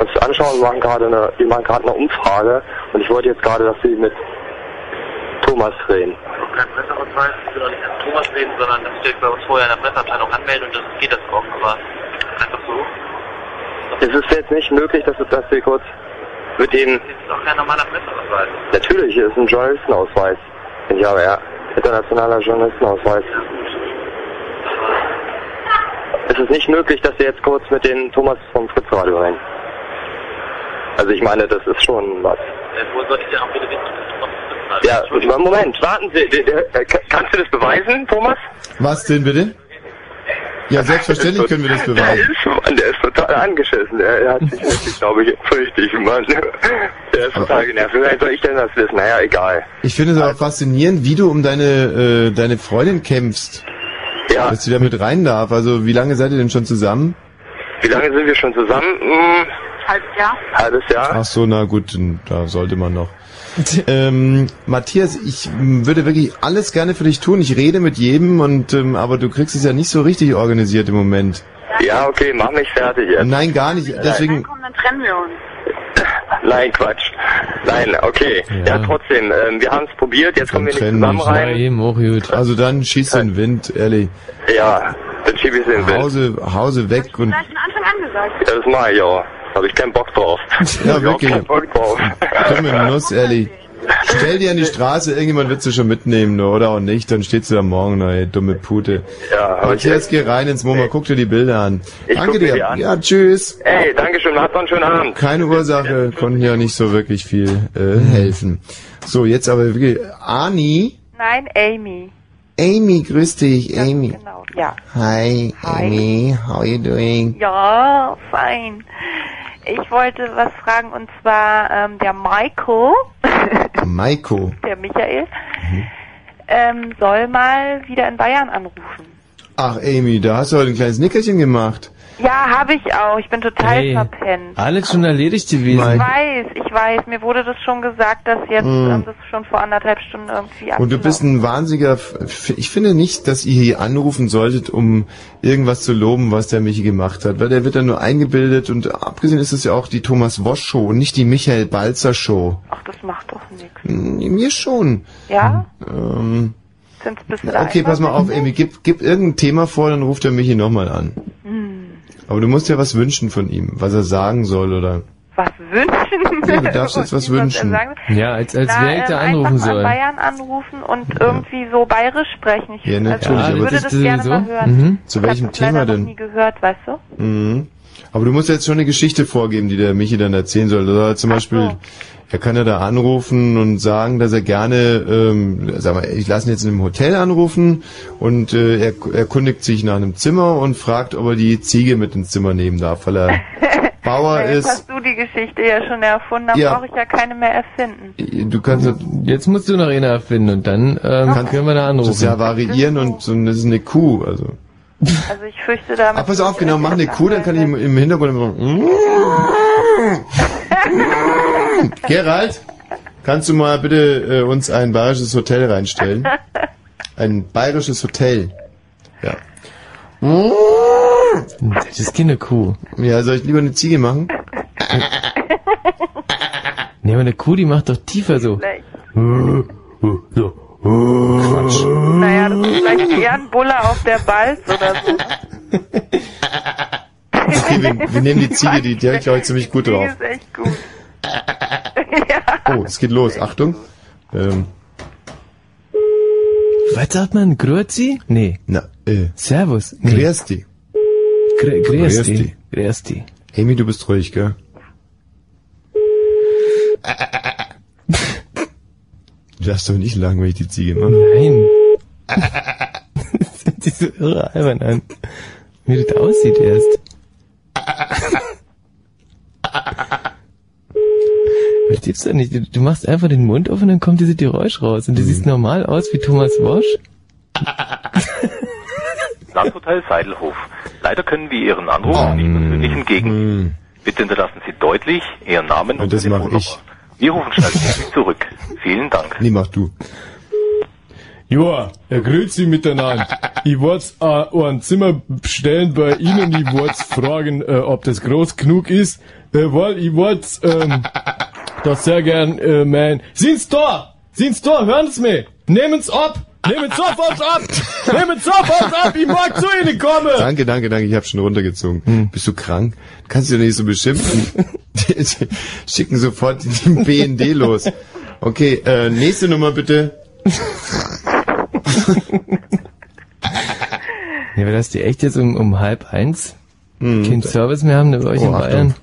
[SPEAKER 11] uns anschauen, wir machen gerade eine, wir machen gerade eine Umfrage. Und ich wollte jetzt gerade, dass Sie mit Thomas reden.
[SPEAKER 10] Kein Presseausweis, ich will auch nicht mit Thomas reden, sondern das steht bei uns vorher in der Presseabteilung anmelden und das geht das auch, aber einfach so.
[SPEAKER 11] Es ist jetzt nicht möglich, dass, dass wir kurz mit dem
[SPEAKER 10] Das ist auch kein normaler Presseausweis.
[SPEAKER 11] Natürlich, es ist ein Journalistenausweis. Ich habe ja internationaler Journalistenausweis. Es ist nicht möglich, dass wir jetzt kurz mit den Thomas vom Fritz Radio rein. Also ich meine, das ist schon was.
[SPEAKER 10] Äh, wo soll ich denn auch bitte wissen?
[SPEAKER 11] Ja, Moment, warten Sie. der- der- äh, Kannst du das beweisen, Thomas?
[SPEAKER 1] Was denn bitte? Ja, selbstverständlich können wir das beweisen.
[SPEAKER 11] Der ist, Mann, der ist total angeschissen. Der, der hat sich wirklich, glaube ich, fürchtig, Mann. Der ist total genervt. Woher soll ich denn das wissen? Naja, egal.
[SPEAKER 1] Ich finde es aber faszinierend, wie du um deine, äh, deine Freundin kämpfst.
[SPEAKER 11] Ja.
[SPEAKER 1] Dass sie da mit rein darf. Also, wie lange seid ihr denn schon zusammen?
[SPEAKER 11] Wie lange sind wir schon zusammen? Hm,
[SPEAKER 18] Halbes Jahr?
[SPEAKER 11] halbes Jahr.
[SPEAKER 1] Ach so, na gut, dann- da sollte man noch. ähm, Matthias, ich m, würde wirklich alles gerne für dich tun. Ich rede mit jedem und ähm, aber du kriegst es ja nicht so richtig organisiert im Moment.
[SPEAKER 11] Ja, okay, mach mich fertig jetzt.
[SPEAKER 1] Nein, gar nicht. Deswegen.
[SPEAKER 18] Komm, dann trennen wir uns.
[SPEAKER 11] Nein, Quatsch. Nein, okay. Ja, trotzdem, ähm, wir haben es probiert, jetzt kommen wir nicht
[SPEAKER 1] Trennen
[SPEAKER 11] zusammen
[SPEAKER 1] nicht.
[SPEAKER 11] rein.
[SPEAKER 1] Also dann schieß den Wind, ehrlich.
[SPEAKER 11] Ja, dann schiebe ich es in den Wind.
[SPEAKER 1] Hause, Hause weg und
[SPEAKER 18] Gleich von Anfang an gesagt.
[SPEAKER 11] Ja, Das mach ich auch. Habe ich keinen Bock drauf.
[SPEAKER 1] Ja,
[SPEAKER 11] Hab ich auch
[SPEAKER 1] wirklich.
[SPEAKER 11] keinen Bock drauf.
[SPEAKER 1] komm in den Nuss, ehrlich. Stell dir an die Straße, irgendjemand wird sie schon mitnehmen, nur, oder auch nicht, dann steht sie da morgen, neue dumme Pute.
[SPEAKER 11] Ja, aber
[SPEAKER 1] Matthias, geh rein ins MoMA, guck dir die Bilder an.
[SPEAKER 11] Ich
[SPEAKER 1] Danke
[SPEAKER 11] guck mir
[SPEAKER 1] dir.
[SPEAKER 11] die an.
[SPEAKER 1] Ja, tschüss.
[SPEAKER 11] Ey, danke schön, habt noch einen schönen Abend.
[SPEAKER 1] Keine Ursache, konnten ja nicht so wirklich viel äh, helfen. So, jetzt aber wirklich, Ani,
[SPEAKER 25] Nein, Amy.
[SPEAKER 1] Amy, grüß dich, Amy.
[SPEAKER 25] Genau, ja.
[SPEAKER 1] Hi, Amy, how you doing?
[SPEAKER 25] Ja, fein.
[SPEAKER 26] Ich wollte was fragen und zwar ähm, der Michael,
[SPEAKER 1] Maiko.
[SPEAKER 26] der Michael,
[SPEAKER 1] Mhm.
[SPEAKER 26] ähm, soll mal wieder in Bayern anrufen.
[SPEAKER 1] Ach, Amy, da hast du heute ein kleines Nickerchen gemacht.
[SPEAKER 26] Ja, habe ich auch. Ich bin total
[SPEAKER 1] Hey.
[SPEAKER 26] verpennt.
[SPEAKER 1] Alles schon erledigt gewesen.
[SPEAKER 26] Ich weiß, ich weiß. Mir wurde das schon gesagt, dass jetzt
[SPEAKER 1] Mm.
[SPEAKER 26] ähm, das schon vor anderthalb Stunden irgendwie
[SPEAKER 1] Und du bist ein wahnsinniger, F- F- ich finde nicht, dass ihr hier anrufen solltet, um irgendwas zu loben, was der Michi gemacht hat, weil der wird dann nur eingebildet und abgesehen ist es ja auch die Thomas Wosch Show und nicht die Michael Balzer Show.
[SPEAKER 26] Ach, das macht doch nichts.
[SPEAKER 1] Mir schon.
[SPEAKER 26] Ja?
[SPEAKER 1] Ähm,
[SPEAKER 26] Sind's ein bisschen
[SPEAKER 1] na, okay, pass mal auf, Amy, gib, gib irgendein Thema vor, dann ruft der Michi nochmal an.
[SPEAKER 26] Hm,
[SPEAKER 1] Aber du musst ja was wünschen von ihm, was er sagen soll oder...
[SPEAKER 26] was wünschen?
[SPEAKER 1] Ja, du darfst jetzt was wünschen.
[SPEAKER 26] sagen?
[SPEAKER 18] Ja, als, als
[SPEAKER 26] Na,
[SPEAKER 18] wäre ich da
[SPEAKER 26] ähm,
[SPEAKER 18] anrufen
[SPEAKER 26] einfach mal
[SPEAKER 18] sollen.
[SPEAKER 26] Bayern anrufen und irgendwie so bayerisch sprechen. Ich
[SPEAKER 1] Ja, natürlich,
[SPEAKER 26] also, ich
[SPEAKER 1] aber
[SPEAKER 26] würde
[SPEAKER 1] das-
[SPEAKER 26] das
[SPEAKER 1] das
[SPEAKER 26] gerne
[SPEAKER 1] sowieso.
[SPEAKER 26] mal hören.
[SPEAKER 1] Mhm. Zu
[SPEAKER 26] Ich hab
[SPEAKER 1] welchem
[SPEAKER 26] das leider
[SPEAKER 1] Thema
[SPEAKER 26] noch
[SPEAKER 1] denn?
[SPEAKER 26] nie gehört, weißt du?
[SPEAKER 1] Mhm. Aber du musst jetzt schon eine Geschichte vorgeben, die der Michi dann erzählen soll. Oder zum Beispiel, er kann ja da anrufen und sagen, dass er gerne, ähm, sag mal, ich lasse ihn jetzt in einem Hotel anrufen und äh, er erkundigt sich nach einem Zimmer und fragt, ob er die Ziege mit ins Zimmer nehmen darf, weil er Bauer
[SPEAKER 26] Na, jetzt
[SPEAKER 1] ist.
[SPEAKER 26] hast du die Geschichte ja schon erfunden, dann
[SPEAKER 18] Ja.
[SPEAKER 26] brauche ich ja keine mehr erfinden.
[SPEAKER 1] Du kannst
[SPEAKER 2] Also,
[SPEAKER 18] jetzt musst du noch eine erfinden und dann ähm, können wir da anrufen.
[SPEAKER 1] Das ja variieren und, und das ist eine Kuh. Also.
[SPEAKER 26] Also ich fürchte damit.
[SPEAKER 1] Ah, pass auf, genau, mach eine Kuh, dann kann ich im, im Hintergrund immer so. Hm, Gerald, kannst du mal bitte äh, uns ein bayerisches Hotel reinstellen? Ein bayerisches Hotel. Ja.
[SPEAKER 18] Hm,
[SPEAKER 1] Das ist keine Kuh. Ja, soll ich lieber eine Ziege machen?
[SPEAKER 18] Nee, aber eine Kuh, die macht doch tiefer so.
[SPEAKER 1] Quatsch.
[SPEAKER 26] Naja, das ist vielleicht eher ein Bulle auf der Balz oder so.
[SPEAKER 1] Okay, wir, wir nehmen die Ziege, die, die habe ich glaube ich ziemlich gut
[SPEAKER 26] Die
[SPEAKER 1] drauf.
[SPEAKER 26] ist echt gut.
[SPEAKER 1] Oh, es geht los, Achtung. Ähm,
[SPEAKER 18] Was sagt man? Grüezi? Nee.
[SPEAKER 1] Na, äh.
[SPEAKER 18] Servus. Nee.
[SPEAKER 1] Christi.
[SPEAKER 18] Gr Grüezi.
[SPEAKER 1] Christi. Amy, du bist ruhig, gell? Du darfst doch nicht lachen, wenn ich die Ziege mache.
[SPEAKER 18] Nein. Die so irre albern an. Wie das aussieht erst. Das gibt's doch nicht. Du, du machst einfach den Mund auf und dann kommt dieses Geräusch raus. Und du
[SPEAKER 1] Mhm.
[SPEAKER 18] siehst normal aus wie Thomas Wosch.
[SPEAKER 22] Land Hotel Seidelhof. Leider können wir Ihren Anruf nicht persönlich entgegen. Bitte hinterlassen Sie deutlich Ihren Namen und, das mache ich. Wir rufen schnellstmöglich zurück. Vielen Dank.
[SPEAKER 1] Nee, mach du.
[SPEAKER 2] Ja, er grüßt Sie miteinander. Ich wollt's äh, ein Zimmer bestellen bei Ihnen. Ich wollt's fragen, äh, ob das groß genug ist. Äh, weil ich wollt's ähm, doch sehr gern, äh, mein... Sind's da? Sind's da? Hören's mir? Nehmen's ab! Nehmen's sofort ab! Nehmen's sofort ab! Ich mag zu Ihnen kommen!
[SPEAKER 1] Danke, danke, danke, ich habe schon runtergezogen. Bist du krank? Kannst du doch nicht so beschimpfen. Schicken sofort den BND los. Okay, äh, nächste Nummer bitte.
[SPEAKER 18] Ja, weil das die echt jetzt um, um halb eins keinen Service mehr haben, da bei euch
[SPEAKER 1] Hm. Oh,
[SPEAKER 18] in
[SPEAKER 1] Achtung.
[SPEAKER 18] Bayern.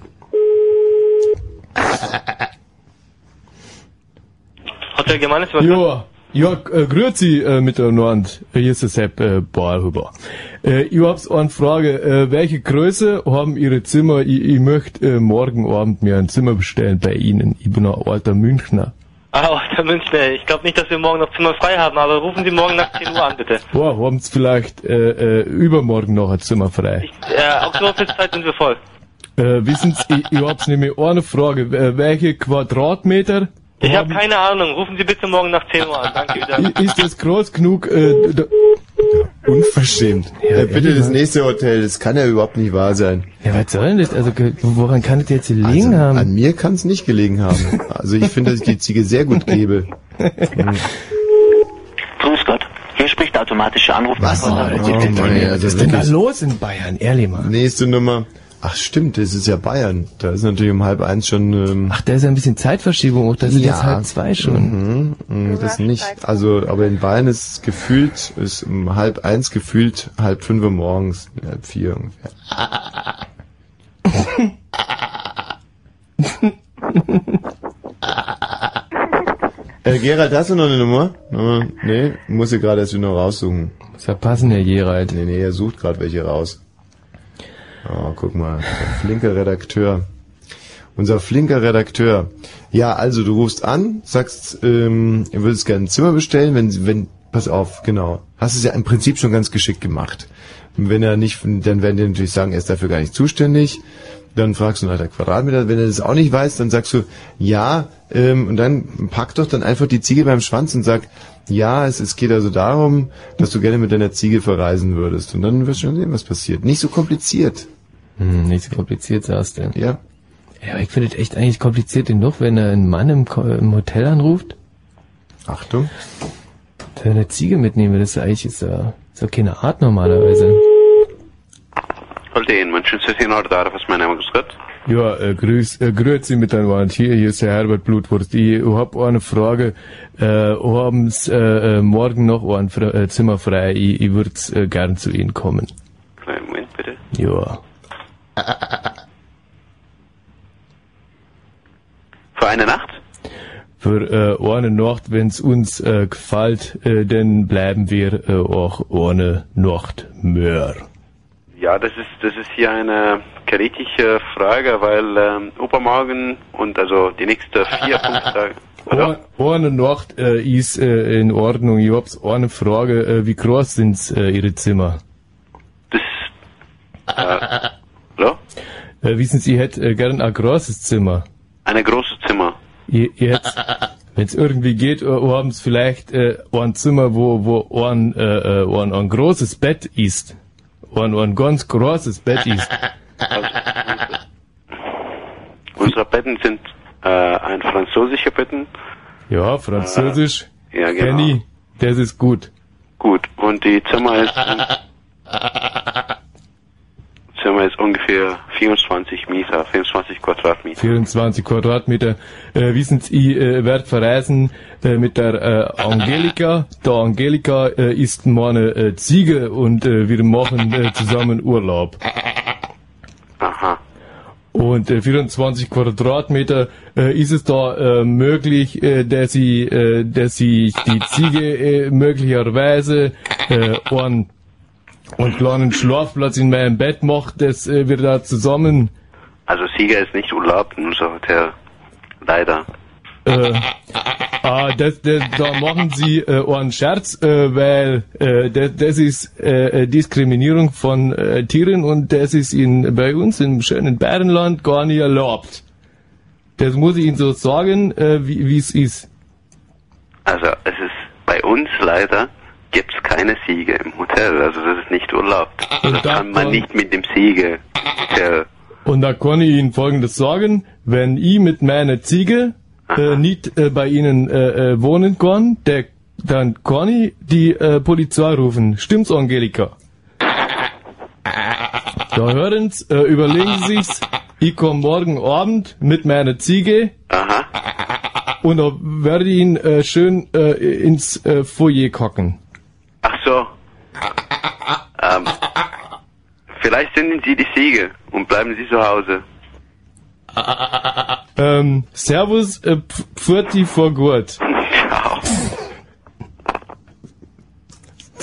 [SPEAKER 22] Hotel Germanis,
[SPEAKER 2] Ja, ja, äh, grüezi äh, miteinander. Hier ist der Sepp äh, Barhuber. Äh, ich hab's eine Frage. Äh, welche Größe haben Ihre Zimmer? Ich, ich möchte äh, morgen Abend mir ein Zimmer bestellen bei Ihnen. Ich bin ein alter Münchner.
[SPEAKER 22] Ah, der Münchner, ich glaube nicht, dass wir morgen noch Zimmer frei haben, aber rufen Sie morgen nach 10 Uhr an, bitte.
[SPEAKER 2] Boah, haben's vielleicht äh, äh, übermorgen noch ein Zimmer frei?
[SPEAKER 22] Äh, auf die Hochzeitszeit sind wir voll.
[SPEAKER 2] Äh, wissen Sie, ich, ich hab's nämlich eine Frage. Äh, welche Quadratmeter
[SPEAKER 22] Ich habe keine Ahnung. Rufen Sie bitte morgen nach 10 Uhr an. Danke wieder.
[SPEAKER 2] i- ist das groß genug? Äh, da,
[SPEAKER 1] Unverschämt. äh, bitte
[SPEAKER 18] ehrlich,
[SPEAKER 1] das
[SPEAKER 18] was?
[SPEAKER 1] nächste Hotel, das kann ja überhaupt nicht wahr sein.
[SPEAKER 18] Ja, was soll denn das? Also, ge- woran kann das jetzt gelegen
[SPEAKER 1] Also,
[SPEAKER 18] haben?
[SPEAKER 1] An mir kann es nicht gelegen haben. Also ich finde, dass ich die Ziege sehr gut gebe. Mhm.
[SPEAKER 5] Grüß Gott. Hier spricht der automatische Anruf. Was?
[SPEAKER 1] Oh,
[SPEAKER 18] Was ist denn da
[SPEAKER 1] los in Bayern? Ehrlich mal. Nächste Nummer. Ach stimmt, das ist ja Bayern. Da ist natürlich um halb eins schon. Ähm, Ach,
[SPEAKER 18] da ist ja ein bisschen Zeitverschiebung auch. Da sind jetzt halb zwei
[SPEAKER 1] Mhm,
[SPEAKER 18] schon.
[SPEAKER 1] mhm, das nicht. Also, aber in Bayern ist es gefühlt, ist um halb eins gefühlt, halb fünf Uhr morgens, halb vier ungefähr. Äh, Gerald, hast du noch eine Nummer? Nummer? Nee, muss ich gerade erst wieder raussuchen. Muss ja passen, Herr Gerald. Nee, nee, er sucht gerade welche raus. Oh, guck mal, der flinke Redakteur. unser flinker Redakteur. Ja, also du rufst an, sagst, ähm, ihr würdest gerne ein Zimmer bestellen, wenn, wenn, pass auf, genau. Hast es ja im Prinzip schon ganz geschickt gemacht. Und Wenn er nicht, dann werden die natürlich sagen, er ist dafür gar nicht zuständig. Dann fragst du nach der Quadratmeter. Wenn er das auch nicht weiß, dann sagst du, ja, ähm, und dann pack doch dann einfach die Ziege beim Schwanz und sag, ja, es, es geht also darum, dass du gerne mit deiner Ziege verreisen würdest. Und dann wirst du schon sehen, was passiert. Nicht so kompliziert.
[SPEAKER 30] Hm, nicht so kompliziert sagst du.
[SPEAKER 1] Ja.
[SPEAKER 30] Ja, aber ich finde es echt eigentlich kompliziert genug, wenn er einen Mann im, Ko- im Hotel anruft.
[SPEAKER 1] Achtung.
[SPEAKER 30] Wenn er eine Ziege mitnehmen will, das ist ja eigentlich ist, ja- ist ja keine Art normalerweise.
[SPEAKER 10] Wollte Ihnen Menschen zu sehen, oder darf es mein Name ist Gott?
[SPEAKER 2] Ja, äh, grüß, äh, grüezi miteinander. Hier, hier ist der Herbert Blutwurst. Ich hab eine Frage. Äh, haben Sie äh, äh, morgen noch ein Fre äh, Zimmer frei? Ich, ich würde äh, gern zu Ihnen kommen.
[SPEAKER 10] Kleinen Moment bitte.
[SPEAKER 2] Ja.
[SPEAKER 10] Für eine Nacht?
[SPEAKER 2] Für äh, eine Nacht, wenn's uns äh, gefällt, äh, dann bleiben wir äh, auch eine Nacht mehr.
[SPEAKER 10] Ja, das ist das ist hier eine kritische Frage, weil ähm, übermorgen und also die nächsten vier, fünf Tage.
[SPEAKER 2] Ein- Eine Nacht äh, ist äh, in Ordnung. Ich hab's eine Frage. Äh, wie groß sind's äh, Ihre Zimmer?
[SPEAKER 10] Äh, hallo?
[SPEAKER 2] Äh, wissen Sie, ich hätte äh, gern ein großes Zimmer.
[SPEAKER 10] Ein großes Zimmer.
[SPEAKER 2] Ihr, ihr hättet, wenn's irgendwie geht, äh, haben Sie vielleicht äh, ein Zimmer, wo, wo ein, äh, äh, ein, ein großes Bett ist. Ein, ein ganz großes Bett ist.
[SPEAKER 10] Also, Unsere Betten sind äh, ein französische Betten.
[SPEAKER 2] Ja, Französisch.
[SPEAKER 10] Ja, genau.
[SPEAKER 2] Penny, das ist gut.
[SPEAKER 10] Gut, und die Zimmer ist Zimmer ist ungefähr 24 Meter, 24 Quadratmeter.
[SPEAKER 2] 24 Quadratmeter. Äh, wissen Sie, ich äh, werd verreisen äh, mit der äh, Angelika. Der Angelika äh, ist meine äh, Ziege und äh, wir machen äh, zusammen Urlaub.
[SPEAKER 10] Aha.
[SPEAKER 2] Und äh, 24 Quadratmeter äh, ist es da äh, möglich, äh, dass sie, äh, dass sie die Ziege äh, möglicherweise äh, einen, einen kleinen Schlafplatz in meinem Bett macht, dass äh, wir da zusammen
[SPEAKER 10] Also Sieger ist nicht urlaubt in unserem Hotel. Leider.
[SPEAKER 2] Äh, ah, das, das, da machen Sie äh, einen Scherz, äh, weil äh, das, das ist äh, äh, Diskriminierung von äh, Tieren und das ist in, bei uns im schönen Bärenland gar nicht erlaubt. Das muss ich Ihnen so sagen, äh, wie es ist.
[SPEAKER 10] Also es ist bei uns leider gibt's keine Siege im Hotel. Also das ist nicht urlaubt. Das kann man nicht mit dem Siege im Hotel.
[SPEAKER 2] Und da kann ich Ihnen Folgendes sagen, wenn ich mit meiner Ziege äh, nicht äh, bei Ihnen äh, äh, wohnen kann, der, dann kann ich die äh, Polizei rufen. Stimmt's, Angelika? Da hören's, äh, überlegen Sie sich's. Ich komme morgen Abend mit meiner Ziege. Und da werde ich ihn äh, schön äh, ins äh, Foyer kacken.
[SPEAKER 10] Ach so. Ähm, vielleicht senden Sie die Siege und bleiben Sie zu Hause.
[SPEAKER 2] Ähm, servus, äh, Pf- Pfurti vor Gurt.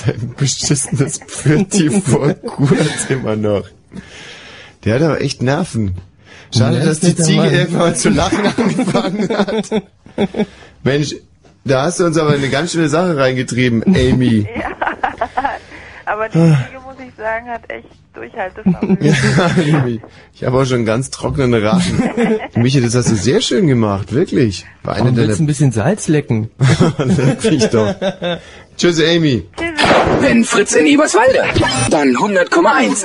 [SPEAKER 1] Dein beschissenes Pfirti vor Kurt immer noch. Der hat aber echt Nerven. Schade,
[SPEAKER 3] Ja,
[SPEAKER 1] dass
[SPEAKER 3] ist
[SPEAKER 1] die
[SPEAKER 3] nicht der
[SPEAKER 1] Ziege
[SPEAKER 3] Mann.
[SPEAKER 1] irgendwann mal zu lachen angefangen hat. Mensch, da hast du uns aber eine ganz schöne Sache reingetrieben, Amy.
[SPEAKER 18] Aber die Ziege, muss ich sagen, hat echt Durchhaltevermögen.
[SPEAKER 1] Ja, Amy. Ich habe auch schon ganz trockene Rachen. Michi, das hast du sehr schön gemacht, wirklich. War eine
[SPEAKER 30] Warum
[SPEAKER 1] deiner-
[SPEAKER 30] willst du ein bisschen Salz lecken?
[SPEAKER 1] Leck dich doch. Tschüss, Amy.
[SPEAKER 31] Wenn Fritz in Eberswalde, dann 100,1.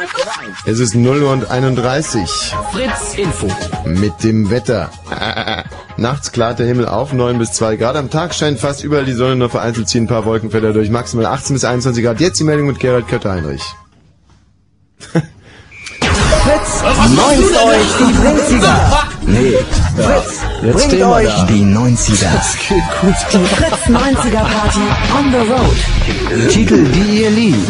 [SPEAKER 1] Es ist 0 und 31.
[SPEAKER 31] Fritz Info.
[SPEAKER 1] Mit dem Wetter. Nachts klart der Himmel auf, 9 bis 2 Grad. Am Tag scheint fast überall die Sonne, nur vereinzelt ziehen ein paar Wolkenfelder durch. Maximal 18 bis 21 Grad. Jetzt die Meldung mit Gerald Kötter-Heinrich.
[SPEAKER 20] Fritz, neunt euch die 90er. Nee, Fritz,
[SPEAKER 31] Jetzt
[SPEAKER 20] bringt
[SPEAKER 31] stehen wir
[SPEAKER 20] euch
[SPEAKER 31] da.
[SPEAKER 20] die 90er. Das geht gut. Die Fritz 90er Party on the road. Titel, die ihr liebt.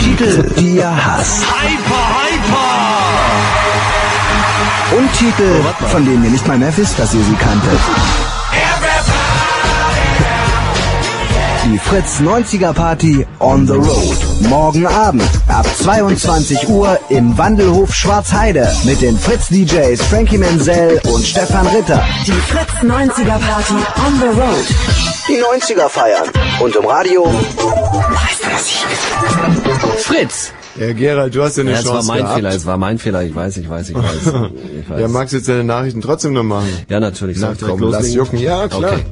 [SPEAKER 20] Titel, die ihr hasst. Und Titel, von denen ihr nicht mal mehr wisst, dass ihr sie kanntet. Die Fritz 90er Party on the road. Morgen Abend ab 22 Uhr im Wandelhof Schwarzheide mit den Fritz DJs Frankie Menzel und Stefan Ritter.
[SPEAKER 16] Die Fritz 90er Party on the road.
[SPEAKER 20] Die 90er feiern und im Radio
[SPEAKER 1] Fritz! Ja, Gerald, du hast ja eine
[SPEAKER 17] Ja, es
[SPEAKER 1] Chance
[SPEAKER 17] war mein
[SPEAKER 1] gehabt.
[SPEAKER 17] Fehler, es war mein Fehler, ich weiß, ich weiß, ich weiß. Ich weiß.
[SPEAKER 1] Ja, magst du jetzt deine Nachrichten trotzdem noch machen?
[SPEAKER 17] Ja, natürlich.
[SPEAKER 1] Na,
[SPEAKER 17] Soll ich direkt
[SPEAKER 1] komm, lass
[SPEAKER 17] loslegen?
[SPEAKER 1] jucken. Ja, klar.
[SPEAKER 17] Okay.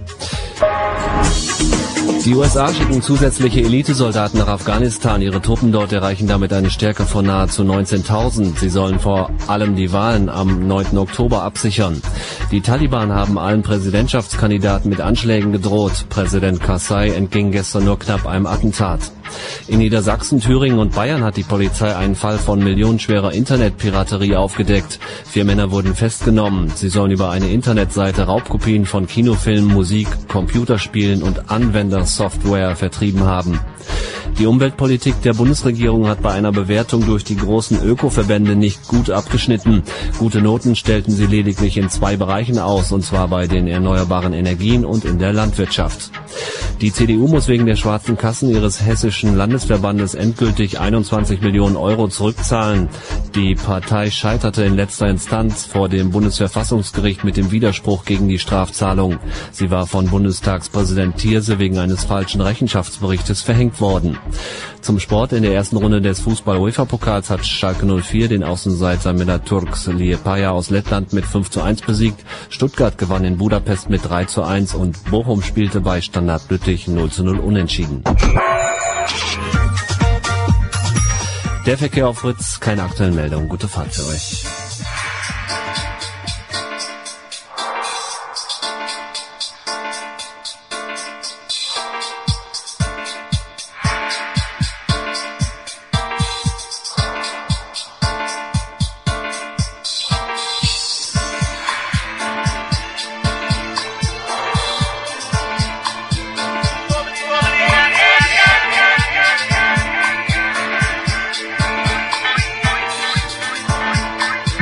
[SPEAKER 17] Die USA schicken zusätzliche Elitesoldaten nach Afghanistan. Ihre Truppen dort erreichen damit eine Stärke von nahezu 19.000. Sie sollen vor allem die Wahlen am 9. Oktober absichern. Die Taliban haben allen Präsidentschaftskandidaten mit Anschlägen gedroht. Präsident Karzai entging gestern nur knapp einem Attentat. In Niedersachsen, Thüringen und Bayern hat die Polizei einen Fall von millionenschwerer Internetpiraterie aufgedeckt. Vier Männer wurden festgenommen. Sie sollen über eine Internetseite Raubkopien von Kinofilmen, Musik, Computerspielen und Anwendersoftware vertrieben haben. Die Umweltpolitik der Bundesregierung hat bei einer Bewertung durch die großen Ökoverbände nicht gut abgeschnitten. Gute Noten stellten sie lediglich in zwei Bereichen aus, und zwar bei den erneuerbaren Energien und in der Landwirtschaft. Die CDU muss wegen der schwarzen Kassen ihres hessischen Landesverbandes endgültig 21 Millionen Euro zurückzahlen. Die Partei scheiterte in letzter Instanz vor dem Bundesverfassungsgericht mit dem Widerspruch gegen die Strafzahlung. Sie war von Bundestagspräsident Thierse wegen eines falschen Rechenschaftsberichtes verhängt worden. Zum Sport in der ersten Runde des Fußball-UEFA-Pokals hat Schalke 04 den Außenseiter Menaturks Liepaja aus Lettland mit 5 zu 1 besiegt. Stuttgart gewann in Budapest mit 3 zu 1 und Bochum spielte bei Standard Lüttich 0 zu 0 unentschieden. Der Verkehr auf Fritz, keine aktuellen Meldungen. Gute Fahrt für euch.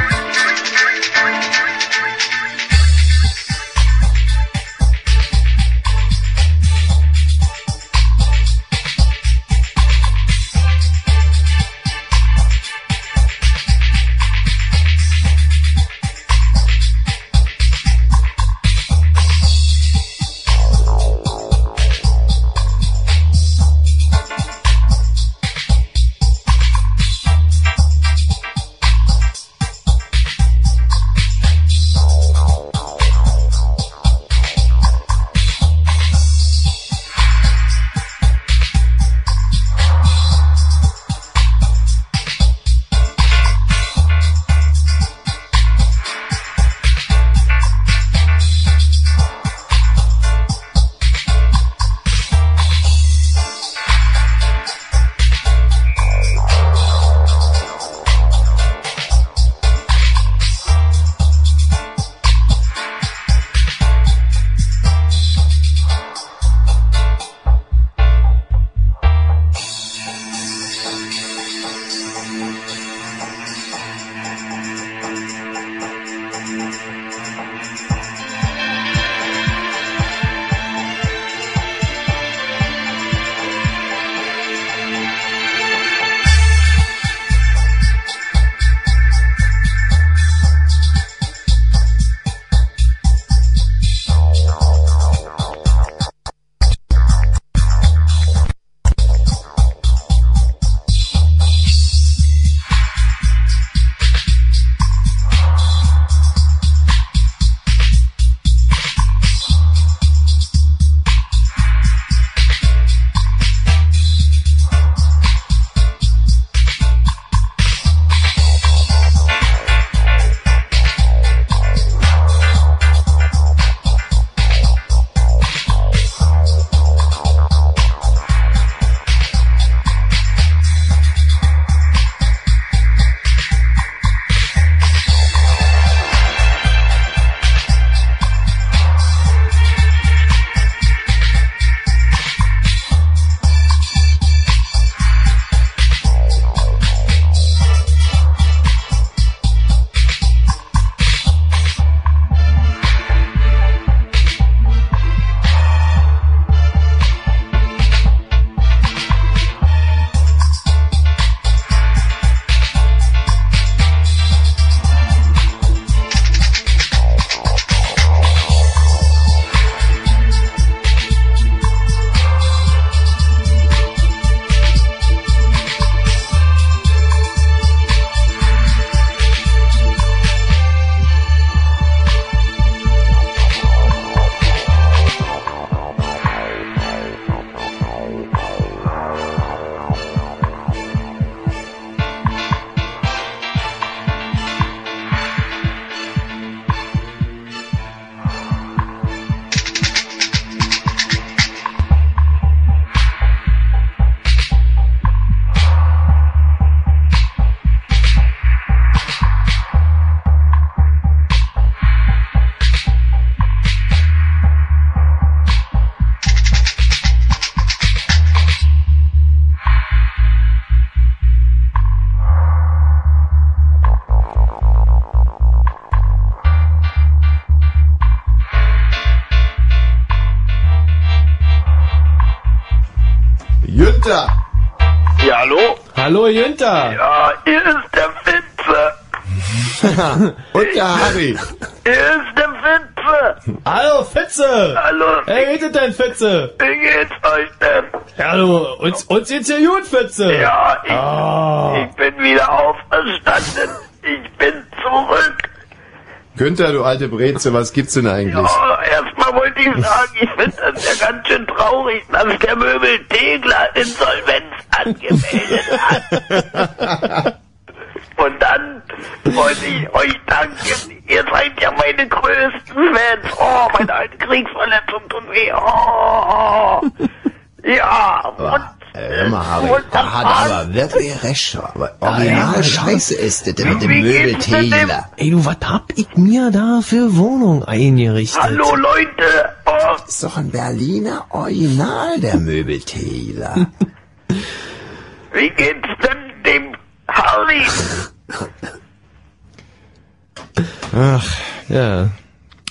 [SPEAKER 18] Thank you.
[SPEAKER 13] Günther.
[SPEAKER 10] Ja, hallo?
[SPEAKER 2] Hallo Jünter.
[SPEAKER 10] Ja, hier ist der Witze.
[SPEAKER 1] Und der Harry.
[SPEAKER 10] Hier ist der Witze.
[SPEAKER 2] Hallo Fitze.
[SPEAKER 10] Hallo.
[SPEAKER 2] Hey, wie geht's denn, Fitze?
[SPEAKER 10] Wie geht's euch denn?
[SPEAKER 2] Ja, du, uns, uns geht's ja gut, Fitze.
[SPEAKER 10] Ja, ich,
[SPEAKER 2] Ah.
[SPEAKER 10] ich bin wieder auferstanden. Ich bin zurück.
[SPEAKER 1] Günther, du alte Breze, was gibt's denn eigentlich?
[SPEAKER 10] Ja, erstmal wollte ich sagen, ich finde das ja ganz schön traurig, dass der Möbel Tegler Insolvenz angemeldet hat. Und dann wollte ich euch danken. Ihr seid ja meine größten Fans. Oh, meine alten Kriegsverletzungen tun weh. Oh. Ja,
[SPEAKER 18] Vâng,
[SPEAKER 10] und,
[SPEAKER 14] Äh, Hör mal, Harry,
[SPEAKER 10] Und
[SPEAKER 14] da hat
[SPEAKER 10] am
[SPEAKER 14] aber wirklich recht, aber originale Scheiße ist das mit dem Möbeltäler.
[SPEAKER 2] Ey, du, was hab ich mir da für Wohnung eingerichtet?
[SPEAKER 14] Hallo,
[SPEAKER 10] Leute! Das
[SPEAKER 14] ist doch ein Berliner Original, der Möbeltäler.
[SPEAKER 10] wie geht's denn dem Harley?
[SPEAKER 1] Ach,
[SPEAKER 2] ja.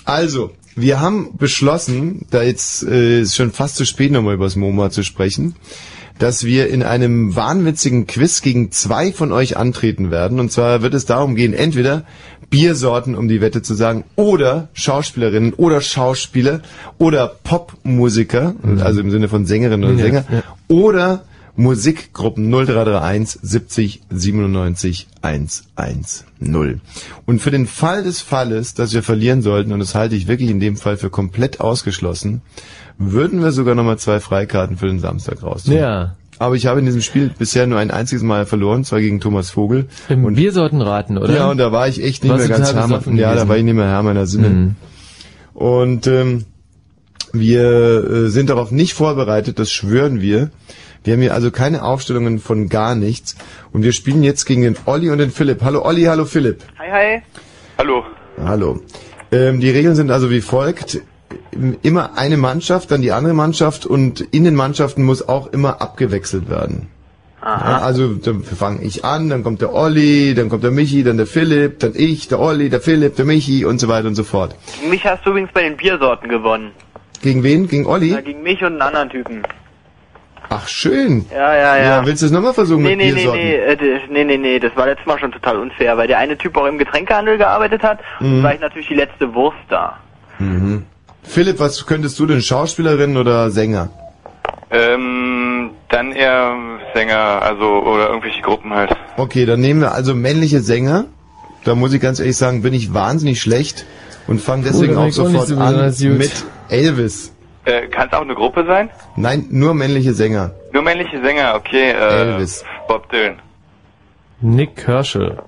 [SPEAKER 1] Also, wir haben beschlossen, da jetzt äh, ist schon fast zu spät nochmal über das MoMA zu sprechen, dass wir in einem wahnwitzigen Quiz gegen zwei von euch antreten werden. Und zwar wird es darum gehen, entweder Biersorten, um die Wette zu sagen, oder Schauspielerinnen oder Schauspieler oder Popmusiker, also im Sinne von Sängerinnen und
[SPEAKER 2] Mhm. Ja,
[SPEAKER 1] Sänger,
[SPEAKER 2] ja.
[SPEAKER 1] oder Musikgruppen 0331 70 97 110. Und für den Fall des Falles, dass wir verlieren sollten, und das halte ich wirklich in dem Fall für komplett ausgeschlossen, würden wir sogar nochmal zwei Freikarten für den Samstag raus.
[SPEAKER 2] Ja.
[SPEAKER 1] Aber ich habe in diesem Spiel bisher nur ein einziges Mal verloren, zwar gegen Thomas Vogel.
[SPEAKER 2] Im und Biersorten Ähm, raten, oder?
[SPEAKER 1] Ja, und da war ich echt nicht
[SPEAKER 2] Warst
[SPEAKER 1] mehr
[SPEAKER 2] du
[SPEAKER 1] ganz
[SPEAKER 2] total
[SPEAKER 1] Herr
[SPEAKER 2] besoffen
[SPEAKER 1] meiner- Ja, da
[SPEAKER 2] gewesen?
[SPEAKER 1] war ich nicht mehr Herr meiner Sinne. Und ähm, wir äh, sind darauf nicht vorbereitet, das schwören wir. Wir haben hier also keine Aufstellungen von gar nichts. Und wir spielen jetzt gegen den Olli und den Philipp. Hallo Olli, hallo Philipp.
[SPEAKER 7] Hi, hi.
[SPEAKER 1] Hallo. Hallo. Ähm, die Regeln sind also wie folgt. Immer eine Mannschaft, dann die andere Mannschaft und in den Mannschaften muss auch immer abgewechselt werden. Ja, also dann fange ich an, dann kommt der Olli, dann kommt der Michi, dann der Philipp, dann ich, der Olli, der Philipp, der Michi und so weiter und so fort.
[SPEAKER 7] Gegen mich hast du übrigens bei den Biersorten gewonnen.
[SPEAKER 1] Gegen wen? Gegen
[SPEAKER 7] Ja,
[SPEAKER 1] Olli?
[SPEAKER 7] gegen mich und einen anderen Typen.
[SPEAKER 1] Ach schön.
[SPEAKER 7] Ja, ja, ja.
[SPEAKER 1] Ja, willst du es nochmal versuchen
[SPEAKER 7] Nee,
[SPEAKER 1] mit
[SPEAKER 7] nee, nee,
[SPEAKER 1] Biersorten?
[SPEAKER 7] nee, äh, d- nee, nee, nee, das war letztes Mal schon total unfair, weil der eine Typ auch im Getränkehandel gearbeitet hat und
[SPEAKER 1] Mhm.
[SPEAKER 7] war ich natürlich die letzte Wurst da.
[SPEAKER 1] Mhm. Philipp, was könntest du denn? Schauspielerin oder Sänger?
[SPEAKER 24] Ähm, dann eher Sänger, also, oder irgendwelche Gruppen halt.
[SPEAKER 1] Okay, dann nehmen wir also männliche Sänger. Da muss ich ganz ehrlich sagen, bin ich wahnsinnig schlecht und fange
[SPEAKER 24] Cool,
[SPEAKER 1] deswegen
[SPEAKER 24] da bin
[SPEAKER 1] auch
[SPEAKER 24] ich auch
[SPEAKER 1] sofort
[SPEAKER 24] nicht so
[SPEAKER 1] an
[SPEAKER 24] besonders gut.
[SPEAKER 1] mit Elvis.
[SPEAKER 24] Äh, kann es auch eine Gruppe sein?
[SPEAKER 1] Nein, nur männliche Sänger.
[SPEAKER 24] Nur männliche Sänger, okay, äh,
[SPEAKER 1] Elvis.
[SPEAKER 24] Bob Dylan,
[SPEAKER 2] Nick Kerschel.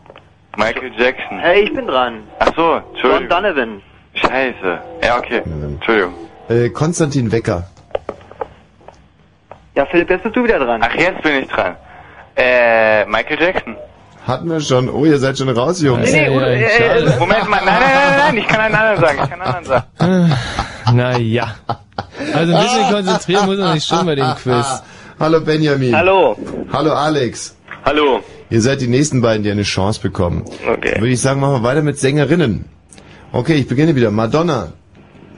[SPEAKER 24] Michael
[SPEAKER 3] Mhm.
[SPEAKER 24] Jackson.
[SPEAKER 7] Hey, ich bin dran.
[SPEAKER 24] Ach so, Entschuldigung.
[SPEAKER 7] John Donovan.
[SPEAKER 24] Scheiße. Ja, okay, Entschuldigung.
[SPEAKER 1] Äh, Konstantin Wecker.
[SPEAKER 7] Ja, Philipp, jetzt bist du wieder dran.
[SPEAKER 24] Ach, jetzt bin ich dran. Äh, Michael Jackson.
[SPEAKER 1] Hatten wir schon. Oh, ihr seid schon raus, Jungs.
[SPEAKER 24] Nee, nee, oder- äh, äh, Moment mal, nein, nein, nein, nein, ich kann einen anderen sagen, ich kann einen anderen sagen.
[SPEAKER 2] Naja. Also ein
[SPEAKER 14] Ah.
[SPEAKER 1] Ah.
[SPEAKER 2] bisschen konzentrieren muss man sich schon bei dem Quiz.
[SPEAKER 1] Hallo Benjamin.
[SPEAKER 7] Hallo.
[SPEAKER 1] Hallo Alex.
[SPEAKER 24] Hallo.
[SPEAKER 1] Ihr seid die nächsten beiden, die eine Chance bekommen. Okay. Würde ich sagen, machen wir weiter mit Sängerinnen. Okay, ich beginne wieder. Madonna.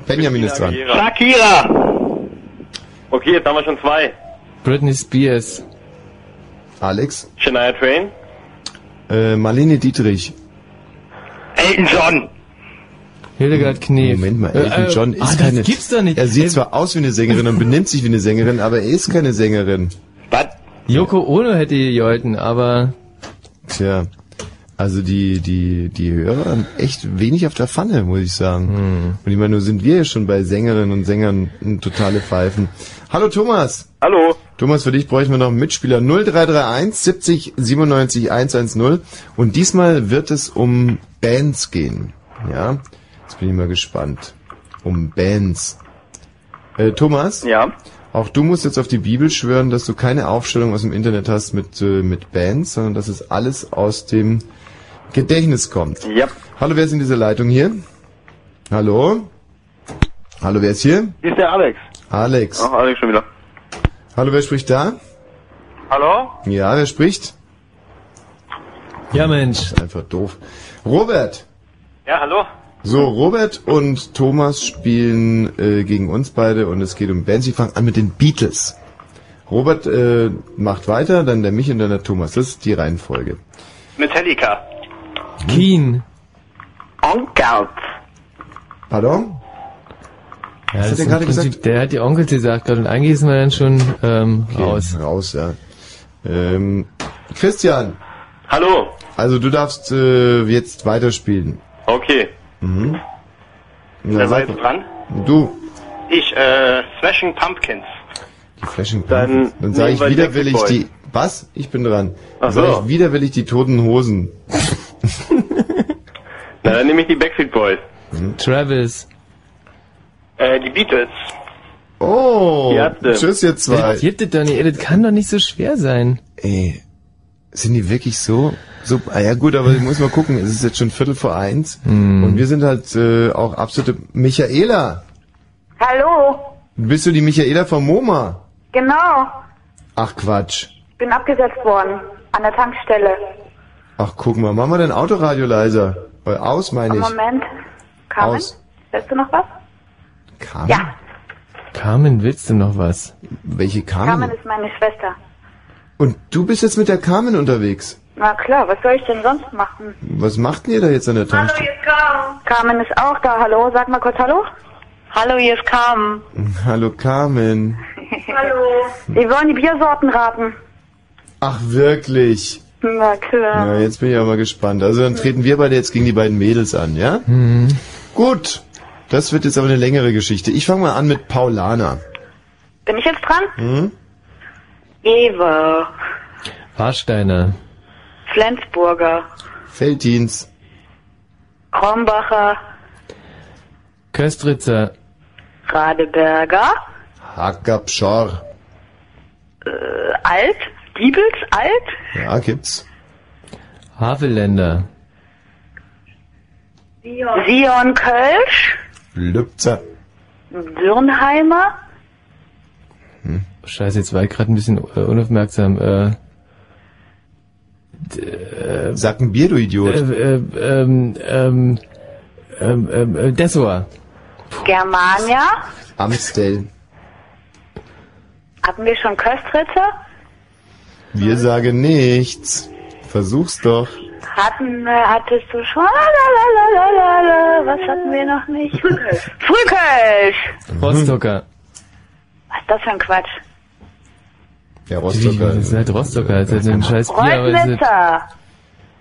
[SPEAKER 1] Benjamin ist dran.
[SPEAKER 27] Shakira! Okay, jetzt haben wir schon zwei.
[SPEAKER 2] Britney Spears.
[SPEAKER 1] Alex.
[SPEAKER 27] Shania Train.
[SPEAKER 1] Äh, Marlene Dietrich.
[SPEAKER 2] Hm?
[SPEAKER 27] Elton John.
[SPEAKER 2] Hildegard Knef.
[SPEAKER 1] Moment mal,
[SPEAKER 2] Äh,
[SPEAKER 1] Elton
[SPEAKER 2] äh,
[SPEAKER 1] John ist
[SPEAKER 2] ah, das
[SPEAKER 1] keine...
[SPEAKER 2] gibt's doch nicht.
[SPEAKER 1] Er sieht zwar aus wie eine Sängerin und benimmt sich wie eine Sängerin, aber er ist keine Sängerin.
[SPEAKER 27] Was?
[SPEAKER 2] Yoko Ono hätte gegolten, aber...
[SPEAKER 1] Tja, also die, die, die Hörer haben echt wenig auf der Pfanne, muss ich sagen. Und ich meine, nur sind wir ja schon bei Sängerinnen und Sängern n- totale Pfeifen. Hallo Thomas!
[SPEAKER 27] Hallo!
[SPEAKER 1] Thomas, für dich bräuchten wir noch einen Mitspieler 0331 70 97 110 und diesmal wird es um Bands gehen. Ja, jetzt bin ich mal gespannt. Um Bands. Äh, Thomas?
[SPEAKER 7] Ja.
[SPEAKER 1] Auch du musst jetzt auf die Bibel schwören, dass du keine Aufstellung aus dem Internet hast mit, äh, mit Bands, sondern dass es alles aus dem Gedächtnis kommt.
[SPEAKER 27] Ja.
[SPEAKER 1] Hallo, wer ist in dieser Leitung hier? Hallo? Hallo, wer ist hier?
[SPEAKER 27] Hier ist der Alex.
[SPEAKER 1] Alex.
[SPEAKER 10] Ah.
[SPEAKER 27] Ach, Alex schon wieder.
[SPEAKER 1] Hallo, wer spricht da?
[SPEAKER 27] Hallo?
[SPEAKER 1] Ja, wer spricht?
[SPEAKER 2] Ja, Mensch.
[SPEAKER 1] Einfach doof. Robert!
[SPEAKER 27] Ja, hallo?
[SPEAKER 1] So, Robert und Thomas spielen äh, gegen uns beide und es geht um Bands. Ich fange an mit den Beatles. Robert äh, macht weiter, dann der Michi und dann der Thomas. Das ist die Reihenfolge.
[SPEAKER 22] Metallica.
[SPEAKER 2] Keen.
[SPEAKER 22] Onkels.
[SPEAKER 1] Pardon?
[SPEAKER 2] Ja, das ist im Prinzip, Der hat die Onkel gesagt gerade und eigentlich ist man dann schon ähm,
[SPEAKER 1] Okay,
[SPEAKER 2] raus.
[SPEAKER 1] Raus, ja. Ähm, Christian.
[SPEAKER 27] Hallo.
[SPEAKER 1] Also du darfst äh, jetzt weiterspielen.
[SPEAKER 27] Okay.
[SPEAKER 1] Mhm. Na,
[SPEAKER 22] Wer war
[SPEAKER 1] sag
[SPEAKER 22] jetzt
[SPEAKER 1] mal.
[SPEAKER 22] dran?
[SPEAKER 1] Du,
[SPEAKER 22] Ich, äh, Smashing Pumpkins.
[SPEAKER 1] die Flashing
[SPEAKER 22] Dann
[SPEAKER 1] Pumpkins. Dann sage
[SPEAKER 22] nehmen
[SPEAKER 1] ich
[SPEAKER 22] wir
[SPEAKER 1] widerwillig
[SPEAKER 22] Backstreet
[SPEAKER 1] die... Was? Ich bin dran. Dann
[SPEAKER 27] Ach
[SPEAKER 1] sage
[SPEAKER 27] so.
[SPEAKER 1] ich widerwillig die toten Hosen.
[SPEAKER 27] Na, dann nehme ich die Backstreet Boys.
[SPEAKER 2] Travis.
[SPEAKER 22] Äh, die Beatles.
[SPEAKER 1] Oh,
[SPEAKER 2] Ihr habt es.
[SPEAKER 1] tschüss ihr zwei.
[SPEAKER 2] Das gibt es doch nicht. Das kann doch nicht so schwer sein.
[SPEAKER 1] Ey, sind die wirklich so? so ah ja gut, aber ich muss mal gucken. Es ist jetzt schon Viertel vor eins
[SPEAKER 2] Hm.
[SPEAKER 1] und wir sind halt äh, auch absolute Michaela.
[SPEAKER 6] Hallo,
[SPEAKER 1] Bist du die Michaela vom MoMA?
[SPEAKER 6] genau.
[SPEAKER 1] Ach Quatsch.
[SPEAKER 6] Ich bin abgesetzt worden. An der Tankstelle.
[SPEAKER 1] Ach guck mal, machen wir dein Autoradio leiser. Äh, Aus meine ich.
[SPEAKER 6] Moment. Carmen,
[SPEAKER 1] Aus.
[SPEAKER 6] willst du noch was?
[SPEAKER 1] Carmen?
[SPEAKER 6] Ja.
[SPEAKER 2] Carmen, willst du noch was?
[SPEAKER 1] Welche
[SPEAKER 6] Carmen
[SPEAKER 1] Carmen?
[SPEAKER 6] ist meine Schwester.
[SPEAKER 1] Und du bist jetzt mit der Carmen unterwegs.
[SPEAKER 6] Na klar, was soll ich denn sonst machen?
[SPEAKER 1] Was macht denn ihr da jetzt an der Tankstelle?
[SPEAKER 6] ist Carmen. Carmen ist auch da. Hallo, sag mal kurz Hallo. Hallo, hier ist Carmen.
[SPEAKER 1] Hallo Carmen.
[SPEAKER 6] Hallo. Wir wollen die Biersorten raten. Hm,
[SPEAKER 1] Ach wirklich?
[SPEAKER 6] Na klar.
[SPEAKER 1] Na, jetzt bin ich aber gespannt. Also dann treten wir beide jetzt gegen die beiden Mädels an, ja?
[SPEAKER 2] Mhm.
[SPEAKER 1] Gut. Das wird jetzt aber eine längere Geschichte. Ich fange mal an mit Paulana.
[SPEAKER 6] Bin ich jetzt dran?
[SPEAKER 1] Hm?
[SPEAKER 6] Ewe.
[SPEAKER 2] Warsteiner.
[SPEAKER 6] Flensburger.
[SPEAKER 1] Felddienst.
[SPEAKER 6] Krombacher.
[SPEAKER 2] Köstritzer.
[SPEAKER 6] Radeberger.
[SPEAKER 1] Hackabschor.
[SPEAKER 6] Äh, alt. Diebels alt.
[SPEAKER 1] Ja, gibt's.
[SPEAKER 2] Haveländer.
[SPEAKER 6] Sion, Kölsch.
[SPEAKER 1] Lübzer.
[SPEAKER 6] Dürnheimer.
[SPEAKER 2] Scheiße, jetzt war ich gerade ein bisschen äh, unaufmerksam. Äh, d- äh,
[SPEAKER 1] Sag ein Bier, du Idiot.
[SPEAKER 2] Äh, äh, ähm, ähm, ähm, ähm, äh, Dessauer.
[SPEAKER 6] Germania.
[SPEAKER 1] Amstel.
[SPEAKER 6] Hatten wir schon Köstritzer?
[SPEAKER 1] Wir sagen nichts. Versuch's doch.
[SPEAKER 6] Hatten, äh, hattest du schon? Lalalala, was hatten wir noch nicht? Frühkölsch. Frühkölsch!
[SPEAKER 2] Rostocker.
[SPEAKER 6] Was ist das für ein Quatsch?
[SPEAKER 1] Ja, Rostocker.
[SPEAKER 2] Das ist halt Rostocker. Das ist halt ein scheiß Bier. Aber das ist halt
[SPEAKER 6] Reutnitzer!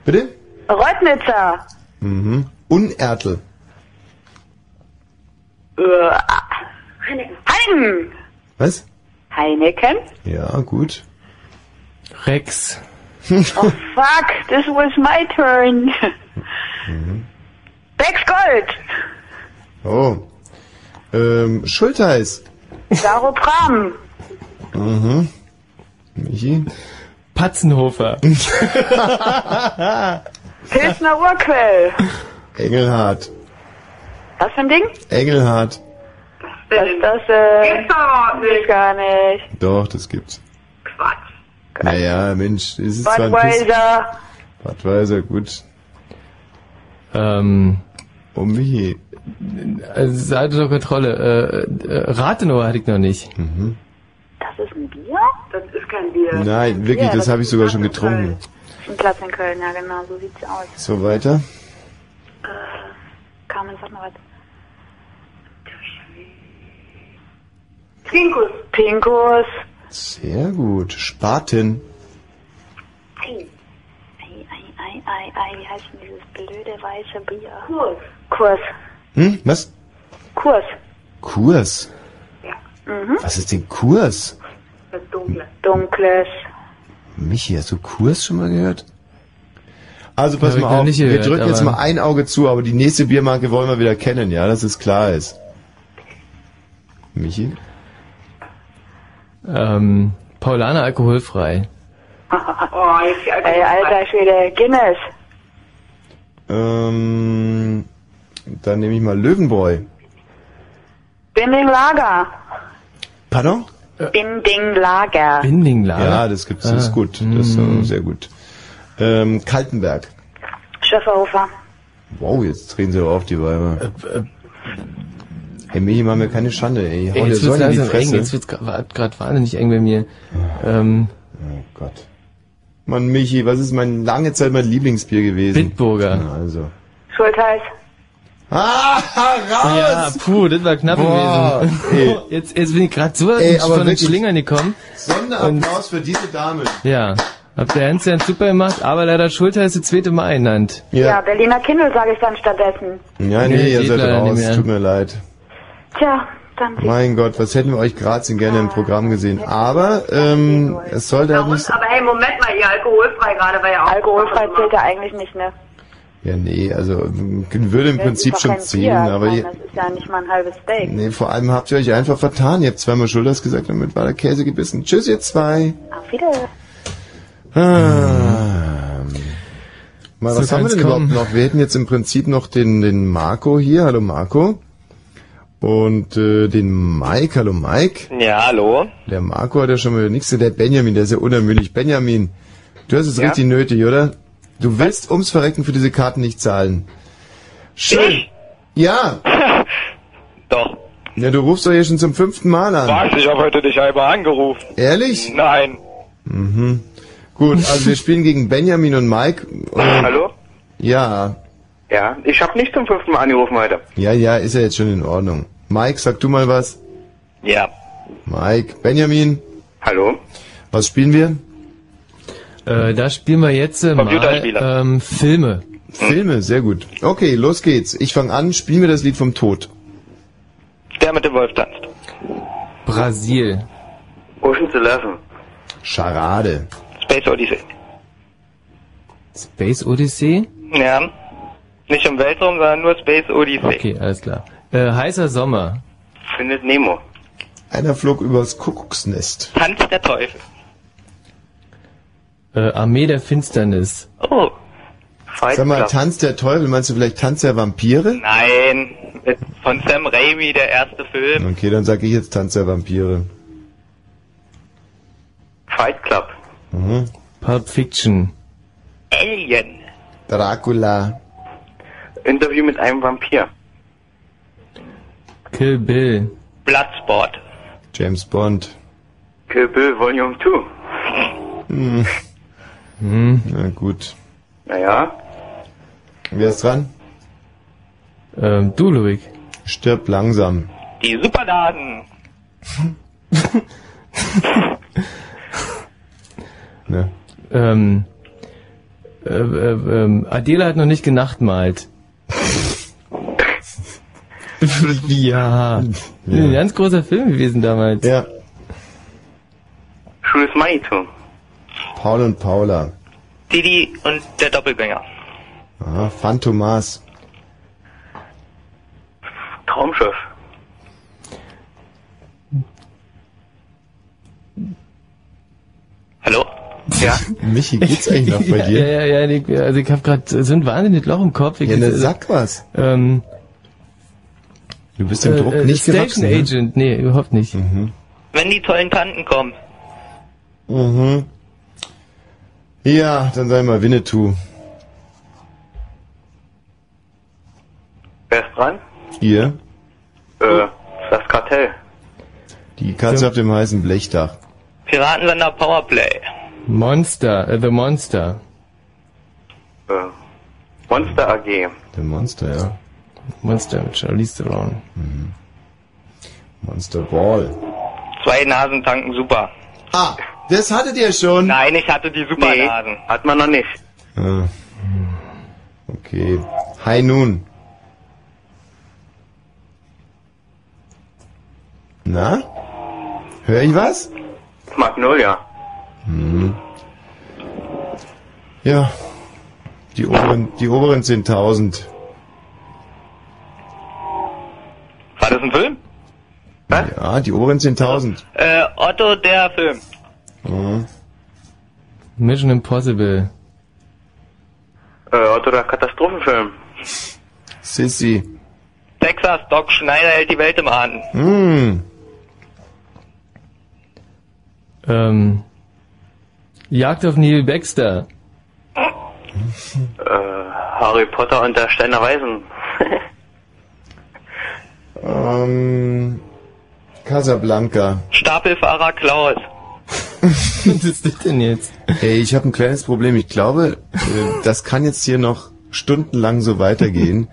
[SPEAKER 1] Bitte?
[SPEAKER 6] Reutnitzer!
[SPEAKER 1] Mhm. Unertel.
[SPEAKER 6] Äh, Heineken!
[SPEAKER 1] Was?
[SPEAKER 6] Heineken?
[SPEAKER 1] Ja, gut. Mhm.
[SPEAKER 2] Rex.
[SPEAKER 6] Oh fuck, this was my turn. Becks Gold!
[SPEAKER 1] Oh. Ähm, Schulteis.
[SPEAKER 6] Saropram!
[SPEAKER 1] Mhm. Michi?
[SPEAKER 2] Patzenhofer.
[SPEAKER 6] Pilsner Urquell!
[SPEAKER 1] Engelhardt.
[SPEAKER 6] Was für ein Ding?
[SPEAKER 1] Engelhardt.
[SPEAKER 6] Was ist das, äh? Gibt's aber nicht. gar nicht.
[SPEAKER 1] Doch, das gibt's. Quatsch. Naja, Mensch, es ist zwar ein Piss.
[SPEAKER 6] Budweiser!
[SPEAKER 1] Badweiser, gut.
[SPEAKER 2] Ähm.
[SPEAKER 1] Um Michi.
[SPEAKER 2] Also Seite zur Kontrolle. Äh, äh, Rathenow hatte ich noch nicht.
[SPEAKER 1] Mhm.
[SPEAKER 6] Das ist ein Bier? Das ist kein Bier.
[SPEAKER 1] Nein, wirklich, das habe ich sogar schon getrunken.
[SPEAKER 6] Ein Platz in Köln, ja genau, so sieht's aus.
[SPEAKER 1] So weiter.
[SPEAKER 6] Carmen, sag mal was. Pinkus. Pinkus.
[SPEAKER 1] Sehr gut. Spatin.
[SPEAKER 6] Ei, ei, ei, ei, ei, wie heißt denn dieses blöde weiße Bier? Kurs. Kurs.
[SPEAKER 1] Hm? Was?
[SPEAKER 6] Kurs.
[SPEAKER 1] Kurs.
[SPEAKER 6] Mhm.
[SPEAKER 1] Was ist denn Kurs?
[SPEAKER 6] Das Dunkle. Dunkles.
[SPEAKER 1] Michi, hast du Kurs schon mal gehört? Also pass
[SPEAKER 2] Hab ich
[SPEAKER 1] mal
[SPEAKER 2] noch
[SPEAKER 1] auf,
[SPEAKER 2] nicht
[SPEAKER 1] wir
[SPEAKER 2] gehört,
[SPEAKER 1] drücken jetzt
[SPEAKER 2] aber-
[SPEAKER 1] mal ein Auge zu, aber die nächste Biermarke wollen wir wieder kennen, ja, dass es klar ist. Michi?
[SPEAKER 2] Ähm, Paulaner alkoholfrei.
[SPEAKER 6] Oh, jetzt Ey, alter Schwede, Guinness.
[SPEAKER 1] Ähm, dann nehme ich mal Löwenbräu.
[SPEAKER 6] Binding Lager.
[SPEAKER 1] Pardon?
[SPEAKER 6] Binding Lager.
[SPEAKER 2] Bindinglager.
[SPEAKER 1] Ja, das gibt's, das
[SPEAKER 2] Ah,
[SPEAKER 1] ist gut. Das ist äh, sehr gut. Ähm, Kaltenberg.
[SPEAKER 6] Schöfferhofer.
[SPEAKER 2] Äh,
[SPEAKER 1] Wow, jetzt drehen sie aber auf die Weiber. Ey, Michi, mach mir keine Schande,
[SPEAKER 2] Ey,
[SPEAKER 1] ey. Hau dir
[SPEAKER 2] jetzt
[SPEAKER 1] so
[SPEAKER 2] wird's
[SPEAKER 1] in die
[SPEAKER 2] langsam eng,
[SPEAKER 1] Fresse.
[SPEAKER 2] jetzt wird's gerade wahnsinnig eng bei mir. Ähm,
[SPEAKER 1] oh Gott. Mann, Michi, was ist mein lange Zeit mein Lieblingsbier gewesen? Bitburger. Na, also.
[SPEAKER 6] Schultheiß.
[SPEAKER 1] Ah,
[SPEAKER 2] Ja, puh, das war knapp
[SPEAKER 1] Boah, ey.
[SPEAKER 2] gewesen. Jetzt, jetzt bin ich gerade so
[SPEAKER 1] Ey, aber
[SPEAKER 2] von den
[SPEAKER 1] wirklich.
[SPEAKER 2] Schlingern gekommen.
[SPEAKER 1] Sonderapplaus für diese Dame.
[SPEAKER 2] Ja, habt ihr Ernst ja super gemacht, aber leider Schulter ist das zweite Mal ernannt.
[SPEAKER 6] Ja. Berliner Kindle sage ich dann stattdessen.
[SPEAKER 1] Ja, nee,
[SPEAKER 2] Nee,
[SPEAKER 1] ihr
[SPEAKER 2] geht
[SPEAKER 1] seid
[SPEAKER 2] leider
[SPEAKER 1] raus.
[SPEAKER 2] nicht mehr.
[SPEAKER 1] Tut mir leid.
[SPEAKER 6] Tja, dann
[SPEAKER 1] Mein Gott, was hätten wir euch Grazien gerne im Programm gesehen. Aber ähm, es sollte halt nicht.
[SPEAKER 6] Aber hey, Moment mal, ihr alkoholfrei gerade, weil ja auch. Alkoholfrei zählt ja eigentlich nicht, ne?
[SPEAKER 1] Ja, nee, also m, würde im
[SPEAKER 6] Das
[SPEAKER 1] Prinzip
[SPEAKER 6] ist doch
[SPEAKER 1] schon
[SPEAKER 6] kein
[SPEAKER 1] zählen,
[SPEAKER 6] Bier.
[SPEAKER 1] aber
[SPEAKER 6] Nein,
[SPEAKER 1] ihr,
[SPEAKER 6] Das ist ja nicht mal ein halbes Steak.
[SPEAKER 1] nee, vor allem habt ihr euch einfach vertan. Ihr habt zweimal Schulters gesagt und mit war der Käse gebissen. Tschüss, ihr zwei.
[SPEAKER 6] Auf Wiedersehen.
[SPEAKER 1] Ah. Mal,
[SPEAKER 2] So
[SPEAKER 1] was haben wir
[SPEAKER 2] kann's
[SPEAKER 1] denn
[SPEAKER 2] kommen.
[SPEAKER 1] überhaupt noch? Wir hätten jetzt im Prinzip noch den, den Marco hier. Hallo Marco. Und äh, den Mike. Hallo Mike.
[SPEAKER 23] Ja, hallo.
[SPEAKER 1] Der Marco hat ja schon mal nichts. Der Benjamin, der ist ja unermüdlich. Benjamin, du hast es
[SPEAKER 23] Ja?
[SPEAKER 1] richtig nötig, oder? Du willst ums Verrecken für diese Karten nicht zahlen. Schön. Ja.
[SPEAKER 23] Doch.
[SPEAKER 1] Ja, du rufst doch hier schon zum fünften Mal an.
[SPEAKER 23] Was? Ich habe heute dich einmal angerufen.
[SPEAKER 1] Ah. Ehrlich?
[SPEAKER 23] Nein.
[SPEAKER 1] Mhm. Gut, also wir spielen gegen Benjamin und Mike. Hm.
[SPEAKER 3] Hallo?
[SPEAKER 1] Ja,
[SPEAKER 3] Ja, ich habe nicht zum fünften Mal angerufen heute.
[SPEAKER 1] ja, ja, ist ja jetzt schon in Ordnung. Mike, sag du mal was.
[SPEAKER 3] Ja.
[SPEAKER 1] Mike, Benjamin.
[SPEAKER 3] Hallo.
[SPEAKER 1] Was spielen wir?
[SPEAKER 2] Äh, da spielen wir jetzt äh, mal
[SPEAKER 1] Computerspiele.
[SPEAKER 2] ähm, Filme.
[SPEAKER 1] Filme, sehr gut. Okay, los geht's. Ich fange an, spiel mir das Lied vom Tod.
[SPEAKER 23] Der mit dem Wolf tanzt.
[SPEAKER 2] Brasil.
[SPEAKER 23] Ocean's Eleven.
[SPEAKER 1] Charade.
[SPEAKER 23] Space Odyssey.
[SPEAKER 2] Space Odyssey?
[SPEAKER 23] Ja. Nicht im Weltraum, sondern nur Space Odyssey.
[SPEAKER 2] Okay, alles klar. Äh, heißer Sommer.
[SPEAKER 23] Findet Nemo.
[SPEAKER 1] Einer flog übers Kuckucksnest.
[SPEAKER 23] Tanz der Teufel.
[SPEAKER 2] Äh, Armee der Finsternis.
[SPEAKER 23] Oh. Fight
[SPEAKER 1] Sag mal,
[SPEAKER 23] Club.
[SPEAKER 1] Tanz der Teufel, meinst du vielleicht Tanz der Vampire?
[SPEAKER 23] Nein. Mit, von Sam Raimi, der erste Film.
[SPEAKER 1] Okay, dann sage ich jetzt Tanz der Vampire.
[SPEAKER 23] Fight Club.
[SPEAKER 1] Mhm.
[SPEAKER 2] Pulp Fiction.
[SPEAKER 23] Alien.
[SPEAKER 1] Dracula.
[SPEAKER 3] Interview mit einem Vampir.
[SPEAKER 2] Kill Bill.
[SPEAKER 23] Bloodsport.
[SPEAKER 1] James Bond.
[SPEAKER 3] Kill Bill Volume 2.
[SPEAKER 1] Hm.
[SPEAKER 2] Mhm.
[SPEAKER 1] Hm. Na gut.
[SPEAKER 3] Naja.
[SPEAKER 1] Wer ist dran?
[SPEAKER 2] Ähm, du, Ludwig.
[SPEAKER 1] Stirb langsam.
[SPEAKER 23] Die Superdaten.
[SPEAKER 1] Ne?
[SPEAKER 2] Ähm, äh, äh, ähm, Adela hat noch nicht genachtmalt. ja. Ein ganz großer Film gewesen damals.
[SPEAKER 1] Ja.
[SPEAKER 23] Schulz Maito.
[SPEAKER 1] Paul und Paula.
[SPEAKER 23] Didi und der Doppelgänger.
[SPEAKER 1] Aha, Phantomas.
[SPEAKER 23] Traumschiff. Hallo?
[SPEAKER 1] Ja. Michi, geht's eigentlich noch bei
[SPEAKER 2] ja,
[SPEAKER 1] dir?
[SPEAKER 2] Ja, ja, ja, nee, also ich habe gerade so ein wahnsinniges Loch im Kopf. Ich
[SPEAKER 1] Ja, ne, sag was.
[SPEAKER 2] Ähm,
[SPEAKER 1] du bist dem Druck nicht
[SPEAKER 2] Station
[SPEAKER 1] gewachsen, ne?
[SPEAKER 2] Agent, nee, überhaupt nicht.
[SPEAKER 23] Wenn die tollen Tanten kommen.
[SPEAKER 1] Mhm. Ja, dann sei mal Winnetou.
[SPEAKER 3] Wer ist dran?
[SPEAKER 1] Ihr?
[SPEAKER 3] Äh, das Kartell.
[SPEAKER 1] Die Katze auf dem heißen Blechdach.
[SPEAKER 23] Piratensender Powerplay.
[SPEAKER 2] Monster, äh, The Monster.
[SPEAKER 3] Äh, Monster AG.
[SPEAKER 1] Der Monster, ja. Mhm.
[SPEAKER 2] Monster mit Charlize Theron.
[SPEAKER 1] Monster Ball.
[SPEAKER 23] Zwei Nasen tanken super.
[SPEAKER 1] Ah, das hattet ihr schon.
[SPEAKER 23] Nein, ich hatte die Supernasen. hat man noch nicht.
[SPEAKER 1] Ah. Okay. Hi nun. Na? Hör ich was?
[SPEAKER 3] Magnolia.
[SPEAKER 1] Hm. Ja. Die oberen, die oberen 10.000.
[SPEAKER 23] War das ein Film?
[SPEAKER 1] Ja, Ah, die oberen 10.000.
[SPEAKER 23] Äh, Otto, der Film.
[SPEAKER 1] Mhm.
[SPEAKER 2] Mission Impossible.
[SPEAKER 3] Äh, Otto, der Katastrophenfilm.
[SPEAKER 1] Sissy.
[SPEAKER 23] Texas, Doc Schneider hält die Welt im Atem.
[SPEAKER 1] Hm.
[SPEAKER 2] Ähm, Jagd auf Neil Baxter.
[SPEAKER 3] Äh, Harry Potter und der Steiner Weisen.
[SPEAKER 1] Ähm, Casablanca.
[SPEAKER 28] Stapelfahrer Klaus.
[SPEAKER 1] Was ist das denn jetzt? Ey, ich habe ein kleines Problem. Ich glaube, äh, das kann jetzt hier noch stundenlang so weitergehen.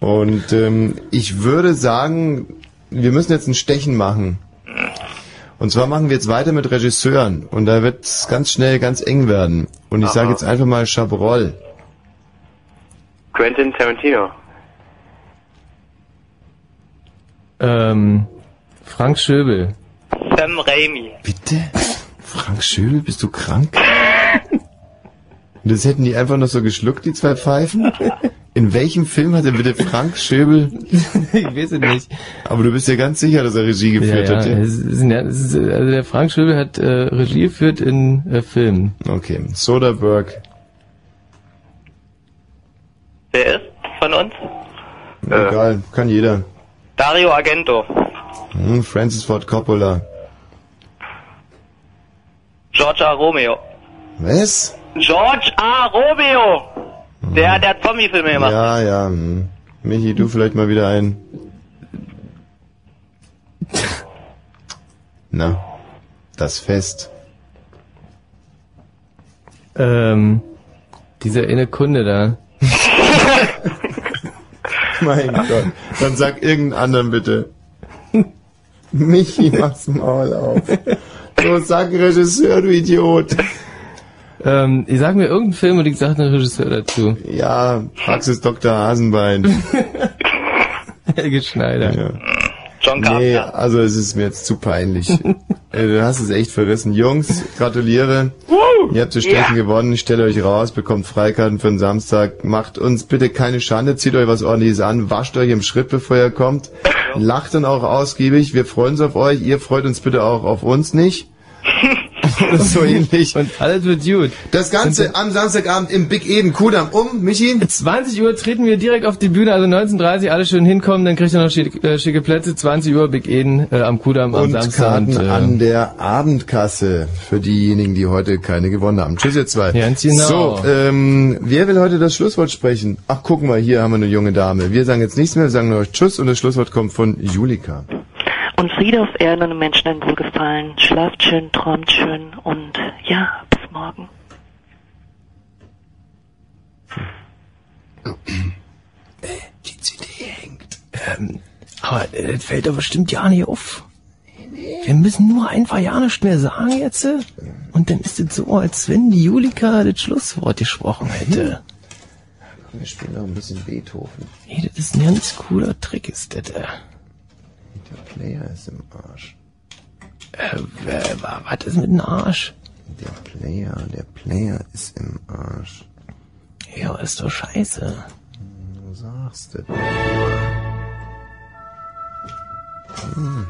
[SPEAKER 1] Und ähm, ich würde sagen, wir müssen jetzt ein Stechen machen. Und zwar machen wir jetzt weiter mit Regisseuren. Und da wird es ganz schnell ganz eng werden. Und ich sage
[SPEAKER 22] Aha.
[SPEAKER 1] jetzt einfach mal Chabrol.
[SPEAKER 22] Quentin Tarantino.
[SPEAKER 2] Ähm, Frank Schöbel.
[SPEAKER 28] Sam Raimi.
[SPEAKER 1] Bitte? Frank Schöbel, bist du krank? Das hätten die einfach noch so geschluckt, die zwei Pfeifen? In welchem Film hat er bitte Frank Schöbel?
[SPEAKER 2] ich weiß es nicht.
[SPEAKER 1] Aber du bist ja ganz sicher, dass er Regie geführt
[SPEAKER 2] ja,
[SPEAKER 1] hat.
[SPEAKER 2] ja.
[SPEAKER 1] Ja?
[SPEAKER 2] Es ist, ja, es ist, also der Frank Schöbel hat äh, Regie geführt in äh, Filmen.
[SPEAKER 1] Okay, Soderbergh.
[SPEAKER 28] Wer ist von uns?
[SPEAKER 1] Egal, kann jeder.
[SPEAKER 28] Dario Argento.
[SPEAKER 1] Hm, Francis Ford Coppola.
[SPEAKER 28] George A. Romeo.
[SPEAKER 1] Was?
[SPEAKER 28] George A. Romeo! Der hat der Zombie-Filme gemacht.
[SPEAKER 1] Ja, ja. hm. Michi, du vielleicht mal wieder ein. Na, das Fest.
[SPEAKER 2] Ähm, dieser eine Kunde da.
[SPEAKER 1] Mein Gott. Dann sag irgendeinen anderen bitte. Michi, mach's Maul auf. So, sag Regisseur, du Idiot.
[SPEAKER 2] Ähm, ich sag mir irgendeinen Film und ich sag einen Regisseur dazu.
[SPEAKER 1] Ja, Praxis Dr. Hasenbein.
[SPEAKER 2] Helge Schneider.
[SPEAKER 1] Ja. Nee, also es ist mir jetzt zu peinlich. Äh, du hast es echt verrissen. Jungs, gratuliere. Ihr habt zu Stechen
[SPEAKER 13] Ja.
[SPEAKER 1] gewonnen. Ich stelle euch raus, bekommt Freikarten für den Samstag. Macht uns bitte keine Schande. Zieht euch was ordentliches an. Wascht euch im Schritt, bevor ihr kommt. Lacht dann auch ausgiebig. Wir freuen uns auf euch. Ihr freut uns bitte auch auf uns nicht. Oder so ähnlich.
[SPEAKER 2] Und alles wird gut.
[SPEAKER 1] Das Ganze am Samstagabend im Big Eden Kudamm um, Michi?
[SPEAKER 2] 20 Uhr treten wir direkt auf die Bühne, also 19.30 Uhr, alle schön hinkommen, dann kriegt ihr noch schicke, äh, schicke Plätze, 20 Uhr Big Eden äh, am Kudamm am
[SPEAKER 1] und
[SPEAKER 2] Samstag.
[SPEAKER 1] Karten
[SPEAKER 2] äh,
[SPEAKER 1] an der Abendkasse für diejenigen, die heute keine gewonnen haben. Tschüss, ihr zwei.
[SPEAKER 2] Ganz genau.
[SPEAKER 1] So, ähm, wer will heute das Schlusswort sprechen? Ach, gucken wir, hier haben wir eine junge Dame. Wir sagen jetzt nichts mehr, wir sagen nur Tschüss und das Schlusswort kommt von Julika.
[SPEAKER 8] Und Friede auf Erden und den Menschen ein Wohlgefallen. Schlaft schön, träumt schön und ja, bis morgen.
[SPEAKER 2] die CD hängt. Ähm, aber äh, das fällt doch bestimmt ja nicht auf. Wir müssen nur einfach ja nichts mehr sagen jetzt. äh, Und dann ist es so, als wenn die Julika das Schlusswort gesprochen
[SPEAKER 1] Hm.
[SPEAKER 2] hätte.
[SPEAKER 1] Wir spielen noch ein bisschen Beethoven.
[SPEAKER 2] Nee, das ist ein ganz cooler Trick, ist das. äh.
[SPEAKER 1] Der Player ist im Arsch.
[SPEAKER 2] Äh, w- wa- was ist mit dem Arsch?
[SPEAKER 1] Der Player, der Player ist im Arsch.
[SPEAKER 2] Ja, ist doch scheiße.
[SPEAKER 1] Du sagst es.
[SPEAKER 2] Hm.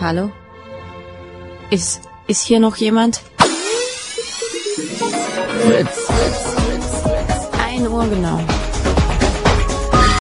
[SPEAKER 26] Hallo? Ist, ist hier noch jemand?
[SPEAKER 32] Fritz.
[SPEAKER 26] 1 Uhr genau.